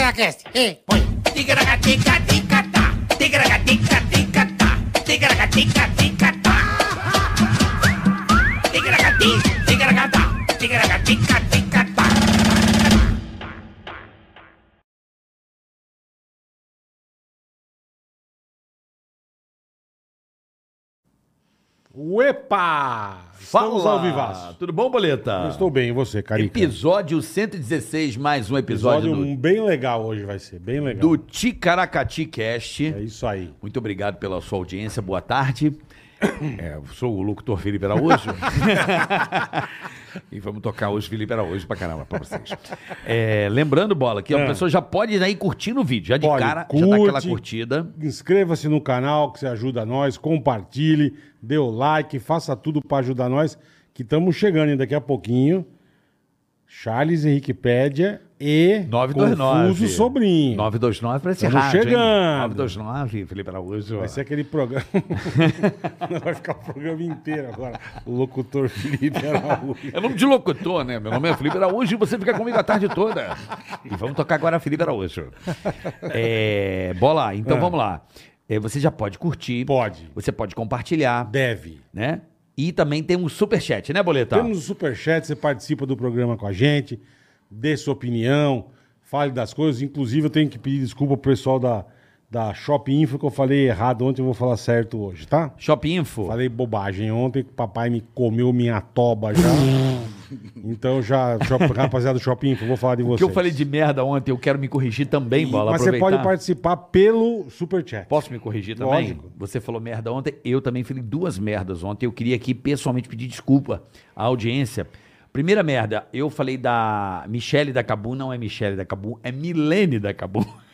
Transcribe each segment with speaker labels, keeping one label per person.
Speaker 1: Ticaracatacast. Ei, põe.
Speaker 2: Ticaracatica-ticatá, ticaracatica-ticatá, ticaracatica-ticatá. Ticaracati, ticaracatá, ticaracatica-ticatá.
Speaker 3: Uepa! Estamos ao vivaço.
Speaker 4: Tudo bom, Boleta?
Speaker 3: Eu Estou bem, e você, Carica?
Speaker 4: Episódio 116, mais um episódio,
Speaker 3: Episódio um bem legal hoje vai ser, bem legal.
Speaker 4: do, do Ticaracati Cast.
Speaker 3: É isso aí.
Speaker 4: Muito obrigado pela sua audiência, boa tarde. É, eu sou o locutor Felipe Araújo. e vamos tocar hoje Felipe Araújo pra caramba pra vocês. É, lembrando, Bola, que a
Speaker 3: É.
Speaker 4: pessoa já pode ir aí curtindo o vídeo. Já de
Speaker 3: Pode,
Speaker 4: cara, já dá aquela
Speaker 3: curte.
Speaker 4: curtida.
Speaker 3: Inscreva-se no canal que você ajuda nós, compartilhe, dê o like, faça tudo pra ajudar nós, que estamos chegando hein, daqui a pouquinho. Charles Henrique Pédia e
Speaker 4: 929.
Speaker 3: Confuso Sobrinho.
Speaker 4: 929 pra esse
Speaker 3: Tamo
Speaker 4: rádio, hein?
Speaker 3: chegando.
Speaker 4: 929, Felipe Araújo.
Speaker 3: Vai ser aquele programa. Não vai ficar o programa inteiro agora. O locutor Felipe Araújo.
Speaker 4: É nome de locutor, né? Meu nome é Felipe Araújo e você fica comigo a tarde toda. E vamos tocar agora Felipe Araújo. É, bola, então vamos lá. É, Você já pode curtir.
Speaker 3: Ah. Pode.
Speaker 4: Você pode compartilhar,
Speaker 3: Deve.
Speaker 4: né? E também tem um superchat, né, Boletar?
Speaker 3: Temos o Superchat, você participa do programa com a gente, dê sua opinião, fale das coisas. Inclusive, eu tenho que pedir desculpa pro pessoal da, da Shop Info, que eu falei errado ontem, eu vou falar certo hoje, tá?
Speaker 4: Shop Info.
Speaker 3: Falei bobagem ontem, que o papai me comeu minha toba já. então, já, shop, rapaziada do Shop Info, eu vou falar de
Speaker 4: O
Speaker 3: vocês.
Speaker 4: que eu falei de merda ontem, eu quero me corrigir também,
Speaker 3: E-
Speaker 4: Bola.
Speaker 3: Mas
Speaker 4: aproveitar.
Speaker 3: você pode participar pelo Superchat.
Speaker 4: Posso me corrigir também?
Speaker 3: Lógico.
Speaker 4: Você falou merda ontem, eu também falei duas merdas ontem. Eu queria aqui pessoalmente pedir desculpa à audiência. Primeira merda, eu falei da Michele da Cabu, não é Michele da Cabu, é Milene da Cabu.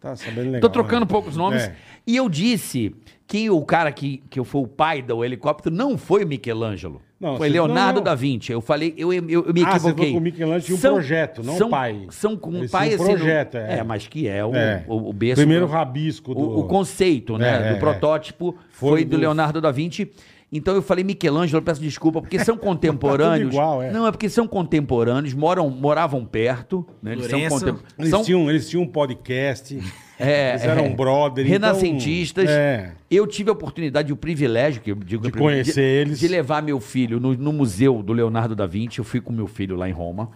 Speaker 3: Tá sabendo legal.
Speaker 4: Tô trocando
Speaker 3: né?
Speaker 4: poucos nomes.
Speaker 3: É.
Speaker 4: E eu disse que o cara que, que eu fui o pai do helicóptero não foi Michelangelo.
Speaker 3: Não,
Speaker 4: foi
Speaker 3: você-
Speaker 4: Leonardo
Speaker 3: não, não.
Speaker 4: da Vinci. Eu falei, eu, eu, eu me equivoquei.
Speaker 3: Ah, você falou que o Michelangelo tinha um projeto, não um pai.
Speaker 4: São com
Speaker 3: Eles
Speaker 4: um pai
Speaker 3: tinham um
Speaker 4: assim,
Speaker 3: projeto,
Speaker 4: não-
Speaker 3: é.
Speaker 4: é. mas que é o,
Speaker 3: É.
Speaker 4: o, o berço.
Speaker 3: Primeiro
Speaker 4: do-
Speaker 3: rabisco Tipo do...
Speaker 4: o, o conceito, né?
Speaker 3: É, é,
Speaker 4: do
Speaker 3: é.
Speaker 4: protótipo
Speaker 3: Foi
Speaker 4: foi, do
Speaker 3: do-
Speaker 4: Leonardo da Vinci. Então eu falei Michelangelo, eu peço desculpa, porque são contemporâneos.
Speaker 3: Tá igual, é.
Speaker 4: Não, é porque são contemporâneos, moram, moravam perto. Né? Eles são
Speaker 2: Lourenço.
Speaker 4: contem-
Speaker 3: Eles,
Speaker 4: são-
Speaker 3: tinham, eles tinham um podcast.
Speaker 4: é,
Speaker 3: eles eram
Speaker 4: é,
Speaker 3: brother. então-
Speaker 4: Renascentistas.
Speaker 3: é.
Speaker 4: Eu tive a oportunidade e o privilégio, que eu digo
Speaker 3: De
Speaker 4: o privilégio,
Speaker 3: conhecer eles.
Speaker 4: De levar meu filho no, no museu do Leonardo da Vinci. Eu fui com meu filho lá em Roma.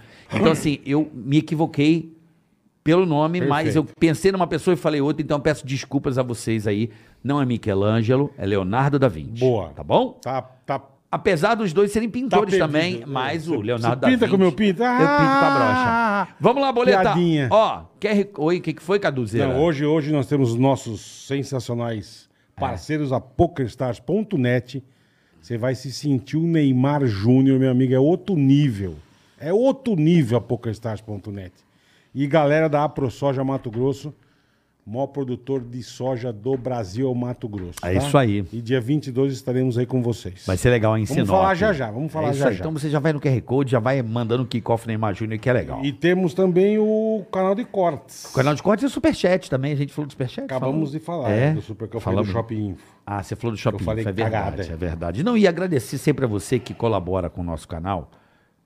Speaker 4: Então, assim, eu me equivoquei pelo nome, mas eu
Speaker 3: Perfeito.
Speaker 4: pensei numa pessoa e falei outra, então eu peço desculpas a vocês aí. Não é Michelangelo, é Leonardo da Vinci.
Speaker 3: Boa.
Speaker 4: Tá bom?
Speaker 3: Tá, tá, tá
Speaker 4: Apesar dos dois serem pintores
Speaker 3: perdido. né?
Speaker 4: também, mas o
Speaker 3: Você- você
Speaker 4: Leonardo da
Speaker 3: pinta
Speaker 4: Vinci.
Speaker 3: como eu pinto?
Speaker 4: Eu pinto pra
Speaker 3: Ah!
Speaker 4: brocha. Vamos lá, boleta.
Speaker 3: Piadinha.
Speaker 4: Ó, QR... Oi, o que, que foi, Caduzeira?
Speaker 3: Não, hoje, hoje nós temos os nossos sensacionais
Speaker 4: É.
Speaker 3: parceiros, a PokerStars.net. Você vai se sentir o Neymar Júnior, meu amigo. É outro nível. É outro nível a PokerStars.net. E galera da AproSoja Mato Grosso, maior produtor de soja do Brasil é o Mato Grosso.
Speaker 4: É isso aí.
Speaker 3: E dia 22 estaremos aí com vocês.
Speaker 4: Vai ser legal em
Speaker 3: Vamos
Speaker 4: Sinop.
Speaker 3: falar já já, vamos falar
Speaker 4: isso
Speaker 3: já
Speaker 4: aí.
Speaker 3: já.
Speaker 4: Então você já vai no QR Code, já vai mandando o kickoff Neymar Júnior, que é legal.
Speaker 3: E temos também o canal de cortes.
Speaker 4: O canal de cortes é o Superchat também, a gente falou do Superchat.
Speaker 3: Acabamos
Speaker 4: falou?
Speaker 3: de falar né,
Speaker 4: é?
Speaker 3: do Super que eu falei
Speaker 4: Falamos.
Speaker 3: do Shopping Info.
Speaker 4: Ah, você falou do Shopping,
Speaker 3: Eu falei
Speaker 4: é verdade,
Speaker 3: cagada.
Speaker 4: é verdade. Não, e agradecer sempre a você que colabora com o nosso canal.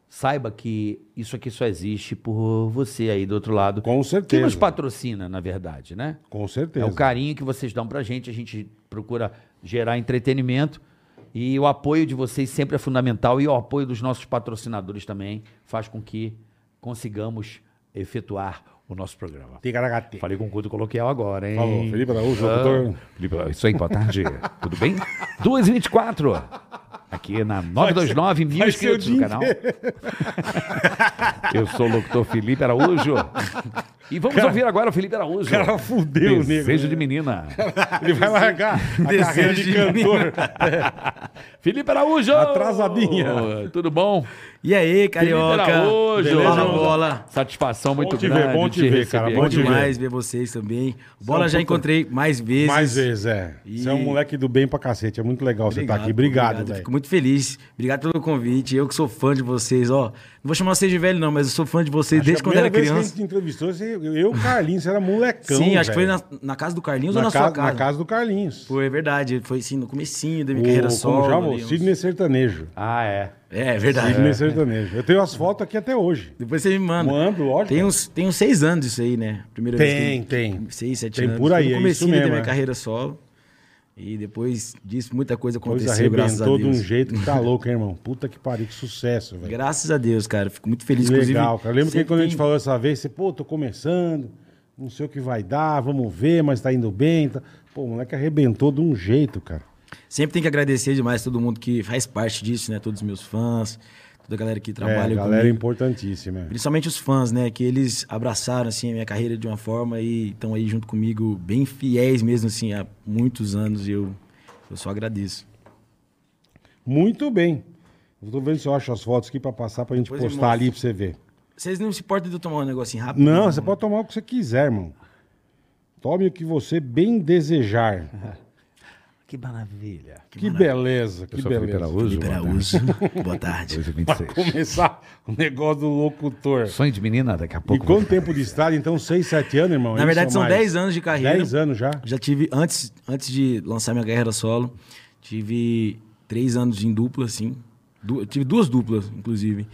Speaker 4: Saiba que isso aqui só existe por você aí do outro lado.
Speaker 3: Com
Speaker 4: Que nos
Speaker 3: certeza.
Speaker 4: patrocina, na verdade, né?
Speaker 3: Com certeza.
Speaker 4: É o carinho que vocês dão pra gente, a gente procura gerar entretenimento e o apoio de vocês sempre é fundamental e o apoio dos nossos patrocinadores também faz com que consigamos efetuar o nosso programa.
Speaker 3: Ticaracati.
Speaker 4: Falei com o culto coloquial agora, hein?
Speaker 3: Falou, Felipe Araújo,
Speaker 4: Ah,
Speaker 3: locutor.
Speaker 4: Felipe, isso aí, boa tarde. Tudo bem? 2h24. Aqui na 929 mil
Speaker 3: vai ser o
Speaker 4: inscritos no
Speaker 3: dia
Speaker 4: canal. Eu sou o locutor Felipe Araújo. E vamos ouvir agora o Felipe Araújo.
Speaker 3: cara fudeu o nego,
Speaker 4: Desejo
Speaker 3: né?
Speaker 4: de menina.
Speaker 3: Ele vai largar a carreira de cantor.
Speaker 4: Felipe Araújo!
Speaker 3: Atrasadinha.
Speaker 4: Tudo bom?
Speaker 2: E aí, carioca?
Speaker 4: Felipe Araújo!
Speaker 2: Fala,
Speaker 4: Beleza?
Speaker 2: bola.
Speaker 4: Satisfação muito
Speaker 3: te ver,
Speaker 4: grande.
Speaker 3: bom te ver, cara,
Speaker 4: receber
Speaker 3: bom
Speaker 2: Bom
Speaker 4: aqui.
Speaker 3: te ver.
Speaker 2: demais ver vocês também. Bola já encontrei mais vezes.
Speaker 3: Mais vezes, é. Você é um
Speaker 2: E-
Speaker 3: moleque do bem pra cacete. É muito legal você estar aqui. Obrigado,
Speaker 2: Fico
Speaker 3: velho.
Speaker 2: muito feliz. Obrigado pelo convite. Eu que sou fã de vocês, ó. vou chamar vocês de velho, não, mas eu sou fã de vocês desde quando era
Speaker 3: primeira vez que é a gente
Speaker 2: criança.
Speaker 3: te entrevistou, você- eu e o Carlinhos, você era molecão.
Speaker 2: Sim, acho que foi
Speaker 3: velho.
Speaker 2: na, na casa do Carlinhos
Speaker 3: Na
Speaker 2: ou na
Speaker 3: casa,
Speaker 2: sua casa?
Speaker 3: na casa do Carlinhos.
Speaker 2: Foi é verdade, foi assim no comecinho da minha
Speaker 3: o,
Speaker 2: carreira
Speaker 3: como
Speaker 2: solo.
Speaker 3: chama?
Speaker 2: ali,
Speaker 3: O
Speaker 2: uns-
Speaker 3: Sidney Sertanejo.
Speaker 4: Ah, é.
Speaker 2: É, é verdade.
Speaker 3: Sidney Sertanejo. Eu tenho as fotos aqui até hoje.
Speaker 2: Depois você me manda.
Speaker 3: Mando, lógico.
Speaker 2: Tem uns, tem uns seis anos isso aí, né? Primeira
Speaker 3: Tem,
Speaker 2: vez que
Speaker 3: tem.
Speaker 2: Seis, sete
Speaker 3: Tem
Speaker 2: anos.
Speaker 3: por aí,
Speaker 2: Foi
Speaker 3: é
Speaker 2: no
Speaker 3: isso
Speaker 2: comecinho
Speaker 3: mesmo,
Speaker 2: da minha
Speaker 3: é.
Speaker 2: carreira solo. E depois disso, muita coisa
Speaker 3: Coisa
Speaker 2: aconteceu, graças a
Speaker 3: arrebentou
Speaker 2: Deus.
Speaker 3: de um jeito que tá louco, hein, irmão? Puta que pariu, que sucesso, velho.
Speaker 2: Graças a Deus, cara. Fico muito feliz. Inclusive,
Speaker 3: Legal, cara. Eu Lembro que
Speaker 2: sempre
Speaker 3: quando a gente
Speaker 2: tem-
Speaker 3: falou essa vez, você, pô, tô começando, não sei o que vai dar, vamos ver, mas tá indo bem. tá- Pô, o moleque arrebentou de um jeito, cara.
Speaker 2: Sempre tem que agradecer demais todo mundo que faz parte disso, né? Todos os meus fãs, toda a galera que trabalha
Speaker 3: é,
Speaker 2: comigo.
Speaker 3: galera importantíssima. é.
Speaker 2: Principalmente os fãs, né? Que eles abraçaram, assim, a minha carreira de uma forma e estão aí junto comigo, bem fiéis mesmo, assim, há muitos anos. E eu, eu só agradeço.
Speaker 3: Muito bem. Eu tô vendo se eu acho as fotos aqui pra passar pra gente
Speaker 2: Depois me
Speaker 3: postar
Speaker 2: mostra.
Speaker 3: ali pra você ver.
Speaker 2: Vocês não se importam de eu tomar um negocinho rápido?
Speaker 3: Não, você pode tomar o que você quiser, irmão. Tome o que você bem desejar.
Speaker 4: Que maravilha.
Speaker 3: Que, beleza, que
Speaker 1: Eu sou Felipe
Speaker 3: beleza.
Speaker 1: Araúzo.
Speaker 2: Felipe
Speaker 1: boa
Speaker 2: Araúzo. Boa tarde.
Speaker 1: tarde.
Speaker 3: Pra
Speaker 1: 26.
Speaker 3: começar o negócio do locutor.
Speaker 1: Sonho de menina, daqui a
Speaker 3: E
Speaker 1: pouco.
Speaker 4: né?
Speaker 3: quanto tempo de estrada? Então, 6, 7 anos, irmão?
Speaker 2: Na verdade, são 10 anos de carreira.
Speaker 3: 10 anos já?
Speaker 2: Já tive, antes, antes de lançar minha carreira solo, tive três anos em dupla, assim. Du- eu tive duas duplas, inclusive.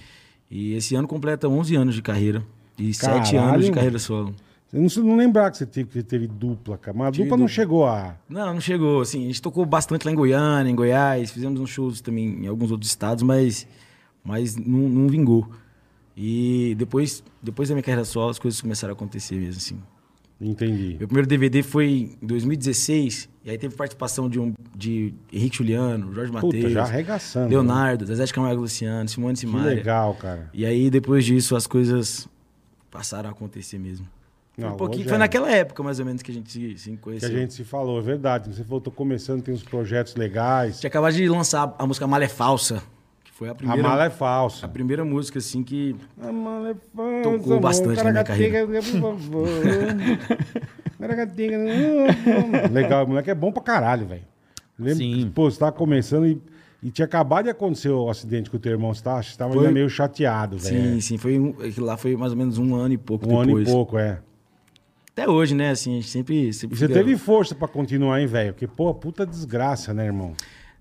Speaker 2: E esse ano completa 11 anos de carreira. E sete
Speaker 3: Caralho,
Speaker 2: anos de
Speaker 3: mano.
Speaker 2: carreira solo.
Speaker 3: Eu não, não lembrar que você teve, que teve dupla, cara. Mas a dupla não chegou a.
Speaker 2: Não, não chegou, assim. A gente tocou bastante lá em Goiânia, em Goiás. Fizemos uns shows também em alguns outros estados, mas, mas não, não vingou. E depois, depois da minha carreira solo, as coisas começaram a acontecer mesmo, assim.
Speaker 3: Entendi.
Speaker 2: Meu primeiro DVD foi em 2016, e aí teve participação de, um, de Henrique Juliano, Jorge
Speaker 3: Puta,
Speaker 2: Matheus,
Speaker 3: já arregaçando. né?
Speaker 2: Leonardo, Zezé de Camargo e Luciano, Simone
Speaker 3: Que
Speaker 2: Simaria.
Speaker 3: legal, cara.
Speaker 2: E aí, depois disso, as coisas passaram a acontecer mesmo. Foi
Speaker 3: Não,
Speaker 2: um pouquinho,
Speaker 3: hoje
Speaker 2: foi
Speaker 3: é.
Speaker 2: naquela época, mais ou menos, que a gente se, se
Speaker 3: Que a
Speaker 2: conheceu.
Speaker 3: gente se falou, é verdade. Você falou, tô começando, tem uns projetos legais.
Speaker 2: Tinha acabado de lançar a música Malha é Falsa, que foi a
Speaker 3: A
Speaker 2: primeira,
Speaker 3: mala é
Speaker 2: a
Speaker 3: falsa.
Speaker 2: primeira música, assim, que...
Speaker 3: A mala é falsa.
Speaker 2: Tocou bastante na minha carreira.
Speaker 3: carreira. Legal, o moleque é bom pra caralho, velho. Lembra
Speaker 4: Sim.
Speaker 3: que, pô, você tava começando e, e tinha acabado de acontecer o acidente com o teu irmão. Você tava, você tava
Speaker 2: Foi-
Speaker 3: ainda meio chateado,
Speaker 2: Sim,
Speaker 3: velho.
Speaker 2: sim, foi um, aquilo lá foi mais ou menos um ano e
Speaker 3: É.
Speaker 2: pouco
Speaker 3: Um ano e
Speaker 2: depois.
Speaker 3: pouco, é.
Speaker 2: Até hoje, né, assim, a gente sempre... sempre
Speaker 3: E você
Speaker 2: fica-
Speaker 3: teve força pra continuar, hein, velho? Porque, pô, puta desgraça, né, irmão?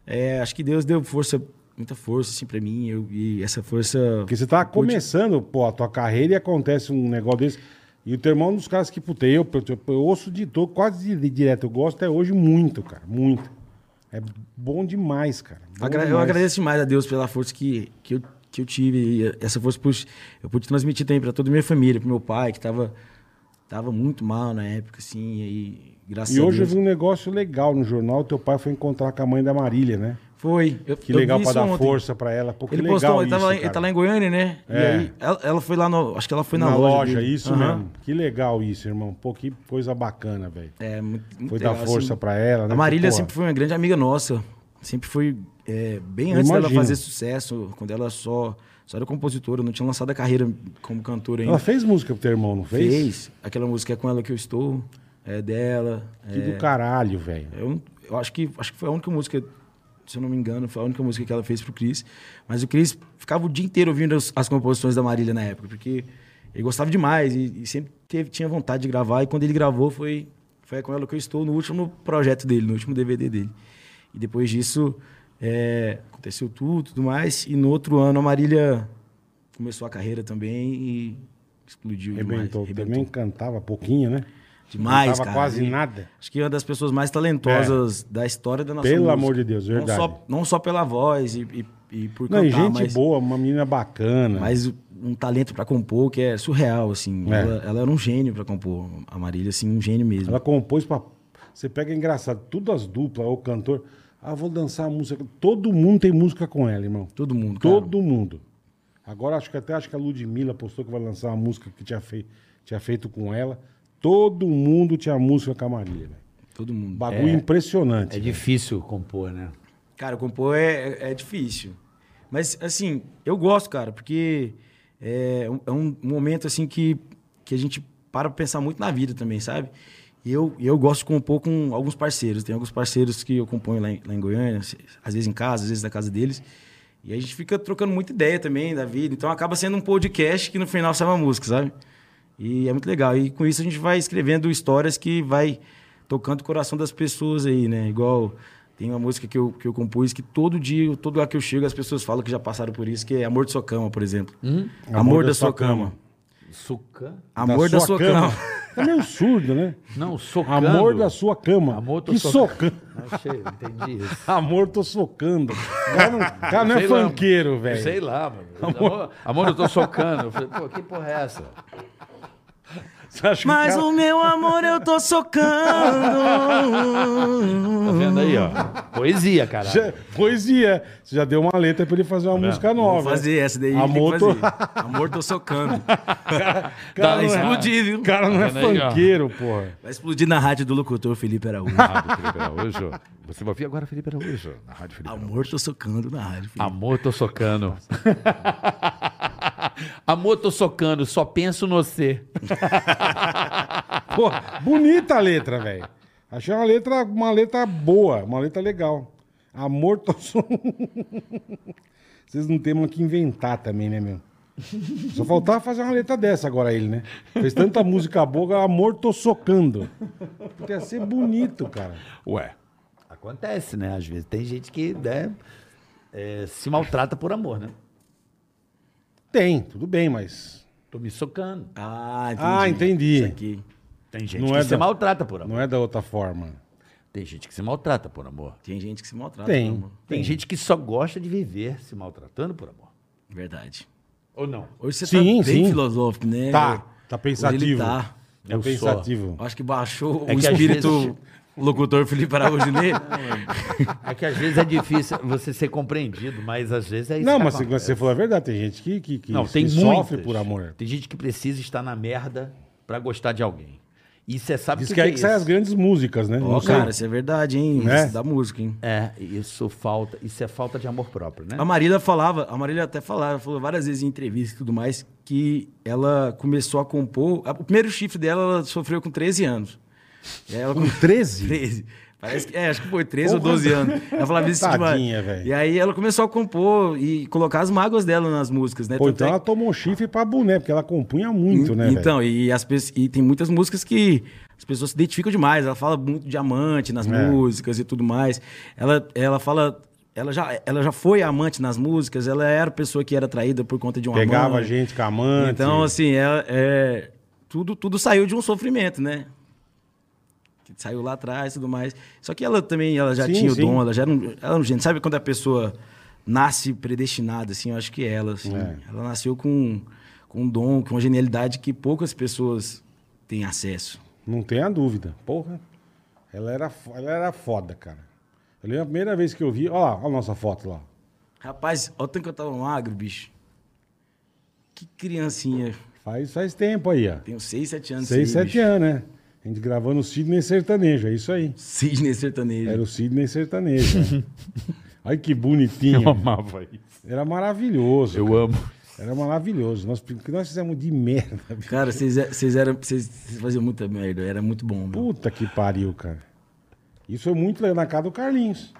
Speaker 2: É, acho que Deus deu força, muita força assim pra mim, eu- e essa força
Speaker 3: Porque você tava começando, pô, a tua carreira e acontece um negócio desse. E o teu irmão é um dos caras que, puta, eu, eu, eu ouço de todo, quase de- de direto. Eu gosto até hoje muito, cara, muito. É bom demais, cara. Bom
Speaker 2: Agra- eu
Speaker 3: demais.
Speaker 2: agradeço demais a Deus pela força que, que, eu, que eu tive. E essa força puxa, eu pude transmitir também para toda a minha família, para meu pai, que tava, tava muito mal na época, assim. E aí, graças
Speaker 3: E
Speaker 2: a
Speaker 3: hoje eu
Speaker 2: Deus.
Speaker 3: vi um negócio legal no jornal. Teu pai foi encontrar com a mãe da Marília, né?
Speaker 2: Foi. Eu,
Speaker 3: Que
Speaker 2: eu
Speaker 3: legal
Speaker 2: vi
Speaker 3: pra
Speaker 2: isso
Speaker 3: dar
Speaker 2: ontem.
Speaker 3: força pra ela. Pô, que
Speaker 2: Ele
Speaker 3: legal
Speaker 2: postou,
Speaker 3: isso,
Speaker 2: ele, tava lá, em-
Speaker 3: cara.
Speaker 2: ele tá lá em Goiânia, né? E
Speaker 3: É.
Speaker 2: aí ela, ela foi lá no. Acho que ela foi na,
Speaker 3: na, loja,
Speaker 2: dele.
Speaker 3: isso
Speaker 2: Aham.
Speaker 3: mesmo. Que legal isso, irmão. Pô, que coisa bacana, velho.
Speaker 2: É, muito, muito
Speaker 3: Foi
Speaker 2: legal,
Speaker 3: dar força
Speaker 2: assim.
Speaker 3: pra ela, né?
Speaker 2: A Marília
Speaker 3: Porque, pô,
Speaker 2: sempre foi uma grande amiga nossa. Sempre foi é, bem
Speaker 3: Eu
Speaker 2: antes dela
Speaker 3: imagino.
Speaker 2: fazer sucesso, quando ela só, só era compositora, não tinha lançado a carreira como cantora ainda.
Speaker 3: Ela fez música pro teu irmão, não fez?
Speaker 2: Aquela música é com ela que eu estou, é dela.
Speaker 3: Que
Speaker 2: é-
Speaker 3: do caralho, velho.
Speaker 2: eu, eu acho que acho que foi a única música, se eu não me engano, foi a única música que ela fez pro Cris. Mas o Cris ficava o dia inteiro ouvindo as, as composições da Marília na época, porque ele gostava demais e, e sempre teve- tinha vontade de gravar. E quando ele gravou, foi, foi com ela que eu estou no último projeto dele, no último DVD dele. E depois disso, é, aconteceu tudo tudo mais. E no outro ano, a Marília começou a carreira também e explodiu
Speaker 3: Rebentou.
Speaker 2: demais.
Speaker 3: Também cantava pouquinho, né?
Speaker 2: Demais,
Speaker 3: cantava
Speaker 2: cara.
Speaker 3: quase
Speaker 2: E
Speaker 3: nada.
Speaker 2: Acho que é uma das pessoas mais talentosas da história da nossa
Speaker 3: É. Pelo
Speaker 2: música.
Speaker 3: amor de Deus,
Speaker 2: Não
Speaker 3: verdade.
Speaker 2: só, não só pela voz e, e, e por
Speaker 3: Não,
Speaker 2: cantar,
Speaker 3: e gente
Speaker 2: mas,
Speaker 3: boa, uma menina bacana.
Speaker 2: mas um talento pra compor que é surreal, assim.
Speaker 3: É.
Speaker 2: Ela, ela era um gênio pra compor, a Marília, assim, um gênio mesmo.
Speaker 3: Ela compôs pra. Você pega é engraçado, tudo as duplas, o cantor. Ah, vou dançar a música. Todo mundo tem música com ela, irmão.
Speaker 2: Todo mundo, cara.
Speaker 3: Todo mundo. Agora acho que até acho que a Ludmilla postou que vai lançar uma música que tinha, fei- tinha feito com ela. Todo mundo tinha música com a Marília, velho. Um
Speaker 2: Todo mundo.
Speaker 3: Bagulho impressionante.
Speaker 4: É difícil compor, né?
Speaker 2: Cara, compor é, é- é difícil. Mas, assim, eu gosto, cara, porque é, um- é um momento, assim, que, que a gente para pra pensar muito na vida também, sabe? E eu, e eu gosto de compor com alguns parceiros. Tem alguns parceiros que eu componho lá em, lá em Goiânia, às vezes em casa, às vezes na casa deles. E a gente fica trocando muita ideia também da vida. Então acaba sendo um podcast que no final sai uma música, sabe? E é muito legal. E com isso a gente vai escrevendo histórias que vai tocando o coração das pessoas aí, né? Igual tem uma música que eu, que eu compus que todo dia, todo lugar que eu chego, as pessoas falam que já passaram por isso, que é Amor de Sua Cama, por exemplo.
Speaker 3: Hum?
Speaker 2: Amor, da, Sua Cama.
Speaker 4: Suca?
Speaker 2: Amor da, Sua Cama.
Speaker 3: É meio surdo, né?
Speaker 4: Não, socando.
Speaker 3: Amor da sua cama.
Speaker 4: Amor tô
Speaker 3: que
Speaker 4: socando.
Speaker 3: soca...
Speaker 4: Achei, entendi isso.
Speaker 3: Amor tô socando. O cara não, o cara não é
Speaker 4: Sei lá,
Speaker 3: funkeiro,
Speaker 4: Sei
Speaker 3: velho.
Speaker 4: lá, mano. Amor, amor, eu tô socando. Eu falei, pô, que porra é essa?
Speaker 3: Você acha que o
Speaker 2: Mas
Speaker 3: cara-
Speaker 2: o meu amor eu tô socando.
Speaker 4: Tá vendo aí, ó? Poesia, caralho.
Speaker 3: Já- poesia. Você já deu uma letra pra ele fazer uma música nova.
Speaker 2: Vou fazer essa daí.
Speaker 3: Amor
Speaker 2: Amor,
Speaker 3: tô-
Speaker 2: tem que fazer. Amor tô socando.
Speaker 3: Cara,
Speaker 2: tá
Speaker 3: não é-
Speaker 2: explodir, viu?
Speaker 3: O cara não é
Speaker 4: Tá vendo aí, ó?
Speaker 3: funkeiro, porra.
Speaker 2: Vai explodir na rádio do locutor Felipe Araújo.
Speaker 4: Ah, do Felipe Araújo. Você vai ouvir agora Felipe Araújo, na Rádio Felipe Araújo.
Speaker 2: Amor tô socando na rádio. Felipe.
Speaker 4: Amor, tô socando. Amor, tô socando, só penso no você.
Speaker 3: Pô, bonita a letra, velho. Achei uma letra, uma letra boa, uma letra legal. Amor tô so- Vocês não têm mais o que inventar também, né, meu? Só faltava fazer uma letra dessa agora ele, né? Fez tanta música boa, agora amor tô socando. Podia ser bonito, cara.
Speaker 4: Ué. Acontece, né? Às vezes tem gente que né, é, se maltrata por amor, né?
Speaker 3: Tem, tudo bem, mas
Speaker 4: Tô me socando.
Speaker 2: Ah, entendi.
Speaker 3: Ah, entendi.
Speaker 2: Isso aqui.
Speaker 4: Tem gente
Speaker 3: Não
Speaker 4: que
Speaker 3: é
Speaker 4: se
Speaker 3: da-
Speaker 4: maltrata por amor.
Speaker 3: não é da outra forma.
Speaker 4: Tem gente que se maltrata por amor.
Speaker 2: Tem gente que se maltrata.
Speaker 3: Tem.
Speaker 2: né, mano?
Speaker 4: Tem gente que só gosta de viver se maltratando por amor.
Speaker 2: Verdade.
Speaker 4: Ou não?
Speaker 2: Hoje você
Speaker 3: Sim,
Speaker 2: tá bem
Speaker 3: sim.
Speaker 2: filosófico, né?
Speaker 3: Tá, tá
Speaker 2: Hoje Ele
Speaker 3: pensativo.
Speaker 2: tá.
Speaker 3: É
Speaker 4: Eu sou.
Speaker 3: pensativo.
Speaker 2: Eu Acho que baixou
Speaker 4: É
Speaker 2: o
Speaker 4: que às
Speaker 2: espírito
Speaker 4: vezes-
Speaker 2: locutor Felipe Araújo né? nele.
Speaker 4: É que às vezes é difícil você ser compreendido, mas às vezes é isso
Speaker 3: Não,
Speaker 4: que
Speaker 3: mas você,
Speaker 4: acontece.
Speaker 3: você falou a verdade, tem gente que, que, que,
Speaker 4: Não,
Speaker 3: que
Speaker 4: tem
Speaker 3: sofre
Speaker 4: muitas.
Speaker 3: por amor.
Speaker 4: Tem gente que precisa estar na merda pra gostar de alguém. E você sabe o
Speaker 3: Diz
Speaker 4: que,
Speaker 3: que,
Speaker 4: que
Speaker 3: é
Speaker 4: é
Speaker 3: aí que saem as
Speaker 4: isso.
Speaker 3: grandes músicas, né?
Speaker 2: Ó,
Speaker 3: Não sei.
Speaker 2: cara, isso é verdade, hein? Isso
Speaker 3: Né?
Speaker 2: da música, hein?
Speaker 4: É, isso falta, isso é falta de amor próprio, né?
Speaker 2: A Marília falava, a Marília até falava, falou várias vezes em entrevista e tudo mais, que ela começou a compor. a- o primeiro chifre dela ela sofreu com 13 anos. E aí ela com
Speaker 3: 13?
Speaker 2: 13. Parece que, é, acho que foi 13
Speaker 3: Porra.
Speaker 2: ou 12 anos. Ela falava isso
Speaker 3: Tadinha,
Speaker 2: demais.
Speaker 3: velho.
Speaker 2: E aí ela começou a compor e colocar as mágoas dela nas músicas, né?
Speaker 3: Pô,
Speaker 2: Tanto
Speaker 3: então
Speaker 2: é
Speaker 4: tá
Speaker 3: ela
Speaker 2: que-
Speaker 3: tomou um chifre pra boné, porque ela compunha muito, né? velho?
Speaker 2: Então, e, as, pe- e tem muitas músicas que as pessoas se identificam demais. Ela fala muito de amante nas
Speaker 3: É.
Speaker 2: músicas e tudo mais. Ela, ela fala. Ela já, ela já foi amante nas músicas, ela era a pessoa que era traída por conta de um
Speaker 3: Pegava
Speaker 2: amante.
Speaker 3: gente com amante.
Speaker 2: Então, assim, ela- é, tudo, tudo saiu de um sofrimento, né? Que saiu lá atrás e tudo mais. Só que ela também ela já
Speaker 3: Sim,
Speaker 2: tinha
Speaker 3: sim.
Speaker 2: o dom, ela já era um, ela era um gênio. Sabe quando a pessoa nasce predestinada, assim? Eu acho que ela, assim.
Speaker 3: É.
Speaker 2: Ela nasceu com, com um dom, com uma genialidade que poucas pessoas têm acesso.
Speaker 3: Não tenha dúvida. Porra. Ela era, fo- ela era foda, cara. Eu lembro a primeira vez que eu vi. Olha lá, olha a nossa foto lá.
Speaker 2: Rapaz, olha o tanto que eu tava magro, bicho. Que criancinha.
Speaker 3: Faz, faz tempo aí, ó.
Speaker 2: Tenho 6, 7 anos.
Speaker 3: Seis,
Speaker 2: isso aí,
Speaker 3: sete
Speaker 2: bicho.
Speaker 3: anos, né? A gente gravando o Sidney Sertanejo, é isso aí.
Speaker 2: Sidney sertanejo.
Speaker 3: Era o Sidney Sertanejo. né? Olha que bonitinho.
Speaker 4: amava isso.
Speaker 3: Era maravilhoso.
Speaker 4: Eu
Speaker 3: cara.
Speaker 4: amo.
Speaker 3: Era maravilhoso. Nós, o que nós fizemos de merda. bicho?
Speaker 2: Cara, vocês é- vocês eram. Vocês vocês faziam muita merda, era muito bom. meu.
Speaker 3: Puta que pariu, cara. Isso foi muito legal na casa do Carlinhos.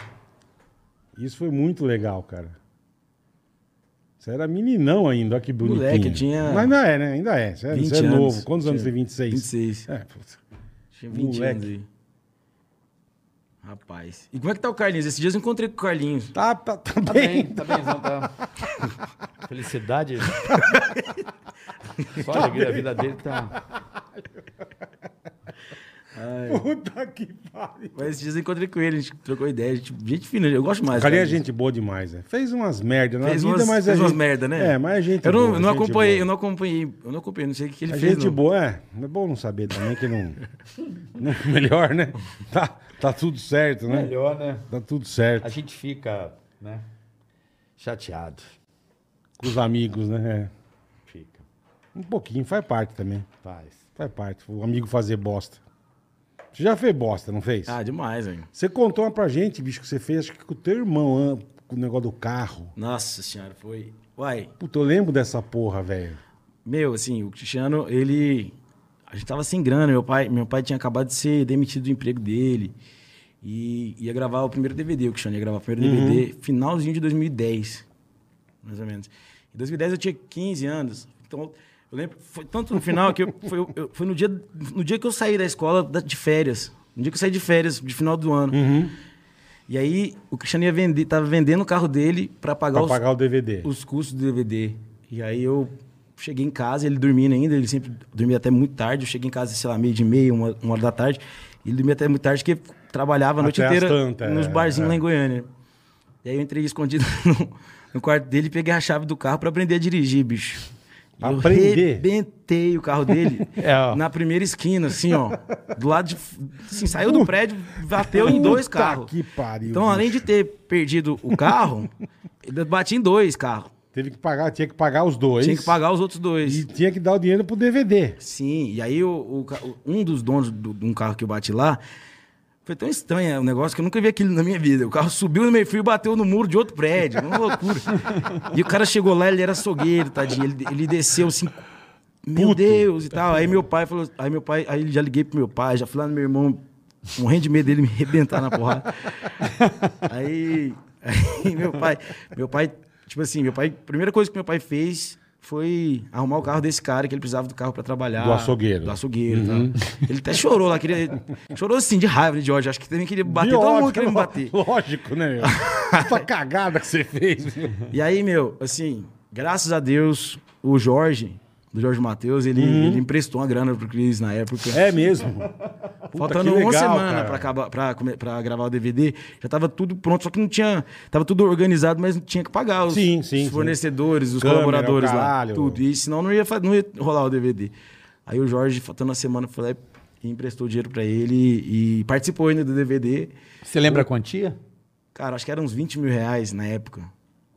Speaker 3: Isso foi muito legal, cara. Você era meninão ainda, olha que bonitinho.
Speaker 2: Moleque, eu tinha
Speaker 3: Mas ainda é, né? Ainda é. Você é,
Speaker 2: 20
Speaker 3: você é
Speaker 2: anos.
Speaker 3: novo. Quantos anos
Speaker 2: Tinha
Speaker 3: tem? 26?
Speaker 2: 26.
Speaker 3: É, puta.
Speaker 2: Tinha 20
Speaker 3: Moleque.
Speaker 2: anos aí. Rapaz. E como é que tá o Carlinhos? Esses dias eu encontrei com o Carlinhos.
Speaker 3: Tá, tá, tá
Speaker 4: Tá
Speaker 3: bem.
Speaker 4: bem, tá bem, tá. Felicidade. Só a alegria, a vida dele tá.
Speaker 2: é.
Speaker 3: Puta que pariu.
Speaker 2: Mas esses dias eu encontrei com ele, a gente trocou ideia. Gente, gente fina, eu gosto mais.
Speaker 3: O
Speaker 2: do
Speaker 3: Carlinhos é
Speaker 2: Carlinhos.
Speaker 3: gente boa demais, né? Fez umas merda na
Speaker 2: Fez
Speaker 3: vida,
Speaker 2: umas,
Speaker 3: mas
Speaker 2: fez
Speaker 3: é
Speaker 2: umas
Speaker 3: gente-
Speaker 2: merda, né?
Speaker 3: É, mas é gente
Speaker 2: eu não,
Speaker 3: boa,
Speaker 2: não
Speaker 3: gente
Speaker 2: acompanhei,
Speaker 3: boa.
Speaker 2: eu não acompanhei, eu não acompanhei, não sei o que ele
Speaker 3: A
Speaker 2: fez.
Speaker 3: gente
Speaker 2: não.
Speaker 3: boa, é. É bom não saber também que não. não melhor, né? Tá, tá tudo certo, né?
Speaker 4: Melhor, né?
Speaker 3: Tá tudo certo.
Speaker 4: A gente fica, né? Chateado.
Speaker 3: Com os amigos, né? É.
Speaker 4: Fica.
Speaker 3: Um pouquinho, faz parte também.
Speaker 4: Faz.
Speaker 3: Faz parte. O amigo fazer bosta. Você já fez bosta, não fez?
Speaker 2: Ah, demais, velho.
Speaker 3: Você contou uma pra gente, bicho, que você fez, acho que com o teu irmão, né? com o negócio do carro.
Speaker 2: Nossa senhora, foi. Uai.
Speaker 3: Puta, eu lembro dessa porra, velho.
Speaker 2: Meu, assim, o Cristiano, ele. A gente tava sem grana. Meu pai, meu pai tinha acabado de ser demitido do emprego dele. E ia gravar o primeiro DVD. O Cristiano ia gravar o primeiro DVD, finalzinho de 2010. mais ou menos. Em 2010 eu tinha 15 anos. Então, eu lembro, foi tanto no final que eu, foi, eu- foi no, dia, no dia que eu saí da escola da- de férias. No dia que eu saí de férias, de final do ano. E aí, o Cristiano ia vender, tava vendendo o carro dele para pagar,
Speaker 3: Pra
Speaker 2: os,
Speaker 3: pagar o DVD.
Speaker 2: os custos do DVD. E aí eu cheguei em casa, ele dormindo ainda, ele sempre dormia até muito tarde. Eu cheguei em casa, sei lá, meio de meia, uma, uma hora da tarde. E ele dormia até muito tarde, porque trabalhava a noite
Speaker 3: Até as
Speaker 2: inteira
Speaker 3: tantas,
Speaker 2: nos
Speaker 3: é,
Speaker 2: barzinhos
Speaker 3: é.
Speaker 2: lá em Goiânia. E aí eu entrei escondido no, no quarto dele e peguei a chave do carro pra aprender a dirigir, bicho. E
Speaker 3: Aprender?
Speaker 2: Eu arrebentei o carro dele
Speaker 4: É, ó.
Speaker 2: na primeira esquina, assim, ó. Do lado de. Assim, saiu
Speaker 3: Uh!
Speaker 2: do prédio, bateu em dois
Speaker 3: Puta
Speaker 2: carros.
Speaker 3: que pariu,
Speaker 2: Então, além
Speaker 3: bicho.
Speaker 2: de ter perdido o carro, eu bati em dois carros.
Speaker 3: Teve que pagar, tinha que pagar os dois.
Speaker 2: Tinha que pagar os outros dois.
Speaker 3: E tinha que dar o dinheiro pro DVD.
Speaker 2: Sim, e aí o, o ca- o- um dos donos do- de um carro que eu bati lá foi tão estranho é um negócio que eu nunca vi aquilo na minha vida. O carro subiu no meio-fio e bateu no muro de outro prédio. Uma loucura. e o cara chegou lá, ele era açougueiro, tadinho. Ele, ele desceu assim. Meu
Speaker 3: Puto.
Speaker 2: Deus, e tal. Aí meu pai falou. Aí meu pai, aí já liguei pro meu pai, já fui lá no meu irmão, morrendo de medo dele me arrebentar na porrada. Aí, aí meu pai, meu pai, tipo assim, meu pai, a primeira coisa que meu pai fez foi arrumar o carro desse cara que ele precisava do carro pra trabalhar.
Speaker 3: Do açougueiro. Uhum.
Speaker 2: Do açougueiro, e tal. Ele até chorou lá, queria, chorou assim de raiva de Jorge, acho que também queria bater,
Speaker 3: De
Speaker 2: todo
Speaker 3: ódio,
Speaker 2: mundo queria me bater.
Speaker 3: Lógico, né, meu? Essa cagada que você fez.
Speaker 2: E aí, meu, assim, graças a Deus, o Jorge, do Jorge Matheus, ele, ele emprestou uma grana pro Cris na época.
Speaker 3: Uhum. É mesmo.
Speaker 2: Faltando uma semana pra, acabar, pra, come- pra gravar o DVD, já tava tudo pronto, só que não tinha. Tava tudo organizado, mas não tinha que pagar os,
Speaker 3: Sim, sim,
Speaker 2: os
Speaker 3: sim.
Speaker 2: fornecedores, os
Speaker 3: Câmera,
Speaker 2: colaboradores
Speaker 3: o
Speaker 2: lá.
Speaker 3: caralho.
Speaker 2: Tudo. E senão não ia, fa- não ia rolar o DVD. Aí o Jorge, faltando uma semana, foi lá e emprestou dinheiro pra ele e participou ainda do DVD.
Speaker 4: Você lembra a quantia?
Speaker 2: Cara, acho que era uns 20 mil reais na época.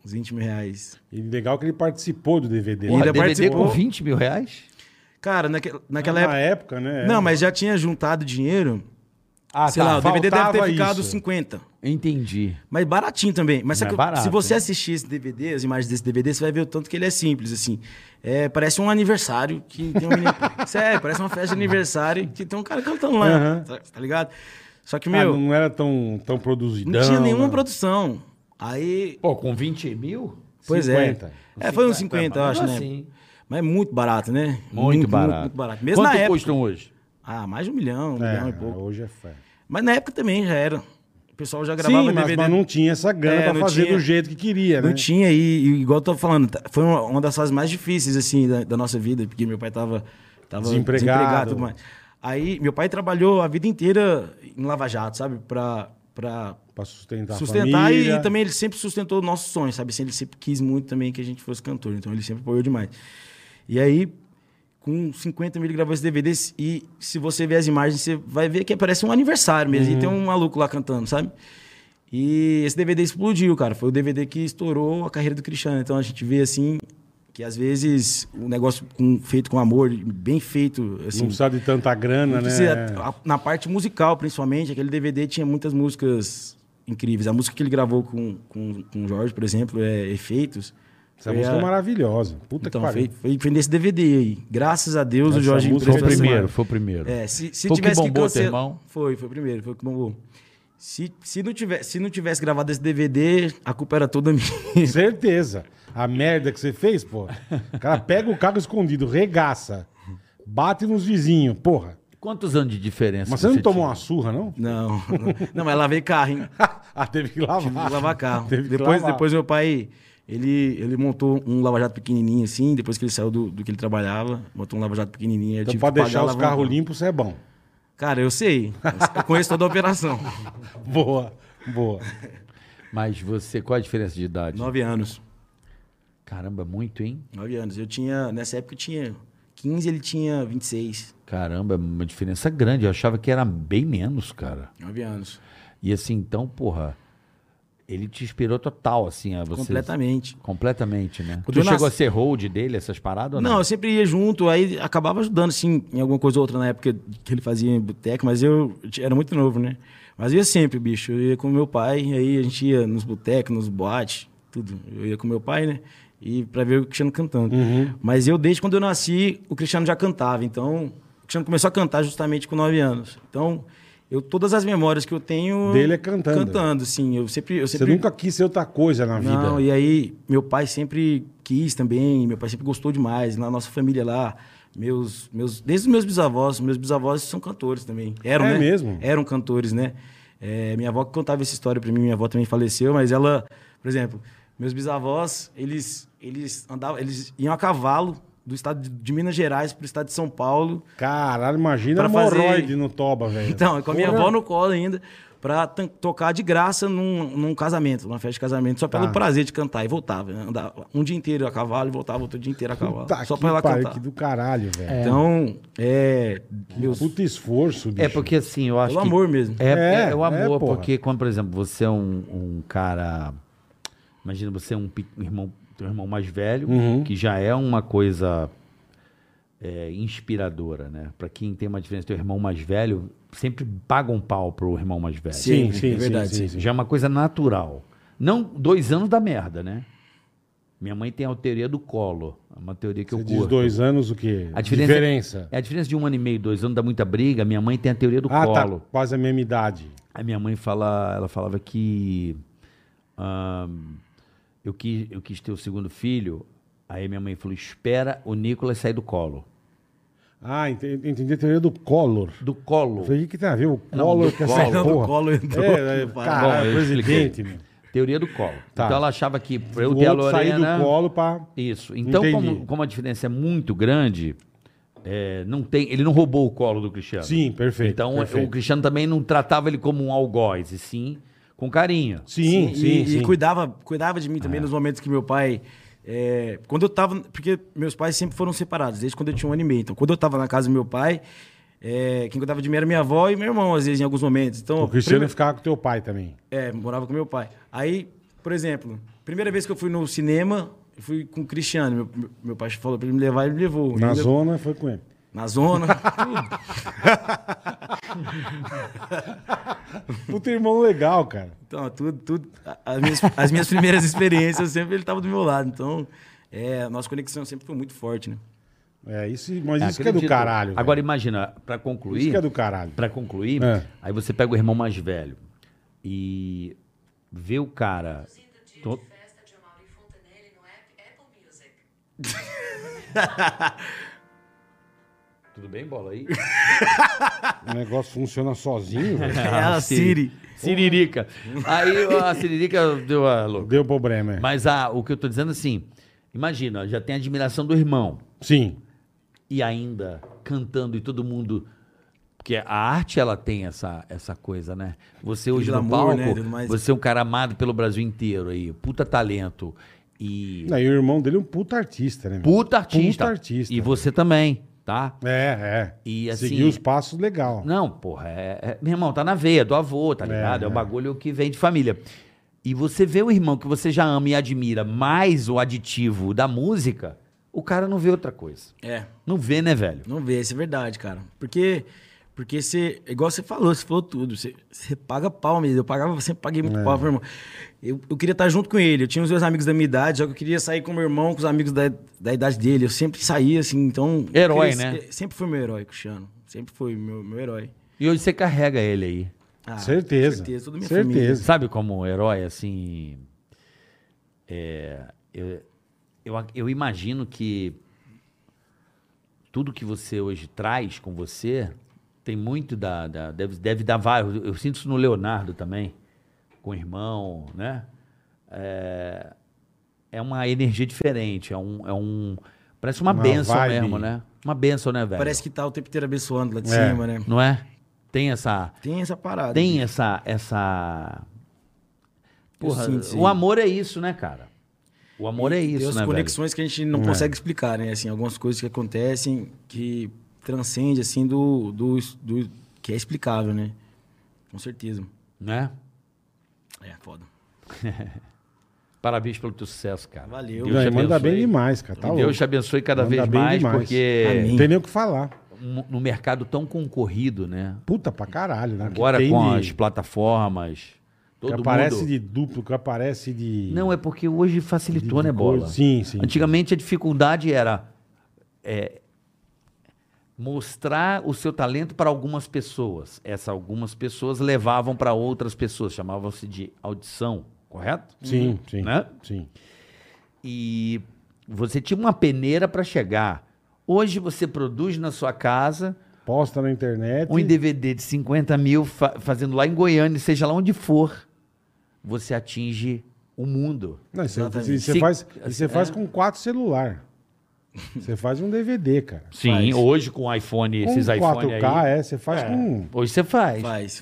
Speaker 2: Uns 20 mil reais.
Speaker 3: E legal que ele participou do DVD.
Speaker 2: Ele
Speaker 4: Porra,
Speaker 2: ainda
Speaker 4: DVD
Speaker 2: participou.
Speaker 4: com 20 mil reais?
Speaker 2: Cara, naque- naquela
Speaker 3: Na
Speaker 2: época.
Speaker 3: época, né?
Speaker 2: Não, mas já tinha juntado dinheiro.
Speaker 3: Ah,
Speaker 2: sei lá, o DVD deve ter
Speaker 3: faltava
Speaker 2: ficado
Speaker 3: isso.
Speaker 2: 50.
Speaker 4: Entendi.
Speaker 2: Mas baratinho também. Mas só
Speaker 3: é
Speaker 4: Mas
Speaker 2: que
Speaker 4: barato,
Speaker 2: se você
Speaker 4: né?
Speaker 2: assistir esse DVD, as imagens desse DVD, você vai ver o tanto que ele é simples, assim. É, parece um aniversário que tem um menino... Sério, parece uma festa de aniversário que tem um cara cantando lá,
Speaker 3: Aham.
Speaker 2: tá, tá ligado? Só que,
Speaker 3: Ah,
Speaker 2: meu, não,
Speaker 3: não era tão, tão produzidão.
Speaker 2: tinha nenhuma
Speaker 3: né?
Speaker 2: produção. Aí,
Speaker 4: Pô, com 20 mil?
Speaker 2: pois
Speaker 3: 50.
Speaker 2: é. É, foi uns 50, eu acho, né?
Speaker 4: Assim.
Speaker 2: Mas é muito barato, né?
Speaker 4: Muito, barato.
Speaker 2: Muito, muito barato. Mesmo
Speaker 4: Quanto
Speaker 2: na época.
Speaker 4: custam hoje?
Speaker 2: Ah, mais de um milhão, um
Speaker 3: É,
Speaker 2: milhão e pouco.
Speaker 3: hoje é fé.
Speaker 2: Mas na época também já era. O pessoal já gravava
Speaker 3: Sim, mas,
Speaker 2: DVD.
Speaker 3: mas não tinha essa grana
Speaker 2: É,
Speaker 3: pra
Speaker 2: não
Speaker 3: fazer
Speaker 2: tinha.
Speaker 3: do jeito que queria, né?
Speaker 2: Não tinha, e, e igual eu tô falando, tá- foi uma, uma das fases mais difíceis, assim, da, da nossa vida, porque meu pai tava, tava
Speaker 3: Desempregado.
Speaker 2: e tudo mais. Aí, meu pai trabalhou a vida inteira em Lava Jato, sabe? Pra, pra
Speaker 3: Pra sustentar, a
Speaker 2: sustentar e,
Speaker 3: família.
Speaker 2: e também ele sempre sustentou o nosso sonho, sabe? Assim, Ele sempre quis muito também que a gente fosse cantor, então ele sempre apoiou demais. E aí, com 50 mil, ele gravou esse DVD e se você ver as imagens, você vai ver que parece um aniversário mesmo. E tem
Speaker 3: Uhum.
Speaker 2: um maluco lá cantando, sabe? E esse DVD explodiu, cara. Foi o DVD que estourou a carreira do Cristiano. Então a gente vê assim que às vezes o negócio com- feito com amor, bem feito,
Speaker 3: Não
Speaker 2: assim,
Speaker 3: precisava de tanta grana, né?
Speaker 2: Precisa- a- na parte musical, principalmente, aquele DVD tinha muitas músicas incríveis. A música que ele gravou com, com, com o Jorge, por exemplo, é Efeitos.
Speaker 3: Essa
Speaker 2: Foi
Speaker 3: música é
Speaker 2: a-
Speaker 3: maravilhosa. Puta
Speaker 2: Ah, Então,
Speaker 3: que
Speaker 2: foi,
Speaker 3: pariu.
Speaker 2: foi, foi nesse DVD aí. Graças a Deus
Speaker 3: Essa
Speaker 2: o Jorge
Speaker 3: música
Speaker 2: emprestou
Speaker 3: foi o
Speaker 2: essa
Speaker 3: primeiro,
Speaker 2: marca.
Speaker 4: o primeiro.
Speaker 2: É, se, se
Speaker 4: Foi o que
Speaker 2: tivesse
Speaker 4: bombou, teu
Speaker 2: cancel-
Speaker 4: irmão?
Speaker 2: Foi, foi o primeiro, foi o que bombou. Se, se, não tivesse, se não tivesse gravado esse DVD, a culpa era toda minha.
Speaker 3: Certeza. A merda que você fez, pô. O cara pega o carro escondido, regaça, bate nos vizinhos, porra.
Speaker 4: Quantos anos de diferença?
Speaker 3: Mas você não tomou
Speaker 4: tinha?
Speaker 3: uma surra, não?
Speaker 2: Não, não, não, mas lavei carro, hein?
Speaker 3: ah, teve que
Speaker 2: Tive
Speaker 3: lavar.
Speaker 2: que lavar carro.
Speaker 3: Teve que
Speaker 2: depois,
Speaker 3: lavar. Então,
Speaker 2: depois meu pai, ele, ele montou um lava-jato pequenininho assim, depois que ele saiu do, do que ele trabalhava, montou um lava-jato pequenininho. eu
Speaker 3: Então,
Speaker 2: tive
Speaker 3: pra
Speaker 2: que pagar
Speaker 3: deixar os
Speaker 2: lavando
Speaker 3: carros
Speaker 2: carro.
Speaker 3: limpos, você é bom.
Speaker 2: Cara, eu sei. Eu conheço toda a operação.
Speaker 3: Boa, boa.
Speaker 4: Mas você, qual a diferença de idade?
Speaker 2: Nove anos.
Speaker 4: Caramba, muito, hein?
Speaker 2: Nove anos. Eu tinha, nessa época eu tinha 15, ele tinha 26.
Speaker 4: Caramba, uma diferença grande. Eu achava que era bem menos, cara.
Speaker 2: Nove anos.
Speaker 4: E assim, então, porra, ele te inspirou total, assim, a você.
Speaker 2: Completamente.
Speaker 4: Completamente, né?
Speaker 2: Quando
Speaker 4: tu
Speaker 2: eu
Speaker 4: chegou
Speaker 2: nasci-
Speaker 4: a ser hold dele, essas paradas ou não?
Speaker 2: Não, eu sempre ia junto, aí acabava ajudando, assim, em alguma coisa ou outra na época que ele fazia em boteco, mas eu t- era muito novo, né? Mas eu ia sempre, bicho. Eu ia com meu pai, e aí a gente ia nos botecos, nos boates, tudo. Eu ia com meu pai, né? E pra ver o Cristiano cantando.
Speaker 3: Uhum.
Speaker 2: Mas eu, desde quando eu nasci, o Cristiano já cantava. Então, o Cristiano começou a cantar justamente com 9 anos. Então, eu todas as memórias que eu tenho
Speaker 3: Dele é cantando.
Speaker 2: Cantando, sim. Eu sempre, eu
Speaker 3: Você
Speaker 2: sempre
Speaker 3: nunca quis ser outra coisa na vida.
Speaker 2: Não, e aí meu pai sempre quis também, meu pai sempre gostou demais, na nossa família lá, meus, meus, desde os meus bisavós, meus bisavós são cantores também. Eram,
Speaker 3: É
Speaker 2: né?
Speaker 3: mesmo?
Speaker 2: Eram cantores, né? É, minha avó que contava essa história pra mim, minha avó também faleceu, mas ela, por exemplo, meus bisavós, eles, eles andavam, eles iam a cavalo do estado de- de Minas Gerais pro estado de São Paulo
Speaker 3: Caralho, imagina
Speaker 2: Pra
Speaker 3: a
Speaker 2: fazer-
Speaker 3: hemorroide no toba, velho.
Speaker 2: então, com a minha
Speaker 3: Porra.
Speaker 2: avó no colo ainda, pra tan- tocar de graça num, num casamento, numa festa de casamento, só pelo
Speaker 3: Tá.
Speaker 2: prazer de cantar. E voltava. né? Andava um dia inteiro a cavalo e voltava outro dia inteiro a cavalo.
Speaker 3: Puta
Speaker 2: só
Speaker 3: que
Speaker 2: pra ela
Speaker 3: pariu,
Speaker 2: cantar.
Speaker 3: que do caralho, velho.
Speaker 2: Então, é. Meus,
Speaker 3: Puta esforço, bicho.
Speaker 4: É porque assim, eu acho
Speaker 2: pelo
Speaker 4: que.
Speaker 2: amor mesmo.
Speaker 4: É, é,
Speaker 3: É,
Speaker 4: é o
Speaker 3: é,
Speaker 4: amor,
Speaker 3: porra.
Speaker 4: porque quando, por exemplo, você é um, um cara. Imagina, você é um, pe- um irmão, teu irmão mais velho,
Speaker 3: Uhum.
Speaker 4: que já é uma coisa é, inspiradora, né? Pra quem tem uma diferença, teu irmão mais velho sempre paga um pau pro irmão mais velho.
Speaker 3: Sim,
Speaker 2: Sim,
Speaker 3: sim,
Speaker 2: é verdade,
Speaker 3: sim, sim,
Speaker 2: sim.
Speaker 3: sim.
Speaker 4: Já é uma coisa natural. Não, dois anos da merda, né? Minha mãe tem a teoria do colo. É uma teoria que
Speaker 3: Você
Speaker 4: eu
Speaker 3: diz
Speaker 4: curto.
Speaker 3: dois anos o quê?
Speaker 4: A diferença, É a diferença de um ano e meio, dois anos, dá muita briga. Minha mãe tem a teoria do
Speaker 3: Ah,
Speaker 4: colo.
Speaker 3: tá. Quase a mesma idade.
Speaker 4: A minha mãe fala, ela falava que ahn, eu, quis, eu quis ter o segundo filho. Aí minha mãe falou: espera o Nicolas sair do colo.
Speaker 3: Ah, ente- entendi a teoria do Collor.
Speaker 4: Do
Speaker 3: Eu
Speaker 4: colo.
Speaker 3: falei, o que, que tem a ver o
Speaker 4: Não,
Speaker 3: Collor
Speaker 4: do
Speaker 3: com essa
Speaker 4: Collor.
Speaker 2: Fernando
Speaker 3: porra?
Speaker 2: Collor entrou.
Speaker 3: É, é,
Speaker 2: no Paraná.
Speaker 3: caralho,
Speaker 4: Bom, eu
Speaker 3: presidente,
Speaker 4: expliquei.
Speaker 3: meu.
Speaker 4: Teoria do colo.
Speaker 3: Tá.
Speaker 4: Então ela achava que pra eu
Speaker 3: O
Speaker 4: ter a
Speaker 3: outro sair
Speaker 4: Lorena. né?
Speaker 3: do colo pra...
Speaker 4: Isso. Então,
Speaker 3: Entendi.
Speaker 4: como, como a diferença é muito grande, é, não tem, ele não roubou o colo do Cristiano.
Speaker 3: Sim, perfeito.
Speaker 4: Então
Speaker 3: perfeito.
Speaker 4: o Cristiano também não tratava ele como um algoz, e sim com carinho.
Speaker 3: Sim,
Speaker 2: E-
Speaker 3: sim,
Speaker 2: e,
Speaker 3: sim. É.
Speaker 2: cuidava, cuidava de mim também nos momentos que meu pai. é, quando eu tava. Porque meus pais sempre foram separados, desde quando eu tinha um ano e meio. Então, quando eu tava na casa do meu pai, é, quem cuidava de mim era minha avó e meu irmão, às vezes, em alguns momentos. Então,
Speaker 3: O Cristiano
Speaker 2: prime-
Speaker 3: ficava com teu pai também.
Speaker 2: É, morava com meu pai. Aí, por exemplo, primeira vez que eu fui no cinema, eu fui com o Cristiano. Meu- Meu, meu pai falou pra ele me levar, ele me levou. Ele
Speaker 3: Na
Speaker 2: me levou-
Speaker 3: zona, foi com ele.
Speaker 2: Na zona.
Speaker 3: Puta irmão legal, cara.
Speaker 2: então, tudo, tudo. A- As minhas, as minhas primeiras experiências, sempre ele tava do meu lado. Então, é, a nossa conexão sempre foi muito forte, né?
Speaker 3: É, isso, mas isso que é
Speaker 4: Ah, Acredito.
Speaker 3: do caralho. velho.
Speaker 4: Agora imagina, pra
Speaker 3: Isso
Speaker 4: concluir,
Speaker 3: que é
Speaker 4: pra
Speaker 3: do caralho.
Speaker 4: concluir,
Speaker 3: É.
Speaker 4: aí você pega o irmão mais velho e vê o cara.
Speaker 1: Dia
Speaker 4: Tô-
Speaker 1: de festa de Amaury Fontanelli no app É Apple Music.
Speaker 4: Tudo bem, bola aí?
Speaker 3: O negócio funciona sozinho, velho.
Speaker 2: É a Siri.
Speaker 4: Siririca. Aí a Siririca deu a louca.
Speaker 3: Deu problema, é.
Speaker 4: Mas a, o que eu tô dizendo assim, imagina, já tem a admiração do irmão
Speaker 3: Sim.
Speaker 4: e ainda cantando e todo mundo porque a arte ela tem essa, essa coisa, né? Você hoje no
Speaker 2: glamour,
Speaker 4: palco,
Speaker 2: né, e tudo mais.
Speaker 4: você é um cara amado pelo Brasil inteiro aí, puta talento e
Speaker 3: Não, e o irmão dele é um puta artista, né? meu?
Speaker 4: puta
Speaker 3: Puta
Speaker 4: artista.
Speaker 3: artista.
Speaker 4: E você também, tá?
Speaker 3: É, é.
Speaker 4: E, assim-
Speaker 3: Seguiu os passos, legal.
Speaker 4: Não, porra, é, é- meu irmão, tá na veia do avô, tá ligado? É,
Speaker 3: é.
Speaker 4: o bagulho que vem de família. E você vê o irmão que você já ama e admira, mais o aditivo da música, o cara não vê outra coisa.
Speaker 2: É.
Speaker 4: Não vê, né, velho?
Speaker 2: Não vê, isso é verdade, cara. Porque, porque você, igual você falou, você falou tudo. Você, você paga pau mesmo. Eu pagava, sempre paguei muito pau pro irmão. Eu, eu queria estar junto com ele. Eu tinha os meus amigos da minha idade, só que eu queria sair com meu irmão, com os amigos da, da idade dele. Eu sempre saía, assim, então. eu
Speaker 4: Herói,
Speaker 2: queria-
Speaker 4: né?
Speaker 2: eh, Sempre foi meu herói, Cristiano. Sempre foi meu, meu herói.
Speaker 4: E hoje você carrega ele aí.
Speaker 2: Ah,
Speaker 3: certeza.
Speaker 2: Certeza, toda minha
Speaker 3: Certeza.
Speaker 2: família.
Speaker 4: Sabe como um herói, assim. é, eu, eu, ac- eu imagino que tudo que você hoje traz com você tem muito da. da- deve, deve dar vários. Eu sinto isso no Leonardo também, com o irmão, né? É, é uma energia diferente, é um. É um parece uma,
Speaker 3: Uma
Speaker 4: benção
Speaker 3: vibe.
Speaker 4: mesmo, né? Uma benção, né, velho?
Speaker 2: Parece que tá o tempo inteiro abençoando lá de
Speaker 3: É.
Speaker 2: cima, né?
Speaker 4: Não é? Tem essa.
Speaker 2: Tem essa parada. né?
Speaker 4: Tem essa. essa... Porra,
Speaker 2: sinto isso
Speaker 4: o
Speaker 2: aí.
Speaker 4: amor é isso, né, cara? O amor é
Speaker 2: Tem
Speaker 4: isso,
Speaker 2: as
Speaker 4: né, velho?
Speaker 2: conexões que a gente não consegue explicar, né? Assim, algumas coisas que acontecem que transcende, assim, do, do, do- que é explicável, né? Com certeza.
Speaker 4: Né?
Speaker 2: É, foda.
Speaker 4: Parabéns pelo teu sucesso, cara.
Speaker 2: Valeu.
Speaker 4: Deus te
Speaker 3: Não, e manda
Speaker 4: abençoe.
Speaker 3: bem demais, cara. Tá
Speaker 4: Que Deus
Speaker 3: louco.
Speaker 4: te abençoe cada
Speaker 3: Manda
Speaker 4: vez
Speaker 3: bem
Speaker 4: mais,
Speaker 3: demais. Não
Speaker 4: porque
Speaker 2: Amém.
Speaker 3: tem nem o que falar.
Speaker 4: um- no mercado tão concorrido, né?
Speaker 3: Puta pra caralho, né?
Speaker 4: Agora
Speaker 3: Que tem
Speaker 4: com
Speaker 3: de-
Speaker 4: as plataformas, todo
Speaker 3: que
Speaker 4: mundo...
Speaker 3: aparece de duplo, que aparece de...
Speaker 4: Não, é porque hoje facilitou,
Speaker 3: de
Speaker 4: né, Bola?
Speaker 3: coisa. Sim, sim.
Speaker 4: Antigamente a dificuldade era... é, mostrar o seu talento para algumas pessoas. Essas algumas pessoas levavam para outras pessoas, chamavam-se de audição, correto?
Speaker 3: Sim, sim.
Speaker 4: Né?
Speaker 3: Sim.
Speaker 4: E você tinha uma peneira para chegar. Hoje você produz na sua casa
Speaker 3: Posta na internet.
Speaker 4: um DVD de 50 mil, fa- fazendo lá em Goiânia, seja lá onde for, você atinge o mundo.
Speaker 3: Não, você,
Speaker 2: Exatamente.
Speaker 3: você- você
Speaker 4: Se-
Speaker 3: faz, e
Speaker 4: é.
Speaker 3: você faz com quatro celular. Você faz um DVD, cara.
Speaker 4: Sim, hoje com iPhone,
Speaker 3: Com
Speaker 4: esses iPhone
Speaker 3: 4K,
Speaker 4: aí.
Speaker 3: é, você faz com.
Speaker 4: Hoje você faz. Faz.
Speaker 2: Faz,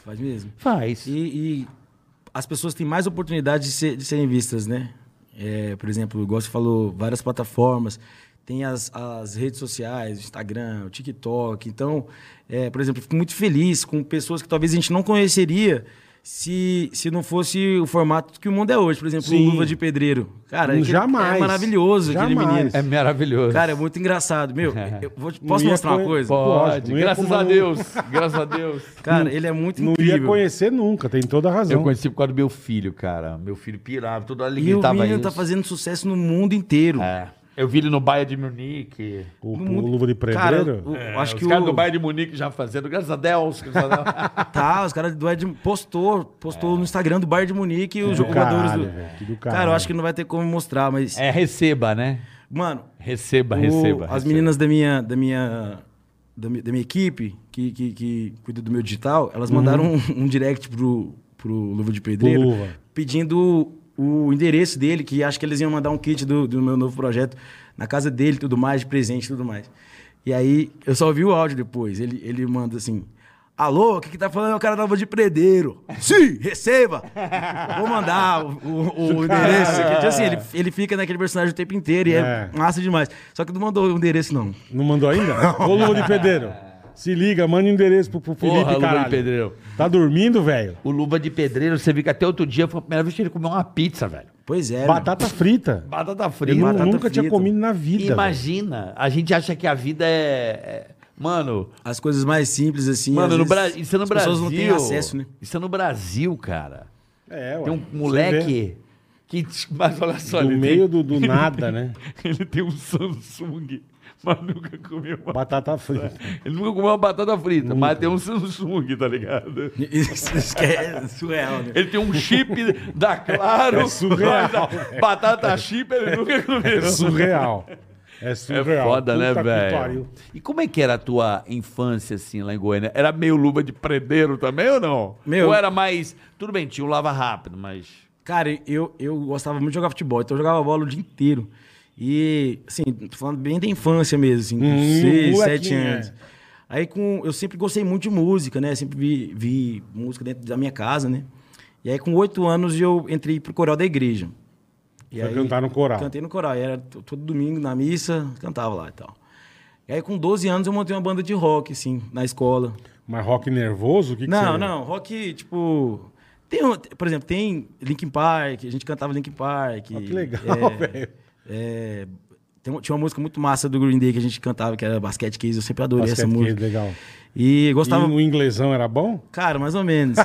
Speaker 2: faz mesmo. E, e as pessoas têm mais oportunidade de, ser- de serem vistas, né? É, por exemplo, igual você falou, várias plataformas. Tem as, as redes sociais, o Instagram, o TikTok. Então, é, por exemplo, eu fico muito feliz com pessoas que talvez a gente não conheceria se, se não fosse o formato que o mundo é hoje. Por exemplo,
Speaker 3: Sim.
Speaker 2: o Luva de Pedreiro. Cara, aquele-
Speaker 3: Jamais.
Speaker 2: é maravilhoso aquele
Speaker 3: Jamais.
Speaker 2: menino.
Speaker 4: É maravilhoso.
Speaker 2: Cara, é muito engraçado. Meu, eu vou te-
Speaker 3: Não
Speaker 2: posso
Speaker 3: ia
Speaker 2: mostrar uma
Speaker 3: conhe-
Speaker 2: coisa?
Speaker 3: Pô.
Speaker 4: Pode,
Speaker 3: lógico, não ia
Speaker 4: graças
Speaker 3: como
Speaker 4: a
Speaker 3: não-
Speaker 4: Deus. graças a Deus.
Speaker 2: Cara, ele é muito
Speaker 3: Não
Speaker 2: incrível.
Speaker 3: ia conhecer nunca, tem toda a razão.
Speaker 4: Eu conheci por causa do meu filho, cara. Meu filho pirava, toda hora ele
Speaker 2: E o
Speaker 4: gritava
Speaker 2: menino
Speaker 4: isso.
Speaker 2: tá fazendo sucesso no mundo inteiro.
Speaker 4: É. Eu vi ele no Baia de Munique.
Speaker 3: O,
Speaker 2: No
Speaker 3: o
Speaker 2: mundo-
Speaker 3: Luva de
Speaker 2: Cara,
Speaker 3: Pedreiro.
Speaker 2: o-
Speaker 4: É,
Speaker 2: acho
Speaker 4: os
Speaker 2: que o,
Speaker 4: caras do Baia de Munique já fazendo, graças a Deus. graças a Deus.
Speaker 2: Tá, os caras do Ed postou, postou no Instagram do Bayern de Munique e os
Speaker 3: do
Speaker 2: jogadores
Speaker 3: caralho,
Speaker 2: do...
Speaker 3: velho, que do
Speaker 2: Cara,
Speaker 3: caralho.
Speaker 2: eu acho que não vai ter como mostrar, mas
Speaker 4: é, receba, né?
Speaker 2: mano,
Speaker 4: Receba,
Speaker 2: o-
Speaker 4: receba.
Speaker 2: as
Speaker 4: receba.
Speaker 2: meninas da minha da minha da, mi- da minha equipe que, que, que cuida do meu digital, elas mandaram um, um direct pro pro Luva de Pedreiro
Speaker 3: Uhum. Pro Luva.
Speaker 2: pedindo o endereço dele, que acho que eles iam mandar um kit do, do meu novo projeto na casa dele, tudo mais, de presente, tudo mais. E aí, eu só ouvi o áudio depois. Ele, ele manda assim: Alô, o que, que tá falando? É o cara da Voz de Predeiro. Sim, receba! Vou mandar o, o- o endereço. Então, assim, ele, ele fica naquele personagem o tempo inteiro e é.
Speaker 3: É.
Speaker 2: massa demais. Só que não mandou o endereço, não.
Speaker 3: Não mandou ainda? Ô, Luva de Pedreiro. Se liga, manda o endereço pro, pro Felipe,
Speaker 4: Porra, Luva
Speaker 3: caralho.
Speaker 4: de Pedreiro.
Speaker 3: Tá dormindo, velho?
Speaker 4: O Luba de Pedreiro, você viu que até outro dia foi a primeira vez que ele comeu uma pizza, velho.
Speaker 2: Pois é. meu.
Speaker 3: Batata frita.
Speaker 4: Batata
Speaker 3: Eu
Speaker 4: frita.
Speaker 3: nu-
Speaker 2: batata
Speaker 3: nunca tinha
Speaker 2: frita.
Speaker 3: comido na vida. velho.
Speaker 4: Imagina, a gente acha que a vida é... é- Mano,
Speaker 2: As coisas mais simples, assim.
Speaker 4: Mano,
Speaker 2: às
Speaker 4: no
Speaker 2: vezes,
Speaker 4: Bra... isso é no
Speaker 2: as
Speaker 4: Brasil.
Speaker 2: pessoas não têm acesso, né?
Speaker 4: Isso é no Brasil, cara.
Speaker 3: É, ué.
Speaker 4: Tem um
Speaker 3: Você vê.
Speaker 4: moleque que. Mas olha só,
Speaker 3: Do
Speaker 4: ele
Speaker 3: meio do, do nada, né?
Speaker 4: tem... ele tem um Samsung, mas nunca comeu uma.
Speaker 3: Batata frita.
Speaker 4: Ele nunca comeu uma batata frita, mas tem um Samsung, tá ligado?
Speaker 2: Isso, isso que é surreal, né?
Speaker 4: Ele tem um chip da Claro,
Speaker 3: É surreal,
Speaker 4: mas a batata chip ele nunca comeu.
Speaker 3: É surreal. É
Speaker 4: É
Speaker 3: surreal.
Speaker 4: foda, né,
Speaker 3: Puta que
Speaker 4: velho?
Speaker 3: pariu.
Speaker 4: E como é que era a tua infância, assim, lá em Goiânia? Era meio luva de predeiro também ou não?
Speaker 2: Meu-
Speaker 4: Ou era mais. Tudo bem, tinha o lava rápido, mas.
Speaker 2: Cara, eu, eu gostava muito de jogar futebol, então eu jogava bola o dia inteiro. E, assim, tô falando bem da infância mesmo, assim, com
Speaker 3: Hum,
Speaker 2: 6,
Speaker 3: molequinho,
Speaker 2: 7
Speaker 3: é.
Speaker 2: anos. Aí com, eu sempre gostei muito de música, né? Sempre vi, vi música dentro da minha casa, né? E aí com 8 anos eu entrei pro coral da igreja. E
Speaker 3: Foi cantar no coral.
Speaker 2: Cantei no coral, e era t- todo domingo na missa, cantava lá e tal. E aí com 12 anos eu montei uma banda de rock, assim, na escola.
Speaker 3: Mas rock nervoso? O que que
Speaker 2: Não,
Speaker 3: você-
Speaker 2: não, rock, tipo. Tem, um- por exemplo, tem Linkin Park, a gente cantava Linkin Park.
Speaker 3: Ah, que legal, velho.
Speaker 2: é, tem um- tinha uma música muito massa do Green Day que a gente cantava, que era Basket Case, eu sempre adorei essa
Speaker 3: Basquete
Speaker 2: música.
Speaker 3: que é legal.
Speaker 2: E gostava.
Speaker 3: E o inglesão era bom?
Speaker 2: Cara, mais ou menos.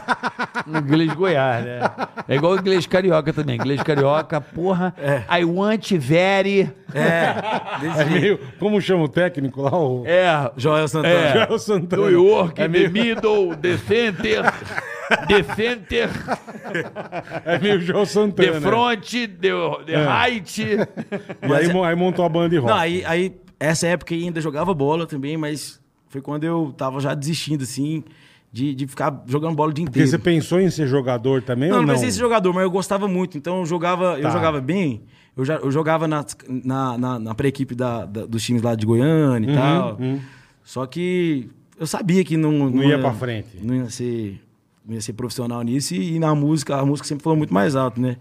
Speaker 4: No inglês Goiás, né? É igual o inglês carioca também. Inglês carioca, porra. I want very.
Speaker 2: é, desse
Speaker 3: É
Speaker 2: jeito.
Speaker 3: meio. Como chama o técnico lá? O...
Speaker 4: É.
Speaker 2: Joel Santana.
Speaker 4: É.
Speaker 3: Joel Santana.
Speaker 4: New York,
Speaker 3: É
Speaker 4: é
Speaker 3: meio,
Speaker 4: middle, the center, the center,
Speaker 3: é meio Joel Santana.
Speaker 4: the front, the, the
Speaker 3: É.
Speaker 4: height.
Speaker 3: E aí, mo- aí montou a banda de rock.
Speaker 2: Não, aí, aí, essa época eu ainda jogava bola também, mas foi quando eu tava já desistindo, assim, de, de ficar jogando bola o dia
Speaker 3: Porque
Speaker 2: inteiro.
Speaker 3: você pensou em ser jogador também
Speaker 2: Não,
Speaker 3: ou
Speaker 2: não
Speaker 3: não?
Speaker 2: pensei em ser jogador, mas eu gostava muito. Então eu jogava,
Speaker 3: Tá.
Speaker 2: eu jogava bem. Eu, já, eu jogava na, na, na, na pré-equipe da, da- dos times lá de Goiânia e
Speaker 3: Uhum,
Speaker 2: tal. Só que eu sabia que não. Não,
Speaker 3: ia pra frente.
Speaker 2: Não ia ser, não ia ser profissional nisso. E, e na música, a música sempre falou muito mais alto, né?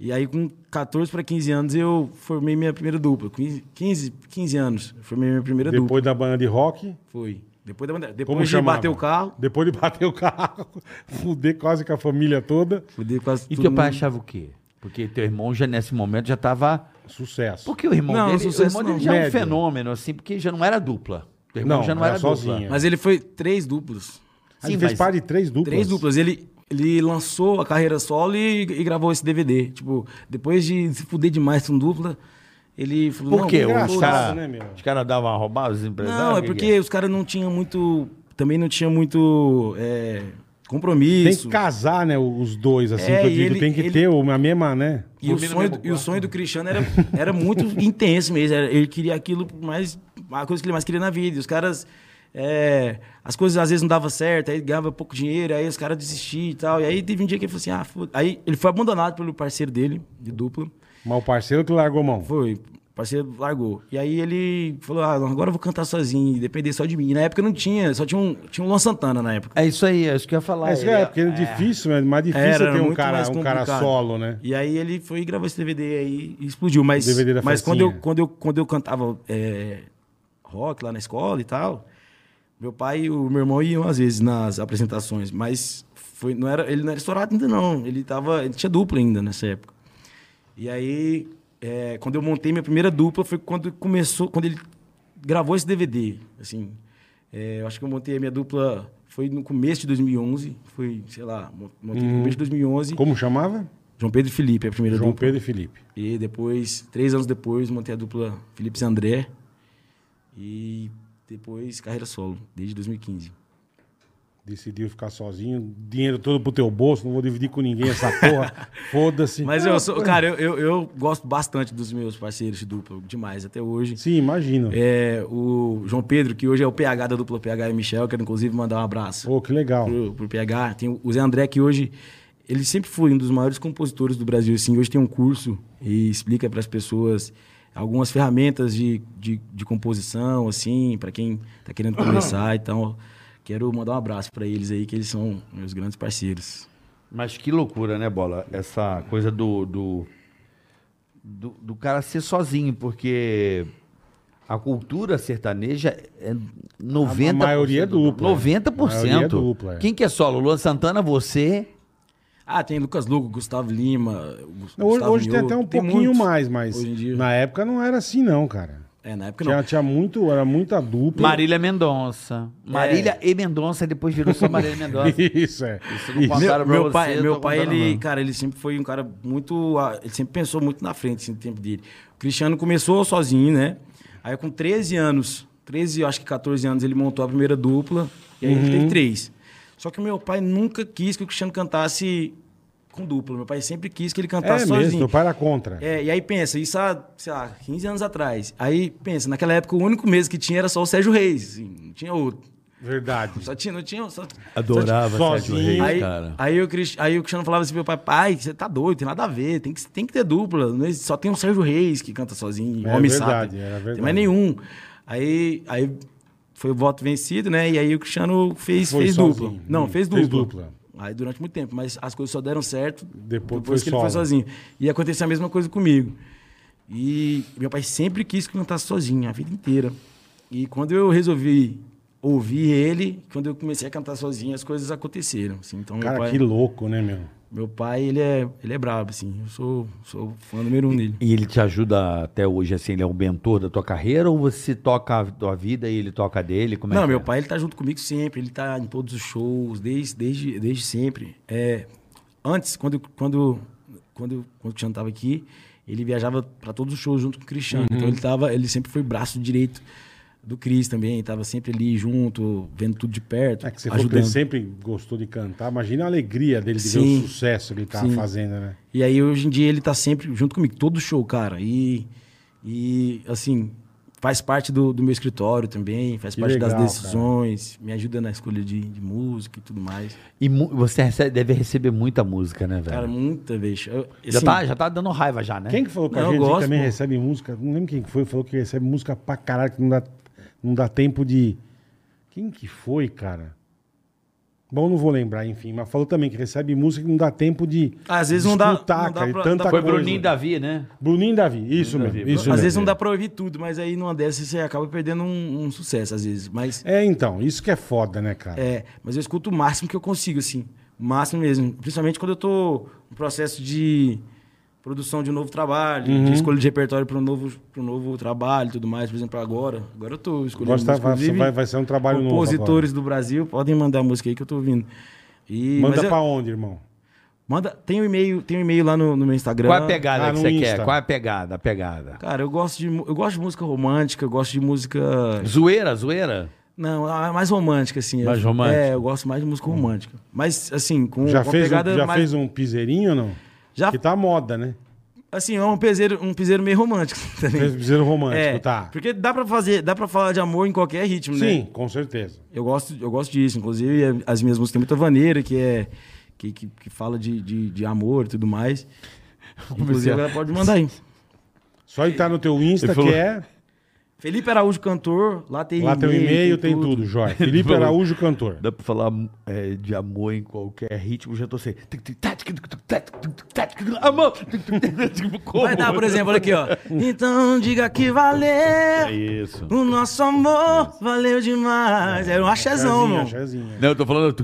Speaker 2: E aí, com 14 para 15 anos, eu formei minha primeira dupla. 15, 15, 15 anos, eu formei minha primeira dupla.
Speaker 3: Depois da banda de rock.
Speaker 2: Foi. é Depois, da, bandeira-
Speaker 3: Como
Speaker 2: depois de
Speaker 3: chamava?
Speaker 2: bater o carro,
Speaker 3: Depois de bater o carro. Fuder quase com a família toda.
Speaker 2: fudei quase
Speaker 4: E
Speaker 2: todo
Speaker 4: teu pai
Speaker 2: mundo.
Speaker 4: achava o quê? Porque teu irmão já nesse momento já tava.
Speaker 3: Sucesso.
Speaker 4: Porque o irmão
Speaker 2: Não,
Speaker 4: dele, o
Speaker 2: sucesso
Speaker 4: irmão dele já
Speaker 2: não.
Speaker 4: é um
Speaker 3: Médio.
Speaker 4: fenômeno, assim, porque já não era dupla. Teu irmão
Speaker 3: Não,
Speaker 4: já não
Speaker 3: era
Speaker 4: era, dupla.
Speaker 3: sozinho.
Speaker 2: Mas ele foi três duplos.
Speaker 3: Aí
Speaker 4: Sim,
Speaker 3: ele fez
Speaker 4: mas-
Speaker 3: par de três duplas.
Speaker 2: Três duplas. Ele, ele lançou a carreira solo e, e gravou esse DVD. Tipo, depois de se fuder demais com dupla, ele falou...
Speaker 4: Por
Speaker 2: não,
Speaker 4: quê?
Speaker 2: vamos-
Speaker 3: engraçado,
Speaker 4: Os caras
Speaker 3: né, meu?
Speaker 4: cara davam uma roubada, os empresários?
Speaker 2: Não,
Speaker 4: O
Speaker 2: é
Speaker 4: que que
Speaker 2: porque os caras não tinham muito... Também não tinham muito é, compromisso.
Speaker 3: Tem que casar, né, os dois, assim,
Speaker 2: É,
Speaker 3: que eu
Speaker 2: e
Speaker 3: digo,
Speaker 2: ele-
Speaker 3: tem que
Speaker 2: ele-
Speaker 3: ter uma a mesma, né?
Speaker 2: E o,
Speaker 4: Dormir no
Speaker 2: sonho,
Speaker 4: mesmo
Speaker 2: e o
Speaker 4: quarto.
Speaker 2: sonho do Cristiano era, era muito intenso mesmo. era- ele queria aquilo mais. A coisa que ele mais queria na vida. E os caras. é, as coisas às vezes não davam certo, aí ganhava pouco dinheiro, aí os caras desistiam e tal. E aí teve um dia que ele falou assim: ah, foda. Aí ele foi abandonado pelo parceiro dele, de dupla.
Speaker 3: Mas o parceiro que largou a mão.
Speaker 2: Foi, o parceiro largou. E aí ele falou: ah, agora eu vou cantar sozinho, e depender só de mim. E na época não tinha, só tinha um, tinha um Luan Santana na época.
Speaker 4: É isso aí, é isso que eu ia falar.
Speaker 3: É, isso que
Speaker 4: Ele-
Speaker 3: é, porque é difícil, né? Mais difícil
Speaker 2: Era
Speaker 3: ter um
Speaker 2: muito
Speaker 3: cara,
Speaker 2: mais
Speaker 3: um cara
Speaker 2: complicado.
Speaker 3: solo, né?
Speaker 2: E aí ele foi e gravou esse DVD aí e explodiu. Mas,
Speaker 3: O DVD da
Speaker 2: mas
Speaker 3: festinha.
Speaker 2: quando, eu, quando, eu, quando eu cantava é, rock lá na escola e tal, meu pai e o meu irmão iam às vezes nas apresentações, mas foi, não era, ele não era estourado ainda não. Ele, tava, ele tinha dupla ainda nessa época. E aí, é, quando eu montei minha primeira dupla, foi quando começou, quando ele gravou esse DVD, assim. É, eu acho que eu montei a minha dupla, foi no começo de 2011, foi, sei lá, mon- montei no começo de 2011.
Speaker 3: Como chamava?
Speaker 2: João Pedro e Felipe, a primeira
Speaker 3: João
Speaker 2: dupla.
Speaker 3: Pedro e Felipe.
Speaker 2: E depois, três anos depois, montei a dupla Felipe e André. E depois carreira solo, desde 2015.
Speaker 3: Decidiu ficar sozinho, dinheiro todo pro teu bolso, não vou dividir com ninguém essa porra. Foda-se.
Speaker 2: Mas eu
Speaker 3: Então,
Speaker 2: sou, cara, eu, eu, eu gosto bastante dos meus parceiros de dupla, demais, até hoje.
Speaker 3: Sim, imagino.
Speaker 2: É, o João Pedro, que hoje é o PH da dupla PH e Michel, quero inclusive mandar um abraço
Speaker 3: Pô, que legal.
Speaker 2: pro, pro PH. Tem o Zé André, que hoje, ele sempre foi um dos maiores compositores do Brasil, assim. Hoje tem um curso e explica para as pessoas algumas ferramentas de, de, de composição, assim, para quem tá querendo começar. Então, quero mandar um abraço para eles aí, que eles são meus grandes parceiros.
Speaker 4: Mas que loucura, né, Bola? Essa coisa do do, do, do cara ser sozinho, porque a cultura sertaneja é 90%.
Speaker 3: A maioria é dupla, é.
Speaker 4: 90%.
Speaker 3: A maioria é dupla, é.
Speaker 4: Quem que é solo? Luan Santana, você?
Speaker 2: Ah, tem Lucas Lugo, Gustavo Lima, Gus-
Speaker 3: Não, Hoje,
Speaker 2: Gustavo
Speaker 3: hoje tem
Speaker 2: Mioto,
Speaker 3: até um pouquinho
Speaker 2: muitos
Speaker 3: mais, mas
Speaker 2: Hoje em dia.
Speaker 3: na época não era assim, não, cara.
Speaker 2: É, na época não.
Speaker 3: Tinha, tinha muito, era muita dupla.
Speaker 4: Marília Mendonça. É. Marília e Mendonça, depois virou só Marília Mendonça.
Speaker 3: Isso, é.
Speaker 4: Isso não pode- Passaram pra
Speaker 2: Meu, meu
Speaker 4: você,
Speaker 2: pai,
Speaker 4: eu
Speaker 2: meu
Speaker 4: tô
Speaker 2: pai
Speaker 4: contando,
Speaker 2: ele,
Speaker 4: não.
Speaker 2: cara, ele sempre foi um cara muito. ah, Ele sempre pensou muito na frente assim, no tempo dele. O Cristiano começou sozinho, né? Aí com 13 anos, 13, eu acho que 14 anos, ele montou a primeira dupla. E aí ele
Speaker 3: Uhum.
Speaker 2: teve três. Só que meu pai nunca quis que o Cristiano cantasse com dupla. Meu pai sempre quis que ele
Speaker 3: É
Speaker 2: cantasse
Speaker 3: mesmo,
Speaker 2: tá sozinho.
Speaker 3: teu pai era contra.
Speaker 2: É, e aí pensa, isso há, sei lá, 15 anos atrás. Aí pensa, naquela época o único mesmo que tinha era só o Sérgio Reis, assim, não tinha outro.
Speaker 3: Verdade.
Speaker 2: Só tinha, não tinha, só,
Speaker 4: Adorava
Speaker 3: Sérgio Reis,
Speaker 2: aí, aí, o Cris- aí o Cristiano falava assim pro meu pai, pai, você tá doido, tem nada a ver, tem que, tem que ter dupla. não existe- Só tem o Sérgio Reis que canta sozinho,
Speaker 3: É
Speaker 2: homem
Speaker 3: verdade,
Speaker 2: sabe.
Speaker 3: era
Speaker 2: Tem
Speaker 3: verdade.
Speaker 2: mais nenhum. Aí, aí foi o voto vencido, né? E aí o Cristiano fez,
Speaker 3: Foi
Speaker 2: fez
Speaker 3: sozinho.
Speaker 2: dupla. Não, fez dupla.
Speaker 3: Fez dupla.
Speaker 2: Aí durante muito tempo, mas as coisas só deram certo
Speaker 3: Depois
Speaker 2: depois,
Speaker 3: foi né?
Speaker 2: que ele foi
Speaker 3: solo.
Speaker 2: sozinho. E aconteceu a mesma coisa comigo. E meu pai sempre quis que eu cantasse sozinho, a vida inteira. E quando eu resolvi ouvir ele, quando eu comecei a cantar sozinho, as coisas aconteceram. assim. Então, meu
Speaker 3: Cara,
Speaker 2: pai,
Speaker 3: que louco, né, meu?
Speaker 2: meu pai, ele é, ele é brabo, assim. Eu sou, sou fã número um dele.
Speaker 4: E ele te ajuda até hoje, assim, ele é um mentor da tua carreira ou você toca a tua vida e ele toca a dele? Como é
Speaker 2: Não,
Speaker 4: que
Speaker 2: meu
Speaker 4: é?
Speaker 2: pai, ele tá junto comigo sempre. Ele tá em todos os shows, desde, desde, desde sempre. É, antes, quando, quando, quando, quando o Cristiano tava aqui, ele viajava para todos os shows junto com o Cristiano.
Speaker 4: Uhum.
Speaker 2: Então ele, tava, ele sempre foi braço direito do Cris também. Tava sempre ali junto, vendo tudo de perto,
Speaker 3: É que você falou que ele
Speaker 2: ajudando.
Speaker 3: sempre gostou de cantar. Imagina a alegria dele de ver
Speaker 2: Sim.
Speaker 3: o sucesso que ele tava
Speaker 2: Sim.
Speaker 3: fazendo, né?
Speaker 2: E aí hoje em dia ele tá sempre junto comigo, todo show, cara. E, e assim, faz parte do, do meu escritório também, faz
Speaker 3: Que
Speaker 2: parte das
Speaker 3: legal,
Speaker 2: decisões, me ajuda na escolha de, de música e tudo mais.
Speaker 4: E mu- você recebe- deve receber muita música, né, velho?
Speaker 2: Cara, muita vez. Eu- assim,
Speaker 4: já, tá, já tá dando raiva já, né?
Speaker 3: Quem que falou pra
Speaker 2: Não, eu
Speaker 3: gente que
Speaker 2: gosto,
Speaker 3: também
Speaker 2: pô.
Speaker 3: recebe música? Não lembro quem que foi, falou que recebe música pra caralho, que não dá, não dá tempo de. Quem que foi, cara? Bom, não vou lembrar, enfim, mas falou também que recebe música que não dá tempo de.
Speaker 2: Às vezes
Speaker 3: de
Speaker 2: não dá-
Speaker 3: escutar,
Speaker 2: não dá
Speaker 3: cara, e
Speaker 2: pra-
Speaker 3: tanta
Speaker 2: dá
Speaker 4: Foi
Speaker 2: pra-
Speaker 3: coisa.
Speaker 4: Bruninho e Davi, né?
Speaker 3: Bruninho e Davi, isso
Speaker 4: Bruninho e
Speaker 3: mesmo.
Speaker 4: Davi.
Speaker 3: Isso
Speaker 2: Às
Speaker 3: mesmo.
Speaker 2: vezes não dá pra ouvir tudo, mas aí numa dessas você acaba perdendo um, um sucesso, às vezes. Mas,
Speaker 3: É, então, isso que é foda, né, cara?
Speaker 2: é, mas eu escuto o máximo que eu consigo, assim. O máximo mesmo. Principalmente quando eu tô no processo de produção de um novo trabalho,
Speaker 3: Uhum.
Speaker 2: de escolha de repertório para um novo, pra um novo trabalho e tudo mais. Por exemplo, agora. Agora eu tô escolhendo.
Speaker 3: Gosta-
Speaker 2: música,
Speaker 3: vai-
Speaker 2: inclusive,
Speaker 3: vai- vai ser um trabalho novo
Speaker 2: Compositores do Brasil, podem mandar música aí que eu tô ouvindo. E,
Speaker 3: Manda
Speaker 2: mas é eu-
Speaker 3: pra onde, irmão?
Speaker 2: Manda, tem um e-mail, tem um e-mail lá no, no meu Instagram.
Speaker 4: Qual é a pegada
Speaker 3: Ah,
Speaker 4: que
Speaker 3: no
Speaker 4: você
Speaker 3: Insta.
Speaker 4: quer? Qual é a pegada? A pegada.
Speaker 2: Cara, eu gosto de mu- eu gosto de música romântica, eu gosto de música
Speaker 4: Zoeira, zoeira?
Speaker 2: não, a- a mais romântica assim.
Speaker 4: Mais
Speaker 2: Eu-
Speaker 4: romântica.
Speaker 2: É, eu gosto mais de música romântica. Mas assim, com
Speaker 3: Já,
Speaker 2: com a
Speaker 3: fez,
Speaker 2: pegada
Speaker 3: um, já
Speaker 2: mais Ah,
Speaker 3: fez um piseirinho ou não?
Speaker 2: Já-
Speaker 3: Que tá moda, né?
Speaker 2: assim, é um piseiro, um piseiro meio romântico também.
Speaker 3: Fez piseiro romântico,
Speaker 2: É,
Speaker 3: tá.
Speaker 2: Porque dá pra fazer, dá para falar de amor em qualquer ritmo, né?
Speaker 3: Sim, com certeza.
Speaker 2: Eu gosto, eu gosto disso. Inclusive, é- as minhas músicas têm muita vaneira, que é. Que, que, que fala de, de, de amor e tudo mais. Inclusive,
Speaker 4: é.
Speaker 2: ela pode mandar aí.
Speaker 3: Só entrar no teu Insta,
Speaker 4: Ele falou-
Speaker 3: que é...
Speaker 2: Felipe Araújo, cantor, lá tem
Speaker 3: Lá tem o e-mail, tem tudo, Jorge. Felipe
Speaker 4: falou-
Speaker 3: Araújo, cantor.
Speaker 4: Dá pra falar é, de amor em qualquer ritmo, já tô assim, sem. Amor! tipo, Como?
Speaker 2: Vai dar, por exemplo, olha aqui, ó. Então diga que valeu.
Speaker 4: Isso.
Speaker 2: O nosso amor valeu
Speaker 3: É,
Speaker 2: demais. Era um axézão,
Speaker 3: Chazinha,
Speaker 2: mano.
Speaker 3: chazinha.
Speaker 4: Não, eu tô falando.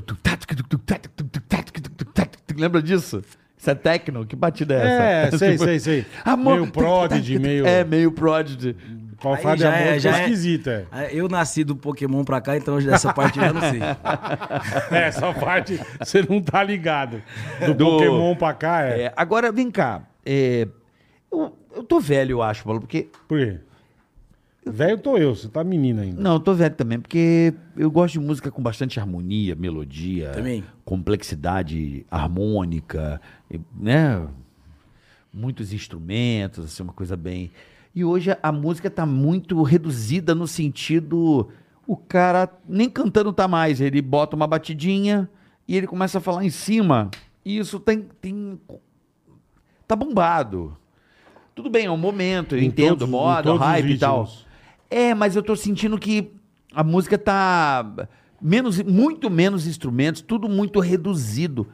Speaker 4: Lembra disso? Isso é techno, que batida é
Speaker 3: É,
Speaker 4: essa?
Speaker 3: sei, sei, sei.
Speaker 4: Amor.
Speaker 3: Meio prodigy, meio-
Speaker 4: É, meio prodigy.
Speaker 3: Pra falar
Speaker 2: Aí
Speaker 3: de
Speaker 2: já
Speaker 3: amor,
Speaker 2: é-
Speaker 3: é,
Speaker 2: já é-
Speaker 3: esquisita.
Speaker 2: Ah, Eu nasci do Pokémon pra cá, então dessa parte eu já não sei.
Speaker 3: É. Essa parte você não tá ligado. Do,
Speaker 4: Do-
Speaker 3: Pokémon pra cá, é.
Speaker 4: É, agora, vem cá. é, eu, eu tô velho, eu acho, Paulo, porque.
Speaker 3: Por quê? Velho tô eu, você tá menina ainda.
Speaker 4: Não, eu tô velho também, porque eu gosto de música com bastante harmonia, melodia,
Speaker 2: Também.
Speaker 4: complexidade harmônica, e, né? Muitos instrumentos, assim, uma coisa bem. E hoje a- a música tá muito reduzida no sentido. O cara nem cantando tá mais, ele bota uma batidinha e ele começa a falar em cima. E isso tem. tem tá bombado. Tudo bem, é um momento, eu
Speaker 3: Em
Speaker 4: entendo,
Speaker 3: todos- em
Speaker 4: moda,
Speaker 3: todos os
Speaker 4: hype e tal.
Speaker 3: ritmos.
Speaker 4: É, mas eu tô sentindo que a música tá menos, muito menos instrumentos, tudo muito reduzido.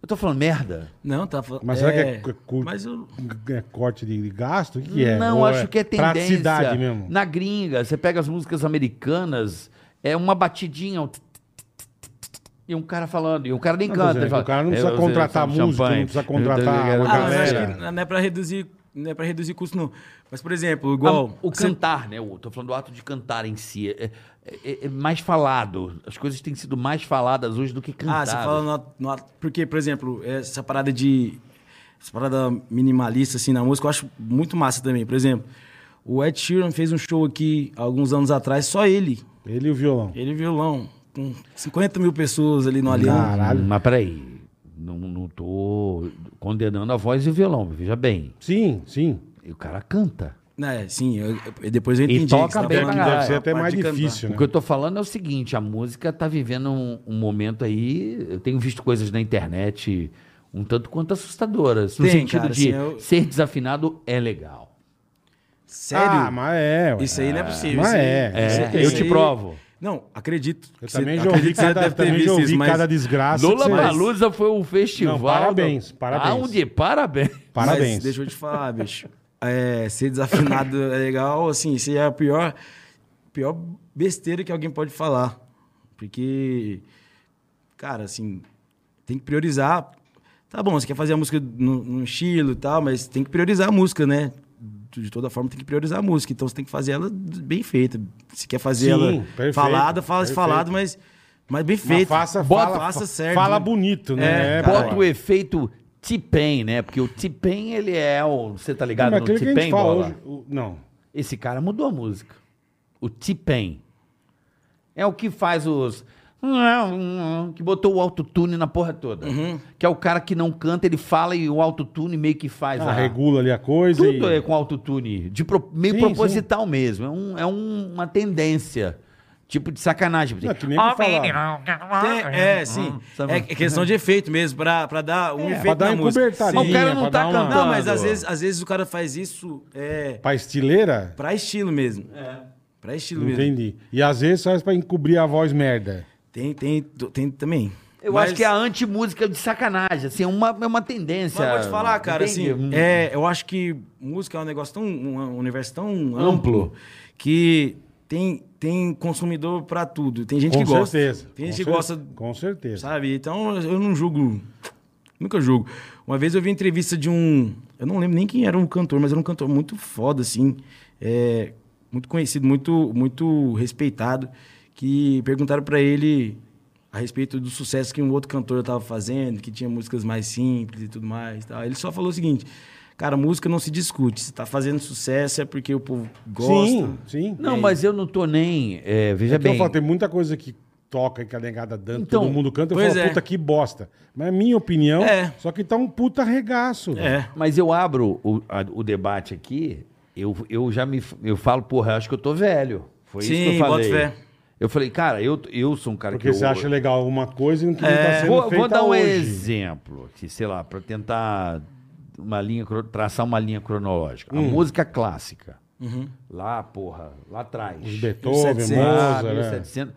Speaker 4: Eu tô falando merda?
Speaker 2: Não, tá falando.
Speaker 3: Mas será que é, cu-
Speaker 2: Mas eu.
Speaker 3: é corte de gasto? O que, que é?
Speaker 4: Não,
Speaker 3: Ou
Speaker 4: acho que é tendência.
Speaker 3: Praticidade mesmo.
Speaker 4: Na gringa, você pega as músicas americanas, é uma batidinha. um t- t- t- t- t- E um cara falando, e o cara nem
Speaker 3: Não,
Speaker 4: canta.
Speaker 3: mas é
Speaker 4: ele
Speaker 3: que
Speaker 4: fala,
Speaker 3: o cara não precisa
Speaker 4: "Eu-
Speaker 3: contratar
Speaker 4: eu- eu- eu-
Speaker 3: músico,
Speaker 4: champanhe".
Speaker 3: não precisa contratar uma
Speaker 2: Ah, mas eu
Speaker 3: galera.
Speaker 2: acho que não é pra reduzir. Não é pra reduzir custo, não. Mas, por exemplo, igual.
Speaker 4: o
Speaker 2: você-
Speaker 4: cantar, né? O, tô falando do ato de cantar em si. É, é- é mais falado. As coisas têm sido mais faladas hoje do que
Speaker 2: Ah,
Speaker 4: cantadas.
Speaker 2: você fala no, no Porque, por exemplo, essa parada de. Essa parada minimalista, assim, na música, eu acho muito massa também. Por exemplo, o Ed Sheeran fez um show aqui há alguns anos atrás, só ele.
Speaker 3: Ele e o violão.
Speaker 2: Ele e violão. Com 50 mil pessoas ali no Aliança.
Speaker 3: Caralho.
Speaker 4: Hum, Mas peraí, não, não tô condenando a voz e o violão, veja bem.
Speaker 3: Sim, sim.
Speaker 4: E o cara canta.
Speaker 2: É, sim, eu- eu- depois eu
Speaker 4: E
Speaker 2: entendi.
Speaker 4: toca
Speaker 2: que você tá
Speaker 4: bem
Speaker 2: falando
Speaker 4: pra
Speaker 2: da-
Speaker 4: caralho.
Speaker 3: Deve ser
Speaker 2: da
Speaker 3: até
Speaker 2: parte
Speaker 3: mais
Speaker 2: de cantar.
Speaker 3: difícil,
Speaker 4: O
Speaker 3: né?
Speaker 4: que eu tô falando é o seguinte, a música tá vivendo um, um momento aí, eu tenho visto coisas na internet um tanto quanto assustadoras, no
Speaker 2: Tem,
Speaker 4: sentido
Speaker 2: cara,
Speaker 4: de
Speaker 2: assim, eu-
Speaker 4: ser desafinado é legal.
Speaker 2: Sério?
Speaker 3: Ah, mas é. ué.
Speaker 2: Isso aí não é possível.
Speaker 3: Mas
Speaker 2: isso aí-
Speaker 3: é,
Speaker 2: isso
Speaker 4: é,
Speaker 2: aí-
Speaker 4: eu
Speaker 2: isso
Speaker 4: te
Speaker 2: aí-
Speaker 4: provo.
Speaker 2: Não, acredito.
Speaker 3: Eu
Speaker 2: que você-
Speaker 3: também já
Speaker 2: acredito
Speaker 3: ouvi
Speaker 2: que você
Speaker 3: cada,
Speaker 2: deve ter
Speaker 3: também já
Speaker 2: visto
Speaker 3: ouvi
Speaker 2: isso, mas-
Speaker 3: cada desgraça.
Speaker 4: Lola
Speaker 3: que você-
Speaker 4: Palusa foi um festival.
Speaker 3: Não, parabéns,
Speaker 4: do-
Speaker 3: parabéns.
Speaker 4: Aonde? Parabéns.
Speaker 3: Parabéns.
Speaker 2: Mas deixa eu te falar, bicho. É, ser desafinado é legal, assim, isso é a pior, pior besteira que alguém pode falar. Porque, cara, assim, tem que priorizar. Tá bom, você quer fazer a música no, no estilo e tal, mas tem que priorizar a música, né? De toda forma, tem que priorizar a música. Então, você tem que fazer ela bem feita. Se quer fazer
Speaker 3: Sim,
Speaker 2: ela
Speaker 3: perfeito,
Speaker 2: falada, fala
Speaker 3: perfeito.
Speaker 2: falado, mas, mas bem
Speaker 3: Mas
Speaker 2: feito.
Speaker 3: faça,
Speaker 2: Bota-
Speaker 3: fala,
Speaker 2: faça certo.
Speaker 3: Fala
Speaker 2: né?
Speaker 3: bonito, né?
Speaker 2: É,
Speaker 3: É,
Speaker 4: Bota
Speaker 3: pô.
Speaker 4: o efeito T-Pain, né? Porque o T-Pain, ele é o. Você tá ligado
Speaker 3: Mas
Speaker 4: no
Speaker 3: aquilo que a gente
Speaker 4: T-Pain,
Speaker 3: fala
Speaker 4: bola?
Speaker 3: hoje. o- Não.
Speaker 4: Esse cara mudou a música. O T-Pain. É o que faz os. Que botou o autotune na porra toda. Que é o cara que não canta, ele fala e o autotune meio que faz.
Speaker 3: Ah,
Speaker 4: a-
Speaker 3: regula ali a coisa.
Speaker 4: Tudo
Speaker 3: e...
Speaker 4: é com autotune. De pro- Meio
Speaker 3: Sim,
Speaker 4: proposital mesmo. É, um- é um- uma tendência. Tipo de sacanagem.
Speaker 3: Não, é que nem eu falar.
Speaker 2: Tem-
Speaker 3: Ah,
Speaker 2: é, sim.
Speaker 4: sabe?
Speaker 2: É é questão de efeito mesmo, pra, pra dar um
Speaker 3: tá É,
Speaker 2: efeito
Speaker 3: pra dar
Speaker 2: na
Speaker 3: uma
Speaker 2: música.
Speaker 3: encobertadinha,
Speaker 4: Mas o cara não
Speaker 3: pra
Speaker 4: tá
Speaker 3: dar uma-
Speaker 4: cantando.
Speaker 2: Não, mas às vezes, às vezes o cara faz isso é,
Speaker 3: Pra estileira?
Speaker 2: pra estilo mesmo.
Speaker 4: É.
Speaker 2: Pra estilo mesmo.
Speaker 3: Entendi. E às vezes faz pra encobrir a voz merda.
Speaker 2: Tem, tem, tem também.
Speaker 4: Eu
Speaker 2: Mas-
Speaker 4: acho que é a anti-música de sacanagem. Assim, é uma, é uma tendência.
Speaker 2: Mas eu vou te falar, cara,
Speaker 4: Entende?
Speaker 2: assim, é, eu acho que música é um negócio tão. um universo tão amplo,
Speaker 4: Amplo.
Speaker 2: que tem, tem consumidor pra tudo. Tem gente
Speaker 3: Com
Speaker 2: que gosta.
Speaker 3: certeza.
Speaker 2: Tem
Speaker 3: com
Speaker 2: gente que
Speaker 3: cer-
Speaker 2: gosta
Speaker 3: Com certeza.
Speaker 2: Sabe? Então eu não julgo. Nunca julgo. Uma vez eu vi entrevista de um. Eu não lembro nem quem era o cantor, mas era um cantor muito foda, assim. é, muito conhecido, muito, muito respeitado. Que perguntaram pra ele a respeito do sucesso que um outro cantor estava fazendo, que tinha músicas mais simples e tudo mais. e tal. Ele só falou o seguinte: cara, música não se discute. Se tá fazendo sucesso é porque o povo gosta.
Speaker 3: Sim, sim.
Speaker 4: Não,
Speaker 2: é.
Speaker 4: mas eu não tô nem. é, veja
Speaker 3: É que eu
Speaker 4: bem.
Speaker 3: falo, tem muita coisa que toca e que a negada dança,
Speaker 4: Então,
Speaker 3: todo mundo canta, eu
Speaker 2: pois
Speaker 3: falo,
Speaker 2: é.
Speaker 3: puta que bosta. Mas é minha opinião,
Speaker 2: É.
Speaker 3: só que tá um puta regaço. velho.
Speaker 2: É.
Speaker 4: Mas eu abro o, a- o debate aqui, eu, eu já me eu falo, porra, eu acho que eu tô velho. Foi isso que eu
Speaker 2: Sim,
Speaker 4: falei.
Speaker 2: boto fé.
Speaker 4: Eu falei, cara, eu, eu sou um cara
Speaker 3: Porque
Speaker 4: que.
Speaker 3: você
Speaker 4: eu,
Speaker 3: acha legal alguma coisa e não que não tá sendo
Speaker 4: vou, vou
Speaker 3: feita
Speaker 4: dar um
Speaker 3: hoje.
Speaker 4: exemplo, que, sei lá, para tentar uma linha, cro- traçar uma linha cronológica.
Speaker 3: Hum.
Speaker 4: A música clássica.
Speaker 2: Uhum.
Speaker 4: Lá, porra, lá atrás.
Speaker 3: Os Beethoven,
Speaker 2: 1700,
Speaker 4: Ah,
Speaker 3: Mozart, é.
Speaker 4: 1700.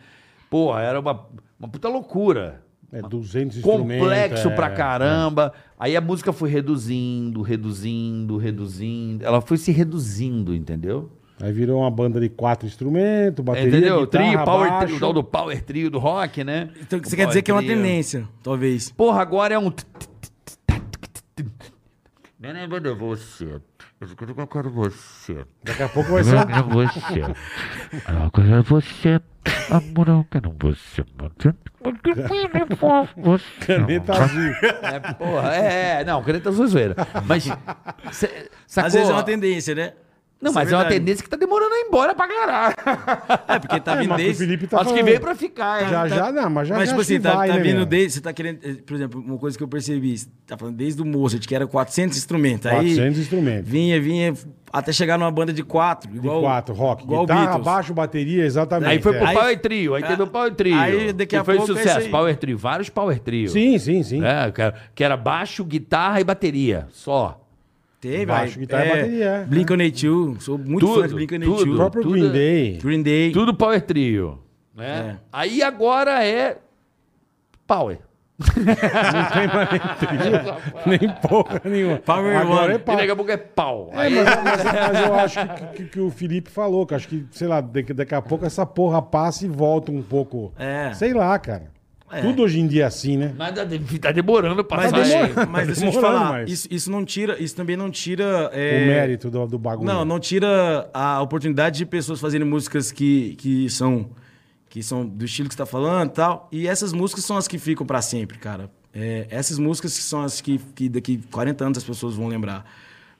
Speaker 4: Porra, era uma, uma puta loucura.
Speaker 3: é, é 200 instrumentos.
Speaker 4: Complexo
Speaker 3: é,
Speaker 4: pra caramba. Aí a música foi reduzindo, reduzindo, reduzindo. Ela foi se reduzindo, entendeu?
Speaker 3: Aí virou uma banda de quatro instrumentos, bateria,
Speaker 4: entendeu?
Speaker 3: guitarra,
Speaker 4: trio, power
Speaker 3: baixo.
Speaker 4: trio, o tal do power trio do rock, né?
Speaker 2: Então,
Speaker 4: O
Speaker 2: você quer dizer que é uma
Speaker 4: power trio.
Speaker 2: tendência, talvez.
Speaker 4: Porra, agora é um. você.
Speaker 5: Eu quero você.
Speaker 3: Daqui a pouco vai ser...
Speaker 5: Eu você. Eu quero você. Amor, eu quero você.
Speaker 3: Caneta azul.
Speaker 4: É, porra, é, é, não, caneta azul é zoeira. Mas. cê- sacou?
Speaker 2: Às vezes é uma tendência, né?
Speaker 4: Não,
Speaker 2: Isso
Speaker 4: mas é uma
Speaker 2: verdade.
Speaker 4: tendência que tá demorando a ir embora pra caralho.
Speaker 2: É, porque tá
Speaker 3: É,
Speaker 2: vindo
Speaker 3: mas o
Speaker 2: desde.
Speaker 3: Felipe tá
Speaker 4: Acho que
Speaker 3: falando.
Speaker 4: veio pra ficar, é.
Speaker 3: Já, já, não, mas já,
Speaker 2: mas,
Speaker 3: já
Speaker 2: tipo
Speaker 3: acho que
Speaker 2: assim, tá,
Speaker 3: vai,
Speaker 2: tá
Speaker 3: né,
Speaker 2: vindo
Speaker 3: meu?
Speaker 2: desde. Você tá querendo. eh, Por exemplo, uma coisa que eu percebi, você tá falando desde o Mozart, que era 400 instrumentos.
Speaker 3: 400
Speaker 2: aí
Speaker 3: instrumentos.
Speaker 2: Vinha, vinha, até chegar numa banda de quatro.
Speaker 3: De
Speaker 2: Igual,
Speaker 3: quatro, rock.
Speaker 2: Igual o
Speaker 3: Guitarra,
Speaker 2: Beatles.
Speaker 3: baixo, bateria, exatamente.
Speaker 4: Aí foi pro
Speaker 3: é.
Speaker 2: Aí-
Speaker 4: Power Trio, aí teve o Power Trio.
Speaker 2: aí daqui a
Speaker 4: que foi
Speaker 2: pouco é
Speaker 4: sucesso,
Speaker 2: isso aí.
Speaker 4: Power Trio, vários Power Trio.
Speaker 3: Sim, sim, sim.
Speaker 4: É, que era- que era baixo, guitarra e bateria, só.
Speaker 2: Teve,
Speaker 3: Baixo,
Speaker 2: aí,
Speaker 3: guitarra e bateria, é.
Speaker 2: Blink-182, sou muito
Speaker 4: Tudo,
Speaker 2: fã de
Speaker 3: O
Speaker 2: Blink-182.
Speaker 3: próprio
Speaker 4: tudo-
Speaker 3: Green Day.
Speaker 2: Green Day.
Speaker 4: Tudo Power Trio. Né?
Speaker 2: É.
Speaker 4: Aí agora é Power.
Speaker 3: Não tem mais nem trio, nem porra nenhuma.
Speaker 2: Power
Speaker 3: Agora é
Speaker 2: One. E
Speaker 4: E
Speaker 3: pau.
Speaker 4: daqui a pouco é pau.
Speaker 3: É,
Speaker 4: Aí-
Speaker 3: mas, mas- mas eu acho que, que- que o Felipe falou, que acho que, sei lá, daqui, daqui a pouco essa porra passa e volta um pouco.
Speaker 2: É.
Speaker 3: Sei lá, cara.
Speaker 2: É.
Speaker 3: Tudo hoje em dia é assim, né?
Speaker 4: Mas tá de- tá demorando pra
Speaker 2: Mas,
Speaker 4: sair.
Speaker 2: deixa,
Speaker 3: demorando,
Speaker 2: mas deixa eu te
Speaker 3: demorando,
Speaker 2: falar,
Speaker 3: mas-
Speaker 2: isso, isso não tira, isso também não tira...
Speaker 3: O
Speaker 2: é,
Speaker 3: mérito do, do bagulho.
Speaker 2: Não, não tira a oportunidade de pessoas fazerem músicas que, que são que são do estilo que você tá falando e tal. E essas músicas são as que ficam para sempre, cara. É, essas músicas que são as que, que daqui 40 anos as pessoas vão lembrar.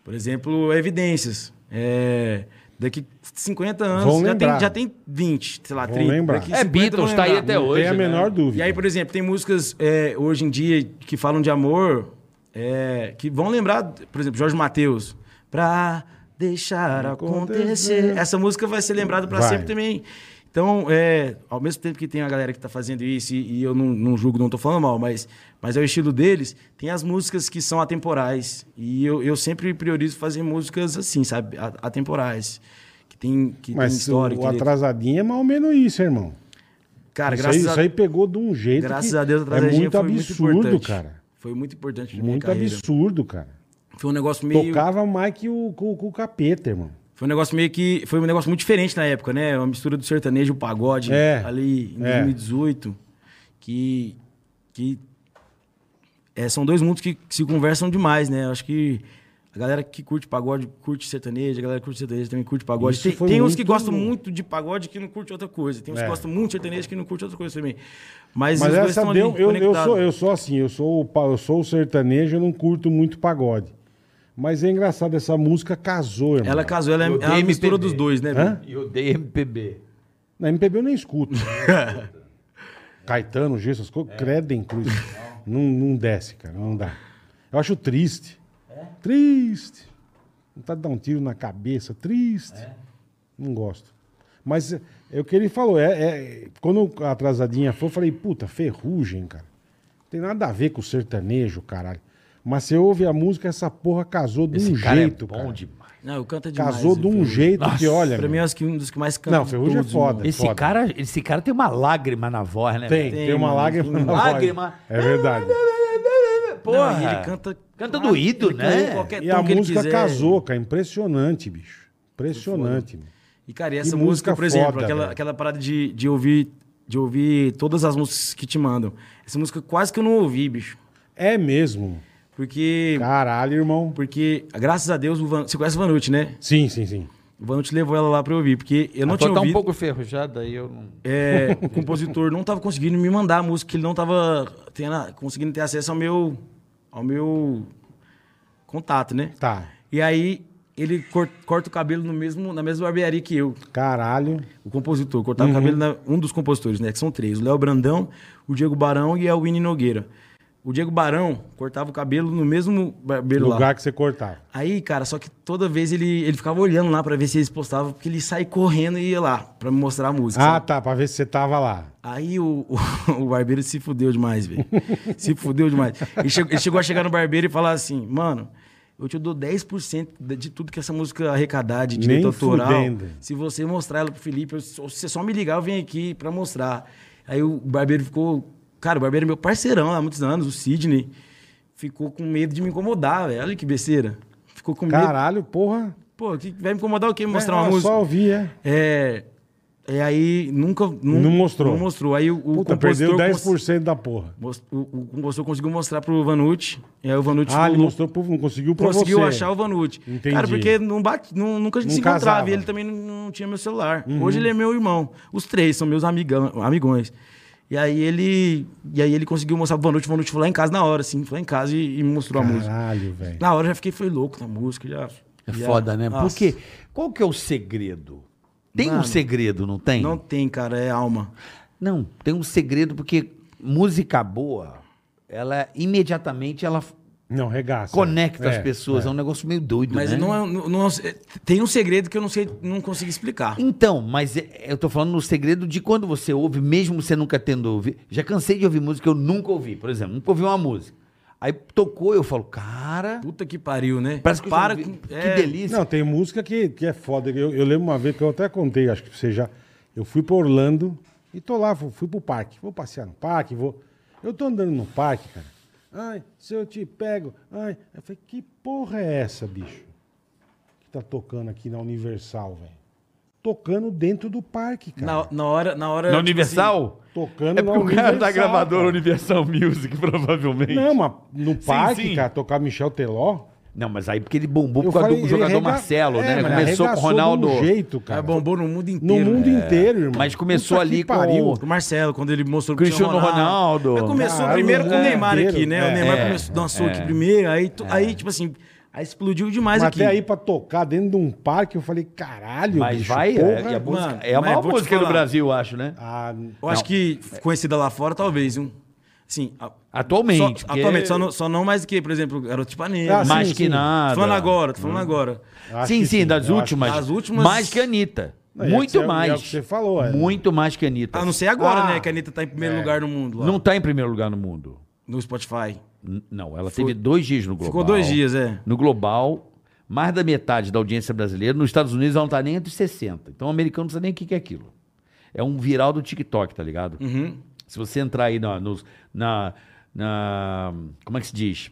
Speaker 2: Por exemplo, Evidências. É, daqui 50 anos
Speaker 3: Vão
Speaker 2: já,
Speaker 3: lembrar.
Speaker 2: tem, já tem 20, sei lá,
Speaker 3: Vão
Speaker 2: 30.
Speaker 3: lembrar.
Speaker 2: daqui
Speaker 4: É
Speaker 2: 50 vão
Speaker 4: Beatles, tá aí
Speaker 2: lembrar.
Speaker 4: até
Speaker 3: Não
Speaker 4: hoje.
Speaker 3: Tem a
Speaker 4: né?
Speaker 3: menor dúvida.
Speaker 2: E aí, por exemplo, tem músicas é, hoje em dia que falam de amor, é, que vão lembrar, por exemplo, Jorge Mateus, pra deixar acontecer. Essa música vai ser lembrada pra
Speaker 3: Vai.
Speaker 2: sempre também. Então, é, ao mesmo tempo que tem a galera que tá fazendo isso, e, e eu não, não julgo, não tô falando mal, mas, mas é o estilo deles, tem as músicas que são atemporais. E eu, eu sempre priorizo fazer músicas assim, sabe? A- Atemporais. Que tem, que tem
Speaker 3: Mas
Speaker 2: história.
Speaker 3: o,
Speaker 2: que tem-
Speaker 3: atrasadinho é mais ou menos isso, irmão.
Speaker 2: Cara,
Speaker 3: isso, aí,
Speaker 2: graças a
Speaker 3: isso aí pegou de um jeito.
Speaker 2: Graças
Speaker 3: que
Speaker 2: a Deus, a
Speaker 3: é
Speaker 2: tragédia
Speaker 3: muito
Speaker 2: foi
Speaker 3: absurdo,
Speaker 2: muito importante.
Speaker 3: cara.
Speaker 2: Foi muito importante pra minha
Speaker 3: Muito
Speaker 2: carreira.
Speaker 3: absurdo, cara.
Speaker 2: Foi um negócio meio.
Speaker 3: Tocava mais que o, com, com o capeta, irmão.
Speaker 2: Foi um negócio meio que. Foi um negócio muito diferente na época, né? Uma mistura do sertanejo e o pagode
Speaker 3: É,
Speaker 2: ali em
Speaker 3: é.
Speaker 2: 2018. Que. que é, são dois mundos que, que se conversam demais, né? Eu Acho que a galera que curte pagode curte sertanejo, a galera que curte sertanejo também curte pagode.
Speaker 3: Isso
Speaker 2: Tem,
Speaker 3: foi
Speaker 2: tem uns que
Speaker 3: muito-
Speaker 2: gostam muito de pagode que não curte outra coisa. Tem uns
Speaker 3: É.
Speaker 2: que gostam muito de sertanejo que não curte outra coisa também. Mas,
Speaker 3: Mas
Speaker 2: os dois
Speaker 3: essa
Speaker 2: estão
Speaker 3: deu.
Speaker 2: ali
Speaker 3: Eu, eu,
Speaker 2: conectados. né?
Speaker 3: sou, eu sou assim, eu sou, o pa- eu sou o sertanejo, eu não curto muito pagode. Mas é engraçado, essa música casou, irmão.
Speaker 2: Ela casou, ela é,
Speaker 4: Eu
Speaker 2: é a
Speaker 4: dei
Speaker 2: mistura
Speaker 4: MPB.
Speaker 2: dos dois, né?
Speaker 3: Hã?
Speaker 4: E eu dei MPB.
Speaker 3: Na MPB eu nem escuto. Caetano, Gesso, essas coisas, credem, cruz. Não, não desce, cara, não dá. Eu acho triste.
Speaker 4: É?
Speaker 3: Triste. Vontade de dar um tiro na cabeça, triste.
Speaker 4: É?
Speaker 3: Não gosto. Mas é, é o que ele falou, é, é- quando a atrasadinha foi, eu falei, puta, ferrugem, cara. Não tem nada a ver com sertanejo, caralho. Mas você ouve a música, essa porra casou de um jeito,
Speaker 4: é bom
Speaker 3: cara.
Speaker 4: demais.
Speaker 2: Não, eu canto demais.
Speaker 3: Casou
Speaker 2: né,
Speaker 3: de um
Speaker 2: Ferrugem.
Speaker 3: jeito que,
Speaker 4: Nossa,
Speaker 3: olha.
Speaker 2: Pra
Speaker 3: meu,
Speaker 2: mim, eu acho que um dos que mais canta.
Speaker 3: Não, Ferrugem é foda.
Speaker 4: Esse
Speaker 3: foda.
Speaker 4: cara, esse cara tem uma lágrima na voz, né?
Speaker 3: Tem,
Speaker 4: velho?
Speaker 3: tem,
Speaker 2: É Tem,
Speaker 3: uma
Speaker 2: mano,
Speaker 3: lágrima
Speaker 2: tem
Speaker 3: na voz.
Speaker 4: lágrima.
Speaker 3: É verdade.
Speaker 4: Porra.
Speaker 2: e ele canta-
Speaker 4: é. Canta doído,
Speaker 2: ele canta
Speaker 4: né?
Speaker 2: em qualquer
Speaker 3: E
Speaker 2: tom
Speaker 3: a
Speaker 2: É que ele
Speaker 3: música
Speaker 2: quiser.
Speaker 3: casou, cara. Impressionante, bicho. Impressionante. meu.
Speaker 2: E, cara, e essa
Speaker 3: Que
Speaker 2: música,
Speaker 3: música
Speaker 2: por exemplo,
Speaker 3: foda,
Speaker 2: aquela,
Speaker 3: velho.
Speaker 2: aquela parada de, de ouvir de ouvir todas as músicas que te mandam. Essa música quase que eu não ouvi, bicho.
Speaker 3: É mesmo.
Speaker 2: Porque.
Speaker 3: Caralho, irmão.
Speaker 2: Porque, graças a Deus, o Van- você conhece o Vanucci, né?
Speaker 3: Sim, sim, sim.
Speaker 2: O O Vanucci levou ela lá pra eu ouvir, porque eu não
Speaker 4: a tua
Speaker 2: tinha
Speaker 4: tá
Speaker 2: ouvido.
Speaker 4: um pouco ferrujada aí, eu não...
Speaker 2: É, o compositor não tava conseguindo me mandar a música, que ele não tava tendo- conseguindo ter acesso ao meu, ao meu contato, né?
Speaker 3: Tá.
Speaker 2: E aí ele cor- corta o cabelo no mesmo, na mesma barbearia que eu,
Speaker 3: Caralho.
Speaker 2: o compositor. Cortava
Speaker 3: Uhum.
Speaker 2: o cabelo, na, um dos compositores, né? Que são três: o Léo Brandão, o Diego Barão e a Winnie Nogueira. O Diego Barão cortava o cabelo no mesmo barbeiro lá.
Speaker 3: Lugar que você cortava.
Speaker 2: Aí, cara, só que toda vez ele, ele ficava olhando lá pra ver se eles postavam, porque ele sai correndo e ia lá pra me mostrar a música.
Speaker 3: Ah,
Speaker 2: sabe?
Speaker 3: tá. Pra ver se você tava lá.
Speaker 2: Aí o, o, o barbeiro se fudeu demais, velho. Se fudeu demais. Ele chegou, ele chegou a chegar no barbeiro e falar assim, mano, eu te dou 10% de, de tudo que essa música arrecadar de direito
Speaker 3: Nem
Speaker 2: autoral.
Speaker 3: fudendo.
Speaker 2: Se você mostrar ela pro Felipe, eu- se você só me ligar, eu venho aqui pra mostrar. Aí o barbeiro ficou... Cara, o barbeiro é meu parceirão há muitos anos, o Sidney. Ficou com medo de me incomodar, velho. Olha que besteira. Ficou com medo.
Speaker 3: Caralho, porra.
Speaker 2: Pô, que vai me incomodar o quê? Mostrar
Speaker 3: É,
Speaker 2: uma
Speaker 3: eu
Speaker 2: música?
Speaker 3: Só ouvi, é.
Speaker 2: É. E aí nunca. nun-
Speaker 3: Não mostrou.
Speaker 2: Não mostrou. Aí o, o
Speaker 3: Puta,
Speaker 2: compositor.
Speaker 3: perdeu
Speaker 2: cons-
Speaker 3: 10% da porra.
Speaker 2: mos- O, o compositor conseguiu mostrar pro Vanucci. E aí o Vanucci
Speaker 3: Ah, ele
Speaker 2: falou-
Speaker 3: mostrou pro... Não conseguiu pra
Speaker 2: Tipo, conseguiu
Speaker 3: você.
Speaker 2: achar o Vanucci.
Speaker 3: Entendi.
Speaker 2: Cara, porque não bate, não- nunca a gente
Speaker 3: Não
Speaker 2: se encontrava.
Speaker 3: casava. Uhum.
Speaker 2: E ele também não, não tinha meu celular. Hoje ele é meu irmão. Os três são meus amigão, amigões. E aí ele. E aí ele conseguiu mostrar pro Vanucci. O Vanucci foi lá em casa na hora, assim. Foi lá em casa e, e me mostrou a música.
Speaker 3: Caralho, velho.
Speaker 2: Na hora eu já fiquei, foi louco na música. Já,
Speaker 4: É
Speaker 2: já-
Speaker 4: foda, né?
Speaker 2: Nossa.
Speaker 4: Porque qual que é o segredo? Tem um
Speaker 2: Mano,
Speaker 4: segredo, não tem?
Speaker 2: Não tem, cara, é alma.
Speaker 4: Não, tem um segredo porque música boa, ela imediatamente ela
Speaker 3: Não, regaça.
Speaker 4: conecta
Speaker 3: É,
Speaker 4: as pessoas, é. um negócio meio doido,
Speaker 2: Mas
Speaker 4: né?
Speaker 2: não é, não, não- tem um segredo que eu não sei, não consigo explicar.
Speaker 4: Então, mas é- eu tô falando no segredo de quando você ouve, mesmo você nunca tendo ouvido. Já cansei de ouvir música que eu nunca ouvi, por exemplo, nunca ouvi uma música. Aí tocou, eu falo, cara,
Speaker 2: Puta que pariu, né?
Speaker 4: parece que eu já
Speaker 2: Para
Speaker 4: ouvi.
Speaker 2: com-
Speaker 4: que
Speaker 2: é,
Speaker 4: delícia.
Speaker 3: Não, tem música que, que é foda. Eu, eu lembro uma vez que eu até contei, acho que você já. Eu fui pra Orlando e tô lá, fui, fui pro parque. Vou passear no parque, vou. Eu tô andando no parque, cara. Ai, se eu te pego. Ai, eu falei, que porra é essa, bicho? Que tá tocando aqui na Universal, velho. Tocando dentro do parque, cara.
Speaker 2: Na, na hora, na hora.
Speaker 4: Na
Speaker 2: tipo
Speaker 4: Universal?
Speaker 3: Tocando
Speaker 4: É porque o cara da
Speaker 3: Universal,
Speaker 4: gravadora
Speaker 3: cara.
Speaker 4: Universal Music, provavelmente.
Speaker 3: Não, mas no parque,
Speaker 4: sim.
Speaker 3: cara, tocar Michel Teló.
Speaker 4: Não, mas aí porque ele bombou
Speaker 3: eu
Speaker 4: por causa
Speaker 3: falei,
Speaker 4: do
Speaker 3: ele
Speaker 4: jogador
Speaker 3: rega-
Speaker 4: Marcelo,
Speaker 3: É,
Speaker 4: né?
Speaker 3: mas
Speaker 4: Começou com o
Speaker 3: arregaçou
Speaker 4: Rondaldo.
Speaker 3: De um jeito,
Speaker 2: assim,
Speaker 3: cara.
Speaker 2: é, bombou no mundo
Speaker 3: No
Speaker 2: inteiro.
Speaker 3: mundo
Speaker 2: né?
Speaker 3: inteiro, irmão.
Speaker 4: É. Mas começou
Speaker 3: Puta que
Speaker 4: ali com-
Speaker 3: pariu.
Speaker 2: O Marcelo, quando ele mostrou o
Speaker 4: Cristiano Ronaldo.
Speaker 2: Mas começou
Speaker 3: Caralho,
Speaker 2: primeiro com
Speaker 3: é.
Speaker 2: o Neymar aqui, né?
Speaker 3: É,
Speaker 2: o Neymar
Speaker 4: é,
Speaker 2: começou, dançou aqui primeiro, aí, tu- aí, tipo assim, aí explodiu demais
Speaker 3: Mas
Speaker 2: aqui.
Speaker 3: até aí pra tocar dentro de um parque, eu falei, caralho,
Speaker 4: Mas
Speaker 3: bicho,
Speaker 4: vai,
Speaker 3: porra.
Speaker 4: é, e a música-
Speaker 2: mano,
Speaker 4: é a
Speaker 2: mas
Speaker 4: maior
Speaker 2: vou te
Speaker 4: música do
Speaker 2: falar.
Speaker 4: Brasil, eu acho, né?
Speaker 3: Ah,
Speaker 2: Eu acho
Speaker 4: Não.
Speaker 2: que conhecida lá fora, talvez, um. Assim, a-
Speaker 4: Atualmente.
Speaker 2: só,
Speaker 4: porque-
Speaker 2: atualmente, só não, só não mais que, por exemplo, Garoto de Ipanema.
Speaker 3: Ah, sim,
Speaker 4: mais
Speaker 3: sim.
Speaker 4: que
Speaker 3: Tô
Speaker 4: nada. Hum.
Speaker 2: Tô falando agora, tô falando agora.
Speaker 3: acho
Speaker 4: sim,
Speaker 3: que
Speaker 4: sim, das
Speaker 3: eu acho
Speaker 4: últimas.
Speaker 2: Das últimas-
Speaker 4: Mais que a Anitta.
Speaker 3: Não, é que
Speaker 4: Muito
Speaker 3: você- é
Speaker 4: mais.
Speaker 3: o que você falou, é.
Speaker 4: Muito mais que a Anitta.
Speaker 2: A não ser agora,
Speaker 3: Ah,
Speaker 2: né? Que a Anitta tá em primeiro lugar no mundo lá.
Speaker 4: é. Não tá em primeiro lugar no mundo.
Speaker 2: No Spotify.
Speaker 4: N- Não, ela
Speaker 2: Foi-
Speaker 4: teve dois dias no global.
Speaker 2: Ficou dois dias, é.
Speaker 4: No global, mais da metade da audiência brasileira. Nos Estados Unidos ela não tá nem entre os 60. Então o americano não sabe nem o que que é aquilo. É um viral do TikTok, tá ligado?
Speaker 2: Uhum.
Speaker 4: Se você entrar aí na, nos- na, na- Como é que se diz?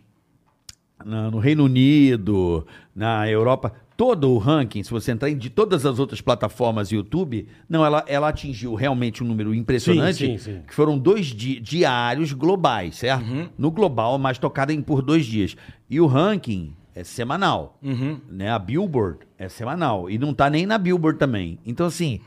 Speaker 4: Na- no Reino Unido, na Europa, todo o ranking, se você entrar em de todas as outras plataformas YouTube, não, ela, ela atingiu realmente um número impressionante,
Speaker 3: Sim, sim, sim.
Speaker 4: que foram dois di- diários globais, certo?
Speaker 2: Uhum.
Speaker 4: No global, mas tocada em por dois dias. E o ranking é semanal,
Speaker 2: Uhum.
Speaker 4: né? A Billboard é semanal e não tá nem na Billboard também. Então assim,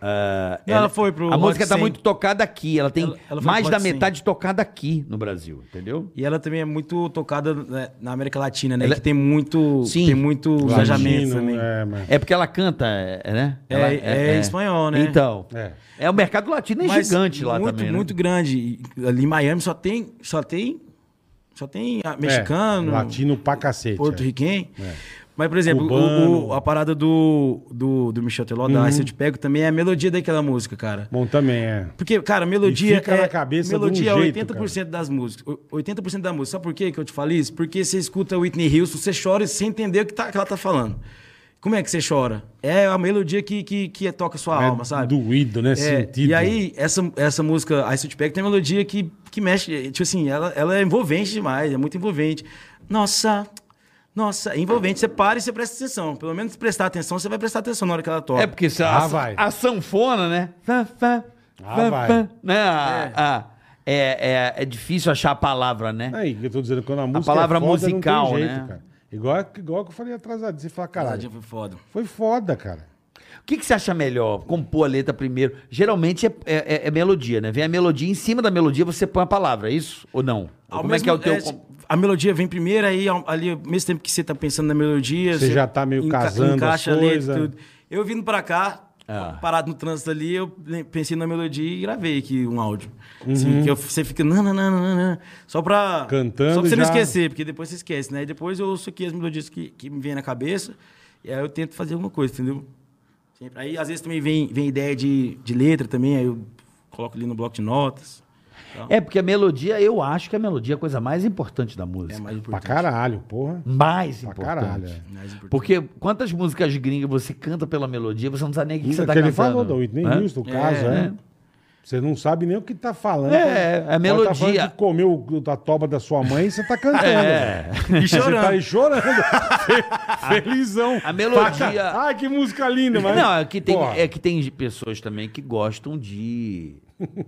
Speaker 4: ah,
Speaker 2: Ela foi pro
Speaker 4: a
Speaker 2: Hot
Speaker 4: música tá
Speaker 2: 100.
Speaker 4: muito tocada aqui. Ela tem
Speaker 2: Ela- ela foi
Speaker 4: mais
Speaker 2: pro
Speaker 4: da
Speaker 2: Hot 100.
Speaker 4: metade tocada aqui no Brasil, entendeu?
Speaker 2: E ela também é muito tocada né, na América Latina, né?
Speaker 4: Ela-
Speaker 2: Que tem muito,
Speaker 4: Sim.
Speaker 2: tem muito
Speaker 3: Latino,
Speaker 2: engajamento também.
Speaker 3: É, mas...
Speaker 4: É porque ela canta, é, é, né?
Speaker 2: É-
Speaker 4: Ela-
Speaker 2: é espanhol, né?
Speaker 4: Então.
Speaker 3: É.
Speaker 4: É. o mercado latino é
Speaker 2: Mas
Speaker 4: gigante lá
Speaker 2: muito,
Speaker 4: também. né?
Speaker 2: Muito grande. E Ali em Miami só tem, só tem, só tem ah, mexicano,
Speaker 3: É, latino pra cacete. é.
Speaker 2: porto-riquenho. Mas, por exemplo, o-
Speaker 3: Cubano.
Speaker 2: o- a parada do, do, do Michel Teló,
Speaker 4: Uhum.
Speaker 2: da Se Eu Te Pego, também é a melodia daquela música, cara.
Speaker 3: Bom, também é.
Speaker 2: Porque, cara,
Speaker 3: E
Speaker 2: melodia.
Speaker 3: fica
Speaker 2: é,
Speaker 3: na cabeça de um
Speaker 2: melodia
Speaker 3: jeito,
Speaker 2: é 80% das músicas. O- 80% da música. Sabe por quê que eu te falei isso? Porque você escuta Whitney Houston, você chora sem entender o que, tá- que ela tá falando. Como é que você chora? É a melodia que, que, que toca a sua
Speaker 3: É
Speaker 2: alma, sabe?
Speaker 3: Doído, né?
Speaker 2: É,
Speaker 3: Sentido.
Speaker 2: E aí, essa, essa música, Ice Te Pego, tem uma melodia que, que mexe. é, Tipo assim, ela, ela é envolvente demais, é muito envolvente. Nossa, nossa, é envolvente. Você para e você presta atenção. Pelo menos prestar atenção, você vai prestar atenção na hora que ela toca.
Speaker 4: É porque se
Speaker 3: Ah,
Speaker 4: a,
Speaker 3: vai.
Speaker 4: a sanfona, né? Fá, fá,
Speaker 3: Ah,
Speaker 4: fá,
Speaker 3: vai.
Speaker 4: fá, né? A- a- é. é, é difícil achar a palavra, né?
Speaker 3: Aí, que eu tô dizendo, quando a música.
Speaker 4: palavra
Speaker 3: é foda, não tem
Speaker 4: musical,
Speaker 3: jeito,
Speaker 4: né?
Speaker 3: cara. Igual, igual que eu falei atrasadinho. Você fala, caralho,
Speaker 2: Tadinho, foi foda.
Speaker 3: foi foda, cara.
Speaker 4: O que, que você acha melhor? Compor a letra primeiro? Geralmente é, é- é melodia, né? Vem a melodia, em cima da melodia você põe a palavra, é isso? Ou não? Ou
Speaker 2: Ao
Speaker 4: como é
Speaker 2: mesmo-
Speaker 4: que é o teu.
Speaker 2: se- a melodia vem primeiro, aí ao- ali, ao mesmo tempo que você tá pensando na melodia...
Speaker 3: Você já tá meio casando as
Speaker 2: letra e
Speaker 3: coisas.
Speaker 2: Eu vindo pra cá,
Speaker 4: Ah.
Speaker 2: parado no trânsito ali, eu le- pensei na melodia e gravei aqui um áudio.
Speaker 3: Uhum.
Speaker 2: Assim, que eu- você fica... Não, não, não, não, não. Só pra...
Speaker 3: Cantando
Speaker 2: Só pra você não
Speaker 3: já-
Speaker 2: esquecer, porque depois você esquece, né? E depois eu ouço aqui as melodias que, que me vêm na cabeça e aí eu tento fazer alguma coisa, entendeu? Sempre. Aí às vezes também vem, vem ideia de, de letra também, aí eu coloco ali no bloco de notas.
Speaker 4: É, porque a melodia, eu acho que a melodia é a coisa mais importante da música.
Speaker 2: É mais
Speaker 3: Pra
Speaker 2: importante.
Speaker 3: caralho, porra.
Speaker 4: Mais
Speaker 3: Pra
Speaker 4: importante.
Speaker 3: caralho. é.
Speaker 2: Mais importante.
Speaker 4: Porque quantas músicas gringas você canta pela melodia, você não sabe nem o que você
Speaker 3: Que
Speaker 4: tá
Speaker 3: ele
Speaker 4: cantando.
Speaker 3: falou da Whitney
Speaker 4: né?
Speaker 3: Houston, o caso,
Speaker 4: É,
Speaker 3: é.
Speaker 4: é.
Speaker 3: Você não sabe nem o que tá falando.
Speaker 4: É,
Speaker 3: Pode-
Speaker 4: é a
Speaker 3: pode Tá
Speaker 4: melodia.
Speaker 3: falando que comeu o- da toba da sua mãe e você tá cantando.
Speaker 4: É.
Speaker 2: E
Speaker 3: Você tá aí
Speaker 2: chorando.
Speaker 3: chorando. Fe- Felizão.
Speaker 4: A melodia-
Speaker 3: Tá- Ai, que música linda, mas.
Speaker 4: Não, é que, tem,
Speaker 3: Porra.
Speaker 4: é que tem pessoas também que gostam de.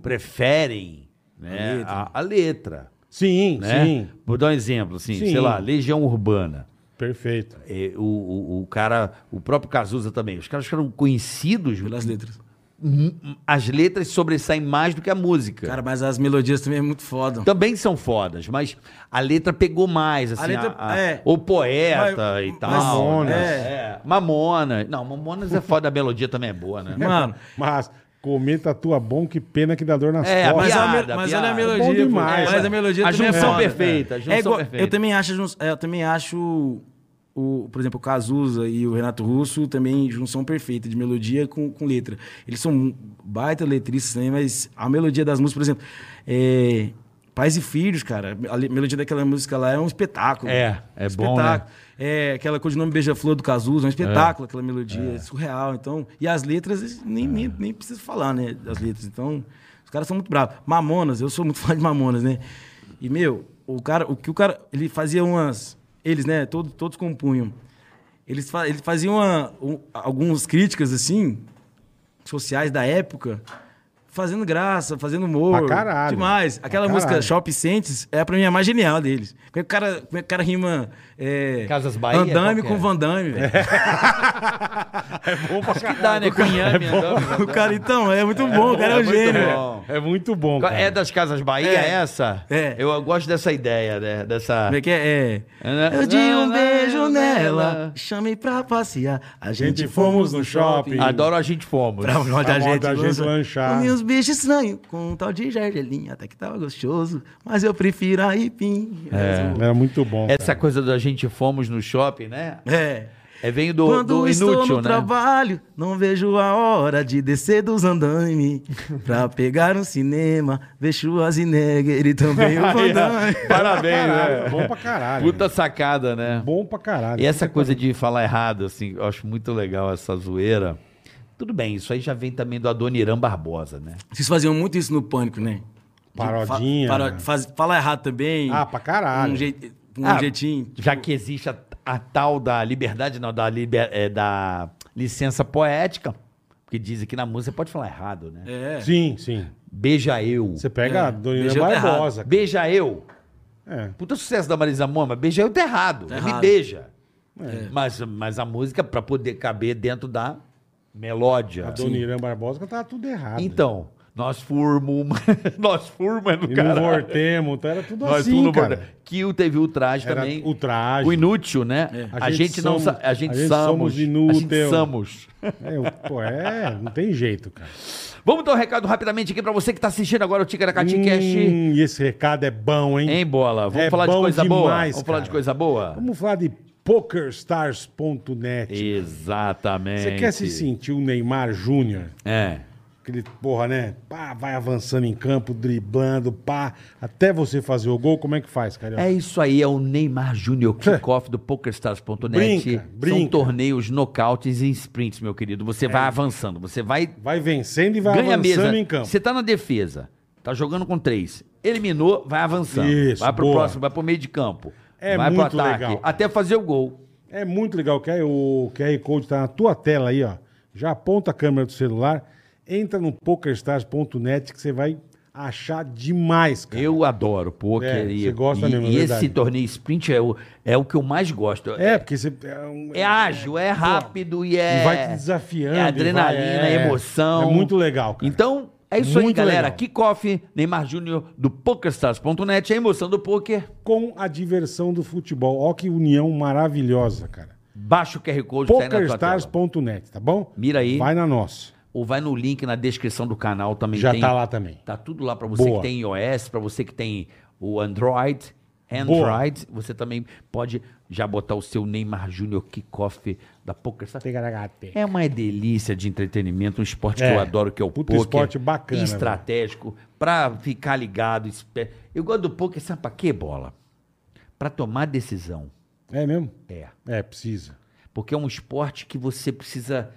Speaker 4: preferem né, a,
Speaker 2: letra.
Speaker 4: a letra,
Speaker 3: Sim,
Speaker 4: né?
Speaker 3: sim.
Speaker 4: Vou dar um exemplo, assim,
Speaker 3: Sim.
Speaker 4: sei lá, Legião Urbana.
Speaker 3: Perfeito.
Speaker 4: É, o, o, o cara, o próprio Cazuza também. Os caras ficaram conhecidos.
Speaker 2: Pelas letras.
Speaker 4: Hum, As letras sobressaem mais do que a música.
Speaker 2: Cara, mas as melodias também é muito foda.
Speaker 4: também são fodas, mas a letra pegou mais, assim, a
Speaker 2: letra-
Speaker 4: a-
Speaker 2: é.
Speaker 4: o poeta
Speaker 2: Mas-
Speaker 4: e tal.
Speaker 2: mas-
Speaker 3: Mamonas.
Speaker 4: É. é. Mamonas. Não, Mamonas é foda, a melodia também é boa, né?
Speaker 2: Mano,
Speaker 3: Mas comenta a tua bom, que pena que dá dor nas
Speaker 4: É,
Speaker 3: costas.
Speaker 2: mas,
Speaker 4: piada,
Speaker 2: a mel- mas olha
Speaker 4: piada.
Speaker 2: a melodia.
Speaker 3: Bom
Speaker 2: pô.
Speaker 3: demais,
Speaker 2: mas
Speaker 3: né?
Speaker 2: a melodia
Speaker 4: A
Speaker 2: também é
Speaker 4: junção
Speaker 2: foda.
Speaker 4: perfeita, a junção
Speaker 2: é igual-
Speaker 4: perfeita.
Speaker 2: Eu também acho, a jun- eu também acho o, por exemplo, o Cazuza e o Renato Russo também junção perfeita de melodia com, com letra. Eles são baita letristas também, mas a melodia das músicas, por exemplo, é, Pais e Filhos, cara, a le- melodia daquela música lá é um espetáculo.
Speaker 4: É, é bom,
Speaker 2: Espetáculo. É, aquela codinome Beija-Flor do Cazuza, é um espetáculo, aquela melodia, é. surreal. Então, e as letras, nem, nem, nem preciso falar, né? As letras. Então, os caras são muito bravos. Mamonas, eu sou muito fã de Mamonas, né? E, meu, o cara, o que o cara, ele fazia umas, eles, né? Todos, todos compunham. Eles, fa- ele fazia uma, um- algumas críticas, assim, sociais da época, fazendo graça, fazendo humor.
Speaker 3: Pra caralho.
Speaker 2: Demais.
Speaker 3: Pra
Speaker 2: Aquela música
Speaker 3: caralho.
Speaker 2: Shop Sentes é pra mim a mais genial deles. Como é que o cara, como é que o cara rima. É,
Speaker 4: Casas Bahia,
Speaker 2: Andame
Speaker 4: qual que
Speaker 2: com
Speaker 4: é?
Speaker 2: Vandame, velho.
Speaker 4: Acho que dá, né? Cunhame,
Speaker 2: O cara, então, é muito bom, o cara é um
Speaker 4: muito
Speaker 2: gênio.
Speaker 4: bom.
Speaker 2: velho.
Speaker 3: É muito bom, cara.
Speaker 4: É das Casas Bahia
Speaker 2: É.
Speaker 4: essa?
Speaker 2: É.
Speaker 4: Eu gosto dessa ideia, né? Dessa...
Speaker 2: Como é que é?
Speaker 4: É,
Speaker 2: É.
Speaker 4: né?
Speaker 2: Eu dei um beijo
Speaker 4: nela,
Speaker 2: nela, chamei pra passear. A
Speaker 3: gente
Speaker 2: gente fomos no shopping.
Speaker 4: Adoro a gente fomos.
Speaker 2: Pra onde
Speaker 3: Pra
Speaker 2: a gente,
Speaker 3: onde a gente
Speaker 2: lança.
Speaker 3: lanchar.
Speaker 2: Comi uns bichos estranhos com um tal de jardelinha, até que tava gostoso, mas eu prefiro a ipim. É.
Speaker 3: Era muito bom.
Speaker 4: Essa
Speaker 3: cara.
Speaker 4: coisa da gente fomos no shopping, né?
Speaker 2: é.
Speaker 4: É, vem do,
Speaker 2: Quando
Speaker 4: do
Speaker 2: estou
Speaker 4: inútil, né?
Speaker 2: no trabalho, não vejo a hora de descer dos andaime pra pegar um cinema, ver Schwarzenegger e também o Van Damme.
Speaker 4: Parabéns,
Speaker 3: Caralho,
Speaker 4: né?
Speaker 3: Bom pra caralho.
Speaker 4: Puta sacada, né?
Speaker 3: Bom pra caralho.
Speaker 4: E essa coisa de falar errado, assim, eu acho muito legal essa zoeira. Tudo bem, isso aí já vem também do Adoniran Barbosa, né?
Speaker 2: Vocês faziam muito isso no Pânico, né? De
Speaker 3: Parodinha.
Speaker 2: Fa paro- faz- falar errado também.
Speaker 3: Ah, pra caralho.
Speaker 2: Um, jei- um
Speaker 4: Ah,
Speaker 2: jeitinho.
Speaker 4: Já que existe a, a tal da liberdade, não, da, liber- é, da licença poética, porque dizem que na música pode falar errado, né?
Speaker 2: É.
Speaker 3: Sim, sim.
Speaker 4: Beija eu.
Speaker 3: Você pega a Dona
Speaker 2: beijou
Speaker 3: Barbosa. cara.
Speaker 4: Beija eu.
Speaker 3: É.
Speaker 4: Puta sucesso da Marisa Moma, beija eu tá errado.
Speaker 2: Tá
Speaker 4: Me
Speaker 2: errado.
Speaker 4: beija.
Speaker 3: É.
Speaker 4: Mas, mas a música, pra poder caber dentro da melódia.
Speaker 3: A Dona Irã Barbosa tava tudo errado.
Speaker 4: Então, nós furmos. nós furmos no
Speaker 3: E
Speaker 4: cara.
Speaker 3: no Vortemo, então era tudo
Speaker 4: Nós
Speaker 3: assim,
Speaker 4: furmos no
Speaker 3: cara.
Speaker 4: bordel. Que o teve o traje
Speaker 3: Era
Speaker 4: também.
Speaker 3: o traje.
Speaker 4: O inútil, né? A, gente, não
Speaker 3: somos-
Speaker 4: sa- a gente,
Speaker 3: a É. gente
Speaker 4: somos,
Speaker 3: somos inútil.
Speaker 4: A gente somos.
Speaker 3: É, eu- pô, é, não tem jeito, cara.
Speaker 4: Vamos dar um recado rapidamente aqui pra você que tá assistindo agora o Ticaracati Cash.
Speaker 3: Hum, e esse recado é bom, hein?
Speaker 4: Hein, bola? Vamos
Speaker 3: É
Speaker 4: falar de
Speaker 3: bom
Speaker 4: coisa boa?
Speaker 3: demais,
Speaker 4: Vamos falar
Speaker 3: cara.
Speaker 4: de coisa boa?
Speaker 3: Vamos falar de pokerstars.net.
Speaker 4: Exatamente.
Speaker 3: Você quer se sentir o Neymar Júnior?
Speaker 4: É.
Speaker 3: Aquele porra, né? Pá, vai avançando em campo, driblando, pá, até você fazer o gol, como é que faz, cara?
Speaker 4: É isso aí, é o Neymar Júnior Kickoff do PokerStars.net.
Speaker 3: É. Brinca, brinca.
Speaker 4: São torneios, nocautes e sprints, meu querido. Você vai avançando, você vai
Speaker 3: Vai vencendo e vai
Speaker 4: ganha a
Speaker 3: Tá avançando
Speaker 4: mesa.
Speaker 3: em campo.
Speaker 4: Você tá na defesa, tá jogando com três. Eliminou, vai avançando.
Speaker 3: Isso,
Speaker 4: vai pro
Speaker 3: boa.
Speaker 4: próximo, vai pro meio de campo.
Speaker 3: É
Speaker 4: vai
Speaker 3: muito
Speaker 4: pro ataque.
Speaker 3: legal, cara.
Speaker 4: Até fazer o gol.
Speaker 3: É muito legal. O QR O QR Code tá na tua tela aí, ó. Já aponta a câmera do celular, entra no pokerstars.net que você vai achar demais, cara.
Speaker 6: Eu adoro poker.
Speaker 3: É,
Speaker 6: e,
Speaker 3: você gosta
Speaker 6: e,
Speaker 3: mesmo, é
Speaker 6: E
Speaker 3: verdade.
Speaker 6: esse torneio sprint é o, é o que eu mais gosto.
Speaker 3: É, porque você. É, um-
Speaker 6: É ágil, é rápido e é.
Speaker 3: E vai te desafiando.
Speaker 6: É
Speaker 3: e
Speaker 6: adrenalina,
Speaker 3: vai-
Speaker 6: é emoção.
Speaker 3: É muito legal, cara.
Speaker 6: Então, é isso aí,
Speaker 3: Muito
Speaker 6: galera.
Speaker 3: legal.
Speaker 6: Kickoff, Neymar Júnior do PokerStars.net. A emoção do poker.
Speaker 3: Com a diversão do futebol. Ó que união maravilhosa, cara.
Speaker 6: Baixa o QR Code que tá aí na Tá tua tela.
Speaker 3: Pokerstars.net, tá bom?
Speaker 6: Mira aí.
Speaker 3: Vai na nossa.
Speaker 6: Ou vai no link na descrição do canal também.
Speaker 3: Já
Speaker 6: tem,
Speaker 3: tá lá também.
Speaker 6: Tá tudo lá pra você
Speaker 3: Boa.
Speaker 6: que tem iOS, pra você que tem o Android. Android, você também pode já botar o seu Neymar Júnior Kickoff da PokerStars. É uma delícia de entretenimento, um esporte que
Speaker 3: É.
Speaker 6: eu adoro, que é o
Speaker 3: Puta
Speaker 6: poker.
Speaker 3: esporte bacana,
Speaker 6: Estratégico, pra ficar ligado. espe- Eu gosto do poker, sabe pra quê, bola? Pra tomar decisão.
Speaker 3: É mesmo?
Speaker 6: É.
Speaker 3: É, precisa.
Speaker 6: Porque é um esporte que você precisa,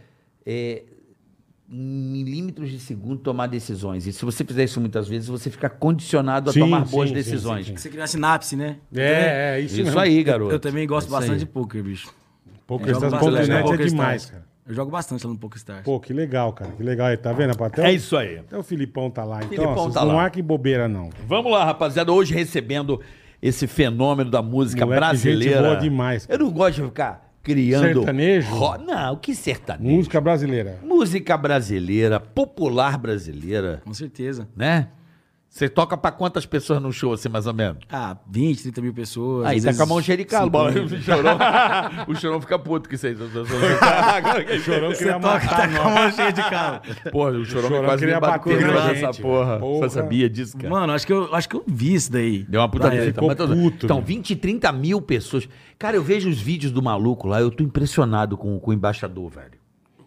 Speaker 6: é, em milímetros de segundo, tomar decisões. E se você fizer isso muitas vezes, você fica condicionado a
Speaker 3: Sim,
Speaker 6: tomar
Speaker 3: sim,
Speaker 6: boas
Speaker 3: sim,
Speaker 6: decisões.
Speaker 3: sim,
Speaker 2: Você cria uma sinapse, né?
Speaker 3: É, é isso,
Speaker 6: Isso
Speaker 3: mesmo.
Speaker 6: aí, garoto.
Speaker 2: Eu também gosto
Speaker 6: É isso
Speaker 2: bastante
Speaker 6: aí.
Speaker 2: de poker, bicho.
Speaker 6: Jogo bastante,
Speaker 3: Pokerstars.net é
Speaker 2: Poker
Speaker 3: demais,
Speaker 2: Stars.
Speaker 3: cara.
Speaker 2: Eu jogo bastante lá no PokerStars.
Speaker 3: Pô, que legal, cara. Que legal. Aí, Tá vendo, Patel?
Speaker 6: É isso aí.
Speaker 3: Até o Filipão tá lá. Então,
Speaker 6: Filipão
Speaker 3: ó, vocês
Speaker 6: tá
Speaker 3: não
Speaker 6: lá.
Speaker 3: há que bobeira, não.
Speaker 6: Vamos lá, rapaziada. Hoje recebendo esse fenômeno da música
Speaker 3: Moleque,
Speaker 6: brasileira.
Speaker 3: gente boa demais, cara.
Speaker 6: Eu não gosto de ficar criando.
Speaker 3: Sertanejo?
Speaker 6: ro- Não, que sertanejo?
Speaker 3: Música brasileira.
Speaker 6: Música brasileira, popular brasileira,
Speaker 2: Com certeza.
Speaker 6: né? Você toca pra quantas pessoas num show, assim, mais ou menos?
Speaker 2: Ah, 20, 30 mil pessoas.
Speaker 6: Aí
Speaker 2: às
Speaker 6: tá
Speaker 2: vezes
Speaker 6: com a mão cheia de calo.
Speaker 2: 50.
Speaker 6: O chorão, o chorão fica puto que isso aí.
Speaker 3: O Chorão
Speaker 2: Você
Speaker 3: queria
Speaker 2: toca,
Speaker 3: matar
Speaker 2: tá com a
Speaker 3: nós.
Speaker 2: mão cheia de calo.
Speaker 6: Porra, o chorão,
Speaker 3: Chorão
Speaker 6: quase me
Speaker 3: queria
Speaker 6: bateu
Speaker 3: bater na
Speaker 6: nessa
Speaker 3: gente,
Speaker 6: porra.
Speaker 3: porra.
Speaker 6: Você sabia disso, cara?
Speaker 2: Mano, acho que, eu, acho que eu vi isso daí.
Speaker 6: Deu uma puta
Speaker 2: Vai,
Speaker 6: treta.
Speaker 3: ficou
Speaker 6: mas tudo-
Speaker 3: puto,
Speaker 6: então,
Speaker 3: meu.
Speaker 6: 20, 30 mil pessoas. Cara, eu vejo os vídeos do maluco lá, eu tô impressionado com, com o embaixador, velho.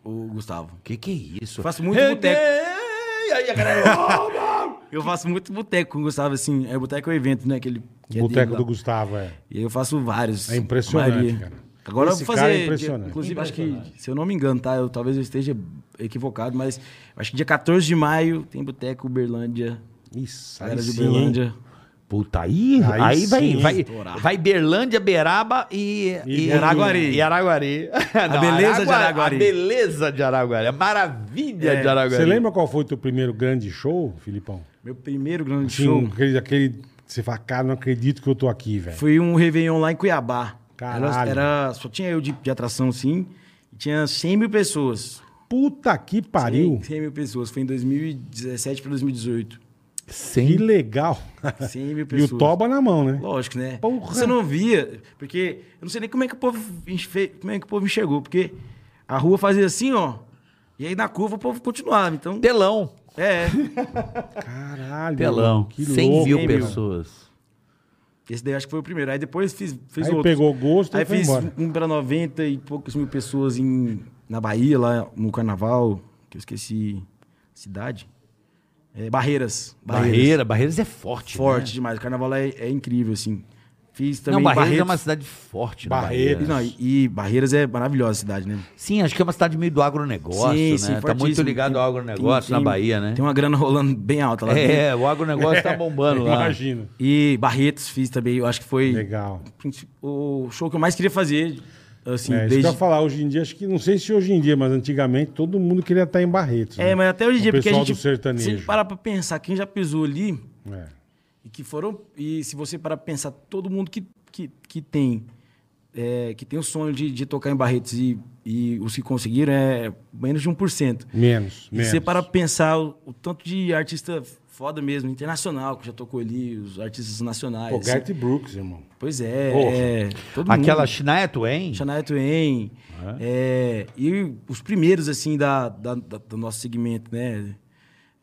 Speaker 2: O Gustavo.
Speaker 6: Que que é isso?
Speaker 2: Eu faço muito
Speaker 6: Hey,
Speaker 2: boteco.
Speaker 6: hey! Aí a galera... "Oh, não!"
Speaker 2: Eu faço muito boteco com o Gustavo, assim. É boteco é o evento, né? Aquele. que é dele
Speaker 3: Boteco
Speaker 2: lá.
Speaker 3: do Gustavo, é.
Speaker 2: E aí eu faço vários.
Speaker 3: É impressionante,
Speaker 2: a maioria.
Speaker 3: cara.
Speaker 2: Agora
Speaker 3: Esse
Speaker 2: eu vou fazer.
Speaker 3: cara é impressionante.
Speaker 2: Inclusive, acho que, se eu não me engano, tá? Eu, talvez eu esteja equivocado, mas acho que dia 14 de maio tem Boteco Uberlândia.
Speaker 3: Isso, aí
Speaker 2: Galera de
Speaker 3: sim, hein?
Speaker 2: Uberlândia.
Speaker 6: Puta, aí,
Speaker 3: Aí
Speaker 6: aí, vai,
Speaker 3: sim,
Speaker 6: vai,
Speaker 2: estourar.
Speaker 6: vai Berlândia, Beraba e,
Speaker 3: E
Speaker 2: Araguari.
Speaker 6: E Araguari. Não,
Speaker 2: beleza de
Speaker 6: Aragua-
Speaker 2: Araguari.
Speaker 6: A beleza de Araguari. A maravilha
Speaker 2: É,
Speaker 6: de Araguari.
Speaker 3: Você lembra qual foi o teu primeiro grande show, Filipão?
Speaker 2: Meu primeiro grande
Speaker 3: Sim,
Speaker 2: show
Speaker 3: aquele, aquele que você fala, cara, não acredito que eu tô aqui, velho.
Speaker 2: foi um Réveillon lá em Cuiabá.
Speaker 3: Caralho.
Speaker 2: Era, era- só tinha eu de, de atração, sim. E tinha 100 mil pessoas.
Speaker 3: Puta que pariu.
Speaker 2: 100, 100 mil pessoas. Foi em 2017 para 2018.
Speaker 3: Que
Speaker 6: Sem
Speaker 3: legal.
Speaker 2: 100 mil
Speaker 3: É. E
Speaker 2: pessoas.
Speaker 3: o toba na mão, né?
Speaker 2: Lógico, né?
Speaker 3: Porra.
Speaker 2: Você não via, porque eu não sei nem como é que o povo enche- como é que o povo enxergou, porque a rua fazia assim, ó. E aí na curva o povo continuava, então.
Speaker 6: telão.
Speaker 2: É,
Speaker 3: Caralho.
Speaker 6: Telão.
Speaker 3: Que
Speaker 6: 100
Speaker 3: louco,
Speaker 6: mil
Speaker 3: cara.
Speaker 6: pessoas.
Speaker 2: esse daí acho que foi o primeiro. Aí depois fiz, fiz
Speaker 3: Aí
Speaker 2: outros.
Speaker 3: pegou gosto e
Speaker 2: Aí
Speaker 3: foi
Speaker 2: fiz
Speaker 3: embora.
Speaker 2: um para 90 e poucas mil pessoas em, na Bahia, lá no carnaval, que eu esqueci a cidade. É, Barreiras.
Speaker 6: Barreira, Barreiras é forte.
Speaker 2: Forte
Speaker 6: né?
Speaker 2: demais. O carnaval lá é, é incrível, assim. Fiz também
Speaker 6: Não, Barreiras é
Speaker 2: Barretos.
Speaker 6: uma cidade forte. né,
Speaker 3: Barreiras.
Speaker 2: Não, e, e Barreiras é maravilhosa a cidade, né?
Speaker 6: Sim, acho que é uma cidade meio do agronegócio, né? tá
Speaker 2: fortíssimo.
Speaker 6: muito ligado ao agronegócio
Speaker 2: Tem-
Speaker 6: na
Speaker 2: tem-
Speaker 6: Bahia, né?
Speaker 2: Tem uma grana rolando bem alta lá. dentro.
Speaker 6: É, o agronegócio tá bombando lá.
Speaker 3: É, Imagina.
Speaker 2: E Barretos fiz também, eu acho que foi
Speaker 3: Legal.
Speaker 2: o show que eu mais queria fazer, assim,
Speaker 3: é, isso que eu
Speaker 2: desde...
Speaker 3: ia falar, hoje em dia, acho que, não sei se hoje em dia, mas antigamente, todo mundo queria estar em Barretos.
Speaker 2: É,
Speaker 3: né?
Speaker 2: mas até hoje em
Speaker 3: O
Speaker 2: dia, porque a
Speaker 3: pessoal
Speaker 2: gente...
Speaker 3: do sertanejo.
Speaker 2: Se parar pra pensar, quem já pisou ali,
Speaker 3: É.
Speaker 2: e que foram... E se você parar pra pensar, todo mundo que, que, que tem... é, que tem o sonho de, de tocar em Barretos e, e os que conseguiram é menos de 1%.
Speaker 3: Menos,
Speaker 2: E
Speaker 3: menos.
Speaker 2: você para pensar o, o tanto de artista foda mesmo, internacional, que já tocou ali, os artistas nacionais.
Speaker 3: Pô,
Speaker 2: assim.
Speaker 3: Garth Brooks, irmão.
Speaker 2: Pois é,
Speaker 3: Porra.
Speaker 2: é, todo
Speaker 6: Aquela
Speaker 2: mundo.
Speaker 6: Shania Twain?
Speaker 2: Shania Twain. é, e os primeiros, assim, da, da- da- do nosso segmento, né?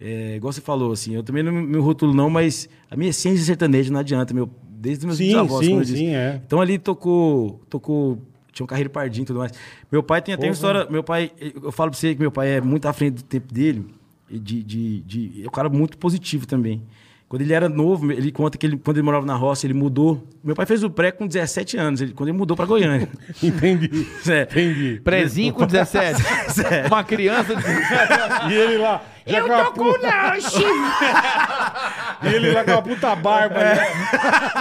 Speaker 2: É, igual você falou, assim, eu também não me rotulo não, mas a minha essência de sertanejo não adianta, meu, desde os meus
Speaker 3: Sim,
Speaker 2: bisavós,
Speaker 3: sim,
Speaker 2: como eu disse.
Speaker 3: sim, é.
Speaker 2: Então ali tocou, tocou, tinha um carreiro pardinho e tudo mais. Meu pai tem até uma história, meu pai, eu falo pra você que meu pai é muito à frente do tempo dele, e de, de, de- é um cara muito positivo também. Quando ele era novo, ele conta que ele, quando ele morava na roça, ele mudou. Meu pai fez o pré com 17 anos, ele- quando ele mudou pra Goiânia.
Speaker 3: Entendi.
Speaker 2: É.
Speaker 3: Entendi.
Speaker 6: Prezinho com 17. Uma criança de...
Speaker 3: E ele lá. já com a puta- E ele lá com a puta barba.
Speaker 2: É.
Speaker 3: né?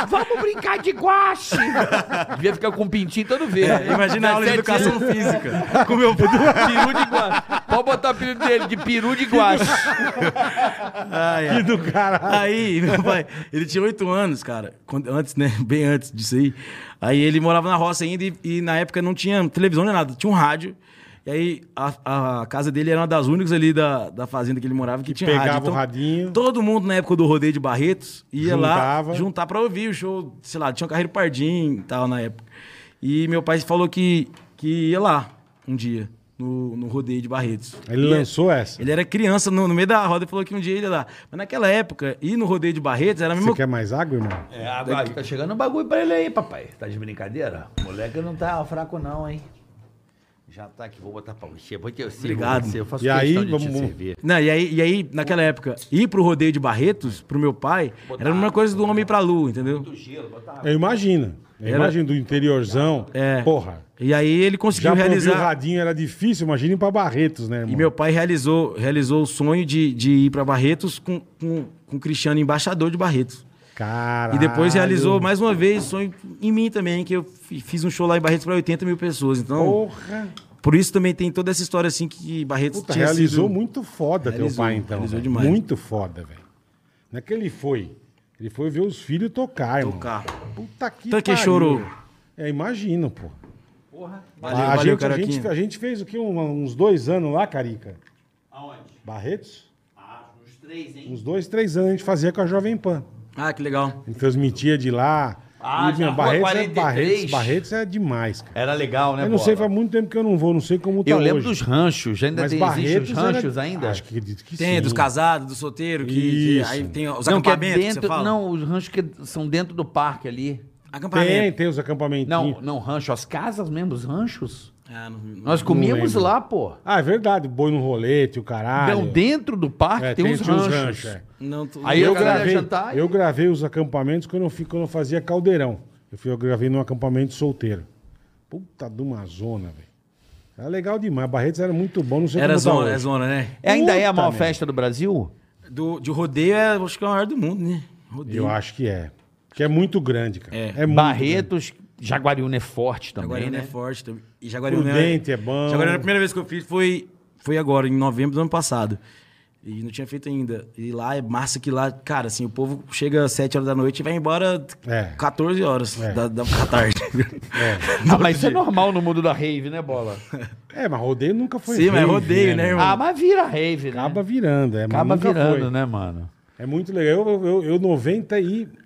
Speaker 6: Vamos brincar de guache! Devia
Speaker 4: É.
Speaker 6: ficar com o pintinho todo verde.
Speaker 2: Imagina a aula de
Speaker 6: 17
Speaker 2: educação física. Com meu
Speaker 6: anos, peru de guache. Pau
Speaker 4: Pode botar o apelido dele, de peru de guache.
Speaker 2: Ai, ai.
Speaker 3: Que do caralho.
Speaker 2: Aí, meu pai, ele tinha oito anos, cara. Quando- antes, né? Bem antes disso aí. Aí ele morava na roça ainda e, e na época não tinha televisão nem nada, tinha um rádio. E aí a, a casa dele era uma das únicas ali da, da fazenda que ele morava que, tinha
Speaker 3: pegava
Speaker 2: rádio. Então,
Speaker 3: o radinho.
Speaker 2: Todo mundo na época do rodeio de Barretos ia
Speaker 3: Juntava.
Speaker 2: lá juntar pra ouvir o show, sei lá, tinha um carreiro Pardim e tal na época. E meu pai falou que, que ia lá um dia, no, no rodeio de Barretos.
Speaker 3: Ele
Speaker 2: E-
Speaker 3: lançou essa.
Speaker 2: ele era criança no, no meio da roda e falou que um dia ele ia lá. Mas naquela época, ir no rodeio de Barretos era a mesma
Speaker 3: Você quer mais água, irmão?
Speaker 4: É, agora tá chegando um bagulho pra ele aí, papai. Tá de brincadeira? O moleque não tá fraco, não, hein? Já tá aqui, vou botar pra encher. Porque eu sirvo
Speaker 2: Obrigado.
Speaker 4: você, eu faço
Speaker 3: E
Speaker 4: questão
Speaker 3: aí,
Speaker 4: de te
Speaker 3: vamos-
Speaker 4: servir.
Speaker 2: Não, e aí, e aí, naquela época, ir pro rodeio de Barretos, pro meu pai, era a mesma coisa do homem ir pra lua, entendeu?
Speaker 4: Do gelo, botar água.
Speaker 3: Eu imagino. Eu
Speaker 2: É. Era-
Speaker 3: imagino do interiorzão.
Speaker 2: É.
Speaker 3: Porra.
Speaker 2: E aí
Speaker 3: Já
Speaker 2: ele conseguiu
Speaker 3: pra ouvir o
Speaker 2: realizar.
Speaker 3: radinho era difícil, imagina ir pra Barretos, né, irmão?
Speaker 2: E meu pai realizou, realizou o sonho de, de ir pra Barretos com, com, com o Cristiano, embaixador de Barretos.
Speaker 3: Caralho.
Speaker 2: E depois realizou mais uma vez o sonho em mim também, que eu fi- fiz um show lá em Barretos pra 80 mil pessoas. Então,
Speaker 3: Porra.
Speaker 2: por isso também tem toda essa história assim que Barretos
Speaker 3: Puta,
Speaker 2: tinha
Speaker 3: realizou
Speaker 2: sido...
Speaker 3: muito foda teu
Speaker 2: Realizou,
Speaker 3: pai, então.
Speaker 2: realizou
Speaker 3: velho.
Speaker 2: demais.
Speaker 3: Muito foda, velho. Não é que ele foi. Ele foi ver os filhos tocar, irmão.
Speaker 2: Tocar.
Speaker 3: Puta que
Speaker 2: Então que chorou.
Speaker 3: É, imagino, pô.
Speaker 4: Porra.
Speaker 2: Valeu,
Speaker 3: a,
Speaker 2: valeu,
Speaker 3: gente, a,
Speaker 2: Caroquinha.
Speaker 3: gente, a gente fez o quê? Um- uns dois anos lá, Carica?
Speaker 4: Aonde?
Speaker 3: Barretos?
Speaker 4: Ah, uns três, hein?
Speaker 3: Uns dois, três anos a gente fazia com a Jovem Pan.
Speaker 2: Ah, que legal.
Speaker 3: A gente transmitia de lá.
Speaker 4: Ah,
Speaker 3: E, meu,
Speaker 4: na Rua
Speaker 3: Barretos, é,
Speaker 4: 43.
Speaker 3: Barretos, Barretos é demais, cara.
Speaker 4: Era legal,
Speaker 2: é
Speaker 4: né,
Speaker 3: eu não sei,
Speaker 4: Bola?
Speaker 3: faz muito tempo que eu não vou, não sei como tá
Speaker 4: Eu lembro
Speaker 3: hoje.
Speaker 4: dos ranchos. Ainda tem, existe os
Speaker 3: era-
Speaker 4: ranchos ainda?
Speaker 3: Acho que acredito que
Speaker 2: Tem,
Speaker 3: sim.
Speaker 2: dos casados, do solteiro, que, que
Speaker 3: Isso.
Speaker 2: aí tem os
Speaker 4: não, que é
Speaker 2: acampamentos que, você
Speaker 4: dentro,
Speaker 2: fala.
Speaker 4: não, os ranchos que são dentro do parque ali.
Speaker 3: Tem,
Speaker 2: Acampamento.
Speaker 3: tem os acampamentinhos.
Speaker 4: Não, não, rancho, as casas mesmo, os ranchos.
Speaker 2: Ah, não- não-
Speaker 4: Nós comíamos
Speaker 3: lembro.
Speaker 4: lá, pô.
Speaker 3: Ah, é verdade. Boi no rolete, o caralho.
Speaker 4: Então, dentro do parque
Speaker 3: É,
Speaker 4: tem,
Speaker 3: tem-
Speaker 4: uns
Speaker 3: tinha uns
Speaker 4: ranchos.
Speaker 3: ranchos, é.
Speaker 2: não tô-
Speaker 4: Aí
Speaker 3: eu
Speaker 4: a galera
Speaker 3: gravei,
Speaker 4: jantar e-
Speaker 3: eu gravei os acampamentos quando eu, fi- quando eu fazia caldeirão. Eu, fui, eu gravei num acampamento solteiro. Puta de uma zona, velho. Era legal demais. Barretos era muito bom, não sei
Speaker 2: Era
Speaker 3: como tá
Speaker 2: zona,
Speaker 3: hoje.
Speaker 2: é zona, né?
Speaker 4: É, ainda é a
Speaker 3: Puta
Speaker 4: maior
Speaker 3: merda.
Speaker 4: festa do Brasil?
Speaker 2: Do, de rodeio, é, acho que é o maior do mundo, né? Rodeio.
Speaker 3: Eu acho que é. Porque é muito grande, cara.
Speaker 2: É.
Speaker 3: muito
Speaker 4: Barretos, Jaguariúna é forte também,
Speaker 2: Jaguariúna
Speaker 4: né?
Speaker 2: é forte. também. E Jaguariúna
Speaker 3: Prudente é bom.
Speaker 2: Jaguariúna, a primeira vez que eu fiz foi, foi agora, em novembro do ano passado. E não tinha feito ainda. E lá é massa que lá, cara, assim, o povo chega às 7 horas da noite e vai embora
Speaker 3: É.
Speaker 2: 14 horas
Speaker 3: É.
Speaker 2: da, da, da tarde.
Speaker 4: Ah, mas isso é normal no mundo da rave, né, Bola?
Speaker 3: grande. É, mas rodeio nunca foi
Speaker 2: Sim, mas
Speaker 3: rave,
Speaker 2: rodeio, né,
Speaker 3: meu?
Speaker 2: irmão?
Speaker 4: ah, mas vira rave, né?
Speaker 3: Acaba virando, é, mas
Speaker 4: Acaba
Speaker 3: nunca
Speaker 4: virando,
Speaker 3: foi.
Speaker 4: né, mano?
Speaker 3: É muito legal. Eu, eu, eu 97,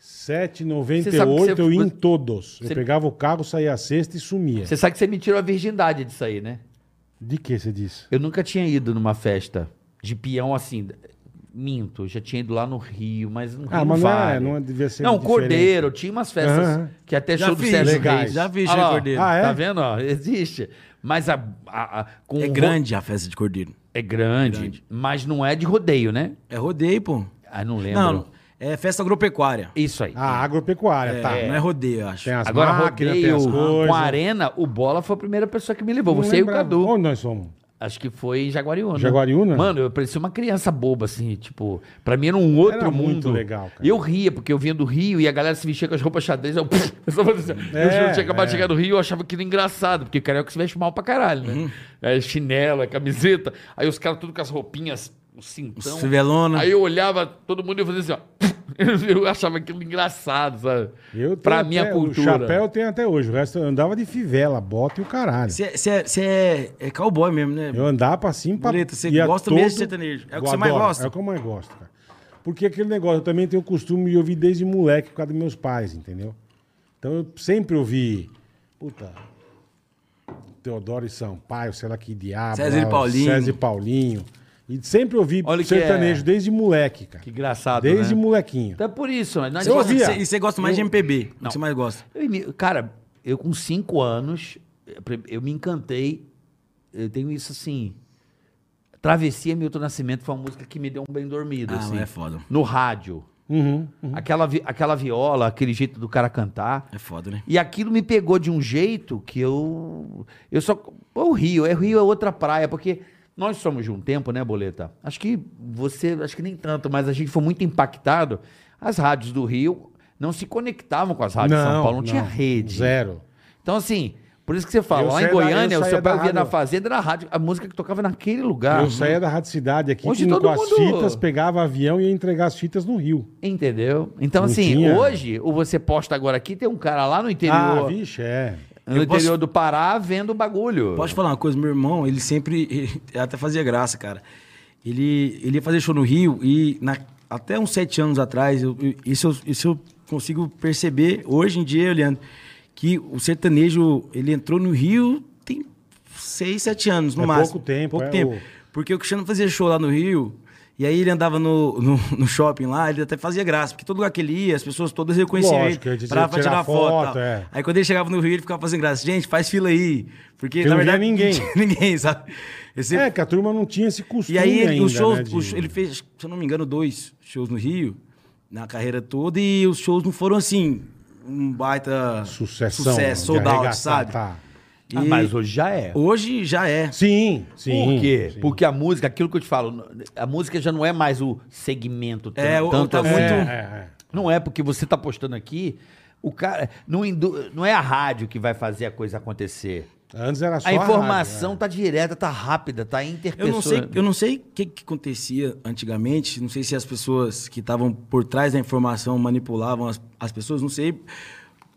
Speaker 4: Você sabe que
Speaker 3: 98,
Speaker 4: você-
Speaker 3: eu ia em todos.
Speaker 4: você-
Speaker 3: Eu pegava o carro, saía a sexta e sumia.
Speaker 4: Você sabe que você me tirou a virgindade disso aí, né?
Speaker 3: De que você disse?
Speaker 4: Eu nunca tinha ido numa festa de peão assim. Minto, eu já tinha ido lá no Rio, mas no
Speaker 3: Ah,
Speaker 4: Rio
Speaker 3: mas não,
Speaker 4: vale.
Speaker 3: é, não devia ser
Speaker 4: Não,
Speaker 3: diferente.
Speaker 4: Cordeiro, tinha umas festas
Speaker 3: Aham.
Speaker 4: que até
Speaker 2: Já
Speaker 4: show do
Speaker 2: fiz,
Speaker 4: Sérgio
Speaker 3: legais.
Speaker 4: Reis.
Speaker 2: Já
Speaker 4: Olha
Speaker 2: fiz show de
Speaker 4: lá,
Speaker 2: cordeiro.
Speaker 3: Ah, é?
Speaker 4: Tá vendo? ó? Existe. Mas a, a- a- com
Speaker 2: É
Speaker 4: ro-
Speaker 2: grande a festa de cordeiro.
Speaker 4: É grande,
Speaker 2: Grande.
Speaker 4: mas não é de rodeio, né?
Speaker 2: É rodeio, pô.
Speaker 4: Ah, não lembro.
Speaker 2: Não, não. É festa agropecuária.
Speaker 4: Isso aí.
Speaker 3: Ah, agropecuária,
Speaker 2: É,
Speaker 3: tá.
Speaker 2: Não é rodeio, eu acho.
Speaker 3: Tem as
Speaker 4: Agora,
Speaker 3: máquinas, tem
Speaker 4: rodeio
Speaker 3: as
Speaker 4: com
Speaker 3: coisas.
Speaker 4: a arena, o Bola foi a primeira pessoa que me levou.
Speaker 3: Não
Speaker 4: Você e o
Speaker 3: lembrava.
Speaker 4: Cadu.
Speaker 3: Onde nós somos?
Speaker 4: Acho que foi em Jaguariúna.
Speaker 3: Jaguariúna?
Speaker 4: Mano, eu parecia uma criança boba, assim, tipo... Pra mim era um outro
Speaker 3: Era
Speaker 4: mundo.
Speaker 3: muito legal, cara.
Speaker 4: E eu ria, porque eu vinha do Rio e a galera se vestia com as roupas xadrez. Eu, eu só fazia assim, eu
Speaker 3: É,
Speaker 4: tinha acabado de
Speaker 3: é.
Speaker 4: chegar do Rio, eu achava aquilo engraçado. Porque carioca se veste mal pra caralho, né?
Speaker 3: Uhum.
Speaker 4: É chinelo, é camiseta. Aí os caras tudo com as roupinhas, o cintão.
Speaker 2: Fivelona.
Speaker 4: Aí eu olhava todo mundo e eu fazia assim, ó. Eu achava aquilo engraçado, sabe?
Speaker 3: Eu
Speaker 4: pra
Speaker 3: tenho
Speaker 4: minha
Speaker 3: até-
Speaker 4: cultura.
Speaker 3: O chapéu eu tenho até hoje. O resto eu andava de fivela, bota e o caralho.
Speaker 2: Você é, cê é, é cowboy mesmo, né?
Speaker 3: Eu andava assim pra...
Speaker 2: Boleta, você
Speaker 3: ia
Speaker 2: gosta mesmo de sertanejo? É o que
Speaker 3: Eu
Speaker 2: você mais
Speaker 3: adoro,
Speaker 2: gosta?
Speaker 3: É o que eu mais gosto, cara. Porque aquele negócio, eu também tenho o costume de ouvir desde moleque por causa dos meus pais, entendeu? Então eu sempre ouvi... Puta... Teodoro e Sampaio, sei lá que diabo.
Speaker 2: César e
Speaker 3: lá,
Speaker 2: Paulinho.
Speaker 3: César e Paulinho. E sempre ouvi
Speaker 4: Olha que
Speaker 3: sertanejo
Speaker 4: é-
Speaker 3: desde moleque, cara.
Speaker 4: Que engraçado,
Speaker 3: Desde
Speaker 4: né?
Speaker 3: molequinho.
Speaker 4: Então é por isso, né? Nós
Speaker 3: Eu
Speaker 4: gostamos-
Speaker 3: ouvia.
Speaker 2: Cê- e você gosta mais de MPB, o
Speaker 4: Não.
Speaker 2: que você mais gosta.
Speaker 4: Eu imi- cara, eu com cinco anos, eu pre- eu me encantei. Eu tenho isso assim. Travessia Milton Nascimento foi uma música que me deu um bem dormido,
Speaker 2: Ah,
Speaker 4: assim.
Speaker 2: é foda.
Speaker 4: No rádio.
Speaker 3: Uhum.
Speaker 4: Aquela, vi- aquela viola, aquele jeito do cara cantar.
Speaker 2: É foda, né?
Speaker 4: E aquilo me pegou de um jeito que eu. Eu só. Pô, o Rio, é o Rio é outra praia, porque nós somos de um tempo, né, Boleta? Acho que você. Acho que nem tanto, mas a gente foi muito impactado. Ah, As rádios do Rio não se conectavam com as rádios de São Paulo, não, tinha rede.
Speaker 3: Zero.
Speaker 4: Então, assim,
Speaker 6: Por isso que você fala,
Speaker 3: Eu
Speaker 6: lá em
Speaker 3: saía da- eu
Speaker 6: Goiânia, o
Speaker 3: saía
Speaker 6: seu
Speaker 3: da
Speaker 6: pai ouvia na
Speaker 3: rádio.
Speaker 6: fazenda, na rádio, a música que tocava naquele lugar.
Speaker 3: eu saía da Rádio Cidade aqui
Speaker 6: Tá. Hoje
Speaker 3: com,
Speaker 6: todo
Speaker 3: com as
Speaker 6: mundo-
Speaker 3: fitas, pegava avião e ia entregar as fitas no Rio.
Speaker 6: Entendeu? Então,
Speaker 3: Não
Speaker 6: assim,
Speaker 3: tinha.
Speaker 6: hoje, o você posta agora aqui, tem um cara lá no
Speaker 3: Ah,
Speaker 6: interior,
Speaker 3: vixe, é.
Speaker 6: no
Speaker 2: Eu posso-
Speaker 6: interior do Pará, vendo o bagulho.
Speaker 2: Pode falar uma coisa, meu irmão, ele sempre. ele até fazia graça, cara. Ele, ele ia fazer show no Rio e na- até uns sete anos atrás, eu- eu- isso, eu, isso eu consigo perceber hoje em dia, olhando, que o sertanejo, ele entrou no Rio tem seis, sete anos, no
Speaker 3: É
Speaker 2: máximo.
Speaker 3: pouco tempo,
Speaker 2: Pouco
Speaker 3: é,
Speaker 2: tempo.
Speaker 3: o-
Speaker 2: Porque o Cristiano fazia show lá no Rio. E aí ele andava no, no, no shopping lá, ele até fazia graça, porque todo lugar que ele ia, as pessoas todas reconheciam
Speaker 3: Lógico,
Speaker 2: ele
Speaker 3: ele
Speaker 2: pra, pra
Speaker 3: tirar
Speaker 2: tirar foto.
Speaker 3: foto,
Speaker 2: tal.
Speaker 3: é.
Speaker 2: Aí quando ele chegava no Rio, ele ficava fazendo graça. Gente, faz fila aí. Porque
Speaker 3: Porque não
Speaker 2: na
Speaker 3: via
Speaker 2: verdade,
Speaker 3: ninguém.
Speaker 2: não tinha ninguém, sabe? Esse-
Speaker 3: É, que a turma não tinha esse costume
Speaker 2: e aí ele,
Speaker 3: ainda,
Speaker 2: os shows,
Speaker 3: né, de-
Speaker 2: os- ele fez, se eu não me engano, dois shows no Rio, na carreira toda, e os shows não foram assim, um baita
Speaker 3: Sucessão,
Speaker 2: sucesso,
Speaker 3: de
Speaker 2: sold
Speaker 3: arregaçar,
Speaker 2: out, sabe?
Speaker 3: tá.
Speaker 2: E
Speaker 6: Ah, mas hoje já é.
Speaker 2: hoje já é.
Speaker 3: Sim, sim.
Speaker 6: Por quê?
Speaker 3: sim.
Speaker 6: Porque a música, aquilo que eu te falo, a música já não é mais o segmento tan-
Speaker 2: É, o-
Speaker 6: tanto
Speaker 2: tá
Speaker 6: assim.
Speaker 2: muito-
Speaker 3: É, é, é.
Speaker 6: Não é porque você tá postando aqui, o cara não, indu- não é a rádio que vai fazer a coisa acontecer.
Speaker 3: Antes era só
Speaker 6: a informação
Speaker 3: rádio, é.
Speaker 6: tá direta, tá rápida, tá
Speaker 2: é.
Speaker 6: interpessoa.
Speaker 2: Eu não sei, eu não sei o que, que acontecia antigamente, não sei se as pessoas que estavam por trás da informação manipulavam as, as pessoas, não sei.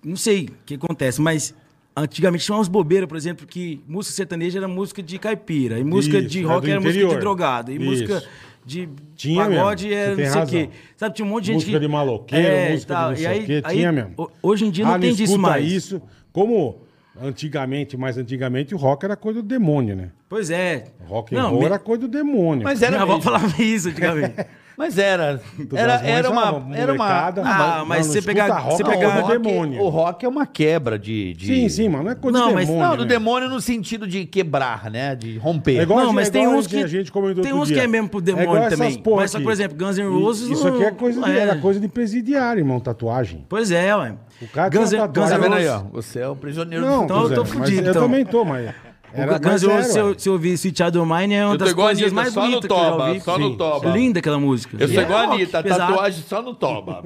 Speaker 2: Não sei o que acontece, mas antigamente tinha umas bobeiras, por exemplo, que música sertaneja era música de caipira, e música
Speaker 3: Isso,
Speaker 2: de
Speaker 3: é
Speaker 2: rock
Speaker 3: do
Speaker 2: era música
Speaker 3: interior.
Speaker 2: de drogado, e
Speaker 3: Isso.
Speaker 2: música de
Speaker 3: Tinha
Speaker 2: pagode
Speaker 3: mesmo, você
Speaker 2: era
Speaker 3: tem
Speaker 2: não sei o quê.
Speaker 3: razão.
Speaker 2: Sabe, tinha um monte de gente
Speaker 3: Música
Speaker 2: que...
Speaker 3: de maloqueiro,
Speaker 2: É, e
Speaker 3: música de
Speaker 2: tal,
Speaker 3: não
Speaker 2: e
Speaker 3: sei
Speaker 2: aí-
Speaker 3: o quê,
Speaker 2: aí,
Speaker 3: tinha mesmo. Ah,
Speaker 2: ho- Hoje em dia não tem disso
Speaker 3: escuta
Speaker 2: mais.
Speaker 3: isso, como antigamente, mais antigamente, o rock era coisa do demônio, né?
Speaker 2: Pois é.
Speaker 3: Rock and
Speaker 2: Não,
Speaker 3: roll
Speaker 2: me- é,
Speaker 3: era coisa do demônio.
Speaker 6: Mas era
Speaker 2: Minha avó
Speaker 6: mesmo.
Speaker 2: falava isso antigamente.
Speaker 6: Mas era. Era,
Speaker 3: das mães,
Speaker 6: era
Speaker 3: ah,
Speaker 6: uma. Era uma
Speaker 3: molecada.
Speaker 6: Ah,
Speaker 2: Ah,
Speaker 3: não,
Speaker 2: mas
Speaker 3: não
Speaker 2: você
Speaker 3: escuta
Speaker 2: pegar-
Speaker 3: rock,
Speaker 2: você
Speaker 3: não,
Speaker 6: não,
Speaker 2: pegar-
Speaker 3: o rock é demônio.
Speaker 6: o rock é uma quebra de. de-
Speaker 3: Sim, sim, mano, não é coisa
Speaker 2: Não,
Speaker 3: do
Speaker 2: mas-
Speaker 3: demônio.
Speaker 6: Não, do
Speaker 3: né?
Speaker 6: demônio no sentido de quebrar, né? De romper.
Speaker 3: É igual,
Speaker 2: não, mas
Speaker 3: é
Speaker 2: tem
Speaker 3: igual
Speaker 2: uns
Speaker 3: a
Speaker 2: que.
Speaker 3: gente- a gente comentou
Speaker 2: tem
Speaker 3: outro
Speaker 2: uns
Speaker 3: dia.
Speaker 2: que é mesmo pro
Speaker 3: igual
Speaker 2: demônio
Speaker 3: essas
Speaker 2: também.
Speaker 3: porra
Speaker 2: Mas só,
Speaker 3: aqui.
Speaker 2: por exemplo, Guns N'
Speaker 3: I-
Speaker 2: Roses.
Speaker 3: Isso aqui é
Speaker 2: não-
Speaker 3: coisa,
Speaker 2: não
Speaker 3: de, era
Speaker 2: é.
Speaker 3: coisa de presidiário, irmão, tatuagem.
Speaker 2: Pois é, ué.
Speaker 3: O cara tem uma
Speaker 6: Tá
Speaker 3: tatuagem-
Speaker 6: vendo aí, ó? Você é o prisioneiro
Speaker 3: Não,
Speaker 2: Então eu
Speaker 3: Zé,
Speaker 2: tô
Speaker 3: mas
Speaker 2: fudido,
Speaker 3: Eu
Speaker 2: então.
Speaker 3: também tô, mas.
Speaker 2: O Guns N' Roses, se eu- se eu ouvir Sweet Child O' Mine, é uma
Speaker 6: Eu tô
Speaker 2: das
Speaker 6: igual a
Speaker 2: coisas
Speaker 6: Anitta,
Speaker 2: mais
Speaker 6: só no
Speaker 2: bonitas que eu já
Speaker 6: toba,
Speaker 2: ouvi.
Speaker 6: só no
Speaker 2: Sim.
Speaker 6: toba.
Speaker 2: Linda aquela música.
Speaker 6: Eu sou
Speaker 2: E é
Speaker 6: igual a
Speaker 2: rock,
Speaker 6: Anitta,
Speaker 2: pesado.
Speaker 6: tatuagem só no toba.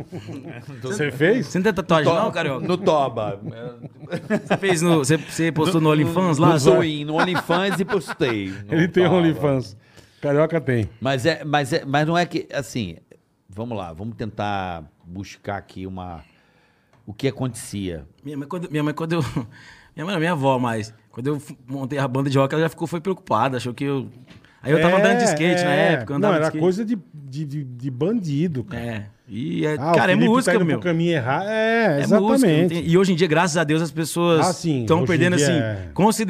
Speaker 3: Você fez?
Speaker 2: Você não tem tatuagem não,
Speaker 6: To-
Speaker 2: Carioca?
Speaker 6: No toba.
Speaker 2: Você fez no... Você, você postou no OnlyFans lá?
Speaker 6: no
Speaker 2: só?
Speaker 6: Twin, no OnlyFans e postei. no
Speaker 3: é. Ele tem um
Speaker 6: toba.
Speaker 3: OnlyFans. Carioca tem.
Speaker 6: Mas, é, mas, é, mas não é que, assim, vamos lá, vamos tentar buscar aqui uma... O que acontecia.
Speaker 2: Minha mãe, quando, minha mãe, quando eu... Minha mãe não, minha avó, mas... Quando eu fu- montei a banda de rock, ela já ficou, foi preocupada, achou que eu... Aí eu tava
Speaker 3: É,
Speaker 2: andando de skate na
Speaker 3: é.
Speaker 2: época, eu
Speaker 3: Não,
Speaker 2: andava de
Speaker 3: era
Speaker 2: skate.
Speaker 3: coisa de, de, de, de bandido, cara.
Speaker 2: É. E é,
Speaker 3: Ah, o
Speaker 2: cara, é
Speaker 3: Felipe tá
Speaker 2: música,
Speaker 3: indo pro
Speaker 2: meu.
Speaker 3: caminho errado. É,
Speaker 2: É música, não
Speaker 3: exatamente.
Speaker 2: tem- E hoje em dia, graças a Deus, as
Speaker 3: Ah,
Speaker 2: pessoas
Speaker 3: sim,
Speaker 2: estão
Speaker 3: hoje em
Speaker 2: perdendo,
Speaker 3: dia
Speaker 2: assim,
Speaker 3: é.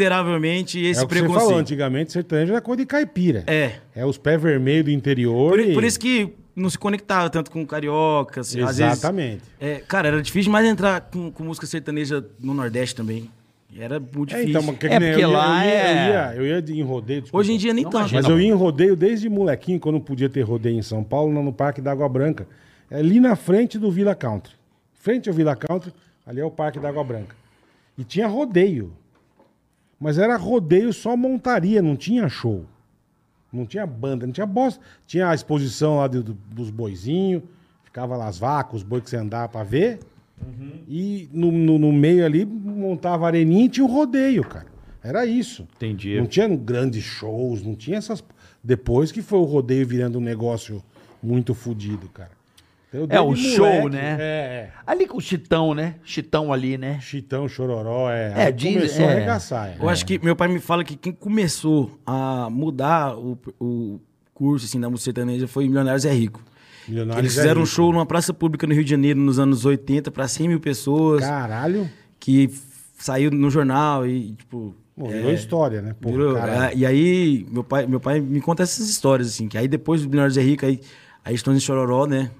Speaker 2: consideravelmente esse
Speaker 3: é o que você
Speaker 2: preconceito.
Speaker 3: falou, antigamente sertanejo era coisa de caipira.
Speaker 2: É.
Speaker 3: É os pés vermelhos do interior.
Speaker 2: Por,
Speaker 3: e-
Speaker 2: por isso que não se conectava tanto com carioca, assim, às vezes.
Speaker 3: Exatamente.
Speaker 2: É, cara, era difícil mais entrar com, com música sertaneja no Nordeste também. Era muito
Speaker 3: É,
Speaker 2: difícil.
Speaker 3: então, mas que-
Speaker 6: É,
Speaker 3: né,
Speaker 6: porque
Speaker 3: eu ia-
Speaker 6: lá
Speaker 3: eu ia,
Speaker 6: é-
Speaker 3: Eu ia, eu ia de- em rodeio. desculpa.
Speaker 2: Hoje em dia nem
Speaker 6: Não,
Speaker 2: tanto.
Speaker 6: imagina.
Speaker 3: Mas eu ia em rodeio desde molequinho, quando podia ter rodeio em São Paulo, lá no Parque da Água Branca. É ali na frente do Vila Country. Frente ao Vila Country, ali é o Parque da Água Branca. E tinha rodeio. Mas era rodeio só montaria, não tinha show. Não tinha banda, não tinha bosta. Tinha a exposição lá do- do- dos boizinhos, ficava lá as vacas, os boi que você andava pra ver. E no, no- no meio ali montava a areninha e tinha o rodeio, cara. Era isso.
Speaker 6: Entendi.
Speaker 3: Não tinha grandes shows, não tinha essas. Depois que foi o rodeio virando um negócio muito fodido, cara. Então, eu
Speaker 6: É, o
Speaker 3: desde
Speaker 6: show, né?
Speaker 3: É,
Speaker 6: Ali com o Chitão, né? Chitão ali, né?
Speaker 3: é. Chitão, chororó, é.
Speaker 6: É,
Speaker 3: Aí
Speaker 6: diz-
Speaker 3: começou a
Speaker 6: é.
Speaker 3: arregaçar. é.
Speaker 2: Eu acho que meu pai me fala que quem começou a mudar o, o curso assim, da música sertaneja foi Milionários é Rico.
Speaker 3: Milionários
Speaker 2: Eles
Speaker 3: é
Speaker 2: fizeram um
Speaker 3: Rico.
Speaker 2: show numa praça pública no Rio de Janeiro nos anos 80 para 100 mil pessoas,
Speaker 3: Caralho.
Speaker 2: que f- saiu no jornal e, tipo.
Speaker 3: Bom,
Speaker 2: é,
Speaker 3: virou história, né? Porra,
Speaker 2: virou-
Speaker 3: caralho.
Speaker 2: é, e aí, meu pai, meu pai me conta essas histórias, assim, que aí depois do Milionários é Rico, aí, aí Stones e Chororó, né?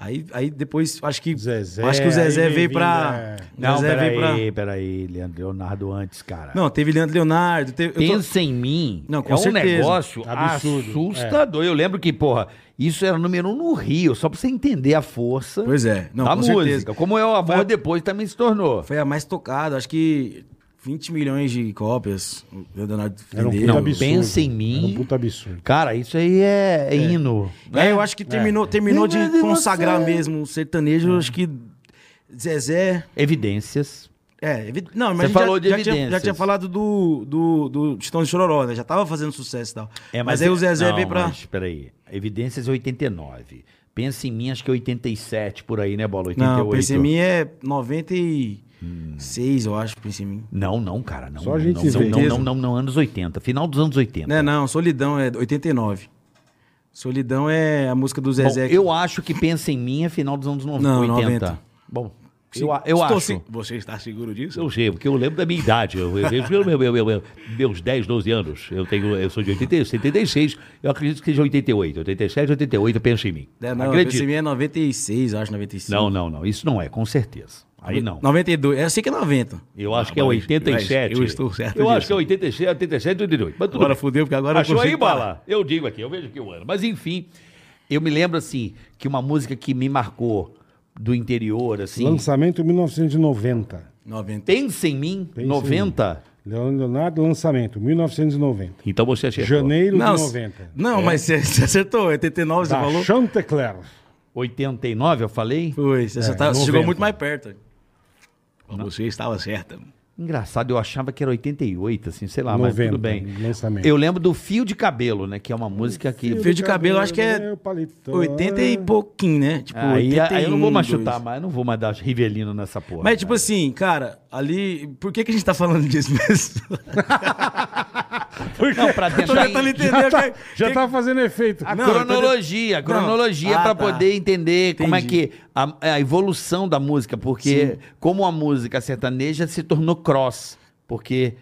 Speaker 2: Aí, aí depois, acho que.
Speaker 3: Zezé,
Speaker 2: acho que o Zezé
Speaker 3: aí
Speaker 2: veio
Speaker 3: vem
Speaker 2: pra.
Speaker 3: vindo,
Speaker 2: o Zezé veio é, pra-
Speaker 6: peraí, Leandro, Leonardo antes, cara.
Speaker 2: Não, teve Leandro Leonardo. Teve, eu tô-
Speaker 6: Pensa em mim.
Speaker 2: Não, com
Speaker 6: é um
Speaker 2: certeza.
Speaker 6: negócio
Speaker 3: Absurdo,
Speaker 6: assustador. Eu lembro que, porra, isso era número um no Rio, só pra você entender a força
Speaker 2: Pois é. Não,
Speaker 6: da
Speaker 2: com
Speaker 6: música.
Speaker 2: certeza.
Speaker 6: Como é o amor
Speaker 2: Foi-
Speaker 6: depois também se tornou.
Speaker 2: Foi a mais tocada, acho que 20 milhões de cópias. O Leonardo
Speaker 3: Era um
Speaker 2: vendeu.
Speaker 3: puta absurdo.
Speaker 6: pensa em mim.
Speaker 3: Era um puta absurdo.
Speaker 6: Cara, isso aí é, é hino.
Speaker 2: É, eu acho que terminou, terminou de
Speaker 6: Lembra de
Speaker 2: consagrar
Speaker 6: você.
Speaker 2: mesmo o sertanejo, eu acho que Zezé,
Speaker 6: Evidências.
Speaker 2: É, evi- não, mas a gente
Speaker 6: falou
Speaker 2: já,
Speaker 6: de
Speaker 2: já tinha, já
Speaker 6: evidências.
Speaker 2: tinha falado do, do, do Chitão de Chororó, né? Já tava fazendo sucesso e tal.
Speaker 6: É,
Speaker 2: mas, aí o Zezé
Speaker 6: não,
Speaker 2: veio pra.
Speaker 6: Mas, peraí. Evidências é 89. Pensa em mim, acho que é 87 por aí, né, Bola? 88.
Speaker 2: Não, Pense em Mim é 96, eu acho, Pense em Mim.
Speaker 6: Não, não, cara. Não,
Speaker 3: Só a gente
Speaker 6: não, não,
Speaker 3: vê.
Speaker 6: não, não, não, não, anos 80. Final dos anos 80.
Speaker 2: Né, não, Solidão é 89. Solidão é a música do
Speaker 6: Bom,
Speaker 2: Zezé. que-
Speaker 6: eu acho que Pensa em mim é final dos anos 90.
Speaker 2: Não,
Speaker 6: 80.
Speaker 2: 90.
Speaker 6: Bom,
Speaker 2: Se-
Speaker 6: eu, a- eu
Speaker 2: estou
Speaker 6: acho.
Speaker 2: se- Você está seguro disso?
Speaker 6: Eu sei, porque eu lembro da minha idade. Eu, eu, eu- eu- eu- eu- eu- meus 10, 12 anos. Eu, tenho, eu sou de 80, 76. Eu acredito que seja 88. 87, 88, pensa em mim.
Speaker 2: É, não,
Speaker 6: acredito.
Speaker 2: Pense em Mim é 96, eu acho, 95.
Speaker 6: Não, não, não. Isso não é, com certeza. Aí não.
Speaker 2: 92, eu sei que é 90.
Speaker 6: Eu acho
Speaker 2: Ah,
Speaker 6: que é
Speaker 2: mas-
Speaker 6: 87.
Speaker 2: Eu estou certo
Speaker 6: Eu acho
Speaker 2: disso.
Speaker 6: que é 87, 87, 88. Mas tudo
Speaker 2: Agora
Speaker 6: bem.
Speaker 2: fudeu, porque agora eu
Speaker 6: Achou aí,
Speaker 2: consigo parar.
Speaker 6: Bala? Eu digo aqui, eu vejo que o ano. Mas enfim, eu me lembro, assim, que uma música que me marcou do interior, assim...
Speaker 3: Lançamento 1990.
Speaker 2: 90.
Speaker 6: Pensa em mim,
Speaker 3: Pensa em
Speaker 6: 90.
Speaker 3: Leonardo, lançamento, 1990.
Speaker 6: Então você
Speaker 4: é
Speaker 6: acertou.
Speaker 3: Janeiro
Speaker 2: Não,
Speaker 3: de 90.
Speaker 6: É.
Speaker 2: não mas você você acertou. 89 você
Speaker 3: Da
Speaker 2: falou?
Speaker 3: Chantecler.
Speaker 6: 89, eu falei?
Speaker 2: Foi, você, acertava- você
Speaker 3: 90.
Speaker 2: chegou muito mais perto. Você estava certa.
Speaker 6: Engraçado, eu achava que era 88, assim, sei lá, mas
Speaker 3: 90,
Speaker 6: tudo bem.
Speaker 3: lançamento.
Speaker 6: Eu lembro do Fio de Cabelo, né? Que é uma música que...
Speaker 2: Fio de cabelo, acho que é
Speaker 3: Meu paletó.
Speaker 2: 80 e pouquinho, né? Tipo,
Speaker 6: Aí, é, aí eu não vou mais
Speaker 2: 81,
Speaker 6: chutar,
Speaker 2: dois.
Speaker 6: mas eu não vou mais dar Rivelino nessa porra.
Speaker 2: Mas, tipo
Speaker 6: cara.
Speaker 2: assim, cara, ali. Por que, que a gente tá falando disso mesmo?
Speaker 6: tá, Não, pra
Speaker 2: Eu tô
Speaker 6: tentar...
Speaker 2: tentando entender.
Speaker 3: Tá,
Speaker 2: que-
Speaker 3: já
Speaker 2: que-
Speaker 3: tá fazendo efeito.
Speaker 6: A
Speaker 2: Não,
Speaker 6: cronologia, a
Speaker 2: eu tô de-
Speaker 6: cronologia
Speaker 2: Não.
Speaker 6: pra
Speaker 2: Ah, tá.
Speaker 6: poder entender como é
Speaker 2: Entendi.
Speaker 6: que a, a evolução da música, porque como a música sertaneja se tornou cross, porque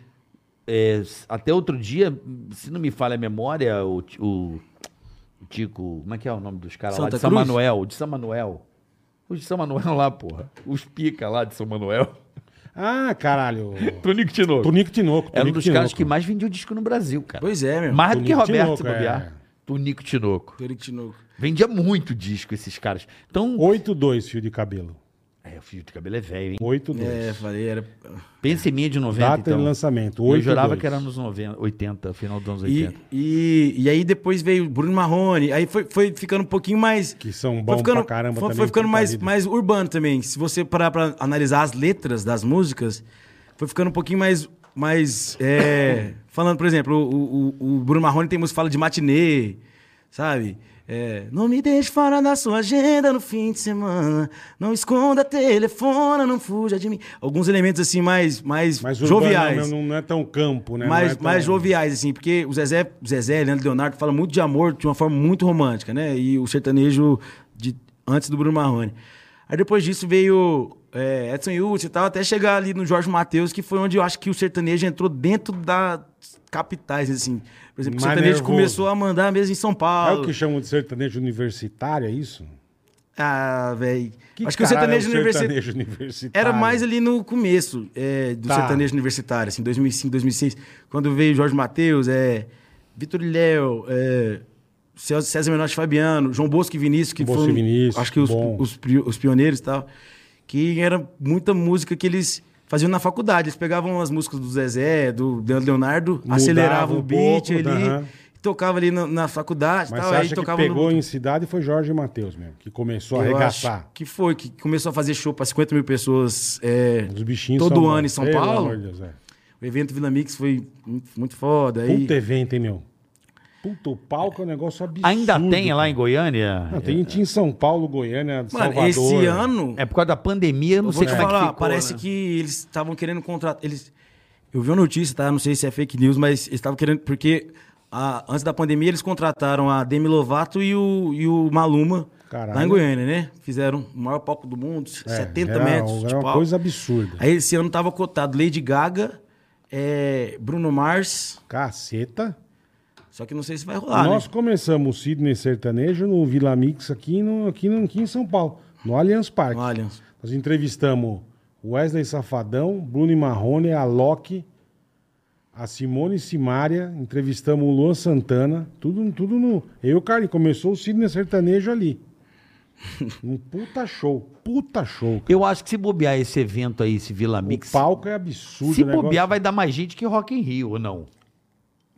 Speaker 6: é, s- até outro dia, se não me falha a memória, o, Ti- o Tico, como é que é o nome dos caras lá
Speaker 2: Santa
Speaker 6: de São
Speaker 2: Cruz?
Speaker 6: Manuel, de São Manuel. Os de São Manuel lá, porra. Os pica lá de São Manuel.
Speaker 3: Ah, caralho.
Speaker 6: Tonico Tinoco.
Speaker 3: Tonico Tinoco.
Speaker 6: Era É um
Speaker 3: Tonico
Speaker 6: dos
Speaker 3: Tinoco.
Speaker 6: caras que mais vendiam disco no Brasil, cara.
Speaker 2: Pois é, meu.
Speaker 6: mais do que
Speaker 3: Tonico
Speaker 6: Roberto
Speaker 3: Tinoco, é.
Speaker 6: Bobiá. Tonico Tinoco.
Speaker 2: Eric Tinoco.
Speaker 6: Vendia muito disco esses caras. Então.
Speaker 3: 8-2, fio de cabelo.
Speaker 6: É, o fio de cabelo é velho, hein?
Speaker 3: 8-2.
Speaker 2: É, falei, era.
Speaker 6: Pensa em mim de 90,
Speaker 3: É. Data
Speaker 6: então.
Speaker 3: de lançamento. 8,
Speaker 6: Eu jurava que era nos 90, 80, final dos anos
Speaker 2: E,
Speaker 6: 80.
Speaker 2: e, e aí depois veio Bruno Marrone, aí foi, foi ficando um pouquinho mais.
Speaker 3: Que são
Speaker 2: foi
Speaker 3: bons
Speaker 2: ficando,
Speaker 3: pra caramba
Speaker 2: foi,
Speaker 3: também.
Speaker 2: foi ficando
Speaker 3: puta
Speaker 2: mais,
Speaker 3: vida.
Speaker 2: mais urbano também. Se você parar pra analisar as letras das músicas, foi ficando um pouquinho mais. mais é, falando, por exemplo, o, o, o Bruno Marrone tem música que fala de matinê, sabe? É, não me deixe fora da sua agenda no fim de semana. Não esconda telefone, não fuja de mim. Alguns elementos assim mais, mais,
Speaker 3: Mas urbano
Speaker 2: joviais.
Speaker 3: mesmo, não é tão campo, né?
Speaker 2: mais,
Speaker 3: não é tão...
Speaker 2: mais joviais, assim, porque o Zezé, Zezé, Leandro e Leonardo fala muito de amor de uma forma muito romântica, né? E o sertanejo de, antes do Bruno Marrone. Aí depois disso veio é, Edson Hughes e tal, até chegar ali no Jorge Matheus, que foi onde eu acho que o sertanejo entrou dentro das capitais, assim. Por exemplo, o
Speaker 3: Mais
Speaker 2: sertanejo
Speaker 3: nervoso.
Speaker 2: começou a mandar mesmo em São
Speaker 3: É
Speaker 2: Paulo.
Speaker 3: o que chamam de sertanejo universitário, é isso?
Speaker 2: Ah, velho.
Speaker 3: Que
Speaker 2: Acho que o
Speaker 3: caralho é
Speaker 2: sertanejo, universitário.
Speaker 3: sertanejo universitário.
Speaker 2: Era mais ali no começo é, do
Speaker 3: Tá.
Speaker 2: sertanejo universitário, assim, 2005, 2006, quando veio Jorge Matheus, é, Vitor e Léo, é, Cé- César Menotti e Fabiano, João Bosco e Vinícius, que
Speaker 3: Bosco e
Speaker 2: foram,
Speaker 3: Vinícius,
Speaker 2: acho que os,
Speaker 3: bom.
Speaker 2: os, pri- os pioneiros e tal, que era muita música que eles faziam na faculdade. Eles pegavam as músicas do Zezé, do Leandro Leonardo, aceleravam
Speaker 3: um
Speaker 2: o beat
Speaker 3: pouco,
Speaker 2: ali,
Speaker 3: aham.
Speaker 2: tocava ali na, na faculdade e
Speaker 3: Mas
Speaker 2: tal,
Speaker 3: você
Speaker 2: aí
Speaker 3: acha que
Speaker 2: tocava no-
Speaker 3: pegou em cidade foi Jorge Matheus mesmo, que começou a
Speaker 2: eu
Speaker 3: arregaçar.
Speaker 2: acho que foi, que começou a fazer show para 50 mil pessoas é,
Speaker 3: Os bichinhos
Speaker 2: todo
Speaker 3: são
Speaker 2: ano
Speaker 3: bons.
Speaker 2: em São
Speaker 3: Pelo
Speaker 2: Paulo.
Speaker 3: amor de Deus, é.
Speaker 2: O evento Vila Mix foi muito, muito foda. Aí,
Speaker 3: Puta evento, hein, meu? Puta, o palco é um negócio absurdo.
Speaker 6: Ainda tem lá em Goiânia?
Speaker 3: Não, tem em São Paulo, Goiânia,
Speaker 2: mano,
Speaker 3: Salvador.
Speaker 2: esse ano,
Speaker 6: É por causa da pandemia, eu não
Speaker 2: eu vou
Speaker 6: sei
Speaker 2: te
Speaker 6: como é
Speaker 2: falar,
Speaker 6: que ficou,
Speaker 2: parece
Speaker 6: né?
Speaker 2: que eles estavam querendo contratar. Eles, eu vi uma notícia, tá? Não sei se é fake news, mas eles estavam querendo. Porque a- antes da pandemia eles contrataram a Demi Lovato e o, e o Maluma lá
Speaker 3: Caralho.
Speaker 2: em Goiânia, né? Fizeram o maior palco do mundo, 70
Speaker 3: era,
Speaker 2: metros.
Speaker 3: Era
Speaker 2: de
Speaker 3: É, uma
Speaker 2: palco.
Speaker 3: coisa absurda.
Speaker 2: Aí esse ano tava cotado Lady Gaga, é, Bruno Mars,
Speaker 3: Caceta.
Speaker 2: só que não sei se vai rolar,
Speaker 3: Nós
Speaker 2: né?
Speaker 3: começamos o Sidney Sertanejo no Vila Mix aqui, no, aqui, no, aqui em São Paulo, no Allianz Parque.
Speaker 2: No Allianz.
Speaker 3: Nós entrevistamos Wesley Safadão, Bruno e Marrone, a Loki, a Simone Simária, entrevistamos o Luan Santana, tudo, tudo no. Eu, cara, e começou o Sidney Sertanejo ali. Um puta show, puta show. cara.
Speaker 6: Eu acho que se bobear esse evento aí, esse Vila Mix,
Speaker 3: O palco é absurdo.
Speaker 6: se
Speaker 3: o negócio-
Speaker 6: bobear vai dar mais gente que Rock in Rio, ou não?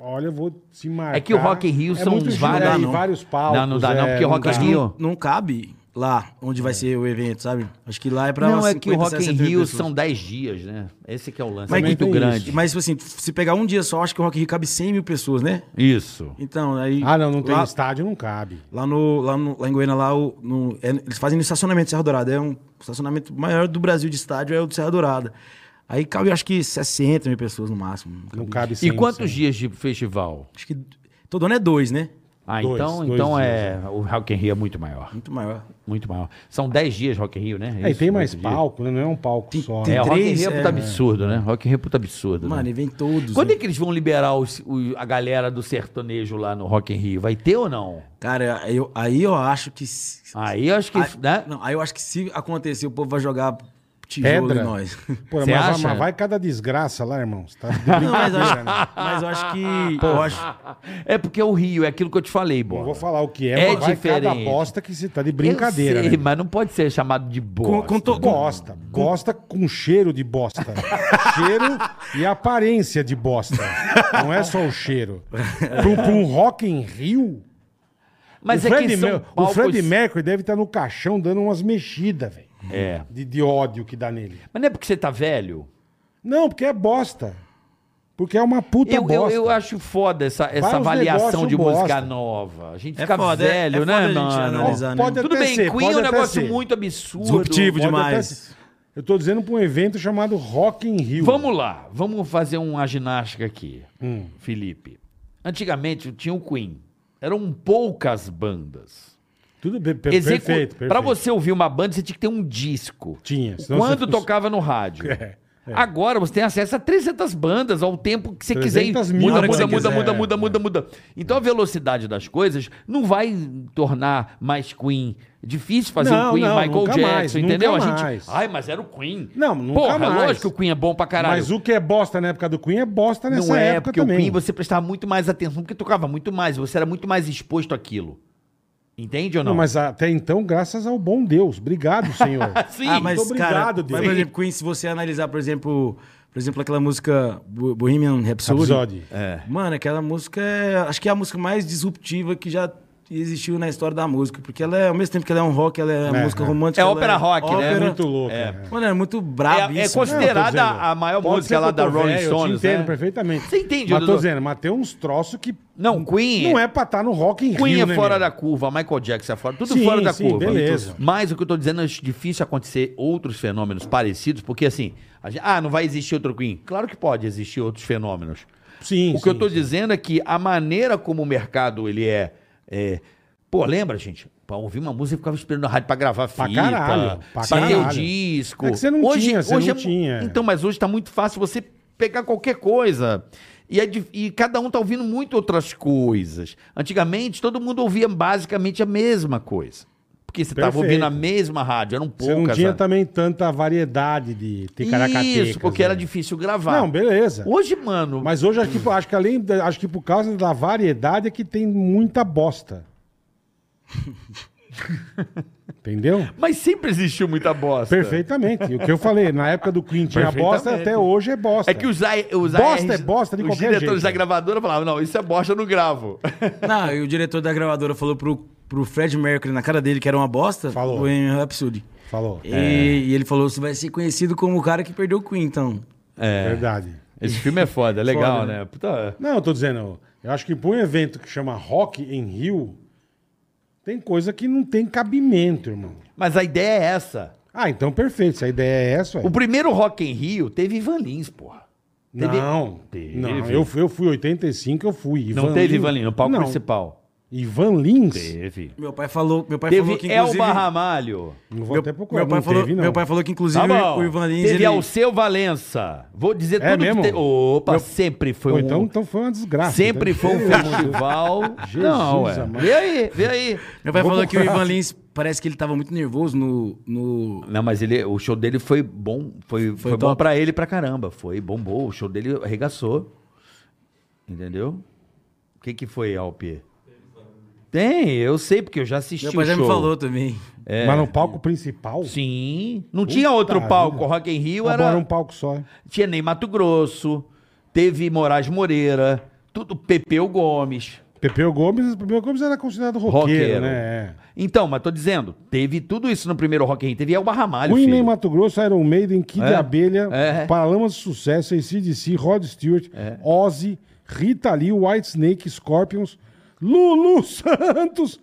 Speaker 3: Olha, eu vou se marcar.
Speaker 6: É que o Rock in Rio são
Speaker 3: muito
Speaker 6: vários-
Speaker 3: giro,
Speaker 6: Não dá,
Speaker 3: aí,
Speaker 6: não.
Speaker 3: vários palcos. é,
Speaker 6: Não, não dá não, porque Rock in
Speaker 3: dá.
Speaker 6: Rio-
Speaker 2: Não cabe. lá, onde vai ser o evento, sabe? Acho que lá é pra
Speaker 4: É. não,
Speaker 2: umas
Speaker 4: é que o
Speaker 2: 50,
Speaker 4: Rock in
Speaker 2: 60 mil
Speaker 4: Rio
Speaker 2: pessoas.
Speaker 4: são 10 dias, né? Esse que é o lance.
Speaker 2: Mas
Speaker 4: é
Speaker 2: que
Speaker 4: muito
Speaker 3: tem
Speaker 4: grande.
Speaker 2: Mas, tipo assim, se pegar um dia só, acho que o Rock in Rio cabe 100 mil pessoas, né?
Speaker 4: Isso.
Speaker 2: Então, aí...
Speaker 3: Ah, não, não tem
Speaker 2: lá,
Speaker 3: estádio, não cabe.
Speaker 2: lá, no, lá, no, lá em Goiânia, lá, o- no- é- eles fazem no estacionamento de Serra Dourada. É um estacionamento maior do Brasil de estádio, é o de Serra Dourada. Aí cabe, acho que 60 mil pessoas no máximo.
Speaker 3: Não cabe
Speaker 4: E
Speaker 3: cem,
Speaker 4: quantos
Speaker 3: cem.
Speaker 4: dias de festival?
Speaker 2: Acho que todo ano é dois, né?
Speaker 4: Ah,
Speaker 3: Dois,
Speaker 4: então,
Speaker 3: dois
Speaker 4: então
Speaker 3: dias,
Speaker 4: é. O Rock in Rio é muito maior.
Speaker 2: Muito maior.
Speaker 4: Muito maior. São 10 dias Rock in Rio, né?
Speaker 3: É, e
Speaker 4: Isso,
Speaker 3: tem mais
Speaker 4: oito
Speaker 3: palco, né? Não é um palco só.
Speaker 4: dias.
Speaker 2: tem
Speaker 4: É,
Speaker 3: né?
Speaker 4: o Rock in
Speaker 2: três,
Speaker 4: Rio é puta
Speaker 2: é.
Speaker 4: absurdo, né? Rock in Rio é puta absurdo.
Speaker 2: Mano,
Speaker 4: né?
Speaker 2: e vem todos.
Speaker 4: Quando
Speaker 2: né?
Speaker 4: é que eles vão liberar os- o- a galera do sertanejo lá no Rock in Rio? Vai ter ou não?
Speaker 2: Cara, eu- aí eu acho que. se-
Speaker 4: Aí eu acho Ah, que.
Speaker 2: aí,
Speaker 4: né?
Speaker 2: não, aí eu acho que se acontecer, o povo vai jogar tijolo
Speaker 3: Pedra?
Speaker 2: em nós.
Speaker 3: Pô, mas,
Speaker 4: Você
Speaker 3: vai-
Speaker 4: acha?
Speaker 3: mas vai cada desgraça lá, irmão. Você tá de
Speaker 2: Não, mas, eu
Speaker 3: brincadeira,
Speaker 2: acho,
Speaker 3: né?
Speaker 2: mas eu acho que. Eu acho,
Speaker 4: É porque é o Rio, é aquilo que eu te falei, bora.
Speaker 3: Não vou falar o que é,
Speaker 4: É
Speaker 3: mas vai cada
Speaker 4: diferente.
Speaker 3: bosta que você tá de brincadeira,
Speaker 4: Eu sei,
Speaker 3: né?
Speaker 4: mas não pode ser chamado de bosta.
Speaker 2: Com- com to-
Speaker 3: Bosta. Bosta com cheiro de bosta. cheiro e aparência de bosta. Não é só o cheiro. Pra um- pra um Rock em Rio,
Speaker 4: Mas
Speaker 3: o,
Speaker 4: é
Speaker 3: Fred
Speaker 4: que são
Speaker 3: Mer- o
Speaker 4: palcos...
Speaker 3: Freddie Mercury deve estar no caixão dando umas mexidas, velho.
Speaker 4: É.
Speaker 3: De, de ódio que dá nele.
Speaker 4: Mas não é porque você tá velho?
Speaker 3: Não, porque é bosta. Porque é uma puta
Speaker 4: Eu, eu,
Speaker 3: bosta.
Speaker 4: eu acho foda essa, essa
Speaker 3: uns
Speaker 4: avaliação
Speaker 3: negócios
Speaker 4: de música
Speaker 3: bosta.
Speaker 4: nova. A gente
Speaker 2: É
Speaker 4: fica
Speaker 2: foda, é-
Speaker 4: velho,
Speaker 2: é
Speaker 4: né,
Speaker 2: foda a gente
Speaker 4: mano?
Speaker 2: analisar, né?
Speaker 3: Pode
Speaker 4: Tudo
Speaker 3: até
Speaker 4: bem,
Speaker 3: ser,
Speaker 4: Queen é
Speaker 3: pode
Speaker 4: um
Speaker 3: até
Speaker 4: negócio
Speaker 3: ser.
Speaker 4: muito absurdo.
Speaker 2: Disruptivo.
Speaker 3: Pode
Speaker 2: demais. Ah,
Speaker 3: até ser. Eu tô dizendo pra um evento chamado Rock in Rio.
Speaker 4: Vamos lá, vamos fazer uma ginástica aqui,
Speaker 3: Hum.
Speaker 4: Felipe. Antigamente tinha o Queen. Eram poucas bandas.
Speaker 3: Tudo bem, per-
Speaker 4: Execu-
Speaker 3: perfeito, perfeito.
Speaker 4: Pra você ouvir uma banda, você tinha que ter um disco.
Speaker 3: Tinha, senão
Speaker 4: Quando
Speaker 3: você-
Speaker 4: tocava no rádio.
Speaker 3: É, é.
Speaker 4: Agora você tem acesso a 300 bandas ao tempo que você quiser.
Speaker 3: 300 mil,
Speaker 4: muda,
Speaker 3: a hora que você
Speaker 4: muda, muda,
Speaker 3: quiser.
Speaker 4: muda,
Speaker 3: É,
Speaker 4: muda,
Speaker 3: é.
Speaker 4: muda, muda. Então a velocidade das coisas não vai tornar mais Queen. Difícil fazer
Speaker 3: Não,
Speaker 4: um Queen,
Speaker 3: não,
Speaker 4: Michael
Speaker 3: nunca
Speaker 4: Jackson,
Speaker 3: mais, nunca
Speaker 4: entendeu? A gente.
Speaker 3: mais.
Speaker 4: Ai, mas era o Queen.
Speaker 3: Não, nunca
Speaker 4: Porra,
Speaker 3: mais.
Speaker 4: lógico que o Queen é bom pra caralho.
Speaker 3: Mas o que é bosta na época do Queen é bosta nessa
Speaker 4: Não é,
Speaker 3: época
Speaker 4: porque
Speaker 3: também.
Speaker 4: o Queen você prestava muito mais atenção, porque tocava muito mais, você era muito mais exposto àquilo. Entende ou
Speaker 3: Não,
Speaker 4: não?
Speaker 3: mas até então, graças ao bom Deus. Obrigado, senhor.
Speaker 4: Sim,
Speaker 2: ah, mas,
Speaker 3: muito
Speaker 2: cara,
Speaker 3: obrigado,
Speaker 2: mas,
Speaker 3: Deus.
Speaker 2: por exemplo, Queen, se você analisar, por exemplo, por exemplo, aquela música Bo- Bohemian Rhapsody.
Speaker 3: Episódio.
Speaker 4: É.
Speaker 2: Mano, aquela música é. Acho que é a música mais disruptiva que já existiu na história da música. Porque ela é, ao mesmo tempo que ela é um rock, ela é,
Speaker 3: É,
Speaker 2: música
Speaker 3: é.
Speaker 2: romântica.
Speaker 4: É
Speaker 2: ela
Speaker 4: ópera rock, né?
Speaker 3: É
Speaker 2: ópera.
Speaker 3: muito louco.
Speaker 4: É.
Speaker 3: né?
Speaker 2: Mano, é muito brabo
Speaker 4: é, é
Speaker 2: isso, mano.
Speaker 3: Não, eu tô
Speaker 4: considerada
Speaker 3: dizendo.
Speaker 4: a maior
Speaker 3: Pode ser
Speaker 4: música lá
Speaker 3: que eu
Speaker 4: da
Speaker 3: tô
Speaker 4: Rolling
Speaker 3: velho, Eu
Speaker 4: Stones,
Speaker 3: te entendo
Speaker 4: né?
Speaker 3: perfeitamente.
Speaker 4: Você entende,
Speaker 3: Mas tô
Speaker 4: Dudu?
Speaker 3: dizendo, mas tem uns troços que
Speaker 4: Não, Queen
Speaker 3: não
Speaker 4: é-
Speaker 3: é pra estar no Rock in
Speaker 4: Queen
Speaker 3: Rio,
Speaker 4: é
Speaker 3: né,
Speaker 4: fora
Speaker 3: meu?
Speaker 4: da curva, Michael Jackson é fora, tudo
Speaker 3: Sim,
Speaker 4: fora da
Speaker 3: sim,
Speaker 4: curva.
Speaker 3: beleza.
Speaker 4: Mas o que eu tô dizendo é difícil acontecer outros fenômenos parecidos, porque assim, a gente- ah, não vai existir outro Queen. Claro que pode existir outros fenômenos.
Speaker 3: Sim,
Speaker 4: o que
Speaker 3: sim,
Speaker 4: eu tô
Speaker 3: sim.
Speaker 4: dizendo é que a maneira como o mercado ele é, é- pô, lembra, gente? Pra ouvir uma música, eu ficava esperando a rádio pra gravar fita.
Speaker 3: Pra caralho, pra
Speaker 4: pra ter o
Speaker 3: caralho.
Speaker 4: disco.
Speaker 3: É que você não tinha, você não
Speaker 4: mu-
Speaker 3: tinha.
Speaker 4: Então, mas hoje tá muito fácil você pegar qualquer coisa. E, é dif- e cada um tá ouvindo muito outras coisas. Antigamente, todo mundo ouvia basicamente a mesma coisa. Porque você tava
Speaker 3: Perfeito.
Speaker 4: ouvindo a mesma rádio, eram
Speaker 3: Você
Speaker 4: poucas.
Speaker 3: não tinha
Speaker 4: né?
Speaker 3: também tanta variedade de ticaracatecas.
Speaker 4: Isso, porque
Speaker 3: né?
Speaker 4: era difícil gravar.
Speaker 3: Não, beleza.
Speaker 4: Hoje, mano,
Speaker 3: Mas hoje acho
Speaker 4: Hum.
Speaker 3: que, acho que além, da- acho que por causa da variedade é que tem muita bosta. Entendeu?
Speaker 4: Mas sempre existiu muita bosta.
Speaker 3: Perfeitamente. O que eu falei, na época do Queen tinha bosta,
Speaker 4: Perfeitamente.
Speaker 3: até hoje é bosta.
Speaker 4: É que os, AR os
Speaker 3: Bosta é bosta de
Speaker 4: os
Speaker 3: qualquer
Speaker 4: diretores
Speaker 3: jeito.
Speaker 4: da gravadora falavam, não, isso é bosta, eu não gravo.
Speaker 2: Não, e o diretor da gravadora falou pro, pro Fred Mercury na cara dele que era uma bosta.
Speaker 3: Falou.
Speaker 2: Bohemian Rhapsody.
Speaker 3: Falou.
Speaker 4: É.
Speaker 2: E, e ele falou: você vai ser conhecido como o cara que perdeu o Queen, então.
Speaker 3: Verdade.
Speaker 4: Esse filme é foda, é legal,
Speaker 2: Foda,
Speaker 4: né? Puta...
Speaker 3: Não, eu tô dizendo, eu acho que pra um evento que chama Rock em Rio, tem coisa que não tem cabimento, irmão.
Speaker 4: Mas a ideia é essa.
Speaker 3: Ah, então perfeito. Se a ideia é essa, ué.
Speaker 4: O primeiro Rock em Rio teve Ivan Lins, porra. Teve-
Speaker 3: Não,
Speaker 4: Teve.
Speaker 3: não eu, fui- eu fui 85, eu fui.
Speaker 4: Não
Speaker 3: Ivan
Speaker 4: teve
Speaker 3: Lins-
Speaker 4: Ivan Lins, no palco
Speaker 3: Não.
Speaker 4: principal.
Speaker 3: Ivan Lins?
Speaker 4: Teve.
Speaker 2: Meu pai falou. Meu pai falou que
Speaker 4: Teve
Speaker 2: inclusive.
Speaker 4: Elba Ramalho.
Speaker 3: Não vou
Speaker 2: Meu,
Speaker 3: até procurar.
Speaker 2: meu pai
Speaker 3: não
Speaker 2: falou,
Speaker 3: teve, não.
Speaker 2: meu pai falou que inclusive
Speaker 4: Tá bom.
Speaker 2: o Ivan Lins.
Speaker 4: teve
Speaker 2: ele-
Speaker 4: Alceu Valença. Vou dizer
Speaker 3: É
Speaker 4: tudo
Speaker 3: mesmo?
Speaker 4: que te... Opa,
Speaker 3: Meu-
Speaker 4: sempre foi
Speaker 3: Pô,
Speaker 4: um...
Speaker 3: então, então foi uma desgraça.
Speaker 4: Sempre
Speaker 3: então.
Speaker 4: foi um
Speaker 3: Pelo amor de Deus.
Speaker 4: festival...
Speaker 3: Jesus
Speaker 4: não, ué.
Speaker 3: amado.
Speaker 4: Vê aí, vê aí.
Speaker 2: Meu pai
Speaker 3: Vou
Speaker 2: falou que o
Speaker 3: procurar.
Speaker 2: Ivan Lins parece que ele tava muito nervoso no. no...
Speaker 4: Não, mas ele, o show dele foi bom, foi, foi, bom
Speaker 2: top.
Speaker 4: pra ele e pra caramba, foi bombou, o show dele arregaçou. Entendeu? O que que foi, Alpi? Tem, eu sei porque eu já assisti
Speaker 2: Meu pai
Speaker 4: o
Speaker 2: já
Speaker 4: show.
Speaker 2: me falou também.
Speaker 3: Mas no palco principal?
Speaker 4: É. Sim, não tinha outro palco,
Speaker 3: vida.
Speaker 4: Rock in Rio
Speaker 3: Agora
Speaker 4: era,
Speaker 3: era um palco só. hein?
Speaker 4: tinha Ney Mato Grosso, teve Moraes Moreira, tudo Pepeu Gomes.
Speaker 3: Pepeu Gomes, Pepeu Gomes era considerado roqueiro,
Speaker 4: Roqueiro.
Speaker 3: né? É.
Speaker 4: Então, mas tô dizendo, teve tudo isso no primeiro Rock in Rio. Teve Elba Ramalho,
Speaker 3: Queen
Speaker 4: filho.
Speaker 3: em Mato Grosso, Iron Maiden, Kid
Speaker 4: É.
Speaker 3: Abelha,
Speaker 4: É.
Speaker 3: Paralamas do Sucesso, ACDC, Rod Stewart, Ozzy, Rita Lee, White Snake, Scorpions, Lulu Santos.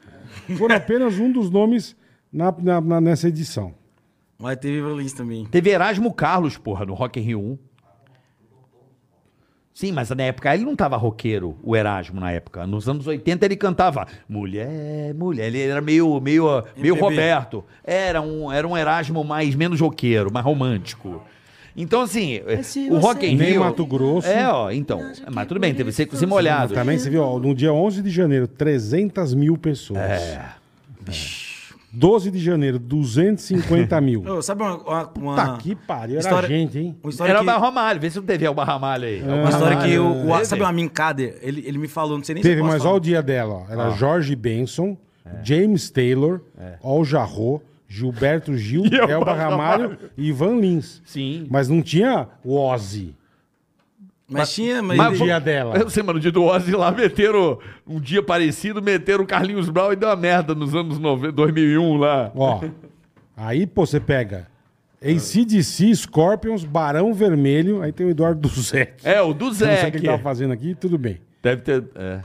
Speaker 3: Foram apenas um dos nomes na, na- na- nessa edição.
Speaker 2: Mas teve Valins também.
Speaker 4: Teve Erasmo Carlos, porra, no Rock in Rio 1. Sim, mas na época ele não tava roqueiro, o Erasmo, na época. Nos anos 80 ele cantava Mulher, Mulher. Ele era meio, meio, meio
Speaker 2: MPB.
Speaker 4: Roberto. Era um, era um Erasmo mais, menos roqueiro, mais romântico. Então, assim,
Speaker 2: se
Speaker 4: o
Speaker 2: você-
Speaker 4: Rock in
Speaker 3: Nem
Speaker 4: Rio...
Speaker 3: Mato Grosso.
Speaker 4: É, ó, então. Mas tudo bem, teve secos e
Speaker 3: Ah,
Speaker 4: molhados.
Speaker 3: também você viu, ó, no dia 11 de janeiro, 300 mil pessoas. É. 12 de janeiro, 250 mil.
Speaker 2: Ô, sabe uma. uma, uma
Speaker 3: Puta que Tá pariu, era gente, hein?
Speaker 2: Uma Ah. história
Speaker 4: Era o
Speaker 2: que,
Speaker 4: Elba Ramalho. Vê se não teve Elba Ramalho aí.
Speaker 3: É.
Speaker 2: uma história que o, o-
Speaker 4: Teve.
Speaker 2: Sabe o Amin Kader? Ele, ele me falou, não sei nem
Speaker 3: Teve,
Speaker 2: eu posso
Speaker 3: mas
Speaker 2: falar.
Speaker 3: olha o dia dela. ó. Era Jorge Benson, James Taylor, Al Jarro, Gilberto Gil, Elba Ramalho e Ivan Lins.
Speaker 4: Sim.
Speaker 3: Mas não tinha o Ozzy.
Speaker 2: Mas tinha, mas.
Speaker 3: Mas
Speaker 2: ele-
Speaker 3: vou- dia dela.
Speaker 4: Eu sei, mano, no dia do Ozzy lá meteram um dia parecido, meteram o Carlinhos Brown e deu uma merda nos anos 90, 2001 lá.
Speaker 3: Ó, aí pô, você pega ACDC, Scorpions, Barão Vermelho, aí tem o Eduardo Duzek.
Speaker 4: É, o do
Speaker 3: Eu Não sei
Speaker 4: Zé.
Speaker 3: o que ele tava fazendo aqui, tudo bem.
Speaker 4: Deve ter. É.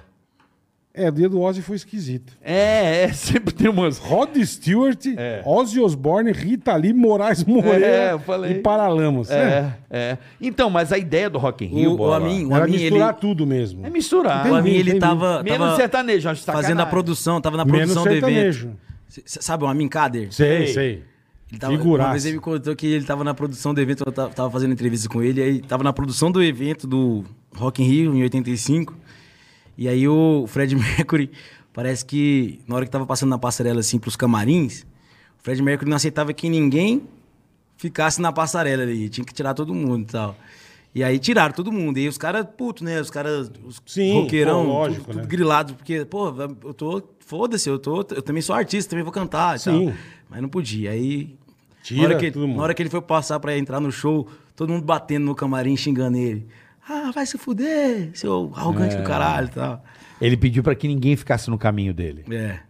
Speaker 3: É, o dia do Ozzy foi esquisito.
Speaker 4: é, é, sempre tem umas.
Speaker 3: Rod Stewart, Ozzy Osbourne, Rita Lee, Moraes Moreira
Speaker 4: É, eu falei.
Speaker 3: e Paralamas. É.
Speaker 4: É, é. Então, mas a ideia do Rock in Rio.
Speaker 2: O, o
Speaker 4: bola,
Speaker 2: Amin, o
Speaker 3: Era
Speaker 2: Amin, ele,
Speaker 3: misturar tudo mesmo.
Speaker 4: É misturar.
Speaker 2: o Amin,
Speaker 3: Entendi,
Speaker 2: ele
Speaker 3: entendi.
Speaker 2: tava,
Speaker 4: Menos
Speaker 2: tava
Speaker 4: sertanejo, acho sacanagem.
Speaker 2: fazendo a produção, tava na
Speaker 3: tá Menos
Speaker 2: produção do evento.
Speaker 3: sertanejo.
Speaker 2: C- c- Sabe o Amin Kader?
Speaker 3: Sei,
Speaker 4: Sei.
Speaker 3: sei.
Speaker 2: Ele tava,
Speaker 3: Figuraça.
Speaker 2: uma vez ele me contou que ele tava na produção do evento, eu tava, tava fazendo entrevista com ele, aí tava na produção do evento do Rock in Rio, em 85, e aí o Fred Mercury, parece que na hora que tava passando na passarela, assim, pros camarins, o Fred Mercury não aceitava que ninguém ficasse na passarela ali, tinha que tirar todo mundo e tal. E aí tiraram todo mundo, e aí os caras, puto, né, os caras, os
Speaker 3: Sim,
Speaker 2: roqueirão,
Speaker 3: pô, lógico,
Speaker 2: tudo, tudo
Speaker 3: né?
Speaker 2: grilado, porque, pô, eu tô, foda-se, eu tô, eu também sou artista, também vou cantar e
Speaker 3: Sim.
Speaker 2: tal. Mas não podia, aí
Speaker 3: Tira
Speaker 2: na hora, que,
Speaker 3: todo mundo.
Speaker 2: na hora que ele foi passar pra entrar no show, todo mundo batendo no camarim, xingando ele. Ah, vai se fuder, seu arrogante
Speaker 3: É.
Speaker 2: do caralho e tal.
Speaker 4: Ele pediu pra que ninguém ficasse no caminho dele.
Speaker 2: É.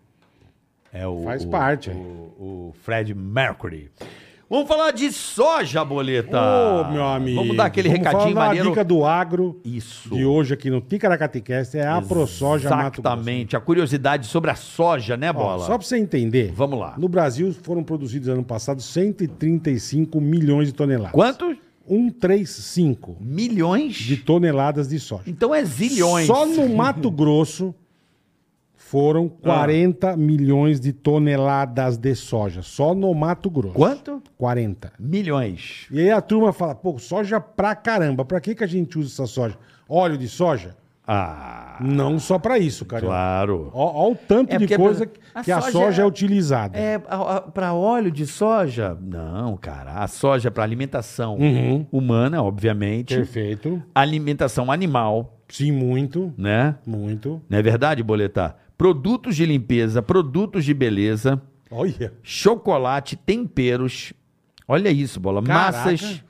Speaker 4: É o,
Speaker 3: Faz
Speaker 4: o-
Speaker 3: parte.
Speaker 4: O, o Fred Mercury. Vamos falar de soja, boleta.
Speaker 3: Ô, meu amigo.
Speaker 4: Tá. Vamos dar aquele
Speaker 3: Vamos
Speaker 4: recadinho
Speaker 3: falar da
Speaker 4: maneiro.
Speaker 3: dica do agro
Speaker 4: Isso.
Speaker 3: de hoje aqui no Ticaracatecast é a ProSoja Mato Grosso.
Speaker 4: Exatamente. A curiosidade sobre a soja, né,
Speaker 3: Ó,
Speaker 4: Bola?
Speaker 3: só pra você entender.
Speaker 4: Vamos lá.
Speaker 3: No Brasil foram produzidos ano passado 135 milhões de toneladas.
Speaker 4: Quantos?
Speaker 3: 135
Speaker 4: Milhões?
Speaker 3: de toneladas de soja.
Speaker 4: Então é zilhões.
Speaker 3: Só no Mato Grosso foram
Speaker 4: Ah.
Speaker 3: 40 milhões de toneladas de soja. Só no Mato Grosso.
Speaker 4: Quanto?
Speaker 3: 40.
Speaker 4: Milhões.
Speaker 3: E aí a turma fala, pô, soja pra caramba. Pra que, que a gente usa essa soja? Óleo de soja?
Speaker 4: Ah,
Speaker 3: Não só pra isso, cara.
Speaker 4: claro.
Speaker 3: Ó, ó o tanto de
Speaker 4: É porque,
Speaker 3: coisa
Speaker 4: por
Speaker 3: que
Speaker 4: exemplo,
Speaker 3: a
Speaker 4: a
Speaker 3: soja,
Speaker 4: soja
Speaker 3: é
Speaker 4: é-
Speaker 3: utilizada.
Speaker 4: É, a- a- pra óleo de soja? Não, cara. A soja é pra alimentação
Speaker 3: Uhum.
Speaker 4: humana, obviamente.
Speaker 3: Perfeito.
Speaker 4: Alimentação animal,
Speaker 3: Sim, muito.
Speaker 4: né?
Speaker 3: Muito.
Speaker 4: Não é verdade, Boletar? Produtos de limpeza, produtos de beleza,
Speaker 3: Olha.
Speaker 4: chocolate, temperos. Olha isso, bola.
Speaker 3: Caraca.
Speaker 4: Massas,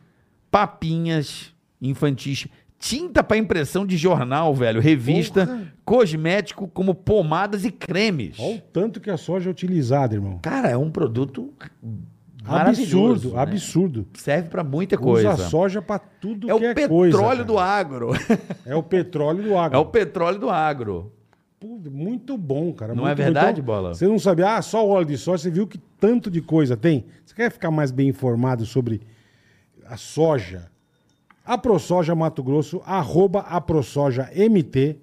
Speaker 4: papinhas infantis, tinta para impressão de jornal, velho, revista,
Speaker 3: Porra. Oh.
Speaker 4: cosmético como pomadas e cremes.
Speaker 3: Olha o tanto que a soja é utilizada, irmão.
Speaker 4: Cara, é um produto maravilhoso,
Speaker 3: Absurdo,
Speaker 4: né?
Speaker 3: absurdo.
Speaker 4: Serve para muita coisa.
Speaker 3: Usa soja pra tudo
Speaker 4: é o
Speaker 3: que é
Speaker 4: petróleo
Speaker 3: coisa.
Speaker 4: do agro.
Speaker 3: ar. É o petróleo do
Speaker 4: é
Speaker 3: agro.
Speaker 4: o petróleo do agro.
Speaker 3: Pô, Muito bom, cara.
Speaker 4: Não
Speaker 3: muito
Speaker 4: é
Speaker 3: bom. Então,
Speaker 4: verdade, Bola?
Speaker 3: Você não sabia, ah, só óleo de soja, você viu que tanto de coisa tem? Você quer ficar mais bem informado sobre a soja? A ProSoja Mato Grosso, arroba a ProSoja MT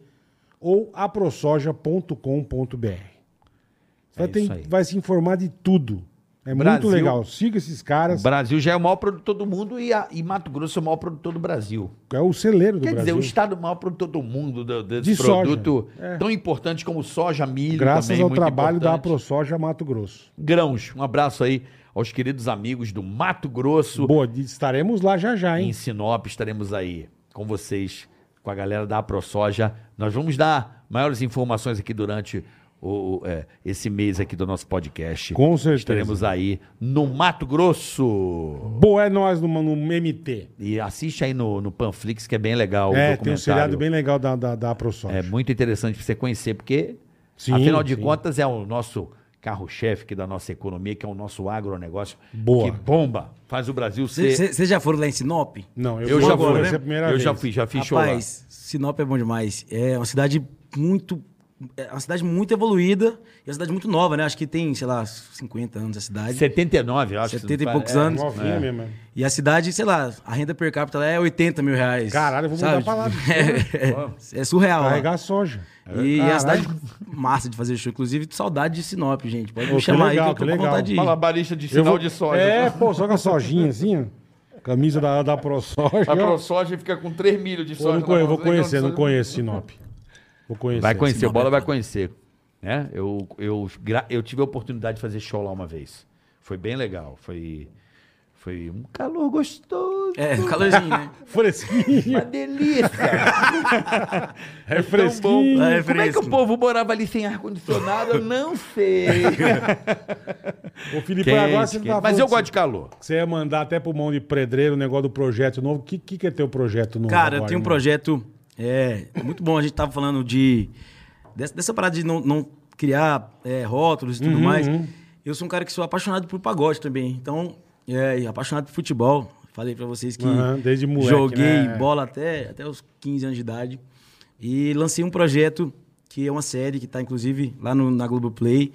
Speaker 3: ou aprosoja.com.br. Você vai, ter-
Speaker 4: É isso aí.
Speaker 3: vai se informar de tudo. É muito
Speaker 4: Brasil-
Speaker 3: legal. Siga esses
Speaker 4: O
Speaker 3: caras.
Speaker 4: Brasil já é o maior produtor do mundo e, a- e Mato Grosso é o maior produtor do Brasil.
Speaker 3: É o celeiro do
Speaker 4: Quer dizer,
Speaker 3: Brasil.
Speaker 4: o estado maior produtor do mundo do-
Speaker 3: De
Speaker 4: desse
Speaker 3: soja.
Speaker 4: produto
Speaker 3: É.
Speaker 4: tão importante como soja, milho
Speaker 3: Graças
Speaker 4: também,
Speaker 3: ao
Speaker 4: muito
Speaker 3: trabalho da
Speaker 4: importante.
Speaker 3: AproSoja Mato Grosso.
Speaker 4: Grãos, um abraço aí aos queridos amigos do Mato Grosso.
Speaker 3: Boa, estaremos lá já já, hein?
Speaker 4: Em Sinop estaremos aí com vocês, com a galera da AproSoja. Nós vamos dar maiores informações aqui durante o, o, é, esse mês aqui do nosso podcast.
Speaker 3: Com certeza.
Speaker 4: Estaremos aí no Mato Grosso.
Speaker 3: Boa é nós no, no MT.
Speaker 4: E assiste aí no, no Panflix, que é bem legal o
Speaker 3: é,
Speaker 4: documentário.
Speaker 3: tem um seriado bem legal da, da, da ProSoft.
Speaker 4: É muito interessante pra você conhecer, porque,
Speaker 3: Sim,
Speaker 4: afinal de
Speaker 3: sim.
Speaker 4: contas, é o nosso carro-chefe aqui da nossa economia, que é o nosso agronegócio,
Speaker 3: Boa.
Speaker 4: que bomba, faz o Brasil ser...
Speaker 2: Vocês já foram lá em Sinop?
Speaker 3: Não, eu,
Speaker 4: eu
Speaker 3: vou
Speaker 4: já
Speaker 3: agora,
Speaker 4: fui,
Speaker 3: essa é a primeira
Speaker 4: eu
Speaker 3: vez.
Speaker 4: já fui, já fiz show lá.
Speaker 2: Rapaz, Sinop é bom demais. É uma cidade muito. É uma cidade muito evoluída e uma cidade muito nova, né? Acho que tem, sei lá, 50 anos a cidade.
Speaker 4: 79, eu acho.
Speaker 2: 70 e
Speaker 4: que-
Speaker 2: poucos
Speaker 4: é,
Speaker 2: anos.
Speaker 3: Novinha mesmo. é.
Speaker 2: E a cidade, sei lá, a renda per capita lá é 80 mil reais.
Speaker 3: Caralho, eu vou mudar pra lá.
Speaker 2: É, é
Speaker 4: Ah
Speaker 2: surreal. lá.
Speaker 3: Carregar soja.
Speaker 2: E é
Speaker 3: Caralho.
Speaker 2: a cidade massa de fazer show. Inclusive, saudade de Sinop, gente. Pode
Speaker 3: Ô,
Speaker 2: me
Speaker 3: que
Speaker 2: chamar
Speaker 3: legal,
Speaker 2: aí que eu tô
Speaker 3: que
Speaker 2: com vontade de ir.
Speaker 3: legal.
Speaker 4: Malabarista de
Speaker 3: Eu
Speaker 4: sinal
Speaker 3: vou-
Speaker 4: de soja.
Speaker 3: É, pô, só com a sojinha assim, ó. Camisa da, da ProSoja.
Speaker 6: Vai
Speaker 3: ó.
Speaker 6: pra soja e fica com 3 milhos de
Speaker 3: Pô,
Speaker 6: soja.
Speaker 3: não
Speaker 6: na
Speaker 3: conhe- eu
Speaker 6: mão,
Speaker 3: vou
Speaker 6: você nem
Speaker 3: conhecer,
Speaker 6: gosta
Speaker 3: não
Speaker 6: de-
Speaker 3: conheço Sinop. Vou conhecer.
Speaker 4: né? Vai conhecer, o
Speaker 2: Sinop é
Speaker 4: Bola vai
Speaker 2: foda.
Speaker 4: conhecer. Né? Eu, eu, gra- eu tive a oportunidade de fazer show lá uma vez. Foi bem legal. Foi, foi um calor gostoso.
Speaker 2: É, um calorzinho, né?
Speaker 3: Fresquinho.
Speaker 4: Uma delícia.
Speaker 3: É fresquinho.
Speaker 2: É
Speaker 4: Como é que o
Speaker 2: fresco.
Speaker 4: povo morava ali sem ar-condicionado? Eu não sei.
Speaker 3: Ô, Felipe,
Speaker 4: Quente,
Speaker 3: agora você
Speaker 4: quente.
Speaker 3: tá
Speaker 4: Mas eu
Speaker 3: falando
Speaker 4: gosto de calor.
Speaker 3: que Você ia mandar até pro mão de pedreiro o negócio do projeto novo. O que, que, que é teu projeto novo?
Speaker 2: Cara, eu
Speaker 3: agora,
Speaker 2: tenho um
Speaker 3: irmão?
Speaker 2: projeto é, muito bom. A gente tava falando de. Dessa, dessa parada de não, não criar é, rótulos e
Speaker 3: Uhum,
Speaker 2: tudo mais. Eu sou um cara que sou apaixonado por pagode também. Então, é, e apaixonado por futebol. Falei pra vocês que
Speaker 3: Aham, desde moleque,
Speaker 2: joguei
Speaker 3: né?
Speaker 2: bola até, até os 15 anos de idade. E lancei um projeto que é uma série que tá, inclusive, lá no, na Globoplay.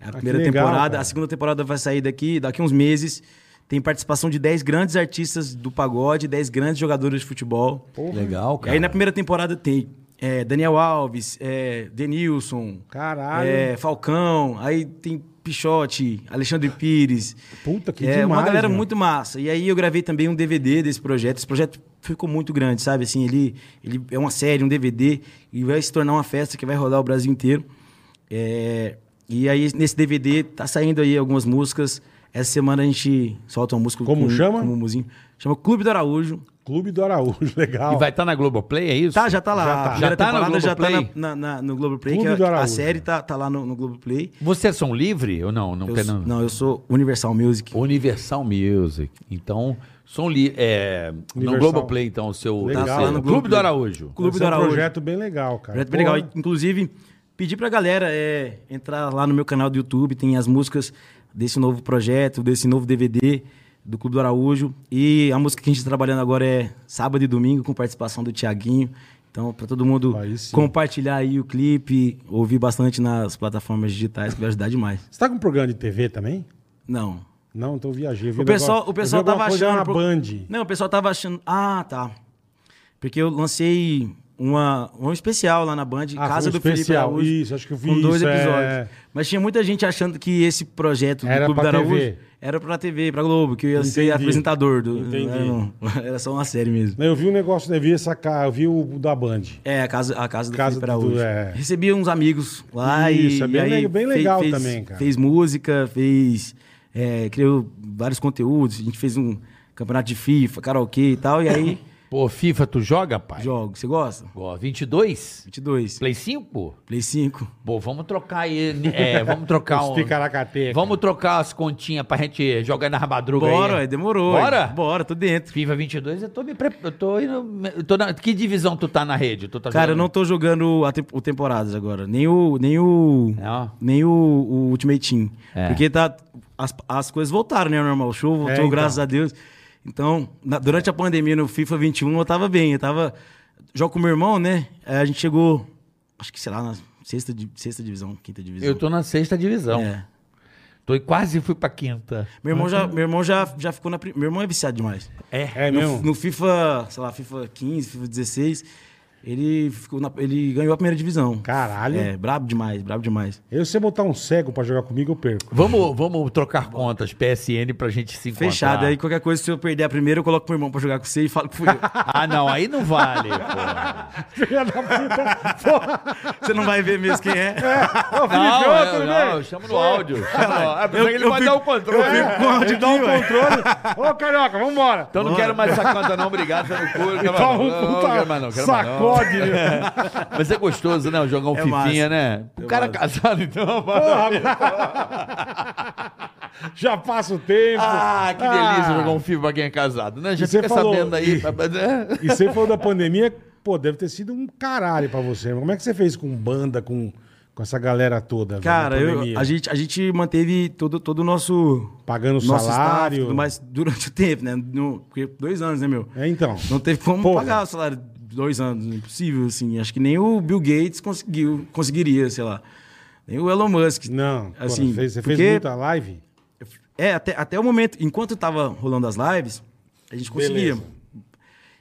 Speaker 2: É A primeira
Speaker 3: Ah, legal,
Speaker 2: temporada.
Speaker 3: cara.
Speaker 2: A segunda temporada vai sair daqui, daqui uns meses. Tem participação de 10 grandes artistas do pagode, 10 grandes jogadores de futebol.
Speaker 4: Legal,
Speaker 2: E aí na primeira temporada tem é, Daniel Alves, é, Denilson,
Speaker 3: Caralho.
Speaker 2: é, Falcão, aí tem Pichote, Alexandre Pires.
Speaker 3: Puta, que
Speaker 2: é, Uma
Speaker 3: demais,
Speaker 2: galera
Speaker 3: mano.
Speaker 2: muito massa. E aí eu gravei também um DVD desse projeto. Esse projeto ficou muito grande, sabe? Assim, ele, ele é uma série, um DVD, e vai se tornar uma festa que vai rodar o Brasil inteiro. É, e aí nesse DVD tá saindo aí algumas músicas. Essa semana a gente solta uma música
Speaker 3: Como
Speaker 2: com,
Speaker 3: chama?
Speaker 2: com um mumuzinho. Chama Clube do Araújo.
Speaker 3: Clube do Araújo, legal.
Speaker 4: E vai estar na Globoplay, é isso?
Speaker 2: Tá, já tá lá.
Speaker 3: Já tá.
Speaker 2: A primeira
Speaker 4: Já tá no
Speaker 2: temporada já tá
Speaker 4: Globoplay?
Speaker 2: na, na, na, no Globoplay,
Speaker 3: Clube
Speaker 2: que
Speaker 3: do
Speaker 2: a- a,
Speaker 3: Araújo.
Speaker 2: série tá, tá lá no, no Globoplay.
Speaker 4: Você é som livre ou não? Não,
Speaker 2: Eu,
Speaker 4: Fernando?
Speaker 2: sou- não, eu sou Universal Music.
Speaker 4: Universal Music. Então, som livre. É, no
Speaker 3: Universal.
Speaker 4: Globoplay, então, o seu.
Speaker 3: Legal.
Speaker 4: parceiro.
Speaker 3: Tá lá no
Speaker 4: Clube do
Speaker 2: Globoplay.
Speaker 4: Araújo.
Speaker 2: Clube
Speaker 3: Esse
Speaker 2: do
Speaker 3: é um
Speaker 2: Araújo.
Speaker 3: projeto bem legal, cara.
Speaker 2: Projeto bem legal.
Speaker 3: Porra.
Speaker 2: Inclusive, pedir pra galera é, entrar lá no meu canal do YouTube, tem as músicas desse novo projeto, desse novo DVD do Clube do Araújo. E a música que a gente tá trabalhando agora é sábado e domingo, com participação do Tiaguinho. Então, pra todo mundo
Speaker 3: Aí sim.
Speaker 2: compartilhar aí o clipe, ouvir bastante nas plataformas digitais, que vai ajudar demais.
Speaker 3: Você tá com um programa de TV também?
Speaker 2: Não,
Speaker 3: Não, então eu viajei. eu vi
Speaker 2: O pessoal,
Speaker 3: negócio-
Speaker 2: o pessoal
Speaker 3: eu vi alguma
Speaker 2: tava
Speaker 3: coisa
Speaker 2: achando.
Speaker 3: na
Speaker 2: pro-
Speaker 3: Band.
Speaker 2: Não, o pessoal tava achando. Ah, tá. Porque eu lancei uma, um especial lá na Band,
Speaker 3: Ah,
Speaker 2: Casa
Speaker 3: foi um
Speaker 2: do Felipe
Speaker 3: especial,
Speaker 2: Araújo.
Speaker 3: isso, acho que eu vi
Speaker 2: Com dois
Speaker 3: isso, é.
Speaker 2: episódios. Mas tinha muita gente achando que esse projeto do
Speaker 3: Era
Speaker 2: Clube
Speaker 3: pra
Speaker 2: da Araújo
Speaker 3: TV.
Speaker 2: era pra TV, pra Globo, que eu ia ser
Speaker 3: Entendi.
Speaker 2: apresentador do.
Speaker 3: Entendi.
Speaker 2: Era, não, era só uma série mesmo.
Speaker 3: Não, Eu vi um negócio, eu vi essa cara, eu vi o da Band.
Speaker 2: É, a casa, a casa do
Speaker 3: Casa
Speaker 2: Felipe
Speaker 3: do-
Speaker 2: Araújo.
Speaker 3: é.
Speaker 2: Recebi uns amigos lá
Speaker 3: Isso,
Speaker 2: e.
Speaker 3: é bem
Speaker 2: e aí
Speaker 3: le- bem
Speaker 2: fe-
Speaker 3: legal
Speaker 2: fez-
Speaker 3: também, cara.
Speaker 2: Fez música, fez. é, criou vários conteúdos. A gente fez um campeonato de FIFA, karaokê e tal. E aí,
Speaker 4: Pô, FIFA, tu joga, pai?
Speaker 2: jogo. Você gosta?
Speaker 4: Ó, 22?
Speaker 2: 22. Play,
Speaker 4: Play 5?
Speaker 2: 5.
Speaker 4: Pô, vamos trocar aí. né? É, vamos trocar um.
Speaker 3: Os ticaracateca.
Speaker 4: Vamos trocar as continhas pra gente jogar na madruga
Speaker 2: Bora,
Speaker 4: aí.
Speaker 2: ué, demorou.
Speaker 4: Bora?
Speaker 2: ué. Bora, tô dentro.
Speaker 4: FIFA 22, eu tô me pre... eu tô indo... eu tô na... Que divisão tu tá na rede? Tu tá
Speaker 2: Cara, eu não
Speaker 4: jogando-
Speaker 2: tô jogando a tem- o temporadas agora. Nem o. Nem o.
Speaker 4: Não?
Speaker 2: Nem o, o Ultimate Team.
Speaker 4: É.
Speaker 2: Porque tá, as, as coisas voltaram, né? ao Normal. O show voltou,
Speaker 3: então.
Speaker 2: graças a Deus. Então, na- durante a pandemia no FIFA 21, eu tava bem. Eu tava. Jogo com meu irmão, né? Aí a gente chegou, acho que sei lá, na sexta, di- sexta divisão, quinta divisão.
Speaker 4: Eu tô na sexta divisão.
Speaker 2: É.
Speaker 4: Tô... Quase fui pra quinta.
Speaker 2: Meu irmão, já, meu irmão já, já ficou na. pri- Meu irmão é viciado demais.
Speaker 3: É
Speaker 2: No,
Speaker 3: mesmo?
Speaker 2: no FIFA, sei lá, FIFA 15, FIFA 16, ele, ficou na- ele ganhou a primeira divisão.
Speaker 3: Caralho.
Speaker 2: É, brabo demais, brabo demais.
Speaker 3: Eu, se você botar um cego pra jogar comigo, eu perco.
Speaker 4: Vamos, vamos trocar contas, PSN, pra gente se encontrar.
Speaker 2: Fechado, aí qualquer coisa, se eu perder a primeira, eu coloco meu irmão pra jogar com você e falo que fui eu.
Speaker 4: Ah, não, aí não vale, pô.
Speaker 3: Filha da puta.
Speaker 2: você não vai ver mesmo quem é.
Speaker 3: Ô, Felipe,
Speaker 4: Não,
Speaker 3: ô,
Speaker 4: eu,
Speaker 3: tudo
Speaker 4: não,
Speaker 3: bem?
Speaker 4: eu chamo no áudio. Chamo no áudio. Eu, ele
Speaker 2: eu
Speaker 4: vai
Speaker 2: fico-
Speaker 4: dar o controle.
Speaker 2: fico com
Speaker 3: Ele
Speaker 2: ódio
Speaker 3: dá um
Speaker 2: aqui, ué.
Speaker 3: controle. Ô, carioca, vambora.
Speaker 4: Então não quero mais essa conta não, obrigado, tá no cu. Não quero mais
Speaker 3: Toma
Speaker 4: não,
Speaker 3: um
Speaker 4: não,
Speaker 3: puta
Speaker 4: quero mais não, quero mais não.
Speaker 3: sacode, né?
Speaker 4: Mas é gostoso, né? Jogar um
Speaker 2: É
Speaker 4: fifinha,
Speaker 2: massa.
Speaker 4: né? O cara
Speaker 2: massa.
Speaker 4: casado, então...
Speaker 3: Já passa o tempo.
Speaker 4: Ah, que delícia jogar um FIFA pra quem é casado, né? Já
Speaker 3: E você
Speaker 4: fica
Speaker 3: falou-
Speaker 4: sabendo aí.
Speaker 3: e-
Speaker 4: né?
Speaker 3: E você falou da pandemia, pô, deve ter sido um caralho pra você. Como é que você fez com banda, com, com essa galera toda? velho,
Speaker 2: Cara,
Speaker 3: na
Speaker 2: eu-
Speaker 3: pandemia?
Speaker 2: a, gente, a gente manteve todo, todo o nosso,
Speaker 3: Pagando
Speaker 2: nosso
Speaker 3: salário.
Speaker 2: staff, tudo mais, durante o tempo, né? No- porque dois anos, né, meu?
Speaker 3: É, então.
Speaker 2: Não teve como
Speaker 3: Porra.
Speaker 2: pagar o salário de dois anos, impossível, assim. Acho que nem o Bill Gates conseguiu, conseguiria, sei lá. Nem o Elon Musk.
Speaker 3: Não, pô,
Speaker 2: assim,
Speaker 3: fez- você
Speaker 2: porque-
Speaker 3: fez muita live?
Speaker 2: É, até, até o momento, enquanto tava rolando as lives, a gente conseguia.
Speaker 3: Beleza.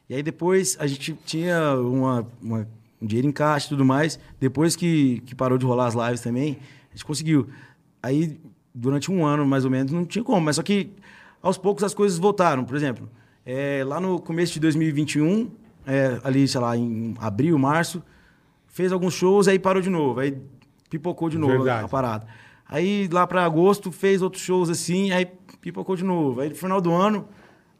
Speaker 2: E aí depois a gente tinha uma, uma- um dinheiro em caixa e tudo mais. Depois que, que parou de rolar as lives também, a gente conseguiu. Aí, durante um ano, mais ou menos, não tinha como. Mas só que aos poucos as coisas voltaram. Por exemplo, é, lá no começo de 2021, é, ali, sei lá, em abril, março, fez alguns shows, aí parou de novo. Aí pipocou de novo
Speaker 3: Verdade.
Speaker 2: a parada. Aí lá para agosto fez outros shows assim, aí pipocou de novo. Aí no final do ano,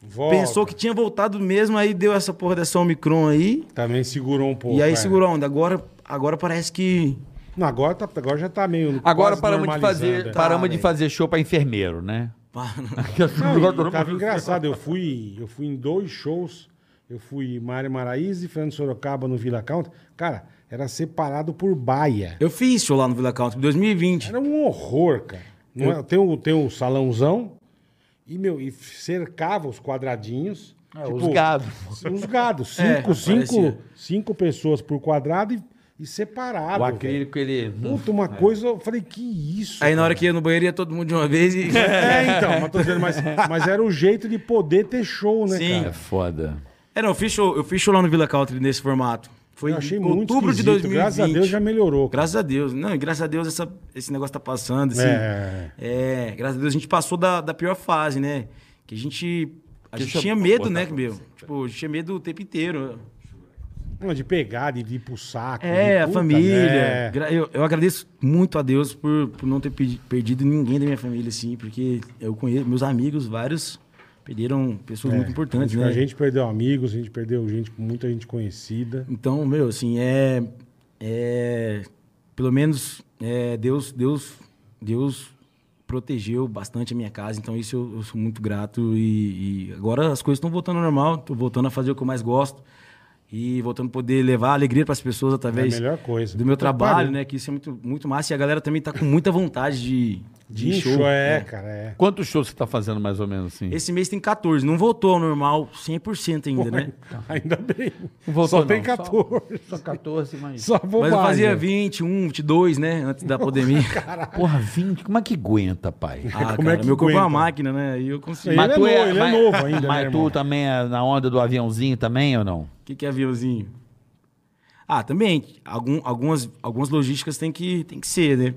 Speaker 3: Volta.
Speaker 2: pensou que tinha voltado mesmo, aí deu essa porra dessa Omicron aí.
Speaker 3: Também segurou um pouco.
Speaker 2: e aí
Speaker 3: é.
Speaker 2: segurou a onda. Agora, agora parece que.
Speaker 3: Não, agora, tá, agora já tá meio.
Speaker 4: Agora
Speaker 3: quase
Speaker 4: paramos de,
Speaker 3: normalizando,
Speaker 4: fazer,
Speaker 3: é.
Speaker 4: Tá, paramos de
Speaker 2: velho.
Speaker 4: fazer show pra enfermeiro, né?
Speaker 3: Não, e tava engraçado. Eu fui, eu fui em dois shows. Eu fui Mário Maraíza e Fernando Sorocaba no Vila Country. Cara, era separado por baia.
Speaker 2: Eu fiz show lá no Vila Country em 2020.
Speaker 3: Era um horror, cara. Não é- tem, o, tem o salãozão e, meu, e cercava os quadradinhos. Tipo,
Speaker 4: os gados.
Speaker 3: Os gados.
Speaker 2: É,
Speaker 3: Cinco, cinco,
Speaker 2: parecia.
Speaker 3: cinco pessoas por quadrado e, e separado.
Speaker 4: O
Speaker 3: velho.
Speaker 4: acrílico, ele.
Speaker 3: Puta, uma coisa, eu falei, que isso?
Speaker 2: Aí na
Speaker 3: cara?
Speaker 2: hora que ia no banheiro ia todo mundo de uma vez e.
Speaker 3: É, então, mas, tô dizendo, mas, mas era o jeito de poder ter show, né,
Speaker 2: Sim.
Speaker 3: cara?
Speaker 4: foda.
Speaker 2: É, não, eu fiz show, eu fiz show lá no Vila Country nesse formato. Foi
Speaker 3: Eu achei
Speaker 2: em
Speaker 3: muito
Speaker 2: outubro de
Speaker 3: esquisito.
Speaker 2: 2020.
Speaker 3: Graças a Deus já melhorou. cara.
Speaker 2: Graças a Deus. Não, e graças a Deus essa- esse negócio tá passando, assim.
Speaker 3: É.
Speaker 2: É, graças a Deus a gente passou da, da pior fase, né? Que a gente. A
Speaker 4: Deixa
Speaker 2: gente
Speaker 4: eu
Speaker 2: tinha medo,
Speaker 4: botar
Speaker 2: né,
Speaker 4: pra
Speaker 2: meu?
Speaker 4: você,
Speaker 2: Tipo, a gente tinha medo o tempo inteiro.
Speaker 3: Não, de pegar, de, de ir pro saco. de-
Speaker 2: É, a
Speaker 3: puta,
Speaker 2: família.
Speaker 3: né?
Speaker 2: Gra- Eu, eu agradeço muito a Deus por, por não ter pe- perdido ninguém da minha família, assim, porque eu conheço meus amigos, vários perderam pessoas muito importantes,
Speaker 3: É, A
Speaker 2: né?
Speaker 3: gente perdeu amigos, a gente perdeu gente, muita gente conhecida.
Speaker 2: Então, meu, assim, é. é pelo menos é, Deus, Deus, Deus protegeu bastante a minha casa, então isso eu, eu sou muito grato. E, e agora as coisas estão voltando ao normal, estou voltando a fazer o que eu mais gosto e voltando a poder levar alegria para as pessoas
Speaker 3: É a
Speaker 2: através
Speaker 3: melhor coisa.
Speaker 2: do meu
Speaker 3: Puta,
Speaker 2: trabalho,
Speaker 3: pariu.
Speaker 2: né? Que isso é muito, muito massa e a galera também está com muita vontade de,
Speaker 3: De
Speaker 2: de,
Speaker 3: show,
Speaker 2: show.
Speaker 3: é, cara, é.
Speaker 4: Quantos shows você tá fazendo mais ou menos assim?
Speaker 2: Esse mês tem 14, não voltou ao normal 100% ainda, né?
Speaker 3: Ainda bem.
Speaker 4: Não voltou,
Speaker 3: Só tem
Speaker 4: não.
Speaker 3: 14.
Speaker 4: Só 14, mas.
Speaker 3: Só vou
Speaker 2: Mas eu fazia 21, 22, né? Antes da pandemia.
Speaker 4: Porra, 20. Como é que aguenta, pai?
Speaker 2: Ah,
Speaker 3: Como
Speaker 2: cara,
Speaker 3: é que
Speaker 2: meu corpo é
Speaker 3: aguenta?
Speaker 2: uma máquina, né? E eu consigo.
Speaker 3: Ele é novo, ele é novo ainda, né,
Speaker 4: Mas tu
Speaker 3: irmão?
Speaker 4: também é na onda do aviãozinho também ou não?
Speaker 2: O que, que é aviãozinho? Ah, também. Algum, algumas, algumas logísticas tem que, tem que ser, né?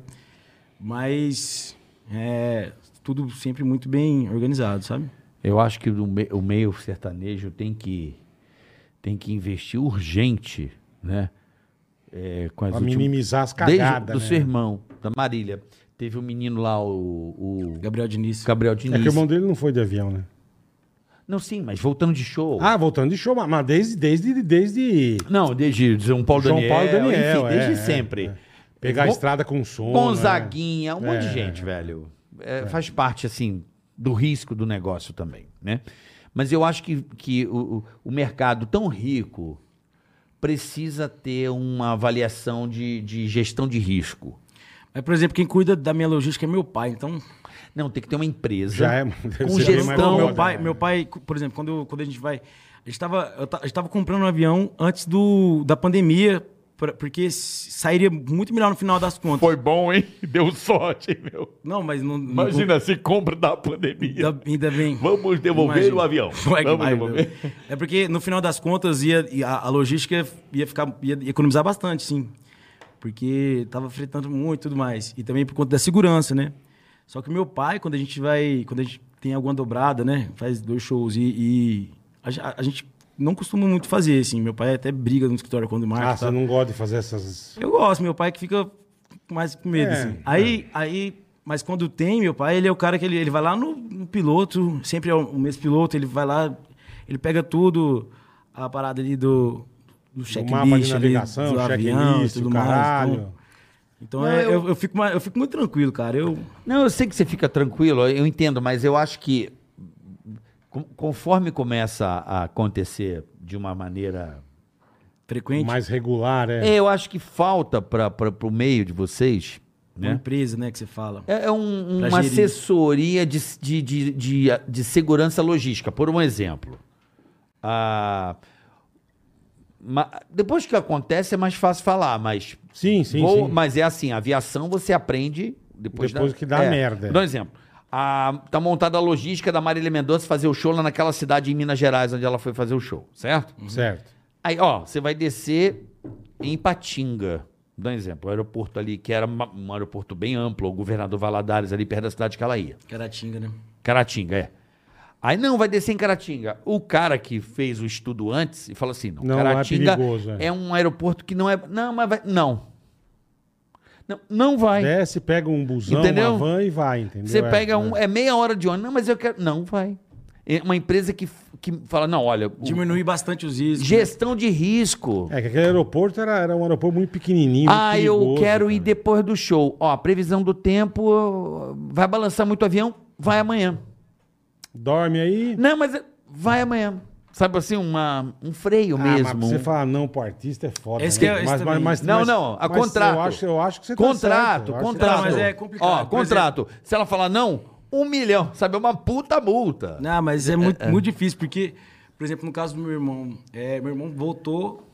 Speaker 2: Mas é tudo sempre muito bem organizado, sabe?
Speaker 4: Eu acho que o, me- o meio sertanejo tem que, tem que investir urgente, né? É, com as
Speaker 3: Pra
Speaker 4: últimas-
Speaker 3: minimizar as
Speaker 4: Desde
Speaker 3: cagadas,
Speaker 4: do
Speaker 3: né?
Speaker 4: seu irmão, da Marília. Teve um menino lá, o, o
Speaker 2: Gabriel Diniz.
Speaker 4: Gabriel
Speaker 3: É
Speaker 4: Diniz.
Speaker 3: que o irmão dele não foi de avião, né?
Speaker 4: Não, sim, mas voltando de show.
Speaker 3: Ah, voltando de show, mas- mas desde... desde, desde...
Speaker 4: Não, desde João Paulo
Speaker 3: João
Speaker 4: Daniel.
Speaker 3: Paulo Daniel,
Speaker 4: enfim,
Speaker 3: é,
Speaker 4: desde
Speaker 3: é,
Speaker 4: sempre.
Speaker 3: é. Pegar a
Speaker 4: Gon-
Speaker 3: estrada com som. né?
Speaker 4: Gonzaguinha, um monte
Speaker 3: É.
Speaker 4: de gente, velho. É, Faz parte, assim, do risco do negócio também, né? Mas eu acho que, que o, o- o mercado tão rico precisa ter uma avaliação de, de gestão de risco.
Speaker 2: Mas, por exemplo, quem cuida da minha logística é meu pai. Então,
Speaker 4: Não, tem que ter uma empresa.
Speaker 3: Já é, deve ser bem
Speaker 4: Com
Speaker 3: mais
Speaker 4: gestão,
Speaker 2: então
Speaker 3: foda,
Speaker 2: né? meu, pai,
Speaker 3: né?
Speaker 2: meu pai, por exemplo, quando, eu- quando a gente vai. A gente tava, eu ta- a gente tava comprando um avião antes do, da pandemia, pra- porque sairia muito melhor no final das contas.
Speaker 6: Foi bom, hein? Deu sorte, hein, meu.
Speaker 2: Não, mas não. não-
Speaker 6: Imagina se compra da pandemia.
Speaker 2: Ainda, ainda bem.
Speaker 6: Vamos devolver
Speaker 2: Imagina.
Speaker 6: o avião.
Speaker 2: Como é que
Speaker 6: Vamos
Speaker 2: vai,
Speaker 6: devolver.
Speaker 2: meu? É porque no final das contas ia, ia- a logística ia ficar ia economizar bastante, sim. Porque tava fretando muito e tudo mais. E também por conta da segurança, né? Só que meu pai, quando a gente vai. Quando a gente tem alguma dobrada, né? Faz dois shows e. e a, ge- a gente não costuma muito fazer, assim. Meu pai até briga no escritório quando marca.
Speaker 3: Ah,
Speaker 2: tá?
Speaker 3: você não gosta de fazer essas...
Speaker 2: Eu gosto, meu pai que fica mais com
Speaker 3: É,
Speaker 2: medo, assim. Aí, aí, mas quando tem, meu pai, ele é o cara que ele, ele vai lá no, no piloto, sempre é o, o mesmo piloto, ele vai lá, ele pega tudo, a parada ali do, do checklist,
Speaker 3: mapa de
Speaker 2: ali,
Speaker 3: navegação,
Speaker 2: do avião e
Speaker 3: checklist,
Speaker 2: tudo
Speaker 3: o
Speaker 2: mais.
Speaker 3: caralho.
Speaker 2: Então, então
Speaker 4: Não,
Speaker 2: é,
Speaker 4: eu-
Speaker 2: eu... Eu, fico, mais- eu fico muito tranquilo, cara. Eu,
Speaker 4: Não, eu sei que você fica tranquilo, eu entendo, mas eu acho que con- conforme começa a acontecer de uma maneira
Speaker 2: frequente,
Speaker 3: Mais regular, é.
Speaker 4: É, eu acho que falta para o meio de vocês,
Speaker 2: uma
Speaker 4: né?
Speaker 2: empresa, né, que você fala.
Speaker 4: É é um-
Speaker 2: Pra
Speaker 4: uma
Speaker 2: gerir.
Speaker 4: assessoria de, de, de, de, de segurança logística, por um exemplo. Ah, ma- depois que acontece é mais fácil falar, mas,
Speaker 3: Sim, sim,
Speaker 4: vou-
Speaker 3: sim.
Speaker 4: mas é assim, a aviação você aprende depois,
Speaker 3: Depois que dá
Speaker 4: é.
Speaker 3: merda.
Speaker 4: Dá um exemplo. A, tá montada a logística da Marília Mendonça fazer o show lá naquela cidade em Minas Gerais, onde ela foi fazer o show, certo?
Speaker 3: Certo.
Speaker 4: Aí, ó, você vai descer em Patinga. Dá um exemplo. O aeroporto ali, que era ma- um aeroporto bem amplo, o governador Valadares, ali perto da cidade que ela ia.
Speaker 2: Caratinga, né?
Speaker 4: Caratinga, é. Aí não, vai descer em Caratinga. O cara que fez o estudo antes e falou assim: não,
Speaker 3: Não, lá é
Speaker 4: Caratinga é,
Speaker 3: perigoso, é.
Speaker 4: um aeroporto que não é. Não, mas vai. Não. Não, não vai.
Speaker 3: Desce, pega um busão,
Speaker 4: Entendeu?
Speaker 3: uma van e vai, entendeu?
Speaker 4: Você
Speaker 3: É,
Speaker 4: pega
Speaker 3: é.
Speaker 4: um. É meia hora de ônibus. Não, mas eu quero. Não vai. É uma empresa que, que fala: não, olha. o-
Speaker 2: Diminui bastante os riscos.
Speaker 4: Gestão de risco.
Speaker 3: É, que aquele aeroporto era, era um aeroporto muito pequenininho.
Speaker 4: Ah,
Speaker 3: É muito
Speaker 4: eu
Speaker 3: perigoso,
Speaker 4: quero ir
Speaker 3: cara.
Speaker 4: depois do show. Ó, a previsão do tempo vai balançar muito o avião, vai amanhã.
Speaker 3: Dorme aí.
Speaker 4: Não, mas vai amanhã. Sabe assim, uma, um freio
Speaker 3: Ah, mas pra
Speaker 4: mesmo.
Speaker 3: você
Speaker 4: um-
Speaker 3: falar não pro artista é foda.
Speaker 2: Esse
Speaker 3: né?
Speaker 2: que é- esse
Speaker 3: mas, mas,
Speaker 2: também.
Speaker 3: mas-
Speaker 4: Não,
Speaker 3: mas-
Speaker 4: não, a
Speaker 3: mas
Speaker 4: contrato.
Speaker 3: Eu acho, eu acho que você tá
Speaker 4: Contrato,
Speaker 3: certo, eu acho que você tá
Speaker 4: contrato.
Speaker 2: Não, mas é complicado,
Speaker 4: Ó,
Speaker 2: mas é-
Speaker 4: contrato. Se ela falar não, um milhão. Sabe, é uma puta multa.
Speaker 2: Não, mas é muito, muito difícil, porque, por exemplo, no caso do meu irmão, é, meu irmão voltou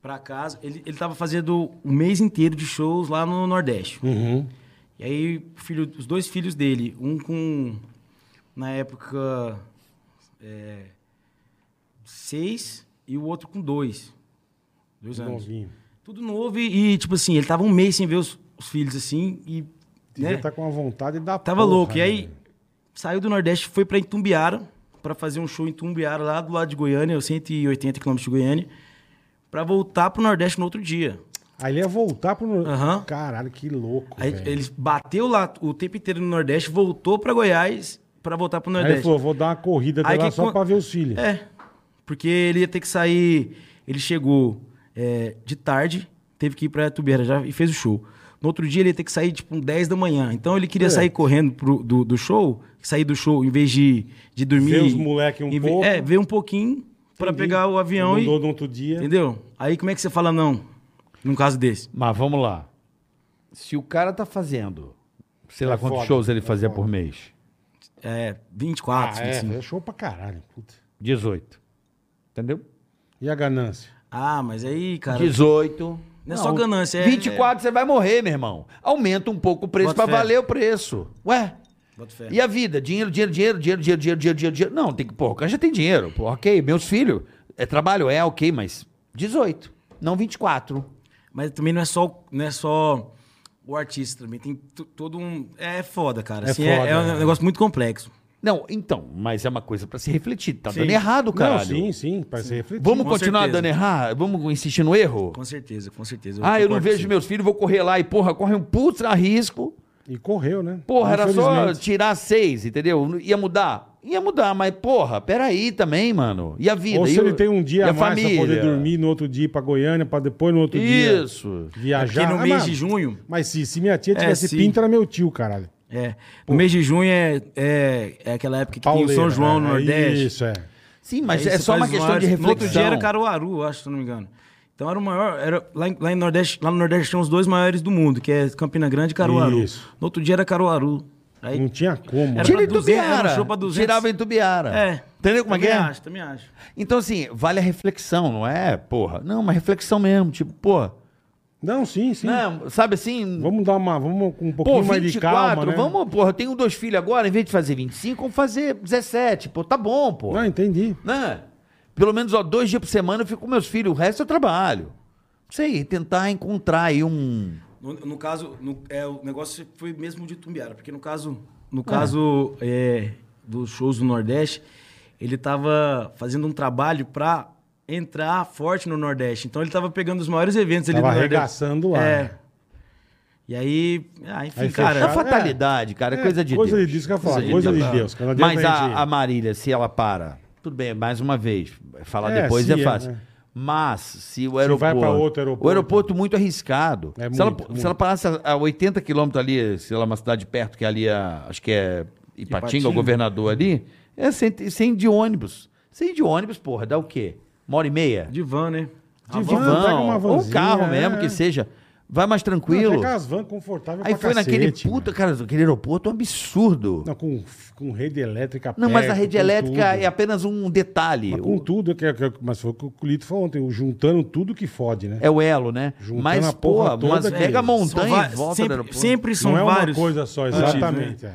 Speaker 2: pra casa, ele, ele tava fazendo um mês inteiro de shows lá no Nordeste.
Speaker 3: Uhum.
Speaker 2: E aí, o filho, os dois filhos dele, um com, na época, é, seis e o outro com dois. Dois anos.
Speaker 3: tá Novinho.
Speaker 2: Tudo novo e, e, tipo assim, ele tava um mês sem ver os, os filhos, assim, e...
Speaker 3: Devia
Speaker 2: né?
Speaker 3: tá com uma vontade da
Speaker 2: Tava
Speaker 3: porra,
Speaker 2: louco. E
Speaker 3: né,
Speaker 2: aí,
Speaker 3: velho?
Speaker 2: saiu do Nordeste, foi pra Itumbiara, pra fazer um show em Itumbiara, lá do lado de Goiânia, aos 180 quilômetros de Goiânia, pra voltar pro Nordeste no outro dia.
Speaker 3: Aí ele ia voltar pro...
Speaker 2: Aham.
Speaker 3: Caralho, que louco,
Speaker 2: Aí
Speaker 3: velho.
Speaker 2: ele bateu lá o tempo inteiro no Nordeste, voltou pra Goiás pra voltar pro
Speaker 3: Aí
Speaker 2: Nordeste.
Speaker 3: ele falou, vou dar uma corrida até
Speaker 2: Aí
Speaker 3: lá
Speaker 2: que
Speaker 3: só
Speaker 2: con-
Speaker 3: pra ver os filhos.
Speaker 2: É, porque ele ia ter que sair. Ele chegou é, de tarde, teve que ir pra Itumbiara já e fez o show. No outro dia ele ia ter que sair tipo um 10 da manhã. Então ele queria
Speaker 3: É.
Speaker 2: sair correndo pro- do, do show, sair do show em vez de, de dormir.
Speaker 3: Ver os moleque um
Speaker 2: e ve-
Speaker 3: pouco.
Speaker 2: É, ver um pouquinho pra
Speaker 3: Entendi.
Speaker 2: pegar o avião
Speaker 3: Mudou
Speaker 2: e.
Speaker 3: no outro dia.
Speaker 2: Entendeu? Aí como é que você fala não? Num caso desse.
Speaker 4: Mas vamos lá. Se o cara tá fazendo, sei
Speaker 3: É
Speaker 4: lá quantos
Speaker 3: foda,
Speaker 4: shows ele
Speaker 3: é
Speaker 4: fazia
Speaker 3: foda.
Speaker 4: por mês.
Speaker 2: É,
Speaker 3: Ah,
Speaker 2: 24,
Speaker 3: é,
Speaker 2: 25.
Speaker 3: é show pra caralho. puta.
Speaker 4: 18. Entendeu?
Speaker 3: E a ganância?
Speaker 2: Ah, mas aí, cara.
Speaker 4: 18.
Speaker 2: Não é só ganância, é-
Speaker 4: 24 você vai morrer, meu irmão. Aumenta um pouco o preço
Speaker 2: Bota
Speaker 4: pra
Speaker 2: fé.
Speaker 4: valer o preço. Ué?
Speaker 2: Bota
Speaker 3: É.
Speaker 2: fé.
Speaker 4: E a vida? Dinheiro, dinheiro, dinheiro, dinheiro, dinheiro, dinheiro, dinheiro, dinheiro, dinheiro. Não, tem que, pô, o cara já tem dinheiro. Pô, ok, meus filhos. É trabalho, é ok, mas 18, não 24.
Speaker 2: Mas também não é só, não é só o artista, também tem to- todo um. É foda, cara.
Speaker 3: É
Speaker 2: assim, é-
Speaker 3: foda,
Speaker 2: é,
Speaker 3: né?
Speaker 2: um negócio muito complexo.
Speaker 4: Não, então, mas é uma coisa pra se refletir. Tá
Speaker 3: Sim.
Speaker 4: dando errado, caralho.
Speaker 3: Não, sim, sim, pra ser refletido.
Speaker 4: Vamos
Speaker 2: Com
Speaker 4: continuar
Speaker 2: certeza.
Speaker 4: dando errado? Vamos insistir no erro?
Speaker 2: Com certeza, com certeza.
Speaker 4: ah, eu não
Speaker 2: concordo
Speaker 4: vejo
Speaker 2: com
Speaker 4: meus filhos, vou correr lá e, porra, corre um puto risco.
Speaker 3: E correu, né?
Speaker 4: Porra, era só
Speaker 3: Infelizmente.
Speaker 4: tirar seis, entendeu? Ia mudar? Ia mudar, mas, porra, peraí também, mano. E a vida?
Speaker 3: Ou
Speaker 4: E
Speaker 3: se
Speaker 4: o-
Speaker 3: ele tem um
Speaker 4: e
Speaker 3: dia
Speaker 4: a
Speaker 3: a mais pra
Speaker 4: família?
Speaker 3: poder dormir, no outro dia ir pra Goiânia, pra depois no outro
Speaker 4: Isso.
Speaker 3: dia
Speaker 2: você. É
Speaker 3: viajar.
Speaker 2: Porque no
Speaker 3: Ah,
Speaker 2: mês
Speaker 3: mas-
Speaker 2: de junho.
Speaker 3: Mas se, se minha tia
Speaker 2: É,
Speaker 3: tivesse
Speaker 2: sim.
Speaker 3: pinta, era meu tio, caralho.
Speaker 2: É, no mês de junho é, é, é aquela época que tem o São
Speaker 3: Pauleira,
Speaker 2: João no
Speaker 3: né?
Speaker 2: Nordeste.
Speaker 3: Isso, é.
Speaker 4: Sim, mas
Speaker 2: Aí
Speaker 4: é
Speaker 2: você
Speaker 4: só uma
Speaker 2: faz
Speaker 4: questão de
Speaker 2: vários-
Speaker 4: reflexão.
Speaker 2: No outro dia era Caruaru, eu acho, se eu não me engano. Então era o maior. Era, lá, em- lá, em Nordeste, lá no Nordeste tinha os dois maiores do mundo, que é Campina Grande e Caruaru.
Speaker 3: Isso.
Speaker 2: No outro dia era Caruaru.
Speaker 4: É.
Speaker 2: Aí,
Speaker 4: Hum.
Speaker 3: Não tinha como.
Speaker 2: Era
Speaker 4: Tira
Speaker 2: pra
Speaker 4: em
Speaker 2: 200,
Speaker 4: Tubiara.
Speaker 2: era um show pra 200.
Speaker 4: Tirava em Tubiara.
Speaker 2: É.
Speaker 4: Entendeu como é que
Speaker 2: também
Speaker 4: é?
Speaker 2: acho, também acho.
Speaker 4: Então, assim, vale a reflexão, não é, porra? Não, uma reflexão mesmo. Tipo, pô,
Speaker 3: Não, sim, sim.
Speaker 4: não, sabe assim?
Speaker 3: Vamos dar uma. Vamos com um
Speaker 4: Pô,
Speaker 3: pouquinho mais de
Speaker 4: 24,
Speaker 3: calma, né?
Speaker 4: vamos, porra, eu tenho dois filhos agora, em vez de fazer 25, vamos fazer 17. Pô, tá bom, pô.
Speaker 3: Não, entendi.
Speaker 4: Né? Pelo menos, ó, dois dias por semana eu fico com meus filhos, o resto eu trabalho. Não sei, tentar encontrar aí um...
Speaker 2: No, no caso, no- é, o negócio foi mesmo de Tumbiara, porque no caso, no caso é, dos shows do Nordeste, ele tava fazendo um trabalho pra entrar forte no Nordeste. Então ele tava pegando os maiores eventos ali
Speaker 3: Tava
Speaker 2: no Nordeste.
Speaker 3: arregaçando lá. né?
Speaker 2: É. E aí, ah, enfim,
Speaker 3: Aí
Speaker 4: É
Speaker 2: cara.
Speaker 3: fechava.
Speaker 4: fatalidade, cara, é
Speaker 3: É,
Speaker 4: coisa de
Speaker 3: coisa
Speaker 4: Deus.
Speaker 3: de Deus, que eu ia falar, coisa de Deus, que não adianta
Speaker 4: Mas
Speaker 3: a
Speaker 4: a,
Speaker 3: gente-
Speaker 4: a Marília, se ela para, tudo bem, mais uma vez, falar
Speaker 3: É,
Speaker 4: depois
Speaker 3: se
Speaker 4: é
Speaker 3: é,
Speaker 4: fácil.
Speaker 3: né?
Speaker 4: Mas se o
Speaker 3: Se
Speaker 4: aeroporto.
Speaker 3: vai pra outro aeroporto.
Speaker 4: O aeroporto muito arriscado.
Speaker 3: É
Speaker 4: se,
Speaker 3: muito,
Speaker 4: ela,
Speaker 3: muito.
Speaker 4: se ela parasse a- a 80 quilômetros ali, sei lá, uma cidade perto, que ali, é, acho que é Ipatinga,
Speaker 2: Ipatinga.
Speaker 4: o governador ali, é sem, sem de ônibus. Sem de ônibus, porra, dá o quê? Uma hora e meia?
Speaker 2: De van, né?
Speaker 3: De
Speaker 4: Divã,
Speaker 3: van, pega uma
Speaker 4: ou um
Speaker 3: vanzinha,
Speaker 4: carro mesmo,
Speaker 3: é.
Speaker 4: que seja. Vai mais
Speaker 3: Não,
Speaker 4: tranquilo.
Speaker 3: chega as van confortável
Speaker 4: Aí
Speaker 3: pra
Speaker 4: foi
Speaker 3: cacete,
Speaker 4: naquele
Speaker 3: mano.
Speaker 4: puta, cara, aquele aeroporto um absurdo.
Speaker 3: Não,
Speaker 4: Não,
Speaker 3: com, com rede elétrica
Speaker 4: mas a
Speaker 3: perto,
Speaker 4: rede
Speaker 3: É, com
Speaker 4: elétrica
Speaker 3: tudo.
Speaker 4: é apenas um detalhe.
Speaker 3: Mas com
Speaker 4: O-
Speaker 3: tudo, é que, que- mas foi o que o Lito falou ontem, o juntando tudo que fode, né?
Speaker 4: É o elo, né?
Speaker 3: Juntando a
Speaker 4: mas, pô,
Speaker 3: porra
Speaker 4: mas
Speaker 3: toda,
Speaker 4: pega a
Speaker 3: que-
Speaker 2: é São
Speaker 4: montanha
Speaker 2: va-
Speaker 4: e volta né, do
Speaker 2: sempre,
Speaker 4: aeroporto.
Speaker 2: sempre são
Speaker 3: Não é
Speaker 2: vários.
Speaker 3: uma coisa só,
Speaker 2: antigos, né?
Speaker 3: exatamente. é.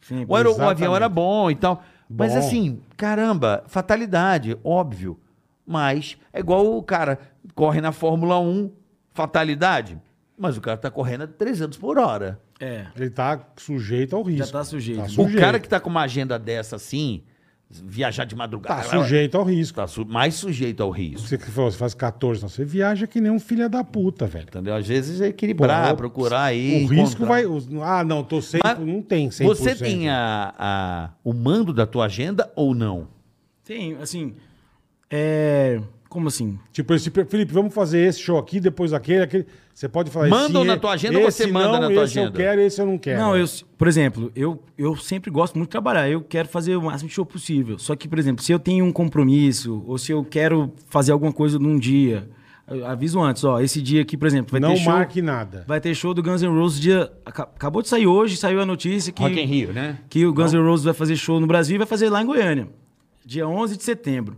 Speaker 2: Sempre.
Speaker 4: O, aero- o avião
Speaker 3: Exatamente.
Speaker 4: era bom e tal. Mas
Speaker 3: Bom.
Speaker 4: assim, caramba, fatalidade, óbvio. Mas é igual o cara corre na Fórmula 1, fatalidade. Mas o cara tá correndo a 300 por hora.
Speaker 2: É.
Speaker 3: Ele tá sujeito ao risco.
Speaker 2: tá sujeito. O
Speaker 4: O cara que tá com uma agenda dessa assim, viajar de madrugada.
Speaker 3: Tá sujeito ao risco.
Speaker 4: Tá su- mais sujeito ao risco.
Speaker 3: Você que falou, você faz 14, não, você viaja que nem um filho da puta, velho.
Speaker 4: Entendeu? Às vezes é equilibrar,
Speaker 3: Pô,
Speaker 4: procurar aí.
Speaker 3: o risco
Speaker 4: encontrar.
Speaker 3: vai... o- ah, não, tô 100,
Speaker 4: Mas
Speaker 3: não tem 100%.
Speaker 4: Você tem a, a- o mando da tua agenda ou não?
Speaker 2: Tem, assim. É. Como assim?
Speaker 3: Tipo, esse, Felipe, vamos fazer esse show aqui, depois aquele, aquele. Você pode falar
Speaker 4: Mandam
Speaker 3: esse
Speaker 4: na
Speaker 3: é-
Speaker 4: tua agenda ou você
Speaker 3: esse
Speaker 4: manda
Speaker 3: não,
Speaker 4: na tua
Speaker 3: esse
Speaker 4: agenda?
Speaker 3: eu quero, esse eu não quero.
Speaker 2: Não, eu, por exemplo, eu, eu sempre gosto muito de trabalhar. Eu quero fazer o máximo de show possível. Só que, por exemplo, se eu tenho um compromisso ou se eu quero fazer alguma coisa num dia, eu aviso antes, ó, esse dia aqui, por exemplo, vai
Speaker 3: não
Speaker 2: ter show.
Speaker 3: marque nada.
Speaker 2: Vai ter show do Guns N' Roses dia aca- acabou de sair hoje, saiu a notícia que
Speaker 4: Rock in Rio, né?
Speaker 2: que o Guns N' Roses vai fazer show no Brasil e vai fazer lá em Goiânia, dia 11 de setembro.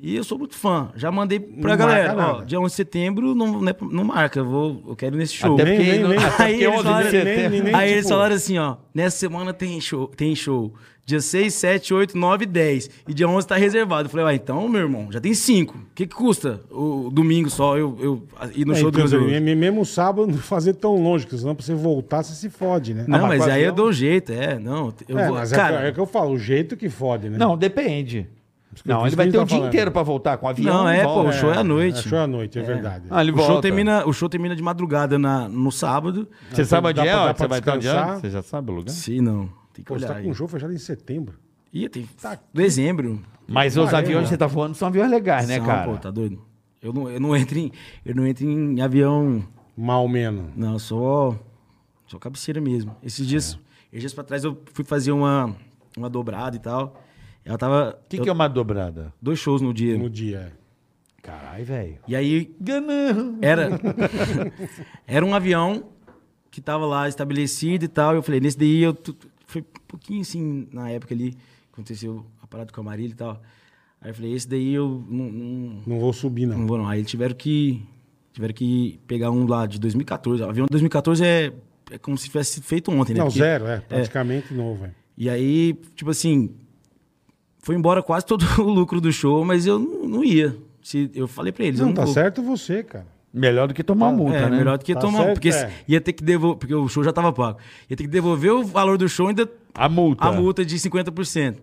Speaker 2: E eu sou muito fã, já mandei pra
Speaker 3: Não
Speaker 2: galera,
Speaker 3: marca
Speaker 2: ó,
Speaker 3: nada.
Speaker 2: dia 11 de setembro não, não, é- não marca, eu vou, eu quero ir nesse show.
Speaker 4: Até
Speaker 3: Nem-
Speaker 4: porque
Speaker 3: nem-
Speaker 4: não-
Speaker 3: nem-
Speaker 4: até
Speaker 2: Aí
Speaker 4: porque
Speaker 2: eles
Speaker 4: 11 de
Speaker 2: falaram- assim,
Speaker 4: setembro.
Speaker 3: nem- nem-
Speaker 2: Aí eles
Speaker 3: tipo-
Speaker 2: falaram assim, ó, nessa semana tem show, tem show. Dia 6, 7, 8, 9, 10. E dia 11 tá reservado. Eu falei, ah, então, meu irmão, já tem cinco. O que, que custa o domingo só eu, eu ir
Speaker 4: assim,
Speaker 2: no
Speaker 3: É,
Speaker 2: show do Guns N'
Speaker 3: entendeu?
Speaker 2: Roses?
Speaker 3: Me- Mesmo sábado, não fazer tão longe, porque senão pra você voltar, você se fode, né?
Speaker 2: Não,
Speaker 3: Ah,
Speaker 2: mas
Speaker 3: quase
Speaker 2: aí eu
Speaker 3: não.
Speaker 2: dou um jeito, é, não. Eu
Speaker 3: É,
Speaker 2: vou,
Speaker 3: mas é-
Speaker 2: cara,
Speaker 3: é, o que eu falo, o jeito que fode, né?
Speaker 4: Não, depende.
Speaker 3: que-
Speaker 4: Não,
Speaker 3: isso
Speaker 4: ele vai
Speaker 3: que
Speaker 4: ter
Speaker 3: ele
Speaker 4: o
Speaker 3: tá
Speaker 4: dia
Speaker 3: falando.
Speaker 4: inteiro pra voltar com o avião.
Speaker 2: Não,
Speaker 4: e
Speaker 2: é,
Speaker 4: volta.
Speaker 2: pô, o show é à noite.
Speaker 3: É show à noite, é, verdade.
Speaker 4: Ah, ele
Speaker 2: o, show
Speaker 4: volta.
Speaker 2: termina, o show termina de madrugada na, no sábado.
Speaker 4: Você sabe onde
Speaker 3: Dá
Speaker 4: é?
Speaker 3: pra- dá
Speaker 4: ó,
Speaker 3: pra
Speaker 4: Você vai estar onde é?
Speaker 3: descansar.
Speaker 4: Você já sabe o lugar?
Speaker 2: Sim, não. Tem que
Speaker 3: Pô, você
Speaker 2: olhar
Speaker 3: tá com tá
Speaker 2: aí.
Speaker 3: um jogo fechado em setembro.
Speaker 2: Ih, tem dezembro.
Speaker 4: Mas os
Speaker 3: Caramba.
Speaker 4: aviões que você tá voando são aviões legais, né,
Speaker 2: São,
Speaker 4: cara?
Speaker 2: pô, tá doido? Eu não, eu não entro em, eu não entro em avião,
Speaker 3: Mal menos.
Speaker 2: não, eu só só cabeceira mesmo. Esses dias, esses dias pra trás eu fui fazer uma, uma dobrada e tal. Ela tava
Speaker 4: O que,
Speaker 2: eu-
Speaker 4: que é uma dobrada?
Speaker 2: dois shows no dia.
Speaker 3: No dia. é.
Speaker 4: Caralho, velho.
Speaker 2: E aí
Speaker 4: Ganão.
Speaker 2: Era, era um avião que tava lá estabelecido e tal. Eu falei, nesse daí eu. tu- tu- Foi um pouquinho assim, na época ali, que aconteceu a parada com a Marília e tal. Aí eu falei, esse daí eu não, não,
Speaker 3: Não vou subir, não.
Speaker 2: não vou não. Aí eles tiveram que, tiveram que pegar um lá de 2014. O avião de 2014 é, é como se tivesse sido feito ontem, né?
Speaker 3: Não,
Speaker 2: Porque-
Speaker 3: zero, é. Praticamente novo, é.
Speaker 2: E aí, tipo assim, foi embora quase todo o lucro do show, mas eu não, não ia. Se, eu falei pra eles, eu
Speaker 3: Não,
Speaker 2: não
Speaker 3: tá
Speaker 2: vou.
Speaker 3: certo você, cara.
Speaker 4: Melhor do que tomar uma multa,
Speaker 2: É,
Speaker 4: né?
Speaker 2: melhor do que
Speaker 3: Tá
Speaker 2: tomar,
Speaker 3: certo,
Speaker 2: porque
Speaker 3: é.
Speaker 2: se- ia ter que devolver, porque o show já tava pago. Ia ter que devolver o valor do show e ainda
Speaker 4: A multa.
Speaker 2: a multa de 50%.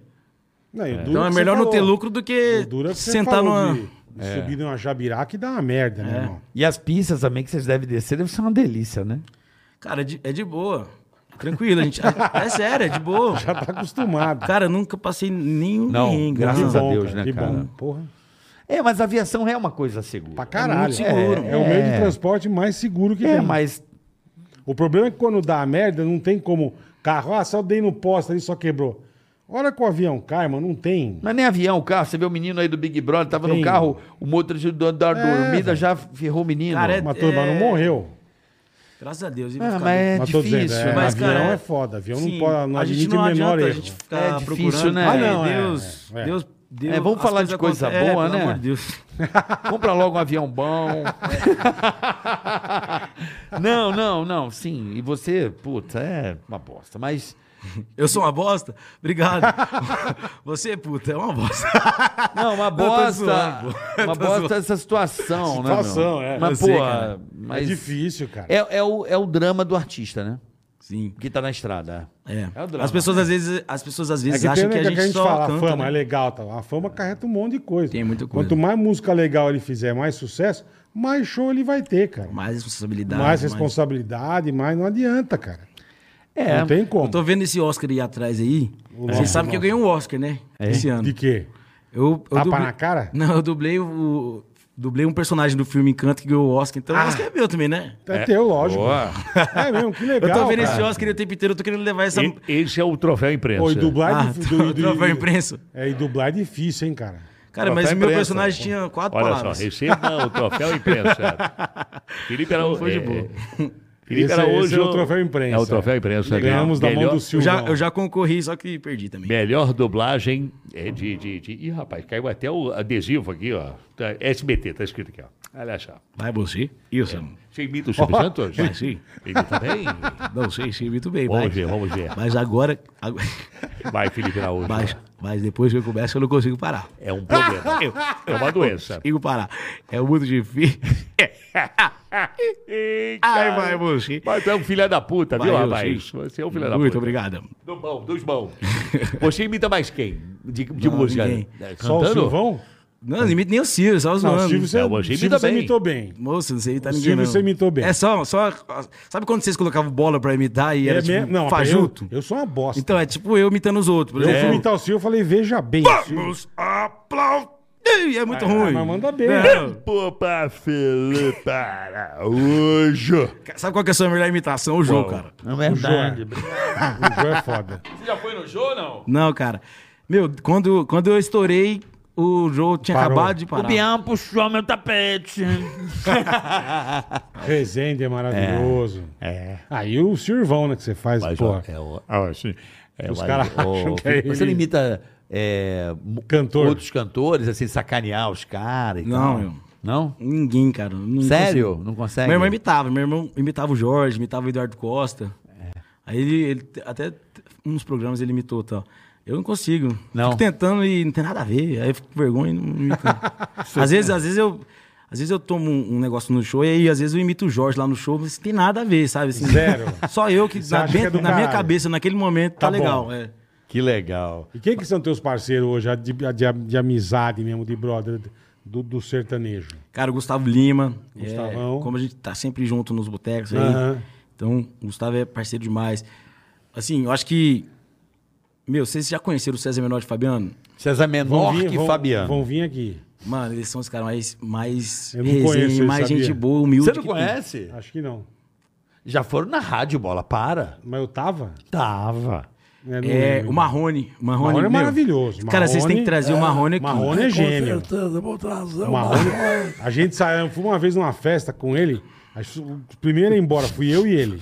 Speaker 3: Não, e o duro
Speaker 2: Então é
Speaker 3: que você
Speaker 2: melhor não
Speaker 3: falou.
Speaker 2: ter lucro do que
Speaker 3: O duro é que você
Speaker 2: sentar
Speaker 3: falou
Speaker 2: numa... É.
Speaker 3: de- de Subir numa jabiraca e dá uma merda, né, irmão?
Speaker 4: E as pistas também que vocês devem descer deve ser uma delícia, né?
Speaker 2: Cara, é de, é de boa. Tranquilo, a gente... É, é sério, é de boa.
Speaker 3: Já tá acostumado.
Speaker 2: Cara, eu nunca passei nenhum
Speaker 4: Não,
Speaker 2: perrengue,
Speaker 4: graças
Speaker 2: não.
Speaker 4: a Deus, né,
Speaker 3: que
Speaker 4: cara?
Speaker 3: Bom, porra.
Speaker 4: É, mas a aviação é uma coisa segura.
Speaker 3: Pra caralho.
Speaker 2: muito seguro.
Speaker 3: É, é o meio de transporte mais seguro que
Speaker 4: É,
Speaker 3: tem.
Speaker 4: mas
Speaker 3: O problema é que quando dá a merda, não tem como. Carro, ah, só dei no poste ali, só quebrou. Hora que o avião cai, mano, não tem.
Speaker 4: Mas é nem avião, carro. Você vê o menino aí do Big Brother, tava
Speaker 3: Sim.
Speaker 4: no carro, o motorista do da
Speaker 3: É.
Speaker 4: dormida
Speaker 3: velho.
Speaker 4: já ferrou o menino.
Speaker 2: Cara, é-
Speaker 3: Mas turma não morreu.
Speaker 2: Graças a Deus. e
Speaker 4: Ah,
Speaker 2: ficar
Speaker 4: mas é
Speaker 3: Mas tô
Speaker 4: difícil,
Speaker 3: dizendo, é,
Speaker 4: né?
Speaker 2: Mas,
Speaker 3: avião
Speaker 2: cara,
Speaker 3: é foda. Avião
Speaker 2: Sim,
Speaker 3: não pode. Não
Speaker 2: a gente
Speaker 3: admite
Speaker 2: não
Speaker 3: menor
Speaker 2: adianta a
Speaker 3: erro.
Speaker 2: gente ficar
Speaker 4: É difícil,
Speaker 2: procurando.
Speaker 4: né?
Speaker 2: Ah,
Speaker 4: não,
Speaker 2: não,
Speaker 3: é,
Speaker 2: Deus,
Speaker 3: é.
Speaker 2: Deus, Deus...
Speaker 4: É, vamos
Speaker 2: as
Speaker 4: falar de
Speaker 2: coisas
Speaker 4: coisa
Speaker 2: acontecem-
Speaker 4: boa,
Speaker 2: é, pelo
Speaker 4: né?
Speaker 2: amor de Deus.
Speaker 4: Compra logo um avião bom. não, não, não. Sim. E você, puta, é uma bosta. Mas.
Speaker 2: Eu sou uma bosta? Obrigado. Você, puta, é uma bosta.
Speaker 4: Não, uma
Speaker 2: tô
Speaker 4: bosta.
Speaker 2: zoando, pô. Eu
Speaker 4: uma
Speaker 2: tô
Speaker 4: bosta
Speaker 2: zoando.
Speaker 4: essa situação, né?
Speaker 3: Situação,
Speaker 4: meu?
Speaker 3: é.
Speaker 4: Mas,
Speaker 2: Eu
Speaker 4: pô,
Speaker 2: sei, cara.
Speaker 4: mas.
Speaker 3: É difícil, cara.
Speaker 4: É, é o, é o drama do artista, né?
Speaker 2: Sim.
Speaker 4: Que tá na estrada.
Speaker 2: É.
Speaker 4: É o drama.
Speaker 2: as pessoas às vezes, as pessoas às
Speaker 3: É
Speaker 2: vezes
Speaker 3: que tem
Speaker 2: acham
Speaker 3: né,
Speaker 2: que a gente, só
Speaker 3: fala,
Speaker 2: canta,
Speaker 3: a fama
Speaker 2: né?
Speaker 3: é legal. Tá? A fama carreta um monte de coisa.
Speaker 2: Tem muita coisa.
Speaker 3: Quanto mais música legal ele fizer, mais sucesso, mais show ele vai ter, cara.
Speaker 2: Mais responsabilidade.
Speaker 3: é mais responsabilidade, mais não adianta, cara.
Speaker 4: É.
Speaker 3: Não tem
Speaker 2: Eu
Speaker 3: como.
Speaker 2: tô vendo esse Oscar aí atrás aí.
Speaker 3: O
Speaker 2: Vocês
Speaker 3: nosso,
Speaker 2: sabem que eu ganhei um Oscar, né? Esse ano.
Speaker 3: De quê?
Speaker 2: Eu, eu
Speaker 3: Tapa
Speaker 2: dublei-
Speaker 3: na cara?
Speaker 2: Não, eu dublei o. Dublei um personagem do filme Encanto que ganhou o Oscar, então
Speaker 4: Ah.
Speaker 2: o Oscar é meu também, né?
Speaker 3: É, teu, lógico.
Speaker 4: Boa.
Speaker 3: É mesmo, que legal.
Speaker 2: eu tô vendo
Speaker 3: cara.
Speaker 2: esse Oscar aí o tempo inteiro, eu tô querendo levar essa.
Speaker 6: E- Esse é o troféu imprensa.
Speaker 3: Pô, e dublar é
Speaker 2: Ah,
Speaker 3: difí-
Speaker 2: tô-
Speaker 3: do- do-
Speaker 2: troféu
Speaker 3: do-
Speaker 2: imprensa.
Speaker 3: É, e dublar é difícil, hein, cara.
Speaker 2: Cara, mas
Speaker 4: Troféu
Speaker 2: o meu
Speaker 4: imprensa.
Speaker 2: personagem tinha quatro
Speaker 4: Olha
Speaker 2: palavras.
Speaker 4: só, receba o troféu imprensa. Felipe Araújo foi de boa. Felipe
Speaker 3: Esse é-
Speaker 4: Araújo.
Speaker 3: esse é o troféu imprensa.
Speaker 4: É o troféu imprensa. né?
Speaker 3: Ganhamos da mão do
Speaker 2: eu, já,
Speaker 3: Silvão.
Speaker 2: eu já concorri, só que perdi também.
Speaker 4: Melhor dublagem é de, de, de. Ih, rapaz, caiu até o adesivo aqui, ó. Tá, SBT, tá escrito aqui, ó. Olha só.
Speaker 2: Vai você? Isso.
Speaker 4: Você imita o Silvio Santos?
Speaker 2: Vai sim.
Speaker 4: Imita bem?
Speaker 2: Não sei se muito bem,
Speaker 4: É. Vamos
Speaker 2: mas-
Speaker 4: ver, vamos ver.
Speaker 2: Mas agora, agora-
Speaker 4: Vai, Felipe Araújo.
Speaker 2: mas, mas depois que eu começo, eu não consigo parar.
Speaker 4: É um problema. É uma doença.
Speaker 2: Consigo parar. É muito difícil.
Speaker 4: Ih,
Speaker 2: Ai,
Speaker 4: cara.
Speaker 2: vai você.
Speaker 4: Mas tu é um filho da puta, viu,
Speaker 2: Vai, eu
Speaker 4: rapaz?
Speaker 2: sei.
Speaker 4: Você é um filho da puta.
Speaker 2: Muito obrigado.
Speaker 4: Do bom, dos bons. Você imita mais quem? De, de
Speaker 2: Não,
Speaker 4: música?
Speaker 2: ninguém.
Speaker 4: É,
Speaker 3: Só o
Speaker 4: cantando?
Speaker 3: Silvão?
Speaker 2: Não, não imito nem o Silvio, só os
Speaker 3: Não, o
Speaker 2: nomes.
Speaker 3: Silvio, você,
Speaker 4: É, o Angelo
Speaker 3: Silvio você
Speaker 4: também.
Speaker 3: imitou bem.
Speaker 2: Moço, não sei imitar
Speaker 3: O
Speaker 2: ninguém.
Speaker 3: Silvio
Speaker 2: não.
Speaker 3: você imitou bem.
Speaker 2: É só, só. Sabe quando vocês colocavam bola pra imitar e era
Speaker 3: É
Speaker 2: tipo,
Speaker 3: mesmo? Não, rapaz, eu,
Speaker 2: fajuto?
Speaker 3: eu sou uma bosta.
Speaker 2: Então é tipo eu imitando os outros. Por
Speaker 3: eu fui
Speaker 2: exemplo,
Speaker 3: imitar o Silvio e falei, veja bem. Silvio.
Speaker 2: É. Vamos aplaudir! É muito ruim.
Speaker 3: Ah, mas manda bem. né?
Speaker 2: Não.
Speaker 4: Pô, pra Felipe Araújo.
Speaker 2: Sabe qual que é a sua melhor imitação? O Jô, cara.
Speaker 6: Não é verdade.
Speaker 3: O João é foda.
Speaker 4: Você já foi no show, não?
Speaker 2: Não, cara. Meu, quando, quando eu estourei, o Jô tinha
Speaker 3: Parou.
Speaker 2: acabado de parar.
Speaker 6: O peão puxou meu tapete.
Speaker 3: Resende é maravilhoso.
Speaker 4: É.
Speaker 3: Aí o Silvão, né, que você faz,
Speaker 4: Mas, ó,
Speaker 3: porra.
Speaker 4: é o... Ah, assim, é
Speaker 3: Os
Speaker 4: o-
Speaker 3: caras
Speaker 4: o-
Speaker 3: acham que é ele.
Speaker 6: Você não imita é, mu-
Speaker 3: Cantor.
Speaker 6: outros cantores, assim, sacanear os caras e
Speaker 2: Não,
Speaker 6: tal?
Speaker 2: meu.
Speaker 6: Não?
Speaker 2: Ninguém, cara. Não
Speaker 6: Sério?
Speaker 2: consigo.
Speaker 6: Não consegue?
Speaker 2: Meu
Speaker 3: né?
Speaker 2: irmão imitava. Meu irmão imitava o Jorge, imitava o Eduardo Costa.
Speaker 3: É.
Speaker 2: Aí ele, ele- até uns programas ele imitou e tal. Eu não consigo.
Speaker 6: Não.
Speaker 2: Fico tentando e não tem nada a ver. Aí eu fico com vergonha e não imito. às vezes, às vezes eu. Às vezes eu tomo um um negócio no show e aí às vezes eu imito o Jorge lá no show, mas tem nada a ver, sabe? Assim,
Speaker 3: Zero.
Speaker 2: Só eu que, na,
Speaker 3: acha que é
Speaker 2: dentro-
Speaker 3: do
Speaker 2: na minha
Speaker 3: caralho.
Speaker 2: cabeça, naquele momento,
Speaker 3: Tá
Speaker 2: tá,
Speaker 3: bom.
Speaker 2: legal. é.
Speaker 6: Que legal.
Speaker 3: E quem que são teus parceiros hoje, a de, a de- de amizade mesmo, de brother, do, do sertanejo?
Speaker 2: Cara, o Gustavo Lima.
Speaker 3: Gustavão.
Speaker 2: é, como a gente tá sempre junto nos botecos aí.
Speaker 3: Aham.
Speaker 2: Então, o Gustavo é parceiro demais. Assim, eu acho que. Meu, vocês já conheceram o César Menor de Fabiano?
Speaker 6: César Menor que
Speaker 3: vão-
Speaker 6: Fabiano.
Speaker 3: Vão vir aqui.
Speaker 2: Mano, eles são os caras mais, mais
Speaker 3: Eu não conheço eles,
Speaker 2: mais
Speaker 3: sabia?
Speaker 2: gente boa, humilde.
Speaker 6: Você não
Speaker 2: que tem.
Speaker 6: conhece?
Speaker 3: Acho que não.
Speaker 6: Já foram na rádio, bola, para.
Speaker 3: Mas eu tava?
Speaker 6: Tava.
Speaker 3: né, não
Speaker 2: É,
Speaker 3: lembro.
Speaker 2: o Marrone. O Marrone,
Speaker 3: Marrone é
Speaker 2: meu,
Speaker 3: maravilhoso.
Speaker 2: Cara, vocês têm que
Speaker 3: Marrone-
Speaker 2: trazer o Marrone aqui.
Speaker 3: Marrone é gênio.
Speaker 6: certeza, vou trazer
Speaker 3: O Marrone. A gente saiu, fui uma vez numa festa com ele. acho- O primeiro a ir embora, fui eu e ele.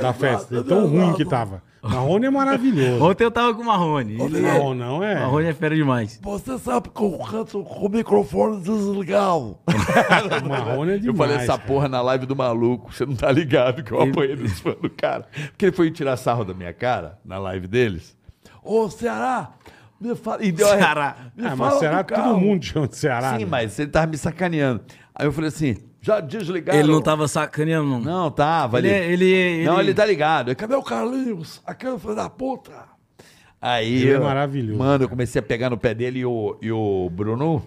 Speaker 3: da festa. Tão ruim que tava. Marrone é maravilhoso.
Speaker 2: Ontem eu tava com o Marrone. Ele-
Speaker 3: Não, não é.
Speaker 2: Marrone é fera demais.
Speaker 6: Você sabe que o canto com o microfone desligado.
Speaker 3: O Marrone é demais.
Speaker 6: eu falei essa
Speaker 3: cara.
Speaker 6: porra na live do maluco. Você não tá ligado que eu apanhei dos fãs do cara. Porque ele foi tirar sarro da minha cara na live deles. Ô, Ceará! Me fala. E deu a-
Speaker 2: Ceará.
Speaker 6: me
Speaker 3: Ah,
Speaker 6: fala
Speaker 3: mas
Speaker 6: do
Speaker 3: Ceará,
Speaker 6: carro.
Speaker 3: todo mundo chama de Ceará.
Speaker 6: Sim,
Speaker 3: né?
Speaker 6: mas ele tava me sacaneando. Aí eu falei assim: já desligaram?
Speaker 2: Ele não tava sacaneando, não.
Speaker 6: Não, tava
Speaker 2: Ele
Speaker 6: ali.
Speaker 2: é- ele-
Speaker 6: Não,
Speaker 2: ele-
Speaker 6: ele tá ligado. Cadê o Carlinhos? Aquele filho da puta. Aí.
Speaker 3: Ele é
Speaker 6: eu-
Speaker 3: maravilhoso,
Speaker 6: Mano, eu comecei a pegar no pé dele e o, e o Bruno.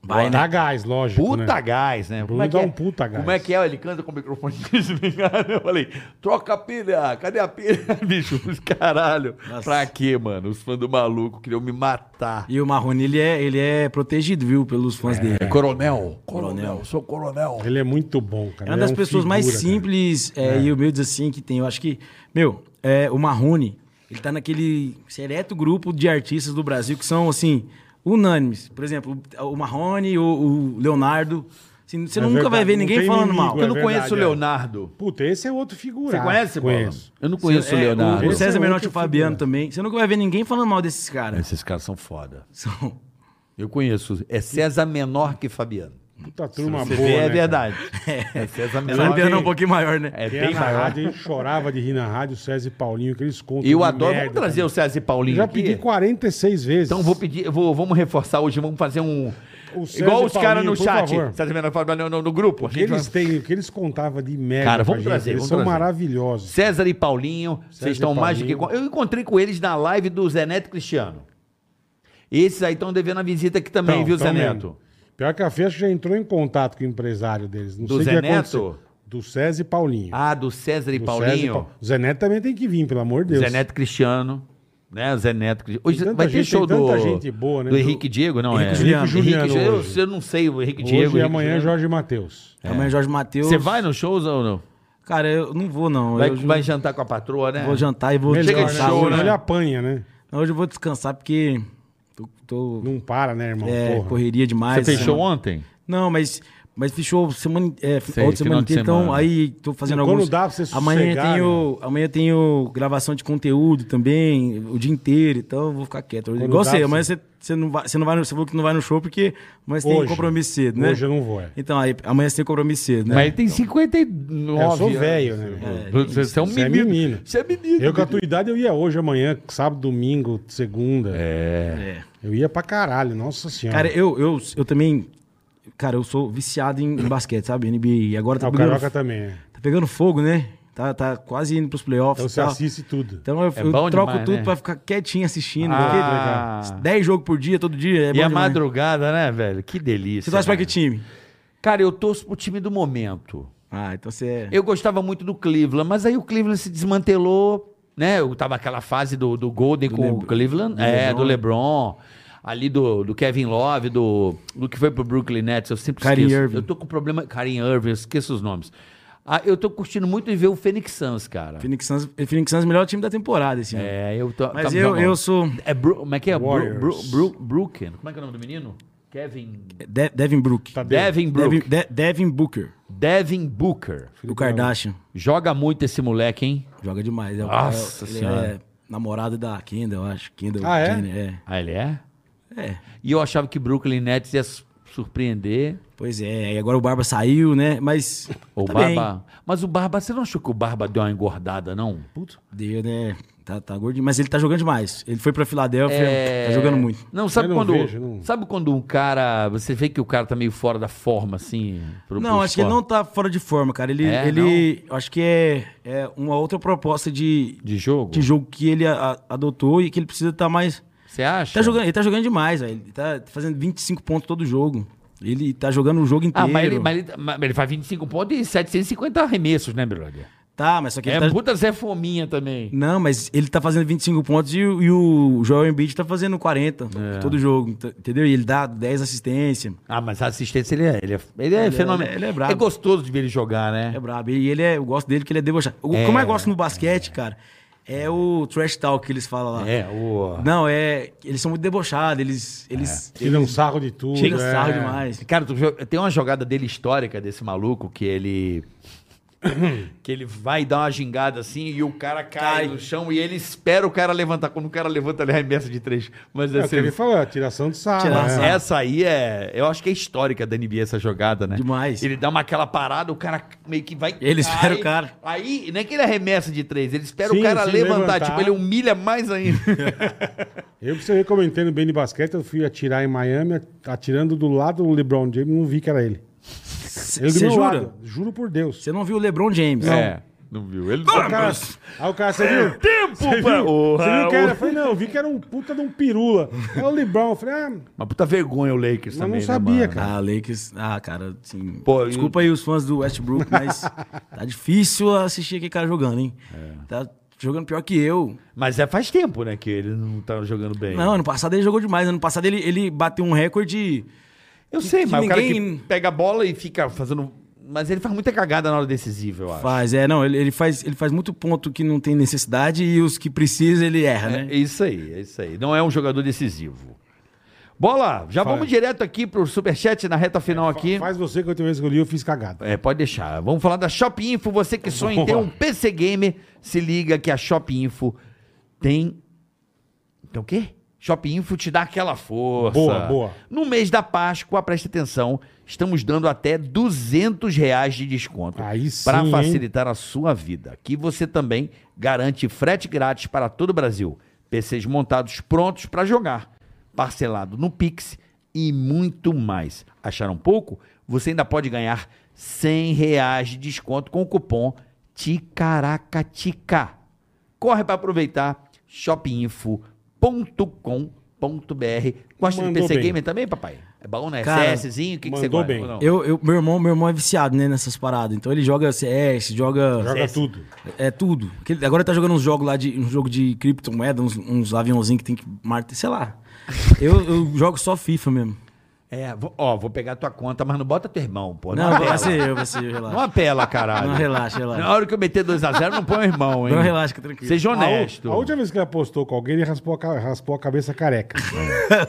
Speaker 2: Vai,
Speaker 3: Dá
Speaker 2: né?
Speaker 3: gás, lógico.
Speaker 6: Puta
Speaker 3: né?
Speaker 6: gás, né?
Speaker 3: Bruno dá um puta gás.
Speaker 6: Como é que é? Ele canta com o microfone desligado. Eu falei, troca a pilha, cadê a pilha? Bicho, os caralho.
Speaker 2: Nossa.
Speaker 6: Pra quê, mano? Os fãs do maluco queriam me matar.
Speaker 2: E o Marrone, ele é, ele é protegido, viu, pelos fãs dele.
Speaker 6: É coronel, coronel, sou coronel.
Speaker 3: Ele é muito bom, cara.
Speaker 2: É uma
Speaker 3: Ele
Speaker 2: das
Speaker 3: um
Speaker 2: pessoas mais
Speaker 3: figura, cara.
Speaker 2: simples é, e humildes assim que tem. Eu acho que, meu, é, o Marrone, ele tá naquele seleto grupo de artistas do Brasil que são, assim, unânimes. Por exemplo, o Marrone, o, o Leonardo. assim, você
Speaker 3: É
Speaker 2: nunca
Speaker 3: verdade,
Speaker 2: vai ver
Speaker 3: não
Speaker 2: ninguém
Speaker 3: tem
Speaker 2: falando
Speaker 3: inimigo,
Speaker 2: mal.
Speaker 3: é
Speaker 6: Eu não conheço
Speaker 3: verdade,
Speaker 6: o
Speaker 3: é.
Speaker 6: Leonardo.
Speaker 3: Puta, esse é outro figura.
Speaker 6: Você conhece, Bola?
Speaker 3: Conheço.
Speaker 6: Eu não conheço o
Speaker 2: É,
Speaker 6: Leonardo.
Speaker 2: o
Speaker 3: Esse
Speaker 2: César
Speaker 3: é
Speaker 2: Menotti
Speaker 3: outro
Speaker 2: e o
Speaker 3: figura. É.
Speaker 2: Fabiano também. Você nunca vai ver ninguém falando mal desses caras.
Speaker 6: Esses caras são foda.
Speaker 2: São-
Speaker 6: Eu conheço. É César menor que Fabiano.
Speaker 3: Puta turma
Speaker 6: Você
Speaker 3: boa. né,
Speaker 6: vê, é
Speaker 3: cara?
Speaker 6: verdade. É César menor.
Speaker 2: Fabiano é um
Speaker 6: que-
Speaker 2: pouquinho maior, né?
Speaker 6: É
Speaker 3: Quem era
Speaker 6: bem
Speaker 3: na
Speaker 6: maior.
Speaker 3: rádio, a gente chorava de rir na rádio, César e Paulinho, que eles contam.
Speaker 6: Eu
Speaker 3: de
Speaker 6: adoro.
Speaker 3: merda,
Speaker 6: Vamos trazer
Speaker 3: cara.
Speaker 6: o César e
Speaker 3: Eu
Speaker 6: Paulinho
Speaker 3: já
Speaker 6: aqui?
Speaker 3: pedi 46 vezes.
Speaker 6: Então vou pedir, eu vou- vamos reforçar hoje, vamos fazer um.
Speaker 3: O César
Speaker 6: igual
Speaker 3: e
Speaker 6: os caras
Speaker 3: Paulinho,
Speaker 6: no
Speaker 3: por
Speaker 6: chat.
Speaker 3: favor.
Speaker 6: César Menor Fabiano no, no grupo. A
Speaker 3: O que
Speaker 6: gente vai-
Speaker 3: eles têm, o que eles contavam de merda.
Speaker 6: Cara,
Speaker 3: pra
Speaker 6: vamos
Speaker 3: gente,
Speaker 6: trazer,
Speaker 3: Eles
Speaker 6: vamos
Speaker 3: são
Speaker 6: trazer.
Speaker 3: maravilhosos.
Speaker 6: César e Paulinho,
Speaker 3: César e
Speaker 6: vocês estão mais do que.
Speaker 3: Paulinho.
Speaker 6: Eu encontrei com eles na live do Zé Neto e Cristiano. Esses aí estão devendo a visita aqui também,
Speaker 3: Então,
Speaker 6: viu, Zé
Speaker 3: também.
Speaker 6: Neto?
Speaker 3: Pior que a Fiat já entrou em contato com o empresário deles. Não
Speaker 6: Do
Speaker 3: sei o que
Speaker 6: Zé Neto?
Speaker 3: aconteceu. Do César e Paulinho.
Speaker 6: Ah, do César e
Speaker 3: Do
Speaker 6: Paulinho.
Speaker 3: César e Paulo. O Zé Neto também tem que vir, pelo amor de Deus.
Speaker 6: Zé Neto e Cristiano. Né, Zé Neto. e Cristiano. Hoje
Speaker 3: Tem tanta
Speaker 6: vai ter
Speaker 3: gente,
Speaker 6: show
Speaker 3: tem
Speaker 6: do.
Speaker 3: tanta gente boa, né?
Speaker 6: Do
Speaker 3: Do-
Speaker 6: Henrique e Diego, não
Speaker 2: Henrique
Speaker 6: é?
Speaker 2: e Juliano.
Speaker 6: Henrique,
Speaker 3: Juliano
Speaker 6: eu,
Speaker 3: hoje.
Speaker 6: eu não sei, o Henrique e
Speaker 3: Hoje
Speaker 6: Diego.
Speaker 3: e
Speaker 6: Henrique
Speaker 3: amanhã
Speaker 6: Juliano.
Speaker 3: Jorge Matheus.
Speaker 2: Amanhã Jorge Matheus.
Speaker 6: Você vai nos shows ou não?
Speaker 2: Cara, eu não vou, não.
Speaker 6: Vai,
Speaker 2: eu ju-
Speaker 6: vai jantar com a patroa, né?
Speaker 2: vou jantar e vou
Speaker 3: Melhor, né?
Speaker 6: Chega de
Speaker 2: descansar.
Speaker 6: show,
Speaker 2: hoje.
Speaker 6: né?
Speaker 3: Ele apanha, né?
Speaker 2: Hoje eu vou descansar porque tô tô.
Speaker 3: Não para, né, irmão?
Speaker 2: é,
Speaker 3: Porra.
Speaker 2: correria demais.
Speaker 6: Você fechou
Speaker 2: semana-
Speaker 6: ontem?
Speaker 2: Não, mas, mas fechou semana, é,
Speaker 6: Sei,
Speaker 2: outra
Speaker 6: final
Speaker 2: semana
Speaker 6: de
Speaker 2: inteira. Então,
Speaker 6: semana.
Speaker 2: aí tô fazendo
Speaker 3: Quando
Speaker 2: alguns.
Speaker 3: dá pra você
Speaker 2: amanhã
Speaker 3: sossegar, né?
Speaker 2: tenho, amanhã tenho gravação de conteúdo também, o dia inteiro, então eu vou ficar quieto.
Speaker 3: Quando
Speaker 2: Igual
Speaker 3: dá
Speaker 2: você,
Speaker 3: pra
Speaker 2: amanhã
Speaker 3: você-
Speaker 2: você, você não vai, você não vai no, você falou que não vai no show porque amanhã você tem
Speaker 3: Hoje.
Speaker 2: compromisso cedo, né?
Speaker 3: Hoje eu não vou, é.
Speaker 2: Então, aí amanhã você tem compromisso cedo, né?
Speaker 6: Mas ele tem 59
Speaker 3: Eu sou
Speaker 6: anos.
Speaker 3: velho, né? irmão?
Speaker 6: Você, você é um
Speaker 3: Você é
Speaker 6: menino.
Speaker 3: menino.
Speaker 6: Você é menino.
Speaker 3: Eu com a tua idade eu ia hoje, amanhã, sábado, domingo, segunda.
Speaker 2: É.
Speaker 3: Eu ia pra caralho, nossa senhora.
Speaker 2: Cara, eu, eu, eu também. Cara, eu sou viciado em, em basquete, sabe? NBA. E agora
Speaker 3: Ah,
Speaker 2: tá,
Speaker 3: o
Speaker 2: pegando,
Speaker 3: Carioca também, é.
Speaker 2: tá pegando fogo, né? Tá, tá quase indo pros playoffs.
Speaker 3: Então
Speaker 2: e
Speaker 3: você
Speaker 2: tal.
Speaker 3: assiste tudo.
Speaker 2: Então eu,
Speaker 6: É
Speaker 2: eu
Speaker 6: bom
Speaker 2: troco
Speaker 6: demais,
Speaker 2: tudo
Speaker 6: né?
Speaker 2: pra ficar quietinho assistindo.
Speaker 6: Ah.
Speaker 2: porque 10 jogos por dia, todo dia. É bom
Speaker 6: E a
Speaker 2: demais.
Speaker 6: madrugada, né, velho? Que delícia.
Speaker 2: Você torce pra
Speaker 6: né?
Speaker 2: que time?
Speaker 6: Cara, eu torço pro time do momento.
Speaker 2: Ah, então você é.
Speaker 6: Eu gostava muito do Cleveland, mas aí o Cleveland se desmantelou, né? Eu tava naquela fase do, do Golden com o
Speaker 2: Lebr-
Speaker 6: Cleveland,
Speaker 2: do
Speaker 6: é,
Speaker 2: LeBron.
Speaker 6: do LeBron, ali do, do Kevin Love, do, do que foi pro Brooklyn Nets, eu sempre
Speaker 2: Kyrie
Speaker 6: esqueço.
Speaker 2: Irving.
Speaker 6: Eu tô com problema, Karim Irving, eu esqueço os nomes. Ah, eu tô curtindo muito de ver o Phoenix Suns, cara.
Speaker 2: Phoenix Suns, Phoenix Suns é o melhor time da temporada esse ano.
Speaker 6: É, eu tô...
Speaker 2: Mas
Speaker 6: tá-
Speaker 2: eu,
Speaker 6: tá-
Speaker 2: eu sou.
Speaker 6: É Bru- como é que é? Bru, Bru,
Speaker 3: Warriors.
Speaker 6: Bru, Brooklyn. Como é que é o nome do menino? Kevin...
Speaker 2: De- Devin Brook.
Speaker 3: Tá dentro.
Speaker 6: Devin
Speaker 2: Devin,
Speaker 6: Brook.
Speaker 2: De- Devin Booker.
Speaker 6: Devin é? Booker.
Speaker 2: O Kardashian.
Speaker 6: Joga muito esse moleque, hein?
Speaker 2: Joga demais. É, o-
Speaker 6: Nossa
Speaker 2: é, ele
Speaker 6: Senhora.
Speaker 2: é namorado da Kendall, eu acho. Kendall.
Speaker 3: Ah, é?
Speaker 2: Jenner, é.
Speaker 6: Ah, ele é?
Speaker 2: É.
Speaker 6: E eu achava que Brooklyn Nets ia su- surpreender.
Speaker 2: Pois é, e agora o Barba saiu, né? Mas.
Speaker 6: O
Speaker 2: tá bem.
Speaker 6: Barba. Mas o Barba, você não achou que o Barba deu uma engordada, não? Putz.
Speaker 2: Deu, né? Tá, tá gordinho. Mas ele tá jogando demais. Ele foi pra Filadélfia,
Speaker 6: É...
Speaker 2: tá jogando muito.
Speaker 6: Não, sabe
Speaker 3: Eu não
Speaker 6: quando.
Speaker 3: vejo, não-
Speaker 6: Sabe quando um cara. Você vê que o cara tá meio fora da forma, assim? pro-
Speaker 2: Não,
Speaker 6: pro
Speaker 2: acho que ele não
Speaker 6: esporte?
Speaker 2: tá fora de forma, cara. Ele.
Speaker 6: É,
Speaker 2: ele eu Acho que é, é uma outra proposta de,
Speaker 6: De jogo?
Speaker 2: de jogo que ele a- a- adotou e que ele precisa estar mais.
Speaker 6: Você acha?
Speaker 2: Tá jogando, ele tá jogando demais, velho. Ele tá fazendo 25 pontos todo jogo. Ele tá jogando o jogo inteiro.
Speaker 6: Ah, mas ele, mas, ele, mas ele faz 25 pontos e 750 arremessos, né, brother?
Speaker 2: Tá, mas só que
Speaker 6: É
Speaker 2: ele tá.
Speaker 6: puta Zé Fominha também.
Speaker 2: Não, mas ele tá fazendo 25 pontos e, o- e o Joel Embiid tá fazendo 40
Speaker 6: É.
Speaker 2: todo jogo, ent- entendeu? E ele dá 10 assistências.
Speaker 6: Ah, mas a assistência ele é, ele é, ele é
Speaker 2: Ele é-
Speaker 6: fenomenal.
Speaker 2: ele é brabo.
Speaker 6: É gostoso de ver ele jogar, né?
Speaker 2: É brabo. E ele é, eu gosto dele que ele é debochado. O-
Speaker 6: É.
Speaker 2: Como eu gosto no basquete, cara, é o trash talk que eles falam lá.
Speaker 6: É, o.
Speaker 2: Não, é. Eles são muito debochados, eles. Eles
Speaker 6: É.
Speaker 3: Tira um sarro de tudo.
Speaker 2: tiram
Speaker 3: é.
Speaker 2: sarro demais.
Speaker 6: Cara, tu viu- tem uma jogada dele histórica desse maluco que ele. que ele vai dar uma gingada assim e o cara cai,
Speaker 2: Cai.
Speaker 6: no chão e ele espera o cara levantar. Quando o cara levanta, ele arremessa de três. Mas
Speaker 3: É o que
Speaker 6: assim.
Speaker 3: ele falou, é tiração de sarro.
Speaker 2: Tiração.
Speaker 3: né?
Speaker 6: Essa aí é. Eu acho que é histórica da NBA essa jogada, né?
Speaker 2: Demais.
Speaker 6: Ele dá uma aquela parada, o cara meio que vai.
Speaker 2: Ele
Speaker 6: cai,
Speaker 2: espera o cara.
Speaker 6: Aí, não é que ele arremessa de três, ele espera
Speaker 3: Sim,
Speaker 6: o cara
Speaker 3: se
Speaker 6: levantar,
Speaker 3: levantar.
Speaker 6: Tipo, ele humilha mais ainda.
Speaker 3: Eu, pra você ver, comentando bem de basquete, eu fui atirar em Miami, atirando do lado do LeBron James, não vi que era ele. Ele do
Speaker 2: Você
Speaker 3: meu
Speaker 2: jura?
Speaker 3: lado, juro por Deus.
Speaker 2: Você não viu o LeBron James?
Speaker 6: É, não viu.
Speaker 4: é
Speaker 6: Ele
Speaker 3: Aí o cara, aí o cara, você viu?
Speaker 6: Tempo
Speaker 3: Você
Speaker 6: pra-
Speaker 3: viu,
Speaker 6: Porra,
Speaker 3: você viu que
Speaker 6: o-
Speaker 3: era? Eu falei, não, eu vi que era um puta de um pirula. É o LeBron. Eu falei, ah,
Speaker 6: Uma puta vergonha o
Speaker 3: Mas
Speaker 6: Lakers
Speaker 3: não
Speaker 4: é
Speaker 6: também. né,
Speaker 3: sabia,
Speaker 6: mano?
Speaker 3: cara.
Speaker 2: Ah, Lakers. Ah, cara, assim.
Speaker 6: Pô, e-
Speaker 2: desculpa aí os fãs do Westbrook, mas tá difícil assistir aquele cara jogando, hein?
Speaker 6: É.
Speaker 2: Tá jogando pior que eu.
Speaker 6: Mas é faz tempo, né, que ele não tá jogando bem.
Speaker 2: Não, ano passado ele jogou demais. Ano passado ele, ele bateu um recorde.
Speaker 6: eu
Speaker 2: que-
Speaker 6: sei,
Speaker 2: que
Speaker 6: mas o cara
Speaker 2: ninguém-
Speaker 6: que pega a bola e fica fazendo. Mas ele faz muita cagada na hora decisiva, eu acho.
Speaker 2: Faz, é, não, ele, ele faz, ele faz muito ponto que não tem necessidade e os que precisa ele erra, né?
Speaker 6: É isso aí, é isso aí. Não é um jogador decisivo. Bola, já
Speaker 3: Fala. É,
Speaker 6: vamos direto aqui pro Superchat na reta final aqui.
Speaker 3: faz você que a última vez que eu li eu fiz cagada.
Speaker 6: É, pode deixar. Vamos falar da Shop Info. Você que sonha em ter
Speaker 3: Boa.
Speaker 6: um PC Gamer, se liga que a Shop Info tem. Então o quê? Shop Info te dá aquela força.
Speaker 3: Boa, boa.
Speaker 6: No mês da Páscoa, presta atenção, estamos dando até 200 reais de desconto.
Speaker 3: Aí sim,
Speaker 6: Para
Speaker 3: hein?
Speaker 6: facilitar a sua vida. Aqui você também garante frete grátis para todo o Brasil. PCs montados prontos para jogar, parcelado no Pix e muito mais. Acharam pouco? Você ainda pode ganhar 100 reais de desconto com o cupom TICARACATICA. Corre para aproveitar shopinfo.com.br. Gosta de
Speaker 3: Mandou
Speaker 6: PC
Speaker 3: bem.
Speaker 6: Gamer também, papai? É bom, né?
Speaker 2: Cara,
Speaker 6: CSzinho, o que, que você
Speaker 3: mandou
Speaker 6: gosta?
Speaker 3: bem.
Speaker 6: Ou não?
Speaker 2: Eu, eu, meu, irmão, meu irmão é viciado, né, nessas paradas. Então ele joga CS, joga.
Speaker 3: Joga tudo.
Speaker 2: É tudo. Que ele- Agora ele tá jogando uns jogos lá de. Um jogo de criptomoeda, uns, uns aviãozinhos que tem que marcar, sei lá. Eu, eu jogo só FIFA mesmo.
Speaker 6: É, vou- ó, vou pegar tua conta, mas não bota teu irmão, pô. Não,
Speaker 2: Não,
Speaker 6: apela.
Speaker 2: vai ser eu, vai ser eu,
Speaker 6: Não
Speaker 2: relaxa.
Speaker 6: apela, caralho.
Speaker 2: Não, relaxa, relaxa.
Speaker 6: Na hora que eu meter 2x0, não põe o irmão, hein?
Speaker 2: Não, relaxa, fica tranquilo.
Speaker 6: Seja
Speaker 3: A, u-
Speaker 6: honesto.
Speaker 3: a última vez que ele apostou com alguém, ele raspou a, ca- raspou a cabeça careca.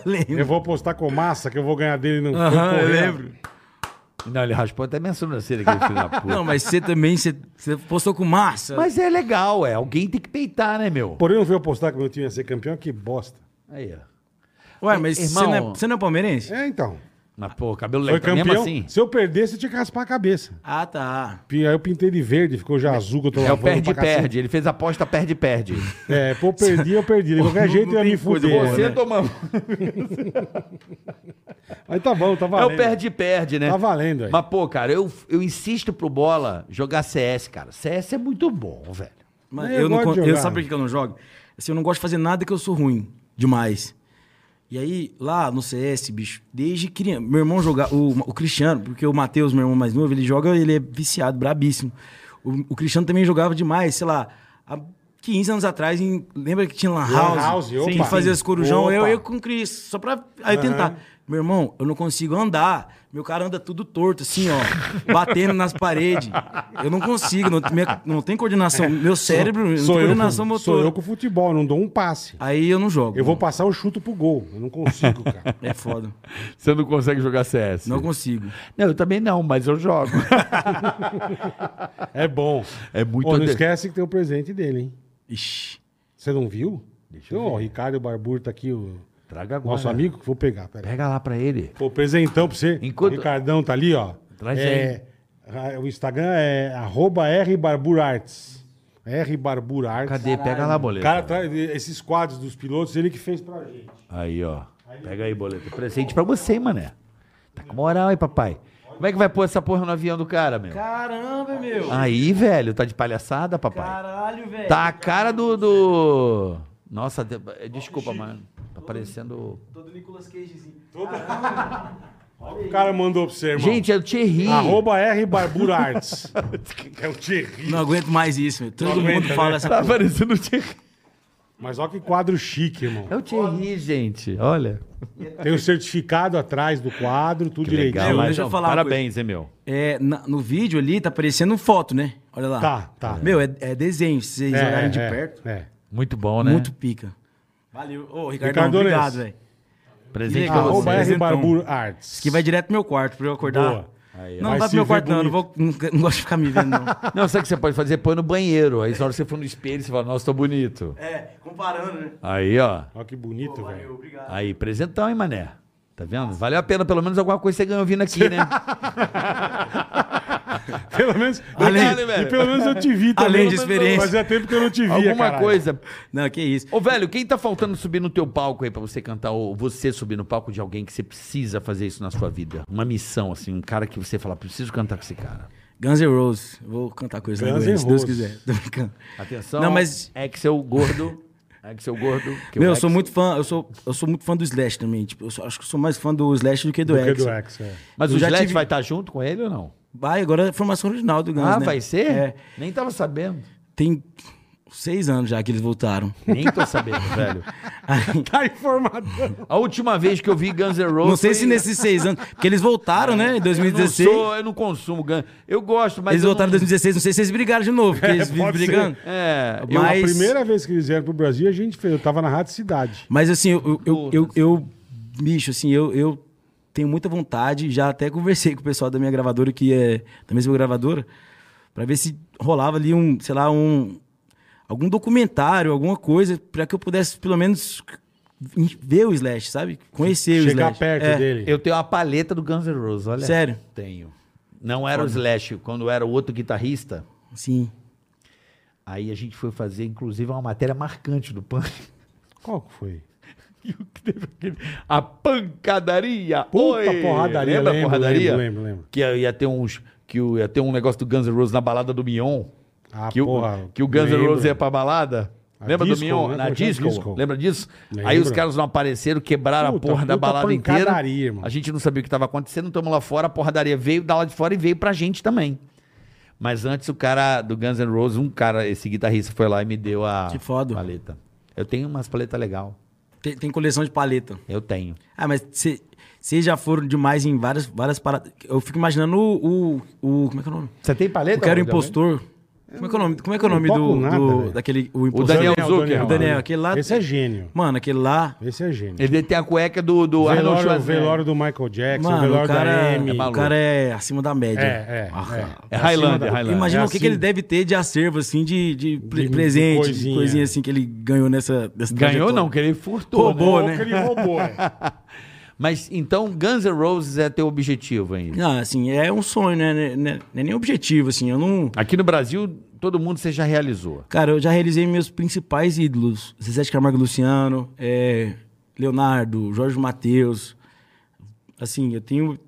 Speaker 2: Lembro.
Speaker 3: eu vou apostar com massa que eu vou ganhar dele no.
Speaker 2: Uhum. Aham, eu
Speaker 3: correr.
Speaker 2: lembro.
Speaker 6: Não, ele raspou até minha sobrancelha, aquele filho da puta.
Speaker 2: Não, mas você também, você, você postou com massa.
Speaker 6: Mas é legal, é. Alguém tem que peitar, né, meu?
Speaker 3: Porém, eu não veio apostar que meu time ia ser campeão, que bosta.
Speaker 6: Aí, ó.
Speaker 2: Ué, mas você,
Speaker 6: Irmão-
Speaker 2: não é, você não é palmeirense?
Speaker 3: É, então.
Speaker 6: Mas, pô, cabelo
Speaker 3: Foi
Speaker 6: legal. Mesmo
Speaker 3: campeão.
Speaker 6: assim.
Speaker 3: Se eu perdesse, eu tinha que raspar a cabeça.
Speaker 2: Ah, tá.
Speaker 3: Pi- Aí eu pintei de verde, ficou já azul que eu tô
Speaker 6: É o
Speaker 3: lavando Tá pra
Speaker 6: perde-perde.
Speaker 3: cacete.
Speaker 6: Ele fez aposta perde-perde.
Speaker 3: É, pô, eu perdi, eu perdi. De qualquer
Speaker 2: Não-
Speaker 3: jeito
Speaker 2: não
Speaker 3: eu ia
Speaker 2: tem
Speaker 3: me
Speaker 2: coisa
Speaker 3: fuder.
Speaker 2: boa,
Speaker 3: né?
Speaker 6: Você toma.
Speaker 2: né?
Speaker 3: Aí tá bom, tá
Speaker 6: É
Speaker 3: valendo.
Speaker 6: o perde-perde, né?
Speaker 3: Tá valendo aí.
Speaker 6: Mas, pô, cara, eu, eu insisto pro Bola jogar CS, cara. CS é muito bom, velho.
Speaker 2: Mas
Speaker 3: É, Eu
Speaker 2: eu, não,
Speaker 3: gosto
Speaker 2: con-
Speaker 3: de
Speaker 2: eu
Speaker 3: jogar.
Speaker 2: sabe por que que eu não jogo? Assim, eu não gosto de fazer nada que eu sou ruim demais. E aí, lá no CS, bicho, desde criança. Meu irmão jogava. O, o Cristiano, porque o Matheus, meu irmão mais novo, ele joga, ele é viciado, brabíssimo. O, o Cristiano também jogava demais, sei lá, há 15 anos atrás, em- lembra que tinha Lan House?
Speaker 3: house,
Speaker 2: que
Speaker 3: opa.
Speaker 2: fazia os corujão,
Speaker 3: Opa.
Speaker 2: eu, eu com o Cris, só pra aí eu tentar. Meu irmão, eu não consigo andar. Meu cara anda tudo torto, assim, ó, batendo nas paredes. Eu não consigo, não, minha- não tem coordenação. Meu cérebro, não
Speaker 3: sou,
Speaker 2: tem
Speaker 3: eu
Speaker 2: coordenação
Speaker 3: com,
Speaker 2: motora.
Speaker 3: sou eu com futebol, não dou um passe.
Speaker 2: Aí eu não jogo.
Speaker 3: Eu vou
Speaker 2: mano.
Speaker 3: passar o chuto pro gol. Eu não consigo, cara.
Speaker 2: É foda.
Speaker 6: Você não consegue jogar CS?
Speaker 2: Não consigo.
Speaker 6: Não, eu também não, mas eu jogo.
Speaker 3: É bom.
Speaker 6: É muito
Speaker 3: Pô, não
Speaker 6: ande-
Speaker 3: esquece que tem o presente dele, hein?
Speaker 2: Ixi.
Speaker 3: Você não viu?
Speaker 6: Deixa
Speaker 3: Então, ó, o Ricardo Barbur tá aqui, o
Speaker 6: Traga agora.
Speaker 3: nosso amigo, que eu vou pegar, peraí.
Speaker 6: é. Pega lá pra ele.
Speaker 3: Pô, presentão pra você.
Speaker 6: Enquanto-
Speaker 3: O Ricardão tá ali, ó.
Speaker 6: Traz
Speaker 3: é, ra- O Instagram é arroba rbarburarts. rbarburarts.
Speaker 6: Cadê? Pega lá,
Speaker 3: O
Speaker 6: boleto.
Speaker 3: cara traz esses quadros dos pilotos, ele que fez pra gente.
Speaker 6: Aí, ó. Pega aí, boleto. Presente pra você, hein, mané. Tá com moral aí, papai. Como é que vai pôr essa porra no avião do cara, meu?
Speaker 2: Caramba, meu.
Speaker 6: Aí, velho, tá de palhaçada, papai.
Speaker 2: Caralho, velho.
Speaker 6: Tá a cara do. do... Nossa, de- eh, desculpa, mano. Tá parecendo.
Speaker 2: Todo Nicolas assim. Cagezinho.
Speaker 3: O cara mandou pra você, irmão.
Speaker 6: Gente, é o Thierry.
Speaker 3: Arroba rbarburarts. é o Thierry.
Speaker 2: Não aguento mais isso, meu. Todo
Speaker 3: Não aguenta,
Speaker 2: mundo fala
Speaker 3: né?
Speaker 2: essa
Speaker 6: Tá
Speaker 2: coisa.
Speaker 6: parecendo o Thierry.
Speaker 3: Mas olha que quadro chique, irmão.
Speaker 6: É o Thierry, gente. Olha.
Speaker 3: Tem o certificado atrás do quadro, tudo direitinho.
Speaker 2: legal,
Speaker 6: mas
Speaker 2: deixa eu falar uma
Speaker 6: Parabéns, hein, meu.
Speaker 2: É, na- no vídeo ali tá parecendo foto, né? Olha lá.
Speaker 3: Tá, tá.
Speaker 2: Meu, é, é desenho, se vocês
Speaker 3: É,
Speaker 2: olharem de
Speaker 3: é,
Speaker 2: perto.
Speaker 3: É.
Speaker 6: Muito bom, né?
Speaker 2: Muito pica. Valeu. Ô, Ricardo,
Speaker 3: Ricardo
Speaker 2: obrigado,
Speaker 3: Lourenço.
Speaker 2: velho.
Speaker 6: Presente
Speaker 2: Legal.
Speaker 6: pra
Speaker 3: Arroba
Speaker 6: você.
Speaker 2: vocês,
Speaker 3: R
Speaker 2: então.
Speaker 3: Barbur Arts.
Speaker 2: Isso aqui vai direto pro meu quarto pra eu acordar.
Speaker 3: Boa.
Speaker 6: Aí, ó.
Speaker 2: Não,
Speaker 3: Vai
Speaker 2: vai,
Speaker 3: se
Speaker 2: pro meu
Speaker 3: ver
Speaker 2: quarto, não. Eu Não, vou, não, não gosto de ficar me vendo, não.
Speaker 6: Não, sabe o que você pode fazer? Põe no banheiro. Aí, na hora que você for no espelho, você fala, nossa, tô bonito.
Speaker 2: é, comparando, né?
Speaker 6: Aí, ó.
Speaker 3: Olha que bonito, velho.
Speaker 2: obrigado.
Speaker 6: Aí, presentão, hein, mané? Tá vendo? Valeu a pena, pelo menos alguma coisa você ganhou vindo aqui, né?
Speaker 3: Pelo menos.
Speaker 2: Além-
Speaker 3: Obrigado, velho. e pelo menos eu te vi também.
Speaker 2: Além de
Speaker 3: Pelo menos-
Speaker 2: experiência.
Speaker 3: Fazia tempo que eu não te via,
Speaker 6: Alguma
Speaker 3: caralho.
Speaker 6: coisa.
Speaker 2: Não, que isso.
Speaker 6: Ô, velho, quem tá faltando subir no teu palco aí pra você cantar, ou você subir no palco de alguém que você precisa fazer isso na sua vida? Uma missão, assim, um cara que você fala, preciso cantar com esse cara.
Speaker 2: Guns N' Roses. Vou cantar coisa
Speaker 3: Guns
Speaker 2: Guns
Speaker 3: N'
Speaker 2: se Deus
Speaker 3: Roses.
Speaker 2: quiser. Tô brincando.
Speaker 6: Atenção,
Speaker 2: Não, mas-
Speaker 6: Axel Gordo. Axel Gordo. que o
Speaker 2: Meu, eu sou
Speaker 6: Axel-
Speaker 2: muito fã, eu sou, eu sou muito fã do Slash também. Tipo, eu sou- acho que eu sou mais fã do Slash do que do,
Speaker 3: Do que
Speaker 2: Axl.
Speaker 3: do X, é.
Speaker 6: Mas
Speaker 2: eu
Speaker 6: o
Speaker 2: já
Speaker 6: Gillette
Speaker 2: tive-
Speaker 6: vai estar junto com ele ou não?
Speaker 2: Vai, agora é a formação original do Guns,
Speaker 6: ah,
Speaker 2: né?
Speaker 6: vai ser?
Speaker 2: É,
Speaker 6: Nem tava sabendo.
Speaker 2: tem seis anos já que eles voltaram.
Speaker 6: Nem tô sabendo, velho.
Speaker 3: Tá informadão.
Speaker 6: A última vez que eu vi Guns N' Roses...
Speaker 2: Não sei se
Speaker 6: foi-
Speaker 2: nesses seis anos... Porque eles voltaram, né? Em
Speaker 6: Eu não
Speaker 2: 2016.
Speaker 6: sou, eu não consumo Guns. Eu gosto, mas.
Speaker 2: eles
Speaker 6: eu
Speaker 2: voltaram em
Speaker 6: não...
Speaker 2: 2016. Não sei se eles brigaram de novo, porque eles vivem
Speaker 3: pode ser.
Speaker 2: brigando.
Speaker 6: É,
Speaker 2: Eu-
Speaker 3: A
Speaker 2: Mas-
Speaker 3: primeira vez que eles vieram pro Brasil, a gente fez. Eu tava na Rádio Cidade.
Speaker 2: Mas assim, eu, eu,
Speaker 6: Puta.
Speaker 2: eu, eu- bicho, assim, eu, eu tenho muita vontade, já até conversei com o pessoal da minha gravadora, que é da mesma gravadora, pra ver se rolava ali um, sei lá, um algum documentário, alguma coisa, pra que eu pudesse pelo menos ver o Slash, sabe? Conhecer o
Speaker 3: Chegar
Speaker 2: Slash.
Speaker 3: perto
Speaker 2: É,
Speaker 3: dele.
Speaker 6: eu tenho a paleta do Guns N' Roses, olha.
Speaker 2: Sério?
Speaker 6: Tenho. Não era o Slash, quando era o outro guitarrista.
Speaker 2: Sim.
Speaker 6: Aí a gente foi fazer, inclusive, uma matéria marcante do Punk.
Speaker 3: Qual que foi?
Speaker 6: E o que teve aquele- A pancadaria!
Speaker 3: Puta
Speaker 6: Oi!
Speaker 3: porradaria.
Speaker 6: Lembra a
Speaker 3: lembro,
Speaker 6: porradaria?
Speaker 3: Lembro, lembro, lembro.
Speaker 6: Que ia ter uns. Que ia ter um negócio do Guns N' Roses na balada do Mion.
Speaker 3: Ah,
Speaker 6: que,
Speaker 3: porra,
Speaker 6: o, que o Guns N'
Speaker 3: lembro.
Speaker 6: Roses ia pra balada.
Speaker 3: A
Speaker 6: Lembra do
Speaker 3: disco,
Speaker 6: Mion?
Speaker 3: né?
Speaker 6: Na
Speaker 3: Como chama?
Speaker 6: disco,
Speaker 3: Disco.
Speaker 6: Lembra disso? Aí
Speaker 3: Lembro.
Speaker 6: os caras não apareceram, quebraram
Speaker 3: Puta,
Speaker 6: a porra da
Speaker 3: puta
Speaker 6: balada inteira.
Speaker 3: pancadaria, irmão.
Speaker 6: A gente não sabia o que estava acontecendo, estamos lá fora, a porradaria veio da lá de fora e veio pra gente também. Mas antes o cara do Guns N' Roses, um cara, esse guitarrista foi lá e me deu a
Speaker 2: Que foda.
Speaker 6: paleta. Eu tenho umas paletas legal.
Speaker 2: Tem, tem coleção de paleta.
Speaker 6: Eu tenho.
Speaker 2: Ah, mas vocês já foram demais em várias, várias paradas. Eu fico imaginando o, o, o- Como é que é o nome?
Speaker 6: Você tem
Speaker 2: Eu
Speaker 6: paleta?
Speaker 2: quero o
Speaker 6: Rodel?
Speaker 2: impostor. Como é que é o nome, como é que é
Speaker 3: Eu
Speaker 2: o
Speaker 3: não
Speaker 2: nome
Speaker 3: toco
Speaker 2: do,
Speaker 3: nada,
Speaker 2: do-
Speaker 3: velho.
Speaker 2: daquele o impostor?
Speaker 6: Daniel Zucker.
Speaker 2: O Daniel, aquele lá.
Speaker 3: Esse é gênio.
Speaker 2: Mano, aquele lá.
Speaker 3: Esse é gênio.
Speaker 6: Ele tem a cueca do, do
Speaker 3: O
Speaker 6: Arnold
Speaker 3: velório, o
Speaker 6: Schwarzenegger.
Speaker 3: velório do Michael Jackson, o
Speaker 2: Mano,
Speaker 3: velório
Speaker 2: o cara,
Speaker 3: da Amy.
Speaker 2: é o
Speaker 6: maluco.
Speaker 2: cara é acima da média.
Speaker 3: É, é,
Speaker 2: Ah, cara.
Speaker 6: É Highlander, Highlander.
Speaker 2: Imagina
Speaker 3: É
Speaker 2: o que,
Speaker 3: assim.
Speaker 2: que ele deve ter de acervo, assim, de, de pre-
Speaker 3: de
Speaker 2: presente, de
Speaker 3: coisinha.
Speaker 2: coisinha. assim que ele ganhou nessa. nessa
Speaker 6: Ganhou
Speaker 2: trajetória.
Speaker 6: não, que ele furtou. né?
Speaker 2: Roubou, né?
Speaker 3: Ele roubou, é.
Speaker 6: Mas então Guns N' Roses é teu objetivo ainda.
Speaker 2: Ah, assim, é um sonho, né? Né- né- Não é nem objetivo, assim. Eu não.
Speaker 6: Aqui no Brasil, todo mundo você já realizou.
Speaker 2: Cara, eu já realizei meus principais ídolos: Zezé de Camargo e Luciano, é, Leonardo, Jorge Matheus. Assim, eu tenho.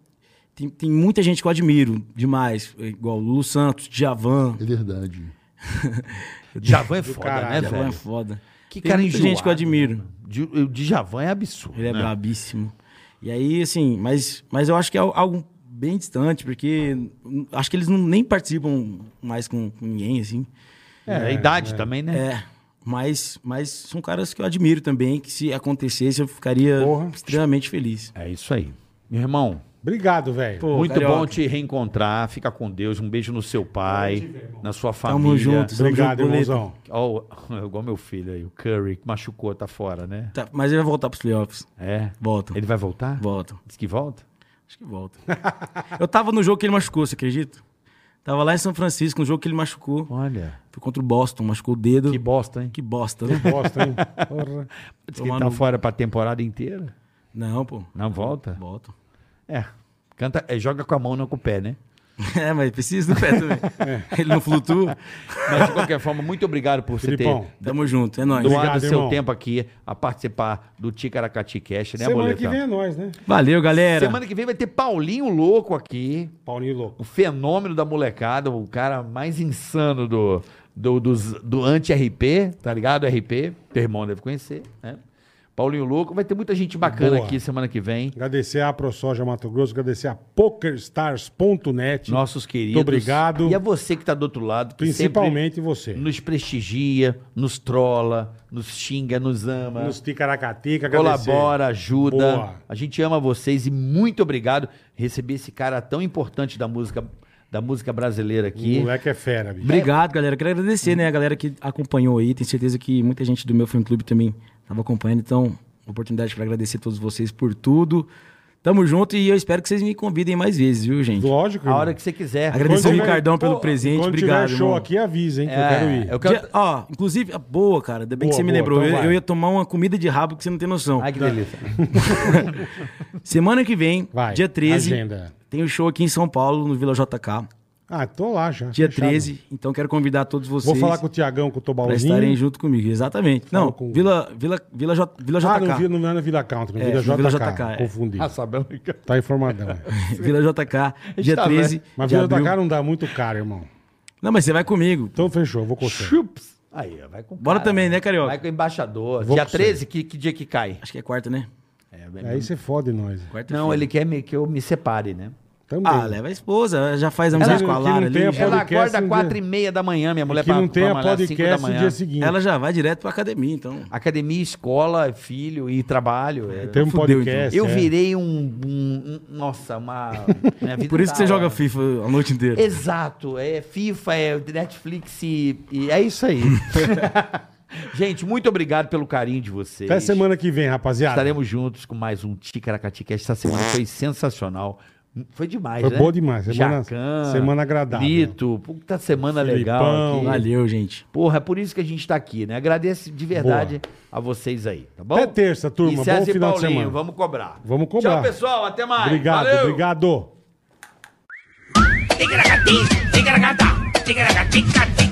Speaker 2: Tem, tem muita gente que eu admiro demais, igual Lulu Santos, Djavan.
Speaker 7: É verdade.
Speaker 6: Djavan é foda,
Speaker 3: caralho,
Speaker 6: né,
Speaker 2: Djavan é
Speaker 6: velho?
Speaker 2: foda.
Speaker 6: Que
Speaker 2: tem
Speaker 6: cara
Speaker 2: muita
Speaker 6: enjoado, né?
Speaker 2: gente que eu admiro.
Speaker 6: Di- O Djavan é absurdo.
Speaker 2: Ele é
Speaker 6: né?
Speaker 2: brabíssimo. E aí, assim, mas, mas eu acho que é al- algo bem distante, porque hum, acho que eles não, nem participam mais com, com ninguém, assim.
Speaker 6: É, a idade também, né?
Speaker 2: É, mas, mas são caras que eu admiro também, que se acontecesse eu ficaria
Speaker 3: Porra.
Speaker 2: extremamente feliz.
Speaker 6: É isso aí. Meu irmão,
Speaker 3: Obrigado, velho.
Speaker 2: Pô,
Speaker 6: muito
Speaker 2: Carioca.
Speaker 6: bom te reencontrar. Fica com Deus. Um beijo no seu pai, na sua família.
Speaker 2: Tamo junto, tamo
Speaker 3: Obrigado,
Speaker 2: junto, boleto.
Speaker 3: irmãozão.
Speaker 6: Ó, o- igual meu filho aí, o Curry, que machucou, tá fora, né?
Speaker 2: Tá, mas ele vai voltar pros playoffs.
Speaker 6: É.
Speaker 2: Volta.
Speaker 6: Ele vai voltar?
Speaker 2: Volta.
Speaker 6: Diz que volta?
Speaker 2: Acho que volta. eu tava no jogo que ele machucou, você acredita? Tava lá em São Francisco, no jogo que ele machucou.
Speaker 6: Olha.
Speaker 2: Foi contra o Boston, machucou o dedo.
Speaker 6: Que bosta, hein?
Speaker 2: que bosta, né?
Speaker 3: Bosta, hein? Porra.
Speaker 6: Diz que ele
Speaker 2: tomar
Speaker 6: tá
Speaker 2: no-
Speaker 6: fora pra temporada inteira.
Speaker 2: Não, pô.
Speaker 6: Não volta?
Speaker 2: Volta.
Speaker 6: É. Canta, é, joga com a mão, não com o pé, né?
Speaker 2: É, mas precisa do pé também.
Speaker 6: É.
Speaker 2: Ele não flutua.
Speaker 6: Mas de qualquer forma, muito obrigado por você ter
Speaker 3: Filipão,
Speaker 2: Tamo junto, é nóis.
Speaker 6: doado
Speaker 3: Obrigado,
Speaker 6: seu
Speaker 3: irmão.
Speaker 6: tempo aqui a participar do Ticaracati Cash, né,
Speaker 3: semana
Speaker 6: Boleta?
Speaker 3: que vem é nós, né?
Speaker 2: Valeu, galera.
Speaker 6: Semana que vem vai ter Paulinho Louco aqui,
Speaker 3: Paulinho louco.
Speaker 6: o fenômeno da molecada, o cara mais insano do, do, dos- do anti-RP, tá ligado? RP, teu irmão deve conhecer, né? Paulinho Louco, vai ter muita gente bacana
Speaker 3: Boa.
Speaker 6: aqui semana que vem.
Speaker 3: Agradecer a ProSoja Mato Grosso, agradecer a PokerStars.net.
Speaker 6: Nossos queridos.
Speaker 3: Muito obrigado.
Speaker 6: E a você que tá do outro lado. que sempre
Speaker 3: Principalmente você.
Speaker 6: Nos prestigia, nos trola, nos xinga, nos ama.
Speaker 3: Nos Ticaracatica, agradecer.
Speaker 6: colabora, ajuda.
Speaker 3: Boa.
Speaker 6: A gente ama vocês e muito obrigado receber esse cara tão importante da música da música brasileira
Speaker 3: O
Speaker 6: aqui.
Speaker 3: moleque é fera, bicho.
Speaker 2: Obrigado, galera. Quero agradecer, né, a galera que acompanhou aí. Tenho certeza que muita gente do meu fã-clube também tava acompanhando. Então, oportunidade pra agradecer a todos vocês por tudo. Tamo junto e eu espero que vocês me convidem mais vezes, viu, gente?
Speaker 3: Lógico,
Speaker 6: A
Speaker 3: irmão.
Speaker 6: hora que você quiser.
Speaker 2: Agradecer
Speaker 3: Quando
Speaker 2: o
Speaker 3: tiver-
Speaker 2: Ricardão pelo
Speaker 3: Pô,
Speaker 2: presente.
Speaker 3: Quando
Speaker 2: Obrigado,
Speaker 3: tiver show
Speaker 2: irmão.
Speaker 3: aqui, avisa, hein, que eu
Speaker 6: É,
Speaker 3: quero ir.
Speaker 6: eu quero-
Speaker 2: Dia- Ó, inclusive, ah, boa, cara. Ainda
Speaker 3: Boa,
Speaker 2: bem que você me
Speaker 3: boa,
Speaker 2: lembrou.
Speaker 3: então
Speaker 2: Eu-
Speaker 3: vai.
Speaker 2: eu ia tomar uma comida de rabo que você não tem noção.
Speaker 6: Ai, que delícia.
Speaker 2: Semana que vem,
Speaker 3: Vai,
Speaker 2: dia 13,
Speaker 3: agenda.
Speaker 2: tem o show aqui em São Paulo, no Vila JK.
Speaker 3: Ah, tô lá já.
Speaker 2: Dia
Speaker 3: fechado.
Speaker 2: 13. Então quero convidar todos
Speaker 3: Vou
Speaker 2: vocês
Speaker 3: falar com o Tiagão, com o
Speaker 2: para
Speaker 3: Tobalzinho.
Speaker 2: estarem junto comigo. Exatamente.
Speaker 3: Fala
Speaker 2: Não,
Speaker 3: com-
Speaker 2: Vila, Vila, Vila, J, Vila JK.
Speaker 3: Ah, não, vi, não é na Vila Country, na
Speaker 2: É,
Speaker 3: Vila
Speaker 2: no
Speaker 3: JK.
Speaker 2: Vila JK, é.
Speaker 3: Confundi.
Speaker 6: Ah, sabendo que-
Speaker 3: Tá informadão. é.
Speaker 2: Vila JK, dia
Speaker 6: Está, né?
Speaker 2: 13.
Speaker 3: Mas
Speaker 2: de
Speaker 3: Vila
Speaker 2: abril.
Speaker 3: JK não dá muito caro, irmão.
Speaker 2: Não, mas você vai comigo.
Speaker 3: Então fechou, vou com você.
Speaker 6: Chups. Aí, ó, vai com o
Speaker 2: Bora
Speaker 6: cara.
Speaker 2: também, né, Carioca?
Speaker 6: Vai com o embaixador.
Speaker 3: Vou
Speaker 6: dia
Speaker 3: com você.
Speaker 6: 13, que, que dia que cai?
Speaker 2: Acho que é quarta, né?
Speaker 6: É,
Speaker 3: Aí você fode nós.
Speaker 2: Quarta
Speaker 6: não, ele quer me- que eu me separe, né?
Speaker 3: Também.
Speaker 2: Ah, leva a esposa. ela um Já faz amizade
Speaker 3: Ela-
Speaker 2: com a
Speaker 3: que não
Speaker 2: Lara
Speaker 3: tem a
Speaker 2: ali.
Speaker 6: Ela
Speaker 3: Podcast
Speaker 6: acorda
Speaker 3: no
Speaker 6: às
Speaker 3: dia-
Speaker 6: 4 e meia da manhã, minha mulher
Speaker 3: que não tem a
Speaker 6: malhar às cinco
Speaker 3: podcast no dia assim. seguinte.
Speaker 2: Ela já vai direto pra academia, então.
Speaker 6: Academia, escola, filho e trabalho. é.
Speaker 3: Tem um
Speaker 2: Fudeu,
Speaker 3: podcast.
Speaker 6: Eu
Speaker 3: é.
Speaker 6: virei um, um- um- Nossa, uma. minha vida
Speaker 2: Por isso
Speaker 6: tá
Speaker 2: que você joga
Speaker 6: uma-
Speaker 2: FIFA a noite inteira.
Speaker 6: Exato. É FIFA, é Netflix e, e é isso aí. Gente, muito obrigado pelo carinho de vocês.
Speaker 3: Até semana que vem, rapaziada.
Speaker 6: Estaremos juntos com mais um Ticaracaticast. Essa semana foi sensacional. Foi demais,
Speaker 3: Foi
Speaker 6: né?
Speaker 3: boa demais. Semana-
Speaker 6: Jacan,
Speaker 3: semana agradável.
Speaker 6: Lito, puta semana legal.
Speaker 3: Filipão.
Speaker 6: aqui.
Speaker 2: Valeu, gente.
Speaker 6: Porra, é por isso que a gente tá aqui, né? Agradeço de verdade a vocês aí, tá bom?
Speaker 3: Até terça, turma.
Speaker 6: E
Speaker 3: Bom
Speaker 6: César e
Speaker 3: final de
Speaker 6: Paulinho,
Speaker 3: semana.
Speaker 6: vamos cobrar.
Speaker 3: Vamos cobrar.
Speaker 6: Tchau, pessoal. Até mais.
Speaker 3: Obrigado,
Speaker 6: Valeu.
Speaker 3: obrigado.
Speaker 8: Tigra-gati, tigra-gata, tigra-gati, tigra-gati.